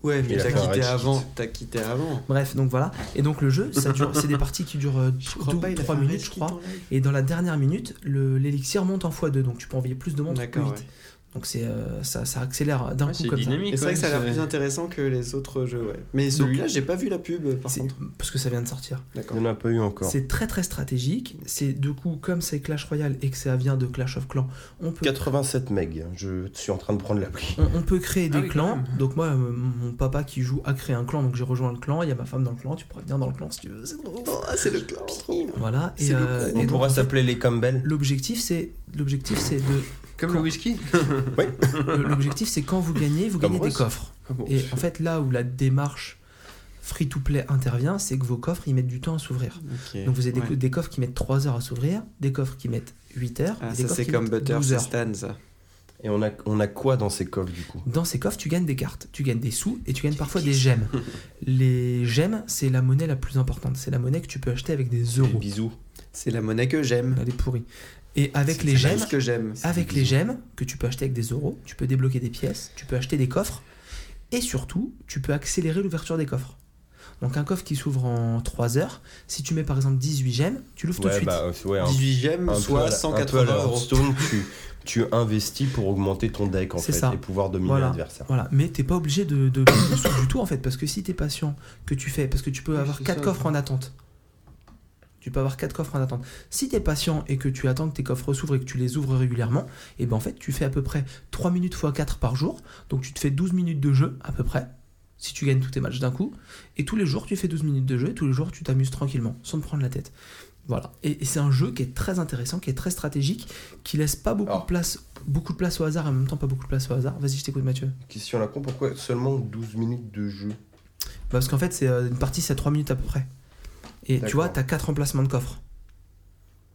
S3: Ouais, mais
S2: Il a
S3: t'as
S2: fait un
S3: quitté
S2: rich kit.
S3: avant. T'as quitté avant.
S1: Bref, donc voilà. Et donc le jeu, ça dure, c'est des parties qui durent euh, deux ou 3 minutes, je crois. Et dans la dernière minute, le- l'élixir monte en x2, donc tu peux envoyer plus de monstres plus
S3: D'accord.
S1: vite. Donc c'est euh, ça, ça accélère d'un
S4: Ouais,
S1: coup
S4: c'est
S1: comme ça.
S4: dynamique.
S3: Et c'est
S4: quoi,
S3: vrai que ça a l'air plus intéressant que les autres jeux, ouais. Mais celui-là, j'ai pas vu la pub par
S1: C'est-
S3: contre.
S1: Parce que ça vient de sortir.
S2: Il
S3: D'accord.
S2: n'y en a pas eu encore.
S1: C'est très très stratégique. C'est du coup, comme c'est Clash Royale et que ça vient de Clash of Clans, on peut,
S2: 87 meg. hein. Je suis en train de prendre l'appli.
S1: on, on peut créer
S3: Ah
S1: des
S4: oui,
S1: clans. Donc, moi, euh, mon papa qui joue a créé un clan, donc j'ai rejoint le clan. Il y a ma femme dans le clan, tu pourras venir dans le clan si tu veux. c'est drôle.
S3: Oh, c'est le clan.
S1: Voilà.
S3: C'est
S1: Et,
S3: le
S1: euh,
S3: gros.
S1: et
S2: On
S1: donc,
S2: pourra s'appeler les Campbell.
S1: L'objectif, c'est l'objectif, c'est de
S4: Comme le whisky.
S1: Ah, le- l'objectif, c'est quand vous gagnez, vous
S2: Comme
S1: gagnez des
S2: Ross.
S1: coffres. Et en fait, là où la démarche free to play intervient, c'est que vos coffres, ils mettent du temps à s'ouvrir. Donc vous avez des,
S3: Ouais.
S1: des coffres qui mettent 3 heures à s'ouvrir, des coffres qui mettent 8 heures, et
S3: Ah,
S1: des
S3: ça
S1: coffres
S3: c'est
S1: qui
S3: comme
S1: mettent
S3: Butter,
S1: 12
S3: c'est
S1: heures.
S3: Stan ça.
S2: Et on a, on a quoi dans ces coffres du coup
S1: Dans ces coffres, tu gagnes des cartes, tu gagnes des sous et tu gagnes parfois des gemmes. Les gemmes, c'est la monnaie la plus importante. C'est la monnaie que tu peux acheter avec des
S2: Des
S1: euros.
S2: bisous.
S3: C'est la monnaie que j'aime.
S1: Elle est pourrie. Et avec
S3: Eh C'est
S1: les
S3: la
S1: gemmes,
S3: chose que j'aime.
S1: avec les gemmes que tu peux acheter avec des euros, tu peux débloquer des pièces, tu peux acheter des coffres, et surtout, tu peux accélérer l'ouverture des coffres. Donc un coffre qui s'ouvre en 3 heures, si tu mets par exemple 18 gemmes, tu l'ouvres tout de
S2: Ouais,
S1: suite.
S2: bah, ouais, un
S3: 18 gemmes,
S2: un peu à
S3: soit
S2: la- un peu à
S3: 180
S2: la
S3: euros.
S2: Hearthstone, tu, tu investis pour augmenter ton deck en
S1: C'est
S2: fait
S1: ça.
S2: et pouvoir dominer
S1: Voilà.
S2: l'adversaire.
S1: Voilà, mais t'es pas obligé de, de, de sous du tout en fait, parce que si t'es patient, que tu fais, parce que tu peux
S4: Oui,
S1: avoir
S4: c'est
S1: quatre
S4: ça.
S1: coffres en attente. Tu peux avoir quatre coffres en attente. Si t'es patient et que tu attends que tes coffres s'ouvrent et que tu les ouvres régulièrement, et ben en fait tu fais à peu près 3 minutes x 4 par jour, donc tu te fais 12 minutes de jeu à peu près, si tu gagnes tous tes matchs d'un coup, et tous les jours tu fais 12 minutes de jeu, et tous les jours tu t'amuses tranquillement, sans te prendre la tête. Voilà, et, et c'est un jeu qui est très intéressant, qui est très stratégique, qui laisse pas beaucoup
S2: Alors.
S1: de place, beaucoup de place au hasard, et en même temps pas beaucoup de place au hasard. Vas-y, je t'écoute Mathieu.
S2: Question à la con, pourquoi seulement 12 minutes de jeu
S1: Bah, Parce qu'en fait, c'est euh, une partie, c'est à 3 minutes à peu près. Et tu
S2: D'accord.
S1: vois, t'as 4 emplacements de coffres.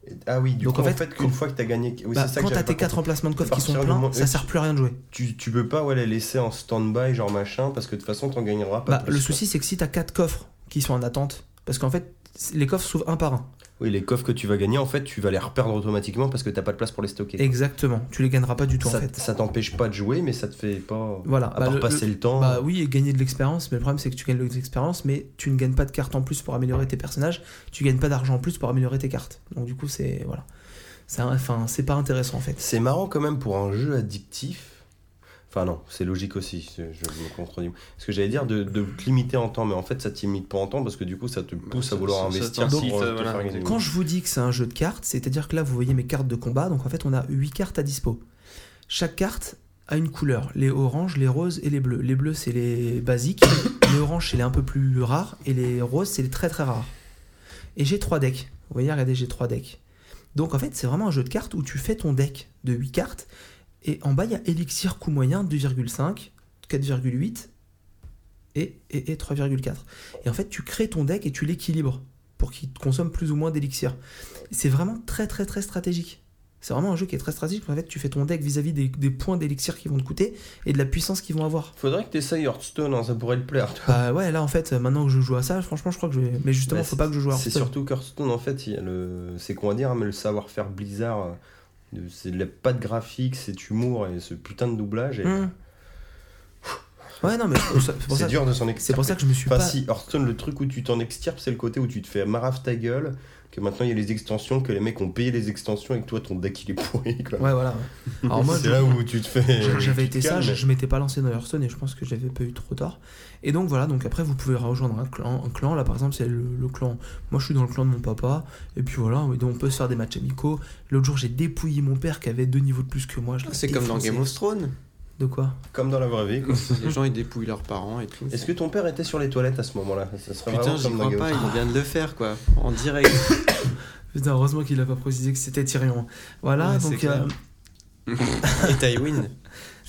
S2: Et- Ah oui, du
S1: Donc,
S2: coup
S1: en
S2: en
S1: fait,
S2: fait, qu'une fois que t'as gagné, oui,
S1: Bah,
S2: c'est ça que
S1: quand t'as
S2: j'avais
S1: tes
S2: pas
S1: 4 emplacements de coffres qui
S2: partir
S1: sont
S2: du
S1: pleins,
S2: moment-
S1: ça sert plus à rien de jouer.
S2: tu, tu peux pas ouais, les laisser en stand-by, genre machin, parce que de toute façon, t'en gagneras
S1: Bah,
S2: pas. plus,
S1: le
S2: quoi.
S1: souci, c'est que si t'as 4 coffres qui sont en attente, parce qu'en fait, c- les coffres s'ouvrent un par un.
S2: Oui, les coffres que tu vas gagner, en fait, tu vas les reperdre automatiquement parce que t'as pas de place pour les stocker.
S1: Exactement, tu les gagneras pas du tout
S2: ça,
S1: en fait.
S2: ça t'empêche pas de jouer, mais ça te fait pas.
S1: Voilà,
S2: À
S1: bah,
S2: part
S1: le-
S2: passer le, temps.
S1: Bah oui, et gagner de l'expérience, mais le problème c'est que tu gagnes de l'expérience, mais tu ne gagnes pas de cartes en plus pour améliorer tes personnages, tu gagnes pas d'argent en plus pour améliorer tes cartes. Donc du coup, c'est. Voilà. C'est un- Enfin, c'est pas intéressant en fait.
S2: C'est marrant quand même pour un jeu addictif. Enfin non, c'est logique aussi, c'est- je me contredis. Ce que j'allais dire, de, de te limiter en temps, mais en fait ça te limite pas en temps parce que du coup ça te pousse
S4: Bah, ça-
S2: à vouloir
S4: ça- ça
S2: investir
S4: t'incite,
S2: pour euh, te
S4: euh, voilà.
S2: faire gagner.
S1: Quand je vous dis que c'est un jeu de cartes, c'est-à-dire que là, vous voyez mes cartes de combat, donc en fait, on a 8 cartes à dispo. Chaque carte a une couleur, les oranges, les roses et les bleus. Les bleus, c'est les basiques, les oranges, c'est les un peu plus rares, et les roses, c'est les très très rares. Et j'ai 3 decks. Vous voyez, regardez, j'ai 3 decks. Donc en fait, c'est vraiment un jeu de cartes où tu fais ton deck de 8 cartes, et en bas, il y a élixir coût moyen 2,5, 4,8 et, et, et 3,4. Et en fait, tu crées ton deck et tu l'équilibres pour qu'il te consomme plus ou moins d'élixir. C'est vraiment très très très stratégique. C'est vraiment un jeu qui est très stratégique. En fait, tu fais ton deck vis-à-vis des, des points d'élixir qui vont te coûter et de la puissance qu'ils vont avoir.
S2: Faudrait que t'essayes Hearthstone, hein, ça pourrait te plaire. toi.
S1: Bah ouais, là en fait, maintenant que je joue à ça, franchement, je crois que je vais. Mais justement,
S2: Bah,
S1: faut pas que je joue à
S2: C'est
S1: Hearthstone.
S2: surtout qu'Hearthstone, en fait, il y a le... c'est qu'on va dire, hein, mais le savoir-faire Blizzard, euh, de- c'est de la patte graphique, cet humour et ce putain de doublage. et
S1: Hum. Ouais, non, mais c'est pour ça- c'est pour,
S2: C'est
S1: ça-
S2: dur de s'en
S1: c'est
S2: extirper.
S1: pour ça que je me suis
S2: Enfin,
S1: pas.
S2: si, Hearthstone, le truc où tu t'en extirpes, c'est le côté où tu te fais marave ta gueule, que maintenant il y a les extensions, que les mecs ont payé les extensions et que toi ton deck il est pourri. Quoi.
S1: Ouais, voilà. Alors moi,
S2: c'est
S1: je-
S2: là où tu te fais.
S1: Je- J'avais
S2: tu te
S1: été
S2: calmes.
S1: sage, je m'étais pas lancé dans Hearthstone et je pense que j'avais pas eu trop tort. Et donc voilà, donc après vous pouvez rejoindre un clan. Un clan là par exemple, c'est le, le clan. Moi je suis dans le clan de mon papa et puis voilà, et donc on peut se faire des matchs amicaux. L'autre jour j'ai dépouillé mon père qui avait deux niveaux de plus que moi. je l'ai
S3: C'est comme dans
S1: défoncé.
S3: Game of Thrones.
S1: De quoi
S2: Comme dans la vraie vie. quoi.
S3: Les gens ils dépouillent leurs parents et tout.
S2: Est-ce que ton père était sur les toilettes à ce moment-là Ça serait
S3: Putain,
S2: vraiment
S3: j'y
S2: comme dans
S3: crois
S2: Game of
S3: pas,
S2: Thrones.
S3: ils viennent de le faire quoi, en direct.
S1: Putain, heureusement qu'il a pas précisé que c'était Tyrion. Voilà,
S3: Ouais, c'est
S1: donc.
S3: clair.
S1: euh,
S3: Et Tywin.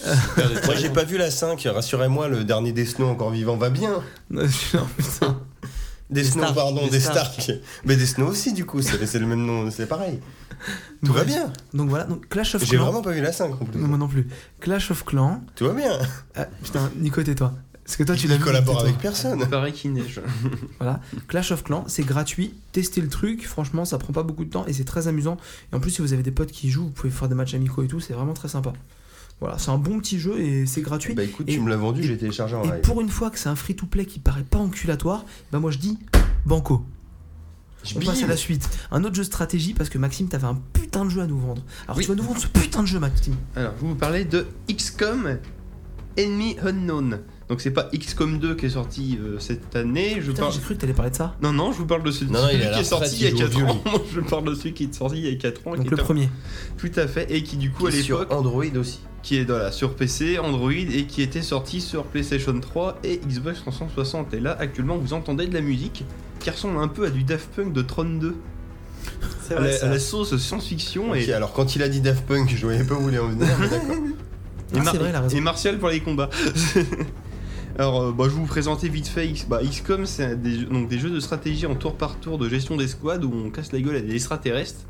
S2: Moi j'ai pas vu la 5, rassurez-moi, le dernier des Snow encore vivant va bien.
S1: non, putain.
S2: Des,
S3: Des
S2: Snow,
S3: Stark,
S2: pardon,
S3: des
S2: des Stark.
S3: Stark.
S2: Mais des Snow aussi du coup, c'est c'est le même nom, c'est pareil. Tout va
S1: Bref.
S2: bien.
S1: Donc voilà, donc Clash of
S2: J'ai
S1: Clans.
S2: vraiment pas vu la 5 en plus.
S1: Non, moi non plus. Clash of Clans.
S2: Tout va bien.
S1: Ah, putain, Nico, tais-toi. Parce que toi tu l'as
S2: Il
S1: vu,
S2: collabore
S1: tais-toi.
S2: avec personne.
S4: Pareil qu'il neige.
S1: Voilà, Clash of Clans, c'est gratuit, testez le truc, franchement ça prend pas beaucoup de temps et c'est très amusant. Et en plus si vous avez des potes qui jouent, vous pouvez faire des matchs amicaux et tout, c'est vraiment très sympa. Voilà, c'est un bon petit jeu et c'est gratuit.
S2: Bah écoute,
S1: Et-
S2: tu me l'as vendu,
S1: et-
S2: j'ai téléchargé en
S1: et
S2: live.
S1: pour une fois que c'est un free-to-play qui paraît pas enculatoire, bah moi je dis banco.
S2: Je
S1: On passe à
S2: bim.
S1: la suite. Un autre jeu de stratégie parce que Maxime t'avais un putain de jeu à nous vendre. Alors
S4: Oui.
S1: tu vas nous vendre ce putain de jeu Maxime.
S4: Alors, je vais vous parler de XCOM Enemy Unknown. Donc, c'est pas XCOM 2 qui est sorti euh, cette année. Je
S1: Putain
S4: parle...
S1: j'ai cru que t'allais parler de ça.
S4: Non, non, je vous parle de celui,
S2: Non, non, il
S4: celui
S2: est à la
S4: qui est sorti
S2: retraite,
S4: il y a
S2: il joue au
S4: 4 ans. je parle de celui qui est sorti il y a 4 ans.
S1: Donc
S4: qui
S1: le
S4: est un-
S1: premier.
S4: Tout à fait. Et qui, du coup, à l'époque,
S2: Android aussi.
S4: qui est voilà, sur PC, Android et qui était sorti sur PlayStation 3 et Xbox 360. Et là, actuellement, vous entendez de la musique qui ressemble un peu à du Daft Punk de Tron 2.
S3: C'est
S4: À
S3: vrai,
S4: la,
S3: ça.
S4: à la sauce science-fiction.
S2: Ok,
S4: et...
S2: alors quand il a dit Daft Punk, je voyais pas où il en venir, mais d'accord.
S1: Ah,
S4: Et,
S1: c'est vrai, il a raison.
S4: et Martial pour les combats. Alors, euh, bah, je vais vous présenter vite fait X- bah, XCOM, c'est un des, jeux- donc des jeux de stratégie en tour par tour de gestion des squads où on casse la gueule à des extraterrestres.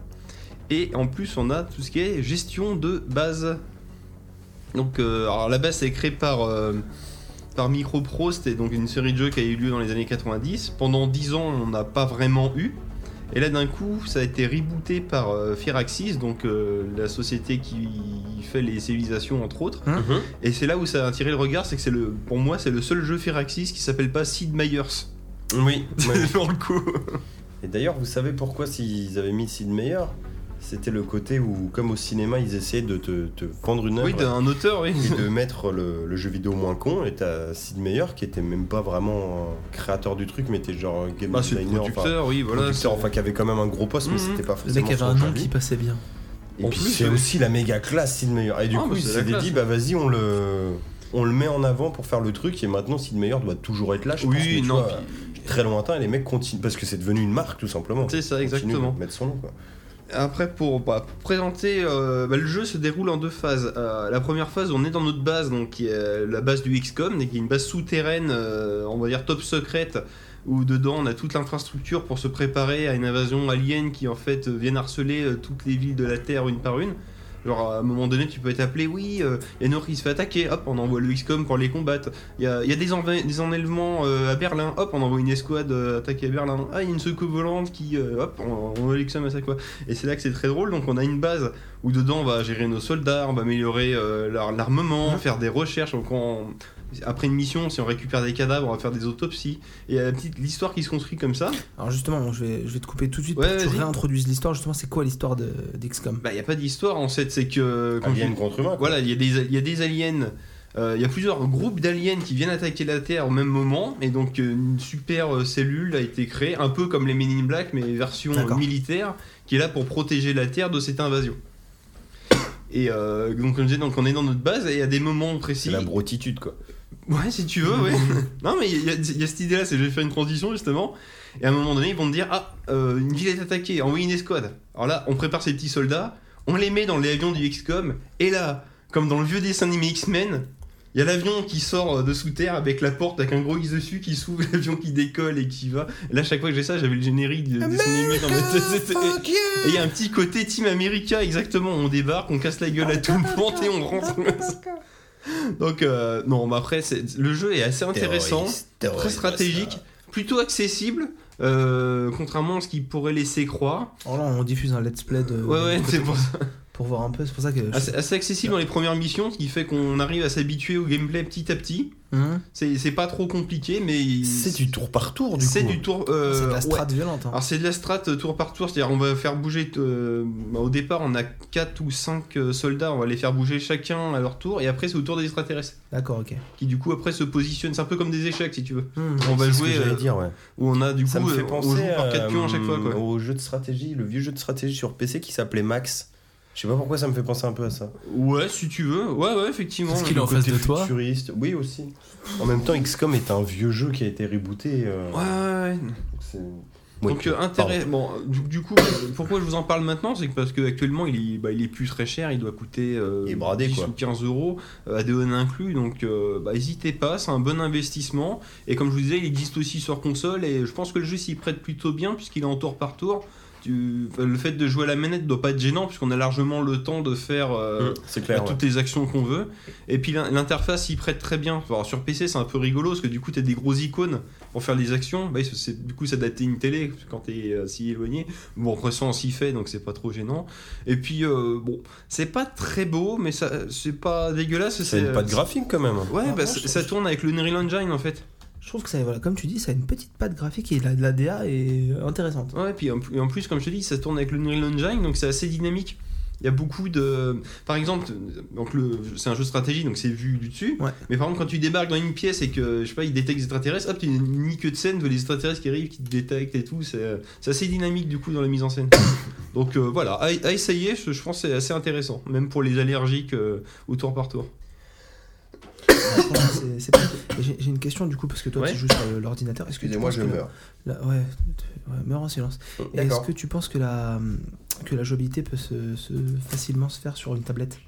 S4: Et en plus, on a tout ce qui est gestion de base. Donc, euh, alors, la base, c'est créé par, euh, par MicroPro, c'était donc une série de jeux qui a eu lieu dans les années 90. Pendant 10 ans, on n'a pas vraiment eu. Et là, d'un coup, ça a été rebooté par euh, Firaxis, donc euh, la société qui fait les civilisations, entre autres. Et c'est là où ça a attiré le regard, c'est que c'est le, pour moi, c'est le seul jeu Firaxis qui s'appelle pas Sid Meier's.
S2: Oui. ouais.
S4: Dans le coup.
S2: Et d'ailleurs, vous savez pourquoi s'ils avaient mis Sid Meier C'était le côté où, comme au cinéma, ils essayaient de te, te vendre une œuvre.
S4: Oui, t'as un auteur, oui.
S2: et de mettre le, le jeu vidéo moins con et t'as Sid Meier qui était même pas vraiment euh, créateur du truc mais était genre game
S4: Bah, c'est le
S2: designer enfin,
S4: producteur, oui, voilà.
S2: producteur,
S4: c'est-
S2: enfin qui avait quand même un gros poste mais
S4: Mhm.
S2: c'était pas
S1: Le
S2: forcément
S1: mec avait
S2: son
S1: un nom
S2: avis.
S1: qui passait bien.
S2: et
S4: En
S2: puis
S4: plus,
S2: c'est
S4: euh,
S2: aussi la méga classe Sid Meier et du
S4: Ah,
S2: coup
S4: bah,
S2: ils
S4: c'est
S2: se
S4: la
S2: s'étaient
S4: classe.
S2: dit bah vas-y on le on le met en avant pour faire le truc et maintenant Sid Meier doit toujours être là je pense, mais
S4: Oui,
S2: tu
S4: non.
S2: vois,
S4: puis-
S2: très lointain et les mecs continuent parce que c'est devenu une marque tout simplement
S4: C'est ça,
S2: Ils continuent
S4: exactement.
S2: de mettre son nom quoi
S4: Après, pour, bah, pour présenter, euh, bah, le jeu se déroule en deux phases. Euh, la première phase, on est dans notre base, donc qui est la base du XCOM, donc qui est une base souterraine, euh, on va dire top secrète, où dedans on a toute l'infrastructure pour se préparer à une invasion alien qui en fait euh, viennent harceler euh, toutes les villes de la Terre une par une. Genre à un moment donné, tu peux être appelé, oui, euh, il y a Nord qui se fait attaquer, hop, on envoie le XCOM pour les combattre. Il y a, il y a des, env- des enlèvements euh, à Berlin, hop, on envoie une escouade euh, attaquer à Berlin. Ah, il y a une secoupe volante qui, euh, hop, on, on envoie le XCOM à ça quoi. Et c'est là que c'est très drôle. Donc on a une base où dedans on va gérer nos soldats, on va améliorer euh, leur- l'armement, faire des recherches. Donc on- après une mission, si on récupère des cadavres, on va faire des autopsies. Et euh, petite l'histoire qui se construit comme ça.
S1: Alors justement, je vais, je vais te couper tout de suite
S4: Ouais,
S1: pour que tu
S4: vas-y.
S1: réintroduises l'histoire. Justement, c'est quoi l'histoire de- d'XCOM
S4: Bah il y a pas d'histoire en fait, c'est que comme
S2: Alien
S4: je-
S2: contre humain quoi.
S4: voilà, il Ah, y a des il y a des aliens. euh, Il y a plusieurs groupes d'aliens qui viennent attaquer la Terre au même moment, et donc euh, une super euh, cellule a été créée, un peu comme les Men in Black, mais version euh,
S1: D'accord.
S4: militaire, qui est là pour protéger la Terre de cette invasion. Et euh, donc, comme je disais, donc on est dans notre base, et à des moments précis.
S2: c'est la brotitude quoi
S4: Ouais, si tu veux, ouais. non, mais il y, a- il y a cette idée-là, c'est je vais faire une transition justement. Et à un moment donné, ils vont me dire Ah, euh, une ville est attaquée, envoyez une escouade. Alors là, on prépare ces petits soldats, on les met dans les avions du XCOM, et là, comme dans le vieux dessin animé X-Men, Il y a l'avion qui sort de sous terre avec la porte, avec un gros X dessus qui s'ouvre, l'avion qui décolle et qui va. Et là, chaque fois que j'ai ça, j'avais le générique de dessin animé dans ma tête. C'était- Et il y a un petit côté Team America, exactement. On débarque, on casse la gueule à tout le monde et on rentre. Donc, euh, non, mais après, c'est- le jeu est assez intéressant, très stratégique, plutôt accessible. euh, contrairement à ce qu'il pourrait laisser croire.
S1: Oh là, on diffuse un let's play de.
S4: Ouais, ouais, Ah, c'est pour ça.
S1: Pour voir un peu, c'est pour ça que. je-
S4: Assez, assez accessible dans les premières missions, ce qui fait qu'on arrive à s'habituer au gameplay petit à petit.
S1: Hein
S4: C'est c'est pas trop compliqué, mais il-
S6: C'est du tour par tour, du coup.
S4: c'est du tour. euh,
S1: c'est de la
S4: ouais.
S1: strat violente. hein.
S4: Alors c'est de la strat euh, tour par tour, c'est-à-dire on va faire bouger. euh, bah, au départ, on a 4 ou 5 soldats, on va les faire bouger chacun à leur tour, et après c'est au tour des extraterrestres
S1: D'accord, ok.
S4: qui du coup après se positionnent. C'est un peu comme des échecs si tu veux,
S1: Hmm.
S4: on va
S2: C'est ce que
S4: jouer,
S2: j'allais
S4: euh,
S2: dire, ouais.
S4: où on a du
S2: Ça
S4: coup
S2: me fait
S4: euh, on joue
S2: penser
S4: par 4 pions à chaque fois.
S2: euh,
S4: Quoi.
S2: au jeu de stratégie, le vieux jeu de stratégie sur PC qui s'appelait Max. Je sais pas pourquoi ça me fait penser un peu à ça.
S4: Ouais, si tu veux, ouais, ouais, effectivement.
S1: Parce qu'il est en
S2: Le
S1: face
S2: côté
S1: de toi.
S2: futuriste. Oui, aussi. En même temps, XCOM est un vieux jeu qui a été rebooté. euh,
S4: Ouais, ouais, ouais.
S2: donc c'est-
S4: Donc
S2: Oui,
S4: euh, intérêt. Bon, du, du coup, euh, pourquoi je vous en parle maintenant, c'est que parce que actuellement il est, bah, il est plus très cher, il doit coûter euh,
S2: Il est bradé,
S4: 10
S2: quoi.
S4: ou 15 euros euh, ADN inclus, donc euh, bah, hésitez pas, c'est un bon investissement. Et comme je vous disais, il existe aussi sur console et je pense que le jeu s'y prête plutôt bien puisqu'il est en tour par tour. Tu- enfin, le fait de jouer à la manette doit pas être gênant puisqu'on a largement le temps de faire euh,
S2: Hum, C'est
S4: à
S2: clair. ouais.
S4: toutes les actions qu'on veut. Et puis l'in- l'interface y prête très bien. Alors, sur PC, c'est un peu rigolo parce que du coup, t'as des grosses icônes pour faire des actions. Bah, c'est- du coup, ça date une télé parce que quand t'es euh, si éloigné. Bon, après ça, on s'y fait donc c'est pas trop gênant. Et puis, euh, bon, c'est pas très beau, mais ça c'est pas dégueulasse. euh,
S2: C'est pas de graphique quand même.
S4: Ouais,
S1: Ah,
S4: bah,
S1: non,
S4: c-
S1: je-
S4: ça tourne avec le Unreal Engine en fait.
S1: Je trouve que ça, voilà, comme tu dis, ça a une petite patte graphique et la, la DA est intéressante.
S4: Ouais, et puis en plus, en plus, comme je te dis, ça tourne avec le Unreal Engine, donc c'est assez dynamique. Il y a beaucoup de. Par exemple, donc le... c'est un jeu de stratégie, donc c'est vu du dessus.
S1: Ouais.
S4: Mais par exemple, quand tu débarques dans une pièce et que, je sais pas, ils détectent des extraterrestres, hop, tu une que de scène de les extraterrestres qui arrivent, qui te détectent et tout. C'est c'est assez dynamique du coup dans la mise en scène. donc euh, voilà, à, à essayer, je, je pense que c'est assez intéressant, même pour les allergiques euh, au tour par tour.
S1: Franchement, c'est- c'est pas- J'ai j'ai une question du coup, parce que toi
S4: Ouais.
S1: tu joues sur le- l'ordinateur. Est-ce que tu
S2: Excusez-moi,
S1: penses
S2: je
S1: que la-
S2: meurs.
S1: la- ouais, tu- ouais, meurs en silence.
S4: Euh,
S1: Et Est-ce
S2: D'accord.
S1: que tu penses que la, que la jouabilité peut se, se- facilement se faire sur une tablette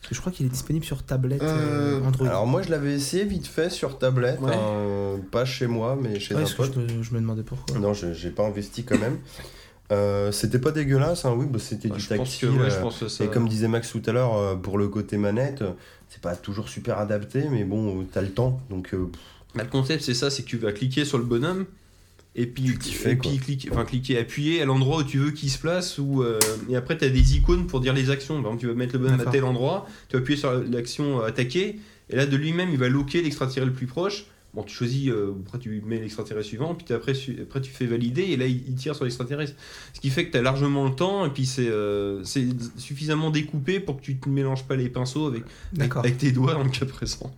S1: Parce que je crois qu'il est disponible sur tablette euh,
S2: Euh,
S1: Android.
S2: Alors moi je l'avais essayé vite fait sur tablette,
S4: Ouais.
S2: hein, pas chez moi mais chez
S1: Ouais,
S2: un
S1: parce que
S2: pote.
S1: je, me, je me demandais pourquoi.
S2: Non, je- j'ai pas investi quand même. Euh, c'était pas dégueulasse, hein, oui, bah, c'était
S4: Enfin,
S2: du
S4: Ah, je, pense que,
S2: tactile.
S4: ouais, je
S2: euh,
S4: pense que ça.
S2: Et comme disait Max tout à l'heure, euh, pour le côté manette, euh, c'est pas toujours super adapté, mais bon, euh, t'as le temps, donc euh, pff,
S4: Bah, le concept, c'est ça, c'est que tu vas cliquer sur le bonhomme et puis,
S2: t'y fais,
S4: et puis
S2: quoi.
S4: cliquer, enfin, cliquer, appuyer à l'endroit où tu veux qu'il se place. Ou, euh, et après, tu as des icônes pour dire les actions. Par exemple, tu vas mettre le bonhomme à
S1: D'accord.
S4: tel endroit, tu vas appuyer sur l'action euh, attaquer, et là, de lui-même, il va loquer l'extraterrestre le plus proche. Bon, tu choisis, euh, après tu mets l'extraterrestre suivant, puis t'as- après, su- après tu fais valider, et là il il tire sur l'extraterrestre. Ce qui fait que tu as largement le temps, et puis c'est euh, c'est suffisamment découpé pour que tu ne mélanges pas les pinceaux avec, avec,
S1: D'accord.
S4: avec tes doigts dans le cas présent.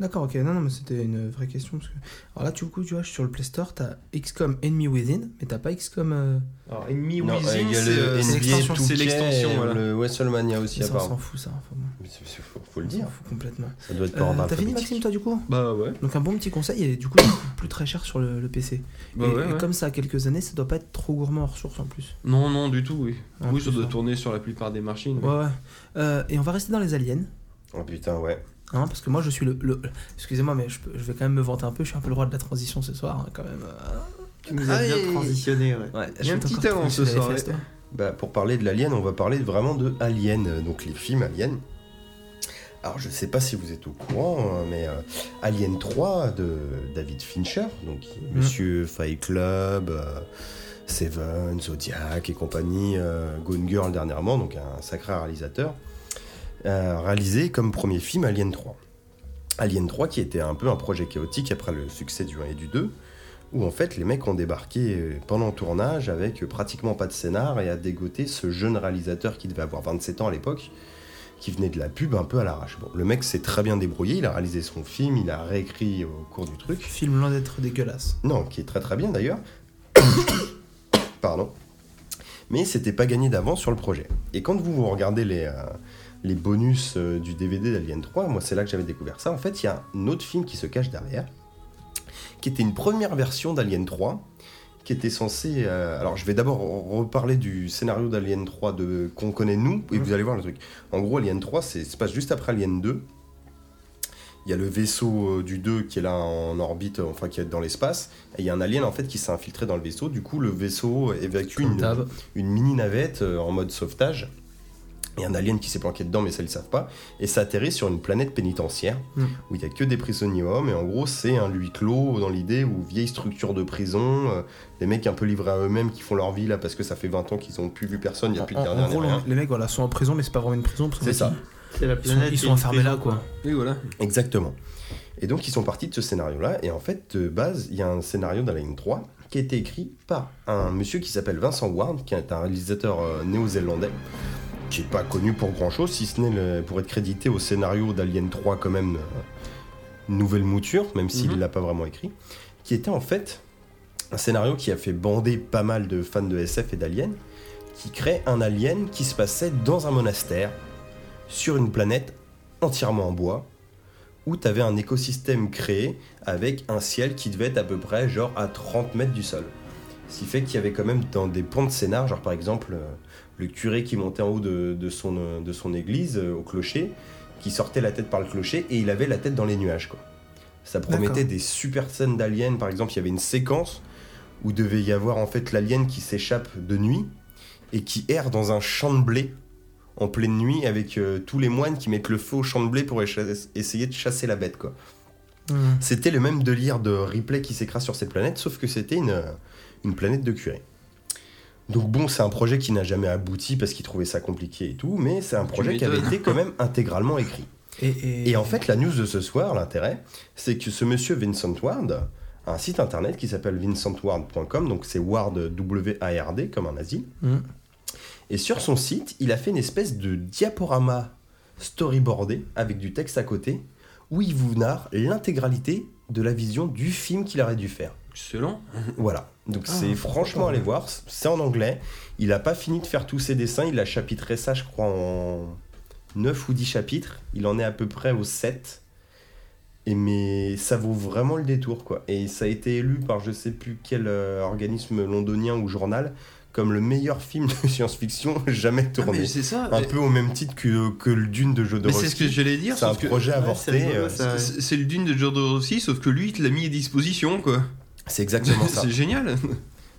S1: D'accord, ok. Non, non, mais c'était une vraie question. Parce que... Alors là, du coup, tu vois, sur le Play Store, t'as XCOM Enemy Within, mais t'as pas XCOM. euh,
S4: Alors, Enemy
S2: non, euh,
S4: Within,
S2: il y a
S4: c'est
S2: le
S4: euh, c'est
S2: NBA
S4: l'extension,
S2: 2K
S4: c'est l'extension,
S2: et
S4: voilà.
S2: le WrestleMania aussi,
S1: mais ça, on
S2: apparemment.
S1: s'en fout, ça. Enfin, bon,
S2: Mais c'est- c'est- faut, faut le hein.
S1: on s'en
S2: dire,
S1: fout complètement.
S2: ça doit être
S1: Euh,
S2: par ordre
S1: t'as fini,
S2: alphabétique.
S1: Maxime, toi, du coup
S4: Bah ouais.
S1: Donc, un bon petit conseil, et du coup, plus très cher sur le, le PC.
S4: Bah
S1: et,
S4: ouais,
S1: et
S4: ouais.
S1: comme ça a quelques années, ça doit pas être trop gourmand en ressources en plus.
S4: Non, non, du tout, oui.
S1: En
S4: oui,
S1: plus,
S4: ça doit
S1: hein.
S4: tourner sur la plupart des machines.
S1: Ouais, ouais. Euh, et on va rester dans les aliens.
S2: Oh putain, ouais.
S1: Hein, parce que moi je suis le. le- Excusez-moi, mais je, peux- je vais quand même me vanter un peu, je suis un peu le roi de la transition ce soir, hein, quand même. euh.
S3: Tu nous as bien transitionné, ouais.
S1: Ouais,
S4: Il y a
S1: je
S4: un
S1: vais
S4: petit
S1: encore
S4: talent
S1: te
S4: ce
S1: toucher les
S4: soir,
S1: fesses,
S4: ouais.
S1: toi.
S2: Bah, pour parler de l'Alien, on va parler vraiment de Alien, euh, donc les films Alien. Alors, je sais pas si vous êtes au courant, hein, mais euh, Alien 3 de David Fincher, donc
S1: Mm.
S2: Monsieur Fight Club, euh, Seven, Zodiac et compagnie, euh, Gone Girl dernièrement, donc un sacré réalisateur, euh, réalisé comme premier film Alien 3. Alien 3 qui était un peu un projet chaotique après le succès du 1 et du 2, où en fait les mecs ont débarqué euh, pendant le tournage avec pratiquement pas de scénar et a dégoté ce jeune réalisateur qui devait avoir 27 ans à l'époque, qui venait de la pub un peu à l'arrache. Bon, le mec s'est très bien débrouillé, il a réalisé son film, il a réécrit au cours du truc.
S1: Film loin d'être dégueulasse.
S2: Non, qui est très très bien d'ailleurs. Pardon. Mais c'était pas gagné d'avance sur le projet. Et quand vous, vous regardez les, euh, les bonus euh, du DVD d'Alien 3, moi c'est là que j'avais découvert ça. En fait, il y a un autre film qui se cache derrière, qui était une première version d'Alien 3, qui était censé. euh, alors je vais d'abord reparler du scénario d'Alien 3 de, qu'on connaît nous, et vous allez voir le truc. En gros, Alien 3, c'est, se passe juste après Alien 2. il y a le vaisseau euh, du 2 qui est là en orbite, euh, enfin qui est dans l'espace, et il y a un alien en fait qui s'est infiltré dans le vaisseau. Du coup, le vaisseau évacue une,
S1: Comptable.
S2: une mini navette euh, en mode sauvetage. Il y a un alien qui s'est planqué dedans, mais ça le savent pas. Et ça atterrit sur une planète pénitentiaire
S1: Mm.
S2: où il y a que des prisonniers hommes. Et en gros, c'est un lui clos dans l'idée où vieille structure de prison, euh, des mecs un peu livrés à eux-mêmes qui font leur vie là parce que ça fait 20 ans qu'ils ont plus vu personne, il n'y a plus de
S1: En-
S2: gardien.
S1: en gros,
S2: ni rien.
S1: les mecs voilà, sont en prison, mais c'est pas vraiment une prison parce qu'en
S2: C'est
S1: fait,
S2: ça.
S6: C'est la
S1: Ils, ils sont,
S6: planète
S1: ils
S6: et
S1: sont
S6: une
S1: enfermés
S6: prison,
S1: là quoi.
S4: Oui, voilà.
S2: Exactement. Et donc ils sont partis de ce scénario-là, et en fait, de base, il y a un scénario dans la ligne 3 qui a été écrit par un monsieur qui s'appelle Vincent Ward, qui est un réalisateur euh, néo-zélandais, qui est pas connu pour grand-chose, si ce n'est le- pour être crédité au scénario d'Alien 3 quand même, euh, nouvelle mouture, même s'il
S4: Mhm.
S2: l'a pas vraiment écrit, qui était en fait un scénario qui a fait bander pas mal de fans de SF et d'Alien, qui crée un alien qui se passait dans un monastère, sur une planète entièrement en bois, où tu avais un écosystème créé avec un ciel qui devait être à peu près genre à 30 mètres du sol. Ce qui fait qu'il y avait quand même dans des pans de scénar, genre par exemple euh, le curé qui montait en haut de, de son, euh, de son église euh, au clocher, qui sortait la tête par le clocher et il avait la tête dans les nuages. Quoi. Ça promettait
S1: D'accord.
S2: des super scènes d'aliens, par exemple il y avait une séquence où devait y avoir en fait l'alien qui s'échappe de nuit et qui erre dans un champ de blé en pleine nuit avec euh, tous les moines qui mettent le feu au champ de blé pour écha- essayer de chasser la bête quoi.
S1: Mmh.
S2: C'était le même délire de Ripley qui s'écrase sur cette planète, sauf que c'était une, une planète de curé. Donc bon, c'est un projet qui n'a jamais abouti parce qu'ils trouvaient ça compliqué et tout, mais c'est un projet qui avait
S4: m'étonnes.
S2: été quand même intégralement écrit.
S1: Et, et-
S2: Et en fait, la news de ce soir, l'intérêt, c'est que ce monsieur Vincent Ward a un site internet qui s'appelle vincentward.com, donc c'est Ward W-A-R-D comme un asile.
S1: Mhm.
S2: Et sur son site, il a fait une espèce de diaporama storyboardé avec du texte à côté où il vous narre l'intégralité de la vision du film qu'il aurait dû faire.
S4: Excellent.
S2: Voilà. Donc
S1: Ah,
S2: c'est franchement à aller voir. C'est en anglais. Il a pas fini de faire tous ses dessins. Il a chapitré ça, je crois, en 9 ou 10 chapitres. Il en est à peu près au 7. Et mais ça vaut vraiment le détour, quoi. Et ça a été élu par je sais plus quel euh, organisme londonien ou journal comme le meilleur film de science-fiction jamais
S4: Ah, mais
S2: tourné.
S4: c'est ça.
S2: un
S4: mais-
S2: peu au même titre que, que le Dune de
S4: mais c'est ce que
S2: Jodorowsky.
S4: j'allais dire.
S2: C'est un
S4: sauf que-
S2: projet avorté.
S3: rigolo,
S2: euh,
S3: ça.
S4: c'est- C'est le dune de Jodorowsky, sauf que lui, il te l'a mis à disposition, quoi.
S2: c'est exactement ça.
S4: C'est génial.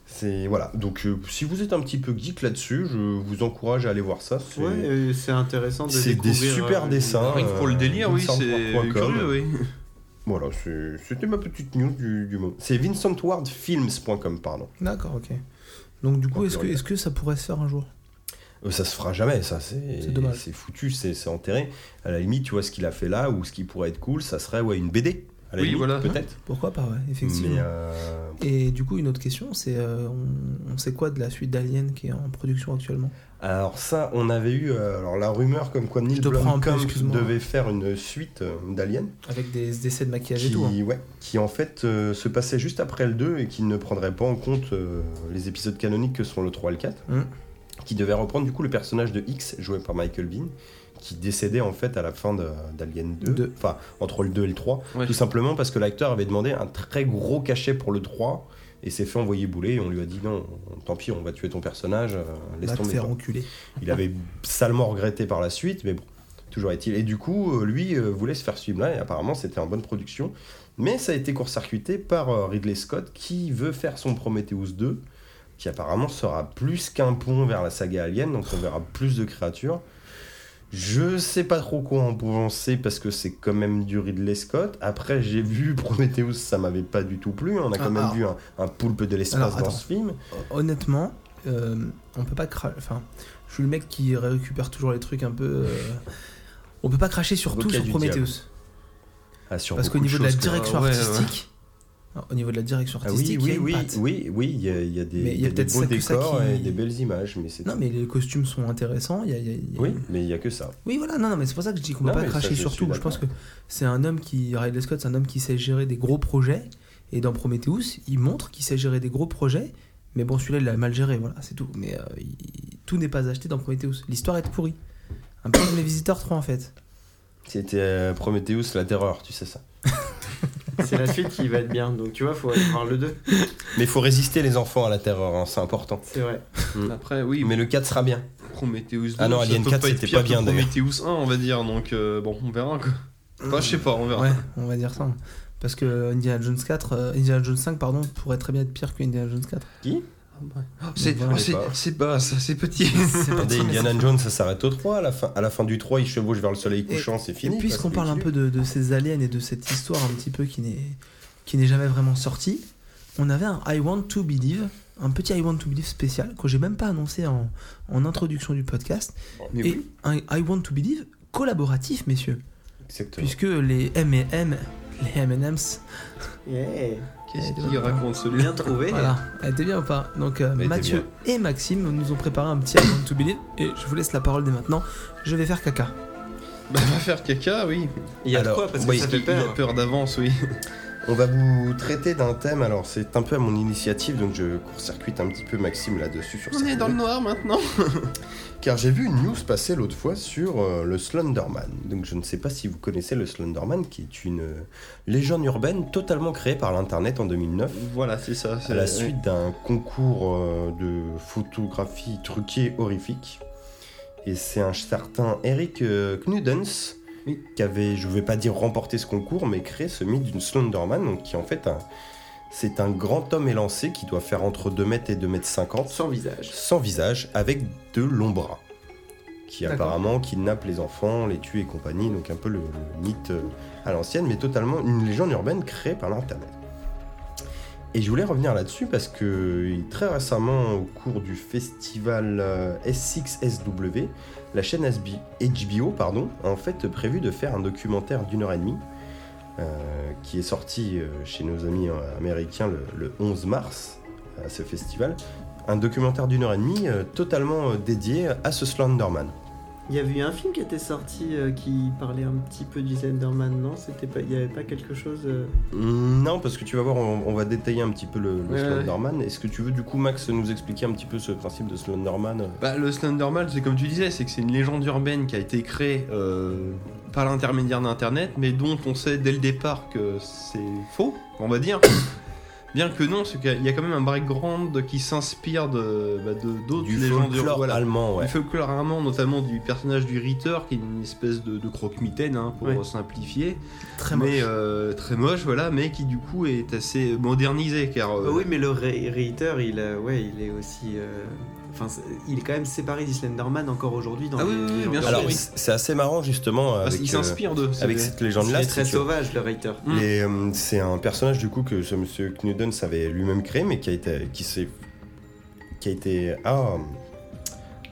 S2: C'est voilà. Donc euh, si vous êtes un petit peu geek là-dessus, je vous encourage à aller voir ça. C'est
S3: Ouais, euh, c'est intéressant de
S2: c'est des
S3: découvrir,
S2: super
S3: euh,
S2: dessins.
S4: Rien que pour le
S2: euh,
S4: délire, oui, c'est
S2: vincentward.com.
S4: curieux, oui.
S2: Voilà, c'est- c'était ma petite news du, du moment. C'est vincentwardfilms.com, pardon.
S1: D'accord, ok. Donc du coup,
S2: Oh,
S1: est-ce que,
S2: purée.
S1: est-ce que ça pourrait se faire un jour
S2: Euh, ça se fera jamais, ça. C'est
S1: C'est dommage.
S2: C'est foutu, c'est c'est enterré. À la limite, tu vois ce qu'il a fait là ou ce qui pourrait être cool, ça serait ouais une BD. À la
S4: Oui,
S2: limite,
S4: voilà.
S2: peut-être.
S1: Pourquoi pas, ouais, effectivement.
S2: Mais euh,
S1: Et du coup, une autre question, c'est euh, on, on sait quoi de la suite d'Alien qui est en production actuellement
S2: Alors ça, on avait eu euh, alors la rumeur comme quoi Neil
S1: te prends un peu,
S2: Blomkamp
S1: excuse-moi.
S2: devait faire une suite euh, d'Alien.
S1: Avec des des essais de maquillage
S2: qui,
S1: et tout. hein.
S2: ouais, qui en fait euh, se passait juste après le 2 et qui ne prendrait pas en compte euh, les épisodes canoniques que sont le 3 et le 4,
S1: Mm.
S2: qui devait reprendre du coup le personnage de X joué par Michael Bean, qui décédait en fait à la fin de- d'Alien 2,
S1: Deux.
S2: enfin entre le 2 et le 3,
S4: Ouais.
S2: tout simplement parce que l'acteur avait demandé un très gros cachet pour le 3 et s'est fait envoyer bouler et on lui a dit non, tant pis, on va tuer ton personnage, euh, laisse
S1: Va te
S2: tomber.
S1: faire
S2: quoi.
S1: enculer.
S2: Il avait salement regretté par la suite, mais bon, toujours est-il. Et du coup, euh, lui euh, voulait se faire suivre là, et apparemment c'était en bonne production. Mais ça a été court-circuité par euh, Ridley Scott, qui veut faire son Prometheus 2, qui apparemment sera plus qu'un pont vers la saga Alien, donc on verra plus de créatures. Je sais pas trop quoi en penser parce que c'est quand même du Ridley Scott. Après, j'ai vu Prometheus, ça m'avait pas du tout plu. On a quand
S1: Ah,
S2: même
S1: alors-
S2: vu un, un poulpe de l'espace
S1: Alors,
S2: dans
S1: attends.
S2: ce film.
S1: Honnêtement, euh, on peut pas cra- Enfin, je suis le mec qui récupère toujours les trucs un peu. euh, On peut pas cracher sur tout
S2: Avocat
S1: sur
S2: du
S1: Prometheus.
S2: Ah, sur
S1: Parce qu'au
S2: beaucoup
S1: niveau de la
S2: choses, quoi.
S1: direction
S4: ouais, ouais.
S1: artistique. alors, Au niveau de la direction
S2: Ah oui,
S1: artistique, il y a
S2: oui,
S1: une
S2: oui,
S1: patte.
S2: oui, oui, il y a, il y a des,
S1: Mais il y a
S2: il y a des
S1: peut-être
S2: beaux
S1: ça que ça
S2: décors
S1: qui-
S2: et des belles images, mais c'est
S1: Non, euh, mais les costumes sont intéressants. il y a- il y a- il y a-
S2: Oui, mais il y a que ça.
S1: Oui, voilà, non, non, mais c'est pour ça que je dis qu'on peut
S2: Non,
S1: pas
S2: mais ça,
S1: cracher
S2: je
S1: sur
S2: suis
S1: tout. Je
S2: d'accord.
S1: pense que c'est un homme qui. Ridley Scott, c'est un homme qui sait gérer des gros projets. Et dans Prometheus, il montre qu'il sait gérer des gros projets. Mais bon, celui-là, il l'a mal géré, voilà, c'est tout. Mais euh, il- tout n'est pas acheté dans Prometheus. L'histoire est pourrie. Un peu comme les Visiteurs 3, en fait.
S2: C'était euh, Prometheus, la terreur, tu sais ça.
S3: C'est la suite qui va être bien, donc tu vois, faut aller voir le 2.
S2: Mais il faut résister les enfants à la terreur, hein, c'est important.
S3: C'est vrai.
S4: Après, oui,
S2: Mm. Mais le 4 sera bien.
S4: Prometheus 2.
S2: Ah non,
S4: ça
S2: Alien
S4: peut
S2: 4,
S4: être
S2: c'était
S4: pire
S2: pas bien,
S4: que
S2: d'ailleurs.
S4: Prometheus 1, on va dire, donc euh, bon, on verra quoi. Enfin, je sais pas, on verra.
S1: Ouais, on va dire ça. Parce que Indiana Jones 4, euh, Indiana Jones 5, pardon, pourrait très bien être pire que Indiana Jones 4.
S4: C'est
S1: Voilà.
S4: oh, c'est- c'est bas, ça, c'est petit.
S2: Attendez, Indiana Jones, ça s'arrête au 3. À la, fin, à la fin du 3, il chevauche vers le soleil
S1: Et-
S2: couchant, c'est
S1: Et
S2: fini.
S1: puisqu'on
S2: parce que
S1: parle un
S2: tu-
S1: peu de, de ces aliens et de cette histoire un petit peu qui n'est qui n'est jamais vraiment sortie, on avait un I Want to Believe, un petit I Want to Believe spécial que j'ai même pas annoncé en, en introduction du podcast.
S4: Oh, Mais
S1: et un I Want to Believe collaboratif, messieurs,
S4: Oh.
S2: Exactement.
S1: puisque les M&M, les M&M's,
S4: Qu'est-ce qu'il raconte celui-là
S3: Bien trouvé.
S1: eh, voilà, eh, elle était bien ou pas Donc euh,
S2: était
S1: Mathieu et Maxime nous ont préparé un petit I Want to Believe et je vous laisse la parole dès maintenant. Je vais faire caca.
S4: Bah, va faire caca, oui.
S3: Il y a de
S2: Alors,
S3: quoi parce que
S2: oui,
S3: ça
S4: Parce
S3: fait
S4: qu'il Bah, a
S3: peur.
S4: peur d'avance, oui.
S2: On va vous traiter d'un thème. Alors, c'est un peu à mon initiative, donc je court-circuite un petit peu Maxime là-dessus. sur
S4: On
S2: cette
S4: est dans le noir maintenant.
S2: Car j'ai vu une news passer l'autre fois sur euh, le Slenderman. Donc je ne sais pas si vous connaissez le Slenderman, qui est une euh, légende urbaine totalement créée par l'Internet en 2009,
S4: Voilà, c'est ça.
S2: à la suite d'un concours euh, de photographie truquée horrifique. Et c'est un certain Eric euh, Knudens
S4: Oui.
S2: qui avait, je ne vais pas dire remporté ce concours, mais créé ce mythe d'une Slenderman, donc qui est en fait un- C'est un grand homme élancé qui doit faire entre 2 mètres et 2 mètres 50
S3: Sans visage.
S2: sans visage avec de longs bras qui
S1: D'accord.
S2: apparemment kidnappe les enfants, les tue et compagnie, donc un peu le, le mythe euh, à l'ancienne, mais totalement une légende urbaine créée par l'internet. Et je voulais revenir là-dessus parce que euh, très récemment, au cours du festival euh, S6SW, la chaîne SB HBO pardon, a en fait prévu de faire un documentaire d'une heure et demie euh, qui est sorti euh, chez nos amis euh, américains le, le 11 mars à ce festival. Un documentaire d'une heure et demie euh, totalement euh, dédié à ce Slenderman.
S6: Il y avait eu un film qui était sorti euh, qui parlait un petit peu du Slenderman, non C'était pas, il y avait pas quelque chose. euh,
S2: Mm, Non, parce que tu vas voir, on, on va détailler un petit peu le, le
S6: Ouais, ouais.
S2: Slenderman. Est-ce que tu veux, du coup, Max, nous expliquer un petit peu ce principe de Slenderman euh,
S4: Bah, le Slenderman, c'est comme tu disais, c'est que c'est une légende urbaine qui a été créée euh, par l'intermédiaire d'Internet, mais dont on sait dès le départ que c'est faux, on va dire. Bien que non, c'est qu'il y a quand même un background qui s'inspire de bah, de- d'autres
S2: Du
S4: légendes
S2: folklore
S4: voilà.
S2: allemand, ouais.
S4: Il faut que rarement, notamment du personnage du Ritter, qui est une espèce de, de croque-mitaine, hein, pour
S6: Ouais.
S4: simplifier.
S1: Très moche.
S4: mais, euh, très moche, voilà, mais qui du coup est assez modernisé, car... euh,
S6: bah oui, mais le Re- Reiter, il, euh, ouais, il est aussi. euh, Enfin, c'est- il est quand même séparé du Slenderman encore aujourd'hui dans
S4: Ah
S6: les
S4: oui, oui, oui,
S6: légendes
S4: bien sûr,
S2: Alors,
S6: urbaines.
S4: oui.
S2: c'est c'est assez marrant, justement,
S4: parce
S2: avec,
S4: qu'il
S2: euh,
S4: s'inspire de...
S2: avec cette légende-là.
S6: Il est très
S2: c'est que-
S6: sauvage, le Reiter.
S4: Mm.
S2: Et, euh, c'est un personnage du coup que ce monsieur Knudden savait lui-même créer, mais qui a été, qui s'est, qui a été ah,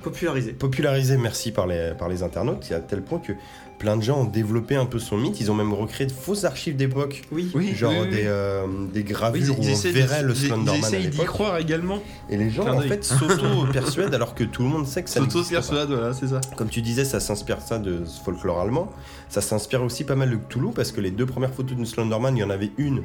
S6: Popularisé.
S2: popularisé, merci par les par les internautes, à tel point que plein de gens ont développé un peu son mythe. Ils ont même recréé de fausses archives d'époque,
S6: Oui.
S4: Oui,
S2: genre
S4: oui, oui,
S2: des,
S4: oui.
S2: euh, des
S4: Oui,
S2: gravures où on
S4: essaient de-
S2: verrait le
S4: ils- ils
S2: Slenderman à
S4: essayent d'y
S2: l'époque.
S4: croire également.
S2: Et les gens,
S4: Clin
S2: en
S4: d'œil.
S2: fait, s'auto-persuadent alors que tout le monde sait que ça
S4: Sauto
S2: n'existe pas.
S4: persuade, voilà, c'est ça.
S2: Comme tu disais, ça s'inspire ça de ce folklore allemand. Ça s'inspire aussi pas mal de Cthulhu parce que les deux premières photos de Slenderman, il y en avait une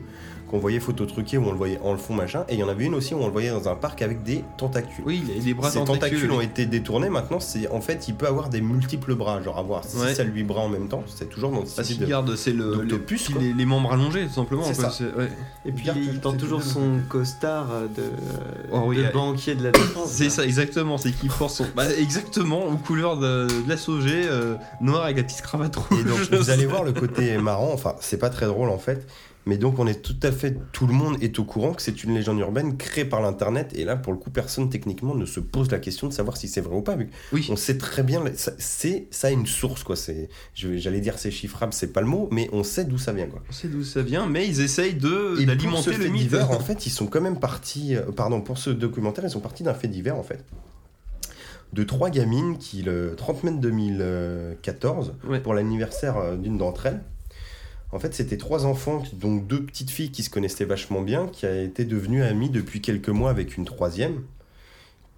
S2: qu'on voyait photo truquée où on le voyait en le fond machin, et il y en avait une aussi où on le voyait dans un parc avec des tentacules.
S4: Oui, il a des bras
S2: Ces tentacules ont
S4: oui.
S2: été détournés, maintenant c'est en fait il peut avoir des multiples bras, genre avoir 6
S4: Ouais.
S2: à 8 bras en même temps, c'est toujours dans ce
S4: Parce
S2: style
S4: qu'il garde, c'est le,
S2: d'octopus,
S4: le-
S2: quoi.
S4: les, les membres allongés, tout simplement.
S2: C'est
S4: quoi,
S2: ça.
S4: ouais.
S6: Et puis
S2: Garde,
S6: il
S2: c'est
S6: tend toujours
S2: tout
S6: son costard euh, de, euh,
S4: Oh oui,
S6: de
S4: il y a-
S6: banquier de la défense.
S4: C'est
S6: là.
S4: ça, exactement. C'est qu'il force son. Bah, exactement, aux couleurs de, de la saugée, euh, noire avec la petite cravate rouge.
S2: Et donc vous allez voir le côté marrant, enfin c'est pas très drôle en fait, mais donc on est tout à fait, tout le monde est au courant que c'est une légende urbaine créée par l'internet, et là pour le coup personne techniquement ne se pose la question de savoir si c'est vrai ou pas, vu que
S4: Oui.
S2: on sait très bien, ça, c'est, ça a une source quoi, c'est, je vais- j'allais dire c'est chiffrable, c'est pas le mot, mais on sait d'où ça vient quoi.
S4: On sait d'où ça vient, mais ils essayent
S2: Et
S4: de
S2: pour ce
S4: d'alimenter
S2: fait
S4: le mythe.
S2: divers, en fait, ils sont quand même partis. euh, pardon, pour ce documentaire, ils sont partis d'un fait divers, en fait. De trois gamines qui, le 30 mai 2014,
S4: Ouais.
S2: pour l'anniversaire euh, d'une d'entre elles, en fait, c'était trois enfants, qui- dont deux petites filles qui se connaissaient vachement bien, qui a été devenue amie depuis quelques mois avec une troisième,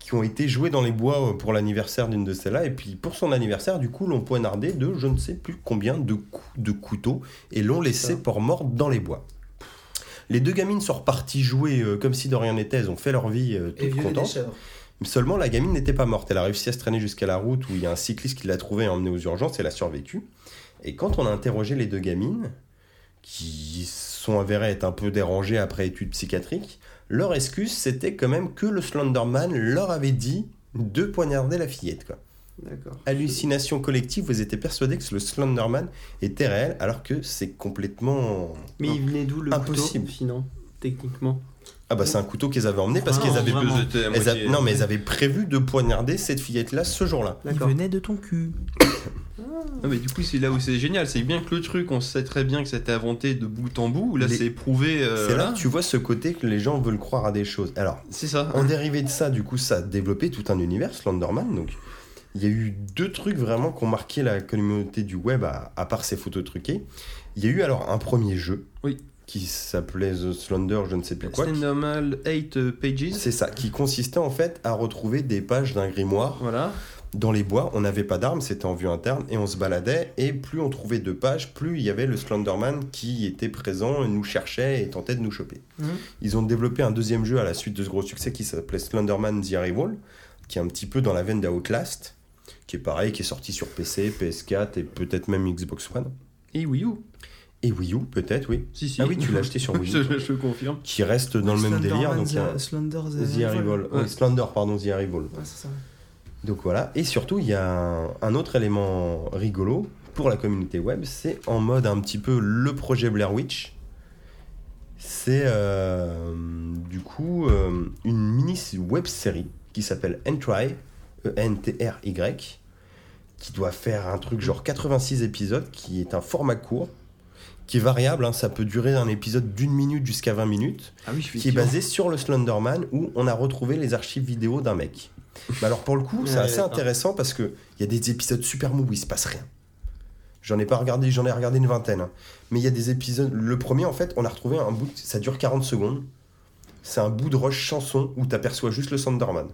S2: qui ont été jouées dans les bois euh, pour l'anniversaire d'une de celles-là. Et puis, pour son anniversaire, du coup, l'ont poignardé de je ne sais plus combien de coups de couteau et l'ont laissé pour morte dans les bois. Les deux gamines sont reparties jouer euh, comme si de rien n'était, elles ont fait leur vie euh, toutes contentes. Seulement, la gamine n'était pas morte. Elle a réussi à se traîner jusqu'à la route où il y a un cycliste qui l'a trouvée et emmenée aux urgences. Elle a survécu. Et quand on a interrogé les deux gamines, qui sont avérées être un peu dérangées après études psychiatriques, leur excuse, c'était quand même que le Slenderman leur avait dit de poignarder la fillette. Quoi.
S6: D'accord.
S2: hallucination collective, vous étiez persuadé que le Slenderman était réel alors que c'est complètement.
S6: Mais il venait d'où le
S2: Impossible.
S6: couteau Sinon, techniquement.
S2: Ah bah c'est un couteau qu'ils avaient emmené
S4: Ah,
S2: parce
S6: Non,
S2: qu'ils avaient,
S6: vraiment.
S2: besoin-
S4: Elles
S2: elles
S4: avaient-
S2: a- non mais elles avaient prévu de poignarder cette fillette là ce jour-là.
S1: Il
S6: D'accord.
S1: venait de ton cul.
S4: Non, mais du coup, c'est là où c'est génial. C'est bien que le truc, on sait très bien que ça a été inventé de bout en bout. Là,
S2: Les-
S4: c'est prouvé. euh,
S2: c'est là
S4: voilà.
S2: que tu vois ce côté que les gens veulent croire à des choses. Alors
S4: C'est ça.
S2: En dérivé de ça, du coup, ça a développé tout un univers, Slenderman. Donc, il y a eu deux trucs vraiment qui ont marqué la communauté du web, à, à part ces photos truquées. Il y a eu alors un premier jeu
S4: Oui.
S2: qui s'appelait The Slender, je ne sais plus quoi. qui-
S4: Slenderman 8 Pages.
S2: C'est ça, qui consistait en fait à retrouver des pages d'un grimoire
S4: Voilà.
S2: dans les bois. On n'avait pas d'armes, c'était en vue interne, et on se baladait. Et plus on trouvait de pages, plus il y avait le Slenderman qui était présent, nous cherchait et tentait de nous choper.
S1: Mhm.
S2: Ils ont développé un deuxième jeu à la suite de ce gros succès qui s'appelait Slenderman The Arrival, qui est un petit peu dans la veine d'Outlast, qui est pareil, qui est sorti sur PC, PS4 et peut-être même Xbox One.
S4: Et Wii U.
S2: Et Wii U, peut-être, oui.
S4: Si, si.
S2: Ah oui, tu l'as acheté sur Wii
S4: je,
S2: U.
S4: je confirme.
S2: Qui reste dans le même délire. Donc, euh, il y a-
S1: Slender
S2: The Arrival.
S4: Ouais.
S2: Oui, Slender, pardon, The Arrival.
S1: Ouais, c'est ça.
S2: Donc voilà, et surtout il y a un, un autre élément rigolo pour la communauté web, c'est en mode un petit peu le projet Blair Witch. C'est euh, du coup euh, une mini web série qui s'appelle Entry, E E-N-T-R-Y, qui doit faire un truc genre 86 épisodes, qui est un format court, qui est variable, hein, ça peut durer un épisode d'une minute jusqu'à 20 minutes
S4: Ah oui,
S2: qui est basé sur le Slenderman où on a retrouvé les archives vidéo d'un mec. Mais Bah, alors pour le coup, c'est
S6: Ouais,
S2: assez
S6: d'accord.
S2: intéressant parce que il y a des épisodes super mous où il se passe rien. J'en ai pas regardé, j'en ai regardé une vingtaine. hein. Mais il y a des épisodes. Le premier, en fait, on a retrouvé un bout. Ça dure 40 secondes. C'est un bout de rush chanson où t'aperçois juste le Slenderman.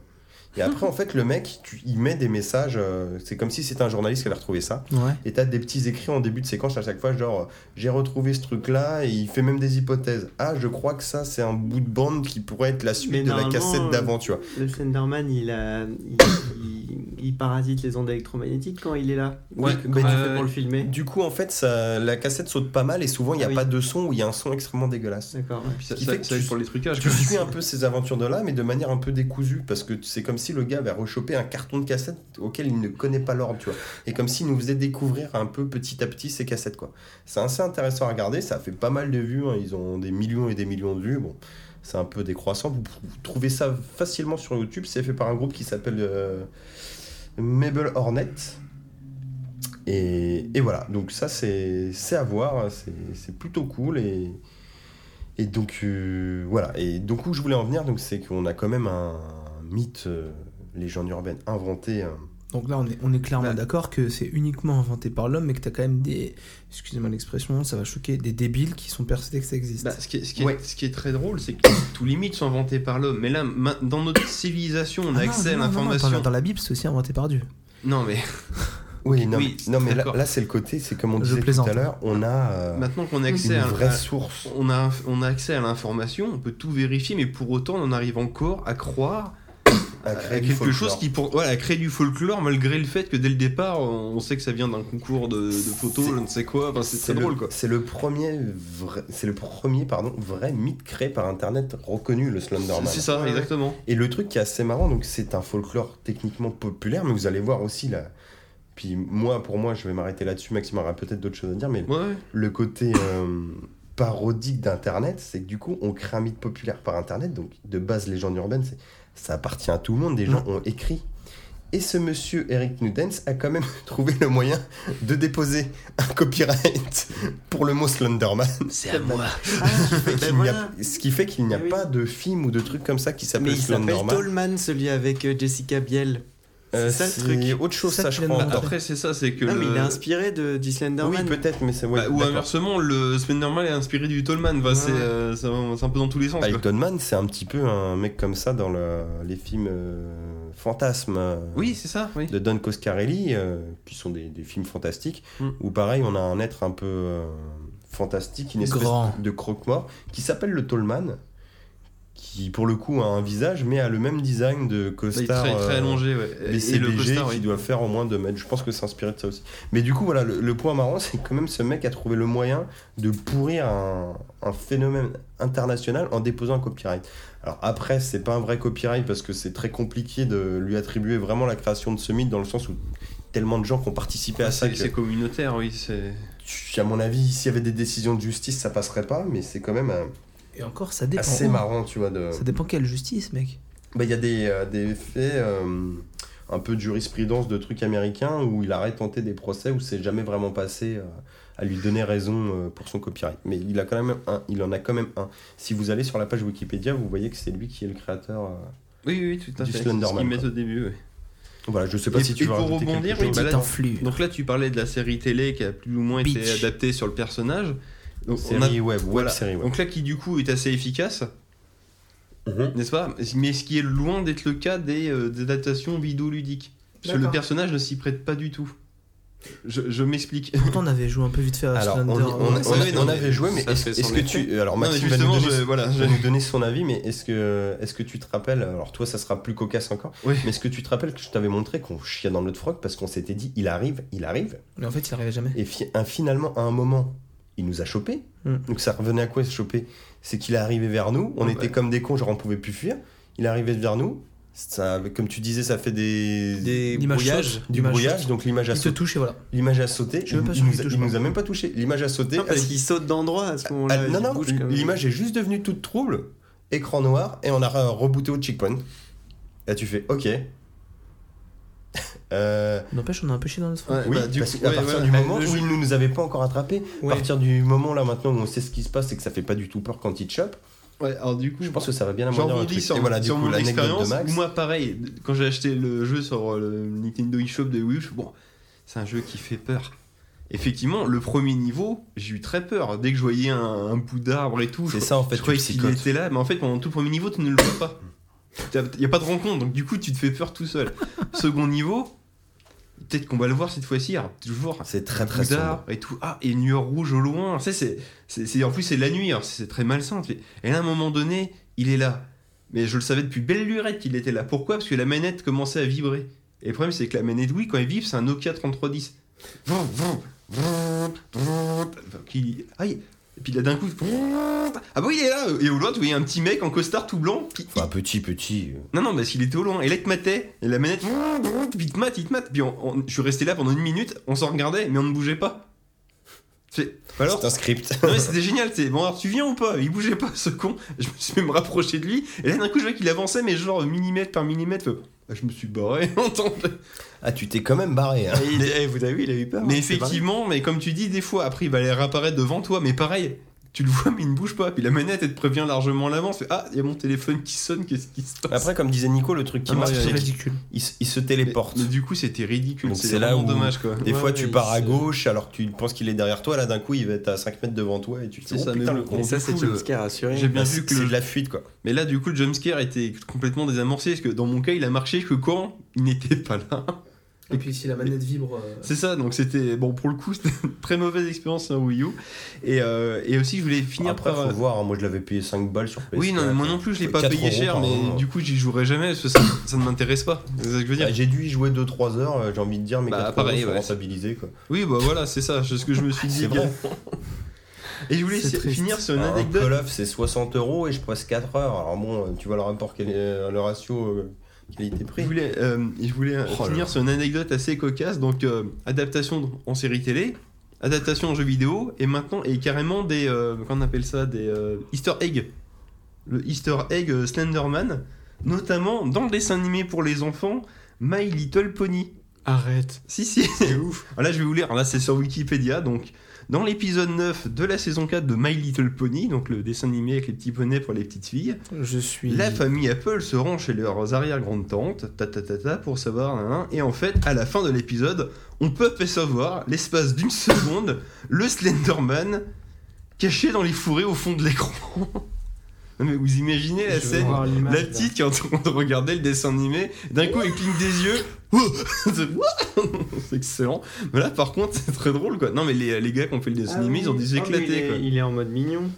S2: Et après, en fait, le mec, tu, il met des messages. euh, c'est comme si c'était un journaliste qui avait retrouvé ça.
S1: Ouais.
S2: Et t'as des petits écrits en début de séquence à chaque fois, genre euh, j'ai retrouvé ce truc là, et il fait même des hypothèses. Ah, je crois que ça, c'est un bout de bande qui pourrait être la suite
S6: Mais
S2: de la
S6: normalement,
S2: cassette
S6: euh,
S2: d'avant, tu vois.
S6: Le Slenderman, il, a, il, il- il parasite les ondes électromagnétiques quand il est là.
S2: Ouais,
S6: Donc,
S2: bah,
S6: comment tu
S4: euh,
S6: fais pour le filmer
S2: Du coup, en fait, ça, la cassette saute pas mal, et souvent, il n'y a
S6: Ah oui.
S2: pas de son ou il y a un son extrêmement dégueulasse.
S6: D'accord. ouais.
S4: Puis ça,
S2: qui
S4: ça-
S2: fait que
S4: ça aide
S2: tu-
S4: pour les trucages.
S2: Tu
S4: quoi.
S2: suis un peu ces aventures de là, mais de manière un peu décousue, parce que c'est comme si le gars avait rechopé un carton de cassette auquel il ne connaît pas l'ordre, tu vois. Et comme s'il nous faisait découvrir un peu petit à petit ces cassettes, quoi. C'est assez intéressant à regarder, ça fait pas mal de vues, hein, ils ont des millions et des millions de vues, bon. C'est un peu décroissant, vous vous trouvez ça facilement sur YouTube, c'est fait par un groupe qui s'appelle euh, Mabel Hornet. Et, et voilà, donc ça c'est c'est à voir, hein. c'est c'est plutôt cool et, et donc euh, voilà. Et donc où je voulais en venir, donc c'est qu'on a quand même un mythe, euh, légende urbaine inventée. hein.
S1: Donc là, on est, on est clairement
S2: Bah.
S1: d'accord que c'est uniquement inventé par l'homme, mais que t'as quand même des, excusez-moi l'expression, ça va choquer, des débiles qui sont persuadés que ça existe.
S4: Bah, ce, qui est, ce qui est-
S2: Ouais.
S4: ce qui est très drôle, c'est que tous les mythes sont inventés par l'homme. Mais là, ma- dans notre civilisation, on
S1: Ah
S4: a
S1: non,
S4: accès
S1: non,
S4: à
S1: non, non,
S4: l'information.
S1: dans- dans la Bible, c'est aussi inventé par Dieu.
S4: Non, mais
S2: Oui, non,
S4: oui,
S2: mais- non, mais là,
S4: d'accord. Bah,
S2: là, c'est le côté, c'est comme on
S1: Je
S2: disait tout
S1: plaisante.
S2: à l'heure, on a euh,
S4: maintenant qu'on a
S2: une
S4: accès à,
S2: vraie
S4: à-
S2: source.
S4: on a, on a accès à l'information, on peut tout vérifier, mais pour autant, on en arrive encore à croire
S2: à
S4: à,
S2: créer du
S4: Euh, quelque
S2: folklore.
S4: chose qui pour, voilà, à créer du folklore, malgré le fait que dès le départ, on on sait que ça vient d'un concours de, de photos,
S2: C'est-
S4: je ne sais quoi. Enfin, c'est très
S2: le-
S4: drôle, quoi.
S2: C'est le premier, vrai, c'est le premier pardon, vrai mythe créé par Internet reconnu, le Slenderman.
S4: C'est ça, exactement.
S2: Et le truc qui est assez marrant, donc c'est un folklore techniquement populaire, mais vous allez voir aussi là. Puis moi, pour moi, je vais m'arrêter là-dessus. Maxime aura peut-être d'autres choses à dire, mais
S4: Ouais, ouais.
S2: le côté euh, parodique d'Internet, c'est que du coup, on crée un mythe populaire par Internet. Donc, de base, légende urbaine, c'est ça appartient à tout le monde. Des gens ont écrit. Et ce monsieur Eric Nudens a quand même trouvé le moyen de déposer un copyright pour le mot Slenderman.
S4: C'est à moi.
S6: Ah,
S2: Qu'il
S6: ben
S2: n'y a-
S6: voilà.
S2: ce qui fait qu'il n'y a
S6: Eh oui.
S2: pas de film ou de truc comme ça qui
S3: Mais
S2: s'appelle
S3: il s'appelle
S2: Slenderman.
S3: Tollman, celui avec euh, Jessica Biel.
S2: Euh,
S3: C'est ça le truc.
S2: c'est autre chose,
S1: Ça,
S2: ça,
S1: tu
S2: je
S1: viens de
S2: crois.
S1: me
S2: Après, Ah,
S4: Après, c'est ça, c'est que.
S3: Non, mais
S4: le-
S3: il est inspiré de, du Slenderman.
S2: oui, peut-être, mais c'est ouais,
S4: Bah, ou
S2: d'accord.
S4: inversement, le Slenderman est inspiré du Tollman. Enfin, c'est
S3: Ouais.
S4: euh, c'est un c'est un peu dans tous les sens.
S2: Bah,
S4: quoi.
S2: Elton Mann, c'est un petit peu un mec comme ça dans le- les films euh, fantasmes euh,
S4: Oui, c'est ça. Oui. Bah,
S2: de Don Coscarelli, euh, qui sont des, des films fantastiques,
S4: Mm.
S2: où pareil, on a un être un peu euh, fantastique, une espèce
S1: Grand.
S2: de croque-mort, qui s'appelle le Tollman, qui pour le coup a un visage, mais a le même design de
S4: Il est
S2: costard.
S4: très, très
S2: euh,
S4: allongé, ouais. Et,
S2: BCBG
S4: et le costard,
S2: qui
S4: oui.
S2: doit faire au moins 2 mètres. Je pense que c'est inspiré de ça aussi. Mais du coup, voilà, le, le point marrant, c'est que quand même ce mec a trouvé le moyen de pourrir un, un phénomène international en déposant un copyright. Alors après, c'est pas un vrai copyright parce que c'est très compliqué de lui attribuer vraiment la création de ce mythe dans le sens où tellement de gens qui ont participé à ça
S4: C'est
S2: que,
S4: c'est communautaire, oui. c'est-
S2: tu- à mon avis, s'il y avait des décisions de justice, ça passerait pas. Mais c'est quand même euh,
S1: Et encore, ça dépend.
S2: assez
S1: où.
S2: marrant, tu vois. De...
S1: Ça dépend quelle justice, mec.
S2: Bah, il y a des, euh, des faits, euh, un peu de jurisprudence de trucs américains où il a tenté des procès où c'est jamais vraiment passé euh, à lui donner raison euh, pour son copyright. Mais il, a quand même un, il en a quand même un. Si vous allez sur la page Wikipédia, vous voyez que c'est lui qui est le créateur. euh.
S4: Oui, oui, tout à
S2: Du
S4: fait. C'est ce
S2: Slenderman,
S4: qu'ils mettent
S2: quoi.
S4: au début, oui.
S2: Voilà, je sais pas
S4: Et-
S2: si tu
S4: et
S2: veux
S4: pour
S2: rajouter quelque
S4: rebondir,
S2: chose.
S4: oui, bah là-
S1: Petite influe.
S4: Donc là, tu parlais de la série télé qui a plus ou moins été
S1: Peach.
S4: adaptée sur le personnage. Donc, on a-
S2: Série web, web
S4: voilà.
S2: série web.
S4: Donc là, qui du coup est assez efficace,
S2: Mhm.
S4: n'est-ce pas Mais ce qui est loin d'être le cas des, euh, des adaptations vidéoludiques. Parce que le
S1: D'accord.
S4: personnage ne s'y prête pas du tout. Je, je m'explique.
S1: Pourtant, on avait joué un peu vite fait à
S2: Alors, on,
S1: Slender.
S2: on-
S1: Ouais,
S2: on-
S4: ouais, non,
S2: on
S4: mais
S2: avait joué, mais
S3: ça
S2: est-ce
S3: fait son
S2: est-ce que tu. Alors,
S4: Non, mais
S2: Maxime va nous
S4: justement,
S2: donner
S4: je- voilà, je-
S2: va nous donner son avis, mais est-ce que, est que tu te rappelles, alors toi ça sera plus cocasse encore,
S4: Oui.
S2: mais est-ce que tu te rappelles que je t'avais montré qu'on chiait dans le froc parce qu'on s'était dit il arrive, il arrive,
S1: Mais en fait, il arrivait jamais.
S2: et fi- un- finalement à un moment il nous a chopé,
S1: Mm.
S2: donc ça revenait à quoi se choper C'est qu'il est arrivé vers nous, on
S4: Ouais.
S2: était comme des cons, genre on pouvait plus fuir, il est arrivé vers nous, ça, comme tu disais ça fait des...
S3: Des
S1: L'image
S3: brouillages.
S1: saute,
S2: Du
S1: l'image
S2: brouillage,
S1: saute.
S2: donc l'image a,
S1: Il te
S2: sauté.
S1: touche et voilà.
S2: l'image a sauté.
S1: suis même pas
S2: il
S1: sûr
S2: nous
S1: qu'il
S2: a-
S1: touche
S2: il
S1: pas.
S2: nous a même pas touché. L'image a sauté.
S3: Non, parce
S2: avec-
S3: qu'il saute d'endroit à ce
S2: Ah,
S3: moment-là.
S2: non,
S3: il
S2: non,
S3: bouge comme-
S2: l'image est juste devenue toute trouble, écran noir, et on a re- rebooté au checkpoint. Là, tu fais OK. Euh,
S1: N'empêche, on a un peu chié dans notre froc.
S4: Ouais,
S2: oui,
S4: bah, du
S2: parce
S4: coup,
S2: qu'à
S4: ouais,
S2: partir
S4: voilà.
S2: du moment
S4: Le
S2: où
S4: jeu-
S2: ils ne nous avaient pas encore attrapés,
S1: Ouais.
S2: à partir du moment là maintenant où on sait ce qui se passe et que ça fait pas du tout peur quand ils te chopent,
S4: Ouais, alors du coup,
S2: je pense que ça va bien
S4: J'en
S2: amortir le
S4: rebondis
S2: truc.
S4: sur,
S2: Et voilà, du
S4: sur
S2: coup,
S4: mon
S2: l'anecdote de
S4: expérience.
S2: Max.
S4: Moi, pareil, quand j'ai acheté le jeu sur euh, le Nintendo eShop de Wii U, je suis, bon, c'est un jeu qui fait peur. Effectivement, le premier niveau, j'ai eu très peur. Dès que je voyais un, un bout d'arbre et tout, je,
S2: C'est ça en fait,
S4: je croyais qu'il
S2: psychotes.
S4: était là, mais en fait, pendant tout le premier niveau, tu ne le vois pas. Il n'y a pas de rencontre, donc du coup, tu te fais peur tout seul. Second niveau, peut-être qu'on va le voir cette fois-ci, alors, toujours.
S2: C'est très très sombre.
S4: Bizarre et tout. Ah, et une nuée rouge au loin. Tu sais, c'est, c'est, c'est- en plus, c'est la nuit, alors c'est très malsain. tu sais. Et là, à un moment donné, il est là. Mais je le savais depuis belle lurette qu'il était là. Pourquoi Parce que la manette commençait à vibrer. Et le problème, c'est que la manette Wii, quand elle vibre, c'est un Nokia 3310. Vroom, vroom, vroom, vroom. Qui... Aïe Et puis là, d'un coup, vroom. ah bah oui, il est là Et au loin, tu voyais un petit mec en costard tout blanc qui,
S2: Enfin, petit, petit. euh,
S4: non, non, parce qu'il était au loin. Et là, il te matait. Et la manette. Puis il te mate, il te mate. Puis on- on- je suis resté là pendant une minute. On s'en regardait, mais on ne bougeait pas. C'est. Alors.
S2: C'est un script.
S4: Non, mais c'était génial. C'est bon, alors tu viens ou pas Il bougeait pas, ce con. Je me suis même rapproché de lui. Et là, d'un coup, je vois qu'il avançait, mais genre millimètre par millimètre. Fait, ah, Je me suis barré. on t'en-
S2: Ah, tu t'es quand même barré. hein.
S3: Mais- eh, vous avez vu, il a eu peur.
S4: mais
S3: hein, c'est pareil.
S4: effectivement, mais comme tu dis, des fois, après, il va aller réapparaître devant toi. Mais pareil. Tu le vois, mais il ne bouge pas. Puis la manette, elle te prévient largement à l'avance. Fait, Ah, il y a mon téléphone qui sonne, qu'est-ce qui se
S3: Ah,
S4: passe
S2: Après, comme disait Nico, le truc qui
S1: Ah,
S2: marche,
S1: c'est
S2: c'est qu'il
S1: ridicule.
S2: il se- il se
S4: Mais-
S2: téléporte.
S4: Mais, du coup, c'était ridicule.
S2: Donc
S4: C'est
S2: c'est là
S4: vraiment
S2: où-
S4: dommage, quoi.
S2: Des
S3: Ouais,
S2: fois,
S3: ouais,
S2: tu
S3: il
S2: pars à
S3: se-
S2: gauche alors que tu penses qu'il est derrière toi. Là, d'un coup, il va être à 5 mètres devant toi et tu te
S4: C'est
S2: dis,
S4: ça,
S2: oh,
S4: mais
S2: putain,
S4: bon,
S2: le con.
S4: on-
S3: Ça,
S4: Du
S3: c'est
S4: coup, le-
S3: jumpscare assuré.
S4: J'ai bien
S2: Bah,
S4: vu
S2: C'est
S4: que
S2: c'est
S4: le-
S2: de la fuite, quoi.
S4: Mais là, du coup, le jumpscare était complètement désamorcé parce que dans mon cas, il a marché que quand il n'était pas là.
S1: Et puis, si la manette vibre. euh,
S4: C'est ça, donc c'était. Bon, pour le coup, c'était une très mauvaise expérience en Wii U. Et, euh, et aussi, je voulais finir
S2: Après,
S4: par. euh,
S2: faut voir. hein, Moi, je l'avais payé 5 balles sur PS4.
S4: Oui, non, mais moi non plus, je l'ai pas
S2: 4
S4: payé
S2: euh, euros
S4: cher,
S2: par
S4: mais
S2: an.
S4: du coup, j'y jouerai jamais parce que ça, ça ne m'intéresse pas. C'est ça que je veux dire.
S2: Bah, J'ai dû y jouer 2-3 heures, euh, j'ai envie de dire, mais
S4: Bah,
S2: 4
S4: pareil,
S2: euros, faut
S4: ouais.
S2: rentabiliser, quoi.
S4: Oui, bah voilà, c'est ça, c'est ce que je me suis dit.
S2: C'est vrai. Ah,
S4: également. Et je voulais
S1: C'est
S4: si-
S1: triste.
S4: finir sur une
S2: Alors, Un
S4: anecdote.
S2: Call of, c'est 60 euros et je passe 4 heures. Alors, bon, euh, tu vois le rapport, quel est- euh, le ratio euh,
S4: Je
S2: qualité-prix.
S4: voulais, euh, je voulais euh,
S2: Oh là
S4: finir
S2: là.
S4: sur une anecdote assez cocasse. Donc, euh, adaptation en série télé, adaptation en jeu vidéo, et maintenant, et carrément des. euh, qu'on appelle ça Des euh, Easter egg. Le Easter egg euh, Slenderman, notamment dans le dessin animé pour les enfants, My Little Pony.
S3: Arrête.
S4: Si, si, c'est ouf. Alors là, je vais vous lire. Là, c'est sur Wikipédia. Donc, dans l'épisode 9 de la saison 4 de My Little Pony, donc le dessin animé avec les petits poneys pour les petites filles.
S1: Je suis.
S4: La famille Apple se rend chez leurs arrière-grandes-tantes, ta ta ta ta, pour savoir, nan, nan. et en fait, à la fin de l'épisode, on peut savoir, l'espace d'une seconde, le Slenderman caché dans les fourrés au fond de l'écran. Non mais vous imaginez la
S6: Je veux
S4: scène
S6: voir l'image,
S4: la
S6: là.
S4: petite qui est en train de regarder le dessin animé, d'un coup elle cligne des yeux. Ouh C'est- Ouah c'est excellent. Mais là par contre c'est très drôle quoi.
S3: Ah
S4: Non Ah
S3: Oh,
S4: mais les, les gars qui ont fait le dessin animé ils ont
S6: Ah
S4: des
S6: oui,
S4: éclatés
S6: il est-
S4: quoi.
S6: Il est en mode mignon.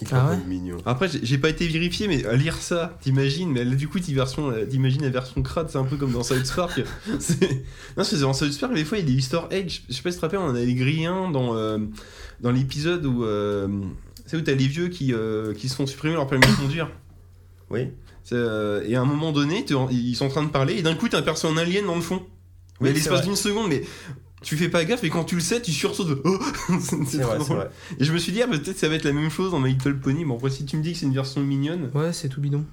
S2: Hyper
S1: Ah ouais
S2: mignon.
S4: Après, j'ai j'ai pas été vérifié, mais à lire ça, t'imagines, mais là, du coup, t'y version- euh, t'imagines la version crade, c'est un peu comme dans South Park. C'est- non, c'est dans South Park, des fois, il y a des Easter eggs. Je- Je sais pas si tu te rappelles, on en avait grillé un dans, euh, dans l'épisode où. euh, c'est où t'as les vieux qui, euh, qui se font supprimer leur permis de conduire.
S2: Oui.
S4: C'est, euh, et à un moment donné, t'es en- ils sont en train de parler, et d'un coup, t'as un perso en alien dans le fond.
S2: Oui,
S4: Mais à
S2: c'est
S4: l'espace
S2: vrai.
S4: d'une seconde, mais. Tu fais pas gaffe, et quand tu le sais, tu sursautes. de, Oh c'est
S2: C'est
S4: trop
S2: vrai, c'est
S4: drôle.
S2: vrai.
S4: Et je me suis dit, ah, peut-être ça va être la même chose dans My Little Pony. Bon, après, si tu me dis que c'est une version mignonne,
S1: Ouais, c'est tout bidon.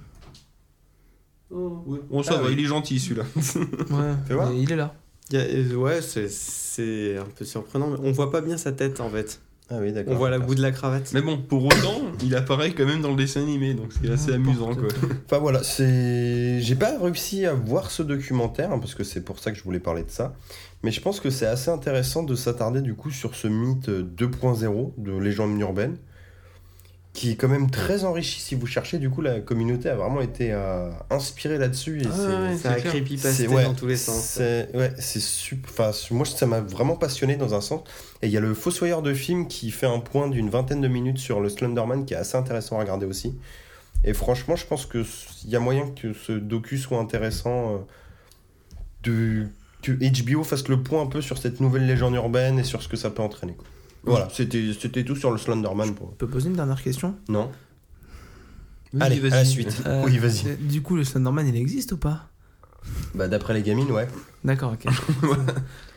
S6: Oh.
S4: on ça
S2: Ah
S4: va,
S2: oui.
S4: il est gentil celui-là.
S1: Ouais,
S2: Fais voir.
S1: mais il est là.
S3: Il y a- euh, ouais, c'est- c'est un peu surprenant, mais on voit pas bien sa tête en fait.
S2: Ah oui, d'accord.
S3: On voit la bout de la cravate.
S4: Mais bon, pour autant, il apparaît quand même dans le dessin animé, donc c'est assez amusant quoi.
S1: euh,
S2: Enfin voilà, c'est. J'ai pas réussi à voir ce documentaire, hein, parce que c'est pour ça que je voulais parler de ça. Mais je pense que c'est assez intéressant de s'attarder du coup sur ce mythe euh, 2.0 de légende urbaine, qui est quand même très enrichi si vous cherchez. Du coup, la communauté a vraiment été euh, inspirée là-dessus. et
S4: Ah
S2: c'est-
S4: ouais,
S3: C'est un
S4: clair.
S3: creepypasta
S2: ouais,
S3: dans tous les sens.
S2: C'est ouais, c'est super. Enfin, moi, ça m'a vraiment passionné dans un sens. Et il y a le Fossoyeur de film qui fait un point d'une vingtaine de minutes sur le Slenderman qui est assez intéressant à regarder aussi. Et franchement, je pense que s- il y a moyen que ce docu soit intéressant. euh, de que HBO fasse le point un peu sur cette nouvelle légende urbaine et sur ce que ça peut entraîner. quoi. Voilà, c'était c'était tout sur le Slenderman. Pour...
S1: Je peux poser une dernière question
S2: Non.
S4: Vas-y,
S2: Allez, à la
S4: vas-y.
S2: suite.
S1: Euh,
S2: oui, vas-y.
S1: Du coup, le Slenderman, il existe ou pas
S2: Bah, d'après les gamines, ouais.
S1: D'accord, ok.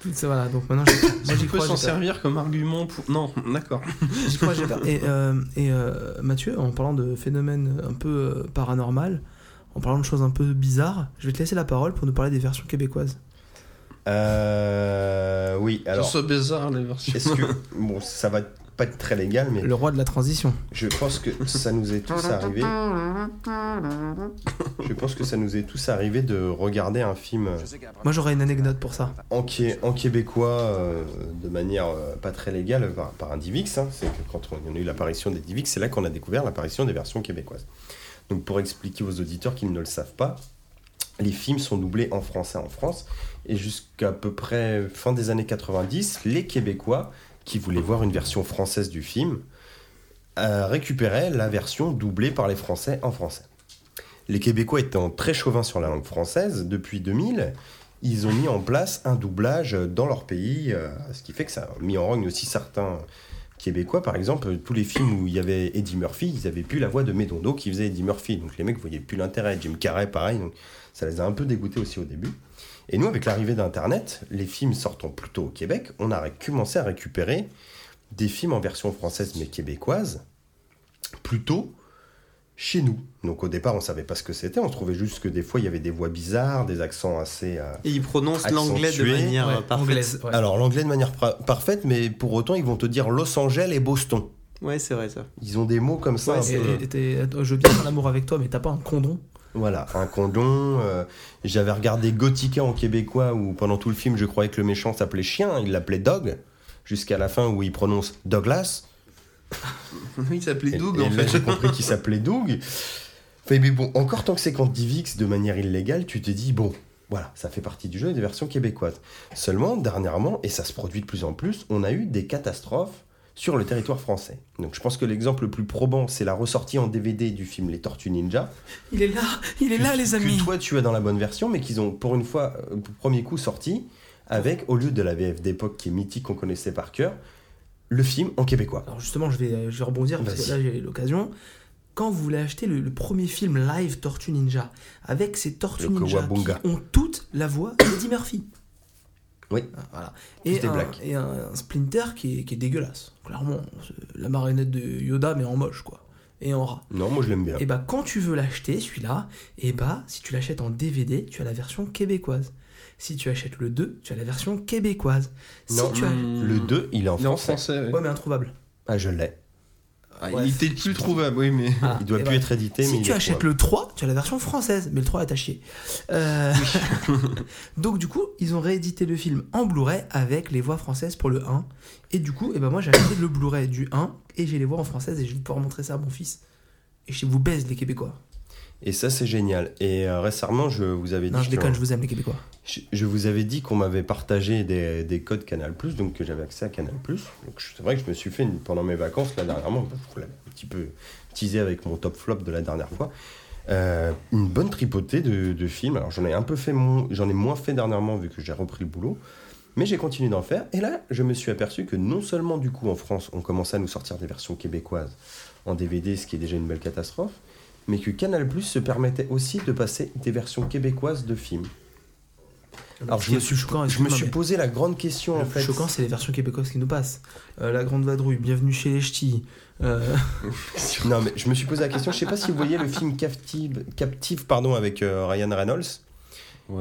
S1: Tout ça, voilà, donc maintenant, j'ai- moi,
S4: Est-ce
S1: j'y
S4: qu'on peut
S1: crois.
S4: s'en
S1: j'ai peur.
S4: servir comme argument pour. Non, d'accord.
S1: J'y crois, j'ai peur. Et, euh, et, euh, Mathieu, en parlant de phénomènes un peu euh, paranormal, en parlant de choses un peu bizarres, je vais te laisser la parole pour nous parler des versions québécoises.
S2: Euh... Oui, alors.
S4: C'est bizarre la version.
S2: Est-ce que. Bon, ça va pas être très légal, mais
S1: Le roi de la transition.
S2: je pense que ça nous est tous arrivé. Je pense que ça nous est tous arrivé de regarder un film euh,
S1: Moi, j'aurais une anecdote pour ça.
S2: en, qué- en québécois euh, de manière euh, pas très légale par, par un Divix. hein. C'est que quand on a eu l'apparition des Divix, c'est là qu'on a découvert l'apparition des versions québécoises. Donc pour expliquer aux auditeurs qui ne le savent pas, les films sont doublés en français en France et jusqu'à peu près fin des années 90, les Québécois qui voulaient voir une version française du film euh, récupéraient la version doublée par les Français en français. Les Québécois étant très chauvins sur la langue française, depuis 2000, ils ont mis en place un doublage dans leur pays, euh, ce qui fait que ça a mis en rogne aussi certains Québécois. Par exemple, tous les films où il y avait Eddie Murphy, ils avaient plus la voix de Médondo qui faisait Eddie Murphy. Donc les mecs voyaient plus l'intérêt. Jim Carrey, pareil. Donc ça les a un peu dégoûtés aussi au début. Et nous, avec l'arrivée d'Internet, les films sortant plutôt au Québec, on a ré- commencé à récupérer des films en version française mais québécoise, plutôt chez nous. Donc au départ, on savait pas ce que c'était. On trouvait juste que des fois, il y avait des voix bizarres, des accents assez... euh,
S3: Et il prononce l'anglais de
S2: Accentué,
S3: manière
S1: Ouais,
S3: euh, parfaite.
S1: anglaise, ouais.
S2: alors, l'anglais de manière pra- parfaite, mais pour autant, ils vont te dire Los Angeles et Boston.
S3: Ouais, c'est vrai ça.
S2: Ils ont des mots comme ça.
S1: Ouais,
S2: un
S1: c'est-
S2: peu.
S1: et- et t'es- je veux bien faire l'amour avec toi, mais t'as pas un condom.
S2: Voilà, un condom. euh, J'avais regardé Gothica en québécois où pendant tout le film, je croyais que le méchant s'appelait chien, il l'appelait dog, jusqu'à la fin où il prononce Douglas.
S4: Il s'appelait
S2: Et-
S4: Doug
S2: et
S4: en
S2: là,
S4: fait.
S2: J'ai compris qu'il s'appelait Doug. Enfin, mais bon, encore tant que c'est quand Divix de manière illégale, tu te dis bon, voilà, ça fait partie du jeu et des versions québécoises. Seulement, dernièrement, et ça se produit de plus en plus, on a eu des catastrophes sur le territoire français. Donc je pense que l'exemple le plus probant, c'est la ressortie en DVD du film Les Tortues Ninja.
S1: Il est là, il est
S2: que-
S1: là, les amis.
S2: Que toi, tu as dans la bonne version, mais qu'ils ont pour une fois, euh, au premier coup, sorti avec, au lieu de la VF d'époque qui est mythique, qu'on connaissait par cœur, le film en québécois.
S1: Alors justement, je vais, euh, je vais rebondir parce que
S2: Vas-y.
S1: là j'ai l'occasion. Quand vous voulez acheter le, le premier film live Tortue Ninja, avec ces Tortues
S2: Le
S1: Ninja qui
S2: Kawabunga.
S1: ont toute la voix d'Eddie Murphy.
S2: Oui.
S1: Ah, Voilà.
S2: est
S1: Et, un,
S2: black.
S1: et un Splinter qui est, qui est dégueulasse. Clairement, c'est la marionnette de Yoda, mais en moche, quoi. Et en rat.
S2: Non, moi je l'aime bien.
S1: Et bah, quand tu veux l'acheter, celui-là, et bah, si tu l'achètes en DVD, tu as la version québécoise. Si tu achètes le 2, tu as la version québécoise. Si
S2: Non,
S1: tu as...
S2: Le 2, il est en
S4: Hmm. Il est en
S2: français.
S4: français, ouais.
S1: Ouais, mais introuvable.
S2: Ah, je l'ai.
S4: Ah,
S1: Ouais.
S4: Il était plus trouvable, oui, mais.
S1: Voilà.
S2: Il doit
S1: Et
S2: plus
S1: bah,
S2: être édité, mais
S1: Si
S2: il
S1: tu
S2: est
S1: achètes
S2: trouvable.
S1: le 3, tu as la version française, mais le 3 est à chier. Euh, Donc du coup, ils ont réédité le film en Blu-ray avec les voix françaises pour le 1. Et du coup, eh ben moi j'ai acheté le Blu-ray du 1 et j'ai les voix en française et je vais pouvoir montrer ça à mon fils. Et je vous baise les Québécois.
S2: Et ça, c'est génial. Et euh, récemment, je vous avais dit.
S1: Non, je
S2: que-
S1: déconne, je vous aime les Québécois.
S2: je- je vous avais dit qu'on m'avait partagé des, des codes Canal+, donc que j'avais accès à Canal+. Donc je- c'est vrai que je me suis fait, une- pendant mes vacances, là dernièrement, je vous l'avais un petit peu teasé avec mon top flop de la dernière fois, euh, une bonne tripotée de, de films. Alors j'en ai un peu fait, mon, j'en ai moins fait dernièrement vu que j'ai repris le boulot, mais j'ai continué d'en faire. Et là, je me suis aperçu que non seulement du coup en France, on commençait à nous sortir des versions québécoises en DVD, ce qui est déjà une belle catastrophe, mais que Canal+, se permettait aussi de passer des versions québécoises de films. Alors, je me suis-
S1: choquant.
S2: Je me
S1: excuse-moi,
S2: suis
S1: Oh, mais
S2: posé la grande question en
S1: Le plus
S2: fait.
S1: choquant, c'est les versions québécoises qui nous passent. Euh, la Grande Vadrouille, Bienvenue chez les Ch'tis. euh,
S2: Non mais je me suis posé la question. Je sais pas si vous voyez le film Captive, Captive pardon, avec euh, Ryan Reynolds,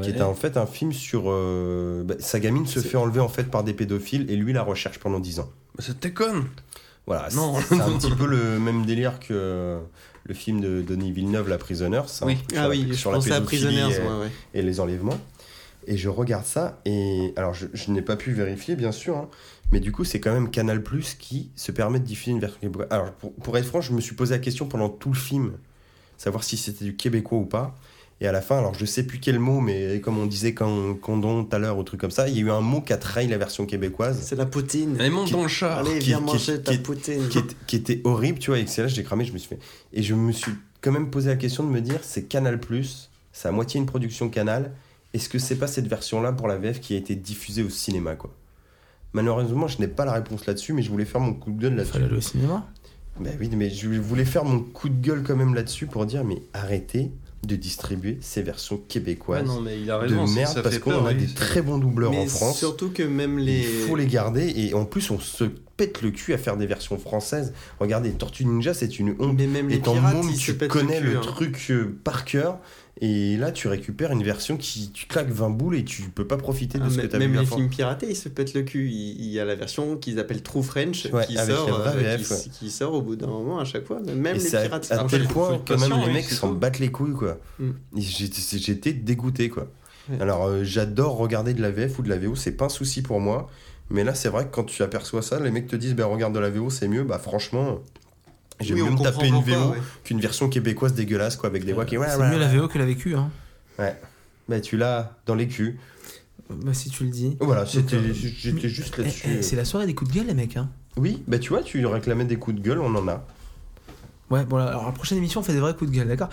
S2: qui est en fait un film sur euh, bah, sa gamine se fait enlever en fait par des pédophiles et lui la recherche pendant 10 ans.
S4: C'était con
S2: Voilà. c'est-
S4: Non.
S2: C'est un petit peu le même délire que euh, le film de Denis Villeneuve, La Prisonneur. ça,
S4: Oui.
S2: sur
S3: Ah
S2: la-
S3: oui, je
S2: sur la
S3: pensais à
S2: pédophilie
S3: Prisoners,
S2: et-
S3: moi, ouais.
S2: et les enlèvements. Et je regarde ça, et alors je, je n'ai pas pu vérifier, bien sûr, hein, mais du coup, c'est quand même Canal qui se permet de diffuser une version québécoise. Alors, pour, pour être franc, je me suis posé la question pendant tout le film, savoir si c'était du québécois ou pas. Et à la fin, alors je sais plus quel mot, mais comme on disait quand condon tout à l'heure, ou truc comme ça, il y a eu un mot qui a trahi la version québécoise,
S3: C'est la poutine.
S4: Allez, Ah, monte
S2: Qui-
S4: dans le char
S3: Allez,
S2: Eh, qui-
S3: viens
S2: qui-
S3: manger ta
S2: qui-
S3: poutine.
S2: qui, est- qui était horrible, tu vois, et que c'est là, j'ai cramé, je me suis fait. Et je me suis quand même posé la question de me dire, c'est Canal c'est à moitié une production Canal. Est-ce que c'est pas cette version-là pour la VF qui a été diffusée au cinéma, quoi Malheureusement, je n'ai pas la réponse là-dessus, mais je voulais faire mon coup de gueule
S1: Il
S2: là-dessus.
S1: fallait aller au cinéma.
S2: Bah oui, mais je voulais faire mon coup de gueule quand même là-dessus pour dire, mais arrêtez de distribuer ces versions québécoises
S4: Ah, non, mais il a
S2: de
S4: raison. ça-
S2: merde
S4: ça
S2: parce
S4: fait
S2: qu'on
S4: peur,
S2: a
S4: oui.
S2: des très bons doubleurs
S3: Mais
S2: en France.
S3: surtout que même les.
S2: Il faut les garder et en plus on se pète le cul à faire des versions françaises. Regardez, Tortue Ninja, c'est une honte.
S3: Mais même les
S2: Et en
S3: pirates,
S2: môme,
S3: ils se
S2: tu
S3: pètent
S2: connais le,
S3: cul, hein.
S2: truc euh, par cœur et là tu récupères une version qui tu claques 20 boules et tu peux pas profiter de
S3: Ah,
S2: ce que
S3: mais-
S2: t'as
S3: même
S2: vu
S3: les
S2: avant.
S3: films piratés, ils se pètent le cul. Il, il y a la version qu'ils appellent True French
S2: Ouais,
S3: qui,
S2: avec
S3: sort,
S2: la vraie
S3: euh,
S2: VF,
S3: qui, qui sort au bout d'un moment à chaque fois. Même
S2: Et
S3: les
S2: c'est à,
S3: pirates.
S2: à
S3: se
S2: tel
S3: rappellent.
S4: faut
S2: point
S4: être
S2: quand même
S4: patient,
S2: les
S4: oui,
S2: mecs
S4: c'est
S2: s'en
S4: tout.
S2: battent les couilles quoi.
S3: Mm.
S2: Et J'étais j'étais dégoûté quoi.
S3: Ouais.
S2: Alors euh, j'adore regarder de la VF ou de la VO, c'est pas un souci pour moi. Mais là c'est vrai que quand tu aperçois ça, les mecs te disent bah regarde de la VO c'est mieux, bah franchement j'ai
S3: Oui, on
S2: mieux me taper une
S3: comprend
S2: VO
S3: pourquoi, ouais.
S2: qu'une version québécoise dégueulasse quoi avec des voix qui ouais,
S1: Euh, C'est
S2: ouais,
S1: mieux la
S2: ouais.
S1: VO que la vécu. Hein.
S2: Bah, tu l'as dans les culs. Oh,
S1: Bah, si tu le dis.
S2: Voilà, c'était
S1: euh,
S2: j'étais juste
S1: Eh,
S2: là-dessus.
S3: euh.
S1: eh, C'est la soirée des coups de gueule, les mecs. Hein.
S2: Oui, bah tu vois, tu réclamais des coups de gueule, on en a.
S1: Ouais, bon, alors la prochaine émission, on fait des vrais coups de gueule, d'accord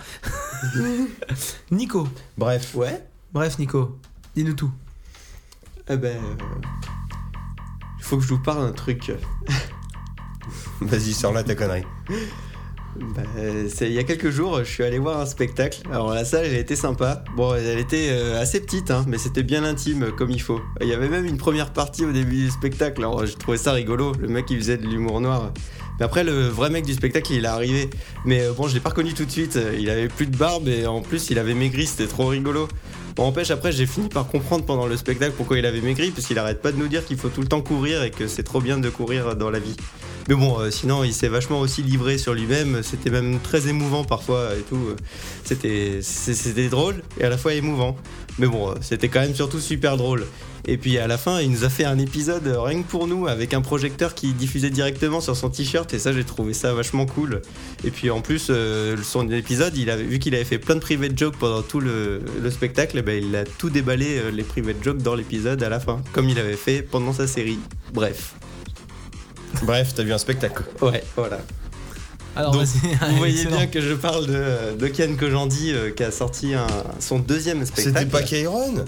S1: Nico.
S2: Bref,
S3: Ouais.
S1: Bref, Nico, dis-nous tout.
S3: Eh ben. euh, Il faut que je vous parle d'un truc. euh,
S2: vas-y, sors là ta connerie.
S3: Bah, c'est- il y a quelques jours, je suis allé voir un spectacle. Alors la salle, elle était sympa. Bon, elle était euh, assez petite, hein, mais c'était bien intime euh, comme il faut. Il y avait même une première partie au début du spectacle. Alors je trouvais ça rigolo. Le mec, il faisait de l'humour noir. Mais après, le vrai mec du spectacle, il est arrivé. Mais euh, bon, je l'ai pas reconnu tout de suite. Euh, Il avait plus de barbe et en plus, il avait maigri. C'était trop rigolo. Bon, empêche, après, j'ai fini par comprendre pendant le spectacle pourquoi il avait maigri, parce qu'il arrête pas de nous dire qu'il faut tout le temps courir et que c'est trop bien de courir dans la vie. Mais bon, euh, sinon, il s'est vachement aussi livré sur lui-même. C'était même très émouvant parfois et tout. C'était, c'est- c'était drôle et à la fois émouvant. Mais bon, euh, c'était quand même surtout super drôle. Et puis à la fin, il nous a fait un épisode euh, rien que pour nous avec un projecteur qui diffusait directement sur son t-shirt et ça, j'ai trouvé ça vachement cool. Et puis en plus, euh, son épisode, il avait, vu qu'il avait fait plein de private jokes pendant tout le, le spectacle, eh ben, il a tout déballé euh, les private jokes dans l'épisode à la fin, comme il avait fait pendant sa série. Bref,
S2: Bref, t'as vu un spectacle.
S3: ouais, voilà.
S1: Alors,
S3: Donc,
S1: vas-y.
S3: Vous voyez
S1: excellent.
S3: bien que je parle de, de Ken Kojandi euh, qui a sorti un- son deuxième spectacle.
S2: C'était pas Kairon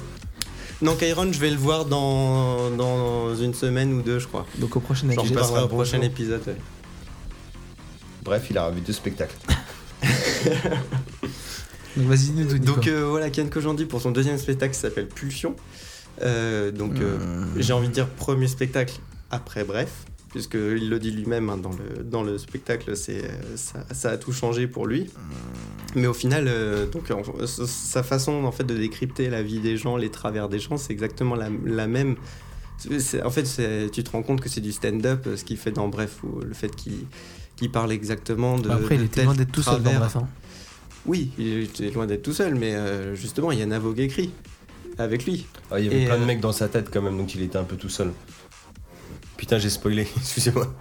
S3: Non, Kyron, je vais le voir dans, dans une semaine ou deux, je crois.
S1: Donc, au prochain
S3: J'en
S1: épisode.
S2: passerai
S3: parlerai
S2: un
S3: au prochain
S2: bonjour.
S3: épisode. ouais.
S2: Bref, il a revu deux spectacles.
S1: Donc, vas-y, dis-nous tout, Nico.
S3: Donc euh, voilà, Ken Kojandi pour son deuxième spectacle qui s'appelle Pulsion. Euh, donc euh,
S1: Hmm.
S3: j'ai envie de dire premier spectacle après bref, puisque il le dit lui-même hein, dans, le, dans le spectacle, c'est euh, ça, ça a tout changé pour lui.
S1: Hmm.
S3: Mais au final, euh, donc, en- sa- sa façon en fait de décrypter la vie des gens, les travers des gens, c'est exactement la, la même. C'est- En fait, c'est- tu te rends compte que c'est du stand-up, euh, ce qu'il fait dans Bref, ou le fait qu'il qu'il parle exactement de.
S1: Bah, Après, il
S3: de
S1: était
S3: tel
S1: loin d'être tout seul dans
S3: travers.
S1: Bref. Hein.
S3: Oui, il était loin d'être tout seul, mais euh, justement, il y a Navo écrit avec lui.
S2: Ah, il y avait
S3: Et,
S2: plein de
S3: euh,
S2: mecs dans sa tête quand même, donc il était un peu tout seul. Putain, j'ai spoilé, excusez-moi.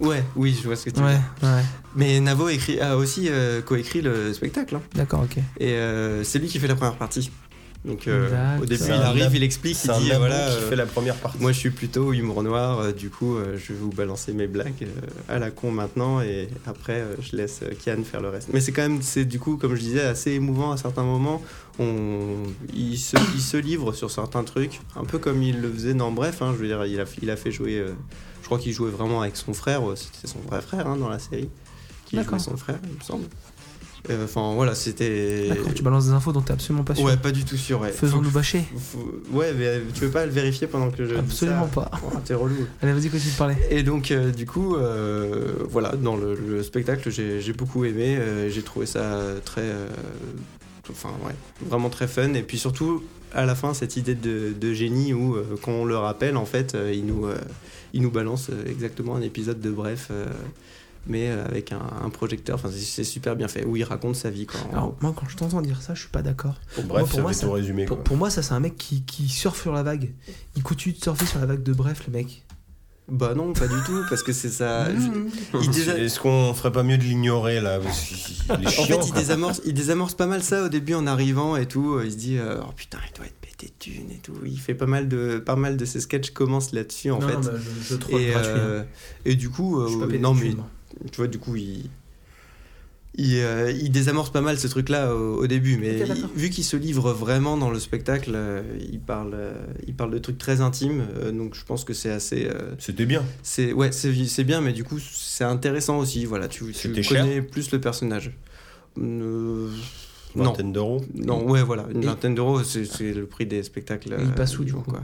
S3: Ouais, oui, je vois ce que tu veux
S1: Ouais,
S3: dire.
S1: ouais.
S3: Mais Navo écrit, a aussi euh, coécrit le spectacle. hein.
S1: D'accord, ok.
S3: Et euh, c'est lui qui fait la première partie. Donc euh,
S1: D'accord.
S3: au début,
S2: C'est
S3: il
S2: un
S3: arrive,
S2: ab-
S3: il explique,
S2: C'est
S3: il
S2: un
S3: dit
S2: abo
S3: voilà,
S2: qui
S3: euh,
S2: fait la première partie.
S3: moi je suis plutôt humour noir, euh, du coup euh, je vais vous balancer mes blagues euh, à la con maintenant et après euh, je laisse euh, Kian faire le reste. Mais c'est quand même, c'est du coup comme je disais, assez émouvant à certains moments. On, il, se, il se livre sur certains trucs, un peu comme il le faisait dans Bref. hein, je veux dire, il a, il a fait jouer, euh, je crois qu'il jouait vraiment avec son frère, euh, c'était son vrai frère hein, dans la série, qui jouait
S1: D'accord.
S3: son frère, il me semble. Euh, Enfin voilà, c'était.
S1: D'accord, tu balances des infos dont t'es absolument pas sûr.
S3: Ouais, pas du tout sûr. Ouais. Faut
S1: Faisons-nous
S3: que-
S1: bâcher.
S3: faut- Ouais, mais euh, tu veux pas le vérifier pendant que je. dis
S1: Absolument
S3: ça
S1: pas.
S3: Oh, T'es relou.
S1: Allez, vas-y, continue de parler.
S3: Et donc, euh, du coup, euh, voilà, dans le, le spectacle, j'ai j'ai beaucoup aimé. euh, j'ai trouvé ça euh, très. euh, tout- Enfin, ouais, vraiment très fun. Et puis surtout, à la fin, cette idée de, de génie où, euh, quand on le rappelle, en fait, euh, il, nous, euh, il nous balance euh, exactement un épisode de Bref. euh, mais euh, avec un, un projecteur, enfin c'est- c'est super bien fait, où il raconte sa vie. Quoi, en
S1: Alors,
S3: gros.
S1: moi, quand je t'entends dire ça, je suis pas d'accord.
S2: Pour-
S1: moi,
S2: Bref,
S1: pour
S2: ça
S1: moi,
S2: fait
S1: ça-
S2: tout résumé.
S1: Pour,
S2: quoi.
S1: pour moi, ça, c'est un mec qui, qui surfe sur la vague. Il continue de surfer sur la vague de bref, le mec.
S3: Bah non, pas du tout, parce que c'est ça. il désa-
S2: Est-ce qu'on ferait pas mieux de l'ignorer là parce que il est
S3: En
S2: chiant,
S3: fait, il
S2: quoi.
S3: désamorce, il désamorce pas mal ça au début en arrivant et tout. Il se dit euh, oh putain, il doit être pété de thunes et tout. Il fait pas mal de, pas mal de ses sketchs commencent là-dessus en
S1: Non,
S3: fait.
S1: non, bah, je, je troll
S3: et,
S1: gratuit, hein.
S3: euh, et du coup,
S1: Je suis
S3: euh,
S1: pas pédé
S3: non
S1: de
S3: mais
S1: thunes, moi.
S3: tu vois, du coup, il, il, euh, il désamorce pas mal ce truc-là au, au début, mais
S1: Ok, d'accord.
S3: il- vu qu'il se livre vraiment dans le spectacle, euh, il parle, euh, il parle de trucs très intimes. euh, donc je pense que c'est assez, euh,
S2: C'était bien.
S3: c'est ouais, c'est c'est bien, mais du coup, c'est intéressant aussi. Voilà, tu, tu
S2: C'était cher
S3: connais plus le personnage. Euh,
S2: Une
S3: non,
S2: vingtaine d'euros.
S3: non, ouais, voilà, une
S1: Et-
S3: vingtaine d'euros, c'est c'est le prix des spectacles.
S1: Et il passe où,
S3: euh,
S1: du
S3: vivants,
S1: coup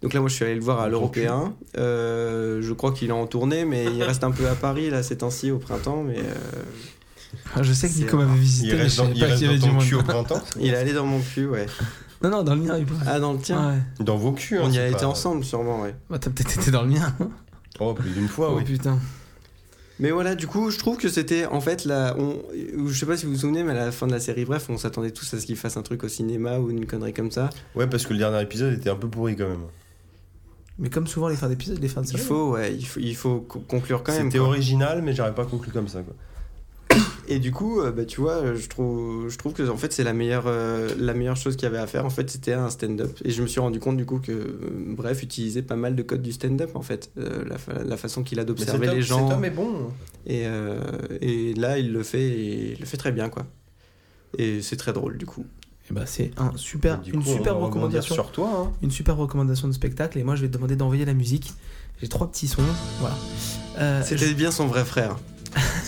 S3: Donc là, moi, je suis allé le voir à l'Européen. Euh, je crois qu'il est en tournée, mais il reste un peu à Paris là ces temps-ci au printemps. Mais euh,
S1: Ah, je sais que
S3: c'est-
S1: Nico m'avait visité,
S2: Il
S1: mais je
S2: reste dans,
S1: savais
S2: il
S1: pas
S2: reste
S1: qu'il y avait
S2: dans
S1: du
S2: ton
S1: monde.
S2: cul au printemps.
S3: il est allé dans mon cul, ouais.
S1: Non, non, dans le mien, il peut-
S3: Ah, dans le tien.
S1: Ouais.
S2: Dans vos culs. hein,
S3: On y
S2: c'est
S3: a
S2: pas-
S3: été ensemble, sûrement, ouais.
S1: Bah, t'as peut-être été dans le mien.
S2: Oh, plus d'une fois,
S1: oh
S2: oui.
S1: putain.
S3: Mais voilà, du coup, je trouve que c'était en fait la. On, je sais pas si vous vous souvenez, mais à la fin de la série, bref, on s'attendait tous à ce qu'il fasse un truc au cinéma ou une connerie comme ça.
S2: Ouais, parce que le dernier épisode était un peu pourri quand même.
S1: Mais comme souvent, les fins d'épisode, les fins de
S3: Il
S1: série.
S3: faut, ouais, il faut, il faut co- conclure quand même.
S2: C'était
S3: quoi.
S2: original, mais j'aurais pas conclu comme ça. Quoi.
S3: Et du coup, euh, bah, tu vois, euh, je trouve, je trouve que en fait, c'est la meilleure, euh, la meilleure chose qu'il y avait à faire. En fait, c'était un stand-up. Et je me suis rendu compte du coup que, euh, bref, utilisait pas mal de codes du stand-up en fait, Euh, la, fa- la façon qu'il a d'observer les gens.
S2: est bon. hein.
S3: Et, euh, et là, il le fait, et il le fait très bien quoi. Et c'est très drôle du coup.
S1: Et bah, c'est un super, une super recommandation.
S2: sur toi. hein.
S1: Une super recommandation de spectacle. Et moi, je vais te demander d'envoyer la musique. J'ai trois petits sons. Voilà. Euh,
S3: C'était bien son vrai frère.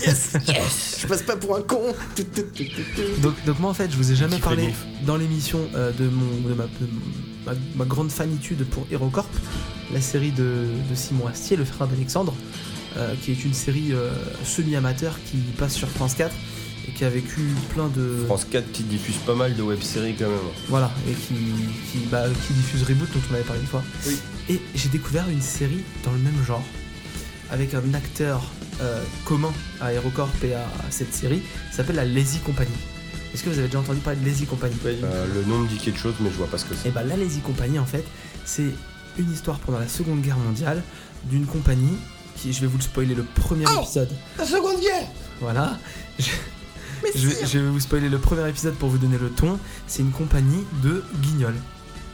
S3: Yes, yes, je passe pas pour un con. Tout, tout, tout, tout, tout.
S1: Donc, donc moi en fait je vous ai jamais
S2: Qui
S1: parlé
S2: fait
S1: dans l'émission euh, de, mon, de, ma, de mon- ma- ma grande fanitude pour HeroCorp, la série de, de Simon Astier, le frère d'Alexandre, euh, qui est une série euh, semi-amateur qui passe sur France 4 et qui a vécu plein de...
S2: France 4 qui diffuse pas mal de web-séries quand même.
S1: Voilà, et qui, qui, bah, qui diffuse Reboot dont on avait parlé une fois.
S3: Oui.
S1: Et j'ai découvert une série dans le même genre, avec un acteur euh, commun à HeroCorp et à cette série, ça s'appelle la Lazy Company. Est-ce que vous avez déjà entendu parler de Lazy Company
S2: Euh, le nom me dit quelque chose, mais je vois pas ce que c'est.
S1: et bah la Lazy Company en fait, c'est une histoire pendant la Seconde Guerre mondiale d'une compagnie qui, je vais vous le spoiler le premier épisode.
S5: Oh La seconde guerre
S1: Voilà. Je, je vais, je vais vous spoiler le premier épisode pour vous donner le ton. C'est une compagnie de guignols.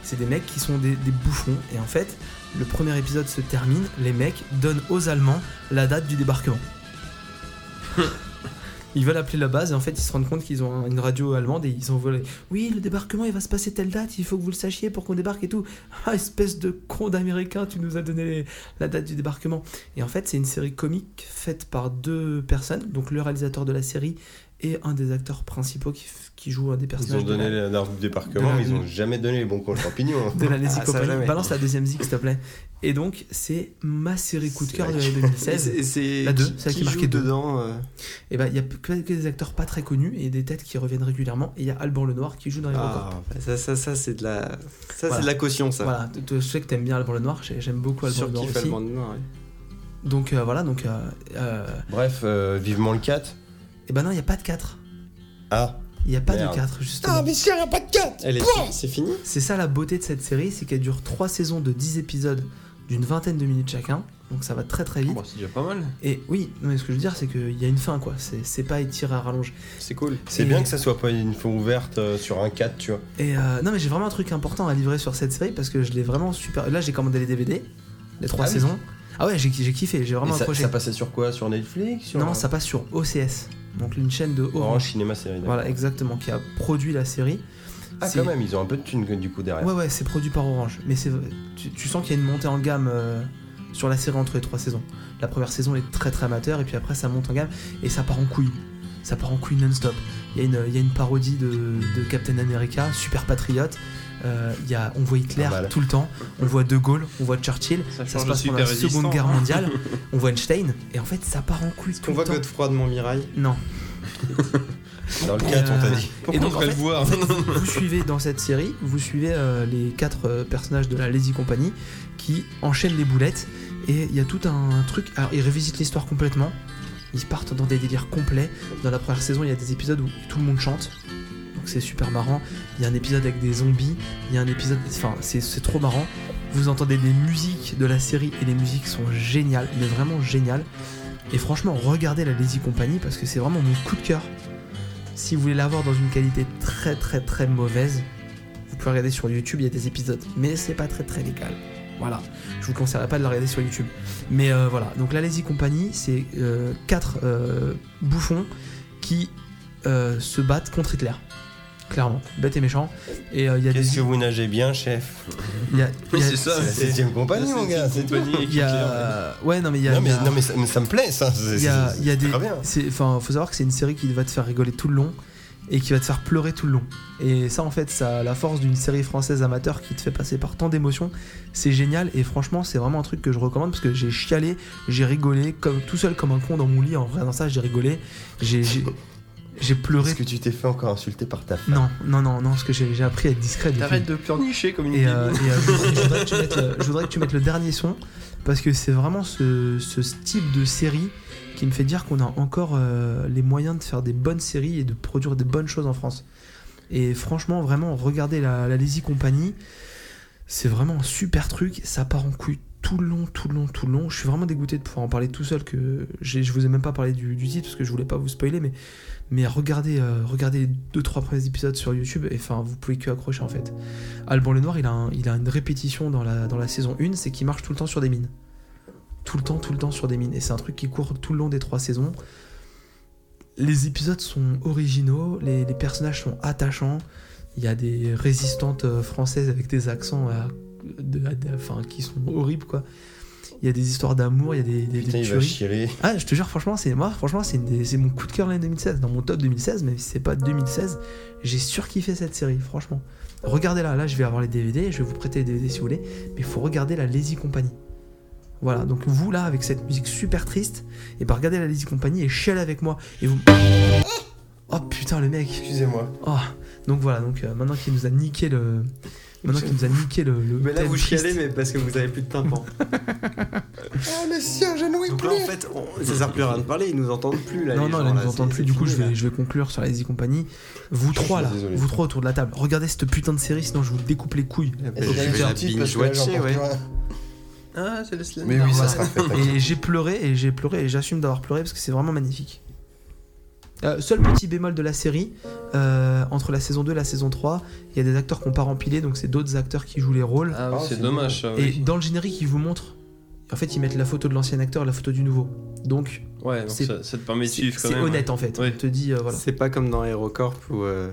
S1: C'est des mecs qui sont des, des bouffons. Et en fait, le premier épisode se termine, les mecs donnent aux Allemands la date du débarquement. Ils veulent appeler la base et en fait ils se rendent compte qu'ils ont une radio allemande et ils envoient les- Oui, le débarquement il va se passer telle date, il faut que vous le sachiez pour qu'on débarque et tout. Ah, espèce de con d'américain, tu nous as donné les- la date du débarquement. Et en fait, c'est une série comique faite par deux personnes, donc le réalisateur de la série et un des acteurs principaux qui, f- qui joue un des
S2: Ils
S1: personnages.
S2: ont
S1: de la-
S2: donné la date du débarquement,
S1: de la-
S2: mais ils ont jamais donné les bons cons aux champignons. hein.
S1: de la Lazy
S3: Ah, ça,
S1: Company.
S3: jamais.
S1: Balance la deuxième zig, s'il te plaît. Et donc, c'est ma série coup de
S2: C'est
S1: cœur de
S2: vrai
S1: l'année
S3: Et
S1: 2016.
S3: c'est- c'est
S1: La deux,
S3: qui-
S1: celle qui
S3: qui
S1: marquait
S3: joue
S1: deux.
S3: dedans. euh,
S1: Et bah, il y a que que des acteurs pas très connus et des têtes qui reviennent régulièrement. Et il y a Alban Lenoir qui joue dans les records.
S3: Ah, bah, ça, ça, ça c'est de la, ça
S1: Voilà.
S3: c'est de la caution, ça.
S1: Voilà, te- te- je sais que t'aimes bien Alban Lenoir, j'ai- j'aime beaucoup Alban
S3: Sur
S1: Lenoir
S3: qui fait
S1: aussi.
S3: le bande noire, ouais.
S1: Donc euh, voilà, donc. Euh, euh,
S2: Bref, euh, vivement le 4.
S1: et bah non, il n'y a pas de 4.
S2: Ah,
S1: Il n'y a pas
S2: Merde.
S1: de 4, justement.
S5: Ah, mais si, y a pas de carte
S3: Elle est,
S5: Pouah
S3: c'est fini
S1: C'est ça la beauté de cette série, c'est qu'elle dure 3 saisons de 10 épisodes d'une vingtaine de minutes chacun. donc ça va très très vite.
S4: Bon, c'est déjà pas mal.
S1: Et oui, non, mais ce que je veux dire, c'est qu'il y a une fin, quoi. C'est c'est pas étiré à rallonge.
S3: C'est cool.
S2: C'est
S1: Et-
S2: bien que ça soit pas une fin ouverte euh, sur un 4, tu vois.
S1: Et euh, non, mais j'ai vraiment un truc important à livrer sur cette série parce que je l'ai vraiment super. Là, j'ai commandé les DVD, les trois
S2: Ah oui.
S1: saisons. Ah ouais, j'ai j'ai kiffé, j'ai vraiment
S2: Et ça,
S1: accroché.
S2: ça passait sur quoi Sur Netflix sur hein.
S1: non, ça passe sur OCS, donc une chaîne de
S2: Orange
S1: Orange.
S2: Cinéma Série. d'accord.
S1: Voilà, exactement, qui a produit la série.
S2: Ah,
S1: C'est-
S2: quand même, ils ont un peu de thunes du coup derrière.
S1: Ouais, ouais, c'est produit par Orange. Mais c'est, tu, tu sens qu'il y a une montée en gamme euh, sur la série entre les trois saisons. La première saison est très très amateur, et puis après ça monte en gamme, et ça part en couille. Ça part en couille non-stop. Il y, a une- il y a une parodie de, de Captain America, Super Patriote. Euh, il y a, on voit Hitler
S2: Pas mal.
S1: tout le temps, on voit De Gaulle, on voit Churchill,
S4: Ça
S1: ça,
S4: change
S1: se
S4: de
S1: passe pendant la
S4: super résistant,
S1: Seconde Guerre
S4: hein.
S1: mondiale, on voit Einstein, et en fait ça part en couille tout
S3: On
S1: le
S3: voit
S1: temps.
S3: Godefroy de Montmirail.
S1: Non.
S2: Dans le 4, on t'a
S1: Euh,
S2: dit.
S1: et
S4: Pourquoi
S1: donc,
S4: on
S1: en
S4: devrait le
S1: fait,
S4: voir
S1: en fait, vous, vous suivez dans cette série, vous suivez euh, les quatre euh, personnages de la Lazy Company qui enchaînent les boulettes et il y a tout un truc. Alors ils révisitent l'histoire complètement. Ils partent dans des délires complets. Dans la première saison, il y a des épisodes où tout le monde chante. Donc c'est super marrant. Il y a un épisode avec des zombies. Il y a un épisode. Enfin, c'est c'est trop marrant. Vous entendez les musiques de la série et les musiques sont géniales. Il est vraiment génial. Et franchement, regardez la Lazy Company parce que c'est vraiment mon coup de cœur. Si vous voulez l'avoir dans une qualité très très très mauvaise, vous pouvez regarder sur YouTube, il y a des épisodes, mais c'est pas très très légal. Voilà, je vous conseillerais pas de la regarder sur YouTube. Mais euh, voilà, donc la Lazy Company, c'est euh, quatre euh, bouffons qui euh, se battent contre Hitler. Clairement, bête et méchant. Et euh, il y a des.
S2: Qu'est-ce que vous nagez bien, chef
S1: il y a- il y a-
S4: C'est ça,
S2: C'est la 7ème compagnie, mon gars. c'est tout.
S1: il y a- Ouais, non, mais il y a.
S2: Non, mais,
S1: il y a-
S2: non, mais ça, mais ça me plaît, ça. c'est-
S1: Il y a,
S2: c'est-
S1: il y a
S2: c'est
S1: des.
S2: très bien.
S1: c'est- Enfin, faut savoir que c'est une série qui va te faire rigoler tout le long et qui va te faire pleurer tout le long. Et ça, en fait, ça a la force d'une série française amateur qui te fait passer par tant d'émotions. C'est génial et franchement, c'est vraiment un truc que je recommande parce que j'ai chialé, j'ai rigolé, comme, tout seul comme un con dans mon lit en regardant ça, j'ai rigolé, j'ai j'ai- j'ai pleuré.
S2: Est-ce que tu t'es fait encore insulter par ta femme
S1: Non, non, non, non, parce que j'ai j'ai appris à être discret. depuis.
S4: T'arrêtes de pleurnicher comme une
S1: Et,
S4: débile.
S1: euh, et, euh, je, voudrais- je voudrais que tu mettes le, je voudrais que tu mettes le dernier son parce que c'est vraiment ce, ce type de série qui me fait dire qu'on a encore euh, les moyens de faire des bonnes séries et de produire des bonnes choses en France. Et franchement, vraiment, regardez la, la Lazy Company, c'est vraiment un super truc. Ça part en couille tout le long, tout le long, tout le long. Je suis vraiment dégoûté de pouvoir en parler tout seul. Que j'ai- je vous ai même pas parlé du, du titre parce que je voulais pas vous spoiler, mais mais regardez, euh, regardez les deux trois premiers épisodes sur YouTube. Et enfin, vous pouvez que accrocher en fait. Alban le Noir, il a, un- il a une répétition dans la, dans la saison 1, c'est qu'il marche tout le temps sur des mines. Tout le temps, tout le temps sur des mines. Et c'est un truc qui court tout le long des trois saisons. Les épisodes sont originaux, les, les personnages sont attachants. Il y a des résistantes euh, françaises avec des accents à- de- à- de- enfin, qui sont horribles, quoi. Il y a des histoires d'amour, il y a des, des- des
S2: Putain, il va
S1: tueries.
S2: chialer.
S1: Ah, je te jure, franchement, c'est moi, franchement, c'est une des- c'est mon coup de cœur de l'année 2016, dans mon top 2016, même si c'est pas 2016, j'ai surkiffé cette série, franchement. Regardez-la, là, je vais avoir les DVD, je vais vous prêter les DVD si vous voulez, mais il faut regarder la Lazy Company. Voilà, donc vous là, avec cette musique super triste, et bah regardez la Lazy Company et chialez avec moi, et vous. Oh putain, le mec!
S2: Excusez-moi.
S1: Oh, donc voilà, donc euh, maintenant qu'il nous a niqué le. Maintenant qu'il nous a niqué le. le
S3: Mais là,
S1: thème
S3: vous
S1: triste-
S3: chialez, mais parce que vous avez plus de tympan.
S2: Ah, mais si, un genou, il
S3: Donc là, en fait, on... César plus rien de parler, ils nous entendent plus là.
S1: Non,
S3: les
S1: non,
S3: gens,
S1: là, ils
S3: là,
S1: nous entendent
S3: c'est-
S1: plus. Du
S3: c'est
S1: coup,
S3: fini,
S1: je vais,
S3: là.
S1: je vais conclure sur la Lazy Company. Vous trois, là,
S2: désolé.
S1: vous trois autour de la table, regardez cette putain de série, sinon je vous découpe les couilles.
S3: Je vais la binge-watcher, ouais.
S1: hein.
S4: Ah, c'est le slam.
S2: Mais oui, ça
S1: Voilà.
S2: sera fait. t'inquiète.
S1: Et j'ai pleuré, et j'ai pleuré, et j'assume d'avoir pleuré parce que c'est vraiment magnifique. Euh, seul petit bémol de la série, euh, entre la saison 2 et la saison 3, il y a des acteurs qu'on part rempilés, donc c'est d'autres acteurs qui jouent les rôles.
S4: Ah,
S2: Ah,
S4: c'est
S2: c'est
S4: dommage ça.
S1: et
S4: oui.
S1: dans le générique, ils vous montrent. En fait, ils mettent la photo de l'ancien acteur et la photo du nouveau. Donc,
S4: Ouais, donc
S1: c'est-
S4: ça, ça te permet de
S1: c'est
S4: suivre quand
S1: c'est
S4: même. hein.
S1: honnête en fait.
S4: Ouais.
S1: On te dit, euh, voilà.
S3: C'est pas comme dans Aerocorp où euh,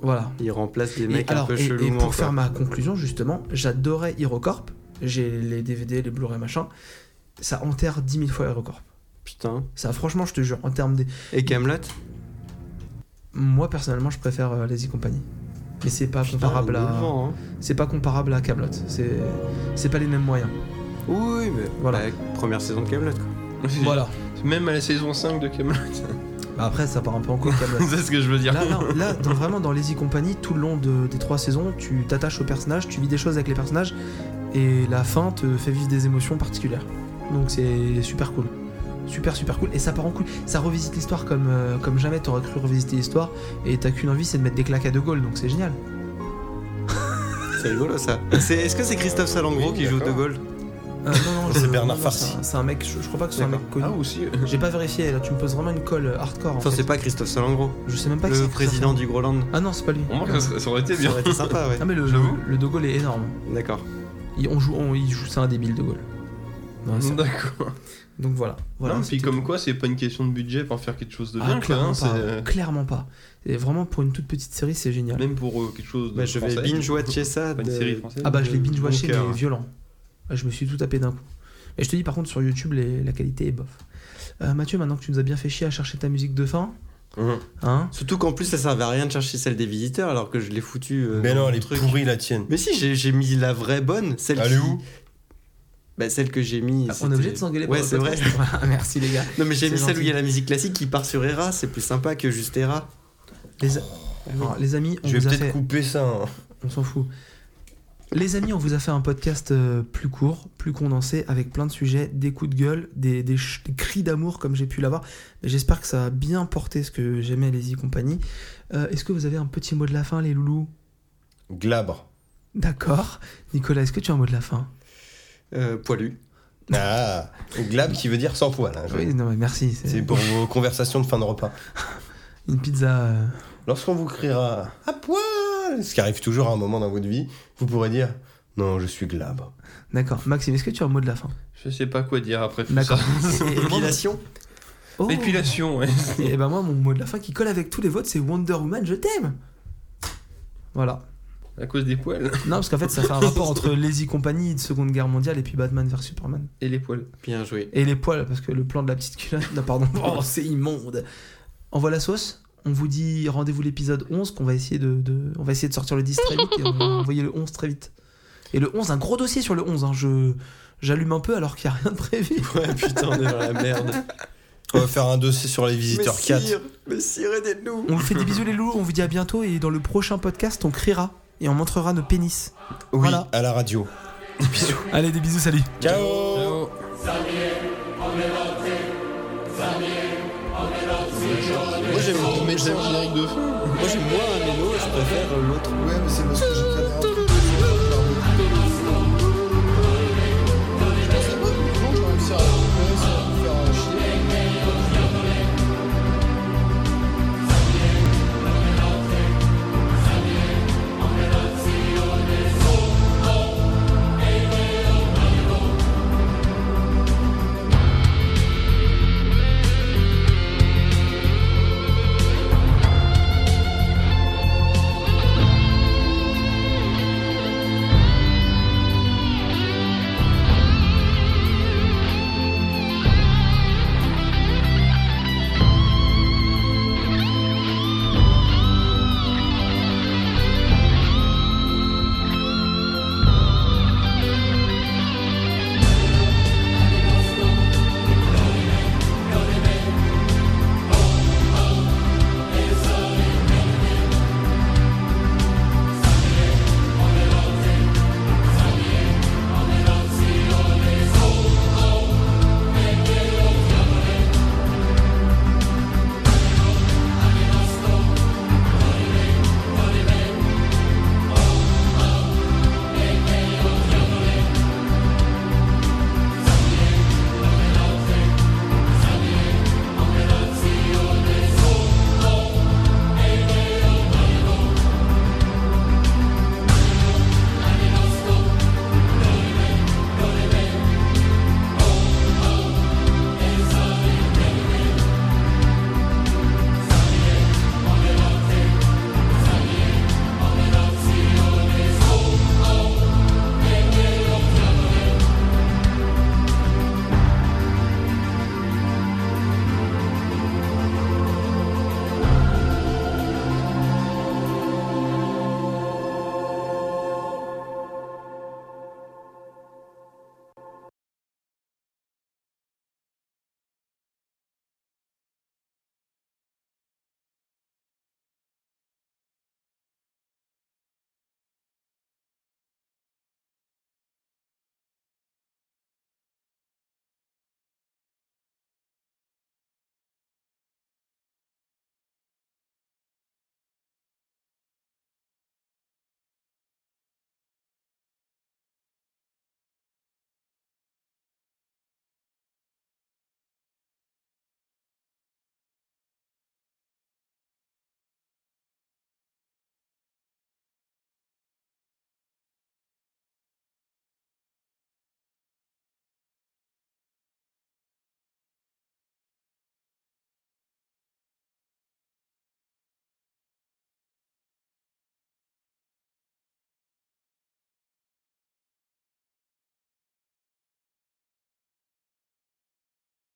S1: voilà.
S3: ils remplacent des
S1: Et
S3: mecs un
S1: alors,
S3: peu
S1: et- et
S3: chelous.
S1: pour faire ma conclusion, justement, j'adorais HeroCorp. J'ai les DVD, les Blu-ray, machin. Ça enterre 10 000 fois HeroCorp.
S3: Putain.
S1: Ça, franchement, je te jure, en termes des.
S3: Et Camelot
S1: Moi, personnellement, je préfère euh, Lazy Company. Mais c'est pas comparable
S3: Bah,
S1: à.
S3: hein.
S1: C'est pas comparable à Camelot. C'est. C'est pas les mêmes moyens.
S3: Oui, mais
S1: Voilà.
S3: bah, première saison de Camelot.
S1: Voilà.
S4: Même à la saison 5 de Camelot.
S1: Bah après, ça part un peu en couille, Camelot.
S4: c'est ce que je veux dire.
S1: Là, là, là, dans- vraiment dans Lazy Company, tout le long de- des trois saisons, tu t'attaches aux personnages, tu vis des choses avec les personnages, et la fin te fait vivre des émotions particulières. Donc c'est super cool. Super, super cool. Et ça part en cool. Ça revisite l'histoire comme, euh, comme jamais t'aurais cru revisiter l'histoire, et t'as qu'une envie, c'est de mettre des claques à De Gaulle, donc c'est génial.
S3: C'est rigolo ça. C'est- Est-ce que c'est Christophe Salangro
S2: Oui,
S3: qui joue De
S2: d'accord.
S3: Gaulle
S1: Ah, non, non,
S7: C'est
S1: je-
S7: Bernard
S1: non, non, c'est
S7: Farcy.
S1: un- C'est un mec, je, je crois pas que ce soit un mec connu.
S7: aussi.
S1: J'ai pas vérifié, là tu me poses vraiment une colle euh, hardcore. en
S3: Enfin,
S1: fait.
S3: Ah c'est pas Christophe Salengro,
S1: Je sais même pas que
S3: le
S1: c'est-
S3: président du Groenland.
S1: Ah non, c'est pas lui.
S4: On remarque, ça, serait- ça aurait été
S3: Ça
S4: bien.
S3: aurait été sympa, ouais.
S1: Ah mais le,
S4: J'avoue.
S1: le, le De Gaulle est énorme.
S3: D'accord.
S1: Il, on joue, on- il joue, c'est un débile De Gaulle. Non, c'est-
S4: D'accord.
S1: Donc voilà. voilà
S4: Non, puis
S1: c'était-
S4: comme quoi, c'est pas une question de budget pour faire quelque chose de
S1: Ah,
S4: bien, quoi. hein,
S1: clairement, pas,
S4: c'est-
S1: clairement pas. Et vraiment pour une toute petite série, c'est génial.
S4: Même pour euh, quelque chose de.
S3: Bah, je vais
S4: français.
S3: binge-watcher ça.
S4: Pas une
S3: de-
S4: série française.
S1: Ah bah je
S2: euh.
S1: l'ai
S3: de
S1: binge watché
S3: bon euh, cœur.
S1: mais violent. Ah, Je me suis tout tapé d'un coup. Et je te dis par contre sur YouTube les- la qualité est bof. Euh, Mathieu, maintenant que tu nous as bien fait chier à chercher ta musique de fin,
S2: Mhm.
S1: hein
S3: Surtout qu'en plus, ça servait à rien de chercher celle des visiteurs alors que je l'ai foutue. euh,
S2: Mais
S3: dans
S2: non,
S3: le
S2: elle est
S3: truc.
S2: pourrie la tienne.
S3: Mais si, j'ai- j'ai mis la vraie bonne, celle
S2: Elle est
S3: qui-
S2: où
S3: bah, Celle que j'ai mis.
S1: Ah, on est
S3: c'était-
S1: obligé de s'engueuler. pour
S3: Ouais,
S1: le
S3: c'est vrai.
S1: podcast. Voilà, Merci les gars.
S3: Non, mais j'ai
S1: C'est
S3: mis celle
S1: gentil.
S3: où il y a la musique classique qui part sur Hera, c'est plus sympa que juste Hera.
S1: Les, a- Alors, les amis, on
S2: Je vais
S1: vous a
S2: peut-être
S1: fait...
S2: couper ça. hein.
S1: On s'en fout. Les amis, on vous a fait un podcast euh, plus court, plus condensé, avec plein de sujets, des coups de gueule, des, des ch- des cris d'amour comme j'ai pu l'avoir. Mais J'espère que ça a bien porté ce que j'aimais les y compagnie. Euh, Est-ce que vous avez un petit mot de la fin, les loulous
S2: Glabre.
S1: D'accord. Nicolas, est-ce que tu as un mot de la fin
S3: Euh, poilu.
S2: Ah, glabre qui veut dire sans poil. hein. Je-
S1: Oui, non, mais merci.
S2: C'est
S1: C'est
S2: pour vos conversations de fin de repas.
S1: une pizza. euh,
S2: Lorsqu'on vous criera à poil, ce qui arrive toujours à un moment dans votre vie, vous pourrez dire non, je suis glabre.
S1: D'accord. Maxime, est-ce que tu as un mot de la fin
S4: Je sais pas quoi dire après tout ça.
S1: D'accord. Et- et-
S3: Épilation
S1: oh.
S4: Épilation, ouais.
S1: Et ben moi, mon mot de la fin qui colle avec tous les vôtres, c'est Wonder Woman, je t'aime Voilà.
S4: À cause des poils.
S1: Non, parce qu'en fait, ça fait un rapport entre Lazy Company de Seconde Guerre mondiale et puis Batman vers Superman.
S4: Et les poils.
S3: Bien joué.
S1: Et les poils, parce que le plan de la petite culotte. Non, pardon. Oh, c'est immonde. Envoie la sauce. On vous dit rendez-vous l'épisode 11, qu'on va essayer de, de- on va essayer de sortir le 10 très vite et on va envoyer le 11 très vite. Et le 11, un gros dossier sur le 11. hein. Je j'allume un peu alors qu'il n'y a rien de prévu.
S3: Ouais, putain, on est dans la merde.
S2: On va faire un dossier sur les visiteurs 4.
S3: mais sire, aidez-nous
S1: On vous fait des bisous les loups. On vous dit à bientôt et dans le prochain podcast, on criera et on montrera nos pénis.
S2: Oui,
S1: Voilà.
S2: à la radio.
S1: Allez, des bisous, salut.
S2: Ciao.
S7: Moi j'aime mais j'aime- Moi j'aime moins un mélo, je préfère l'autre. Ouais, mais c'est parce que j'ai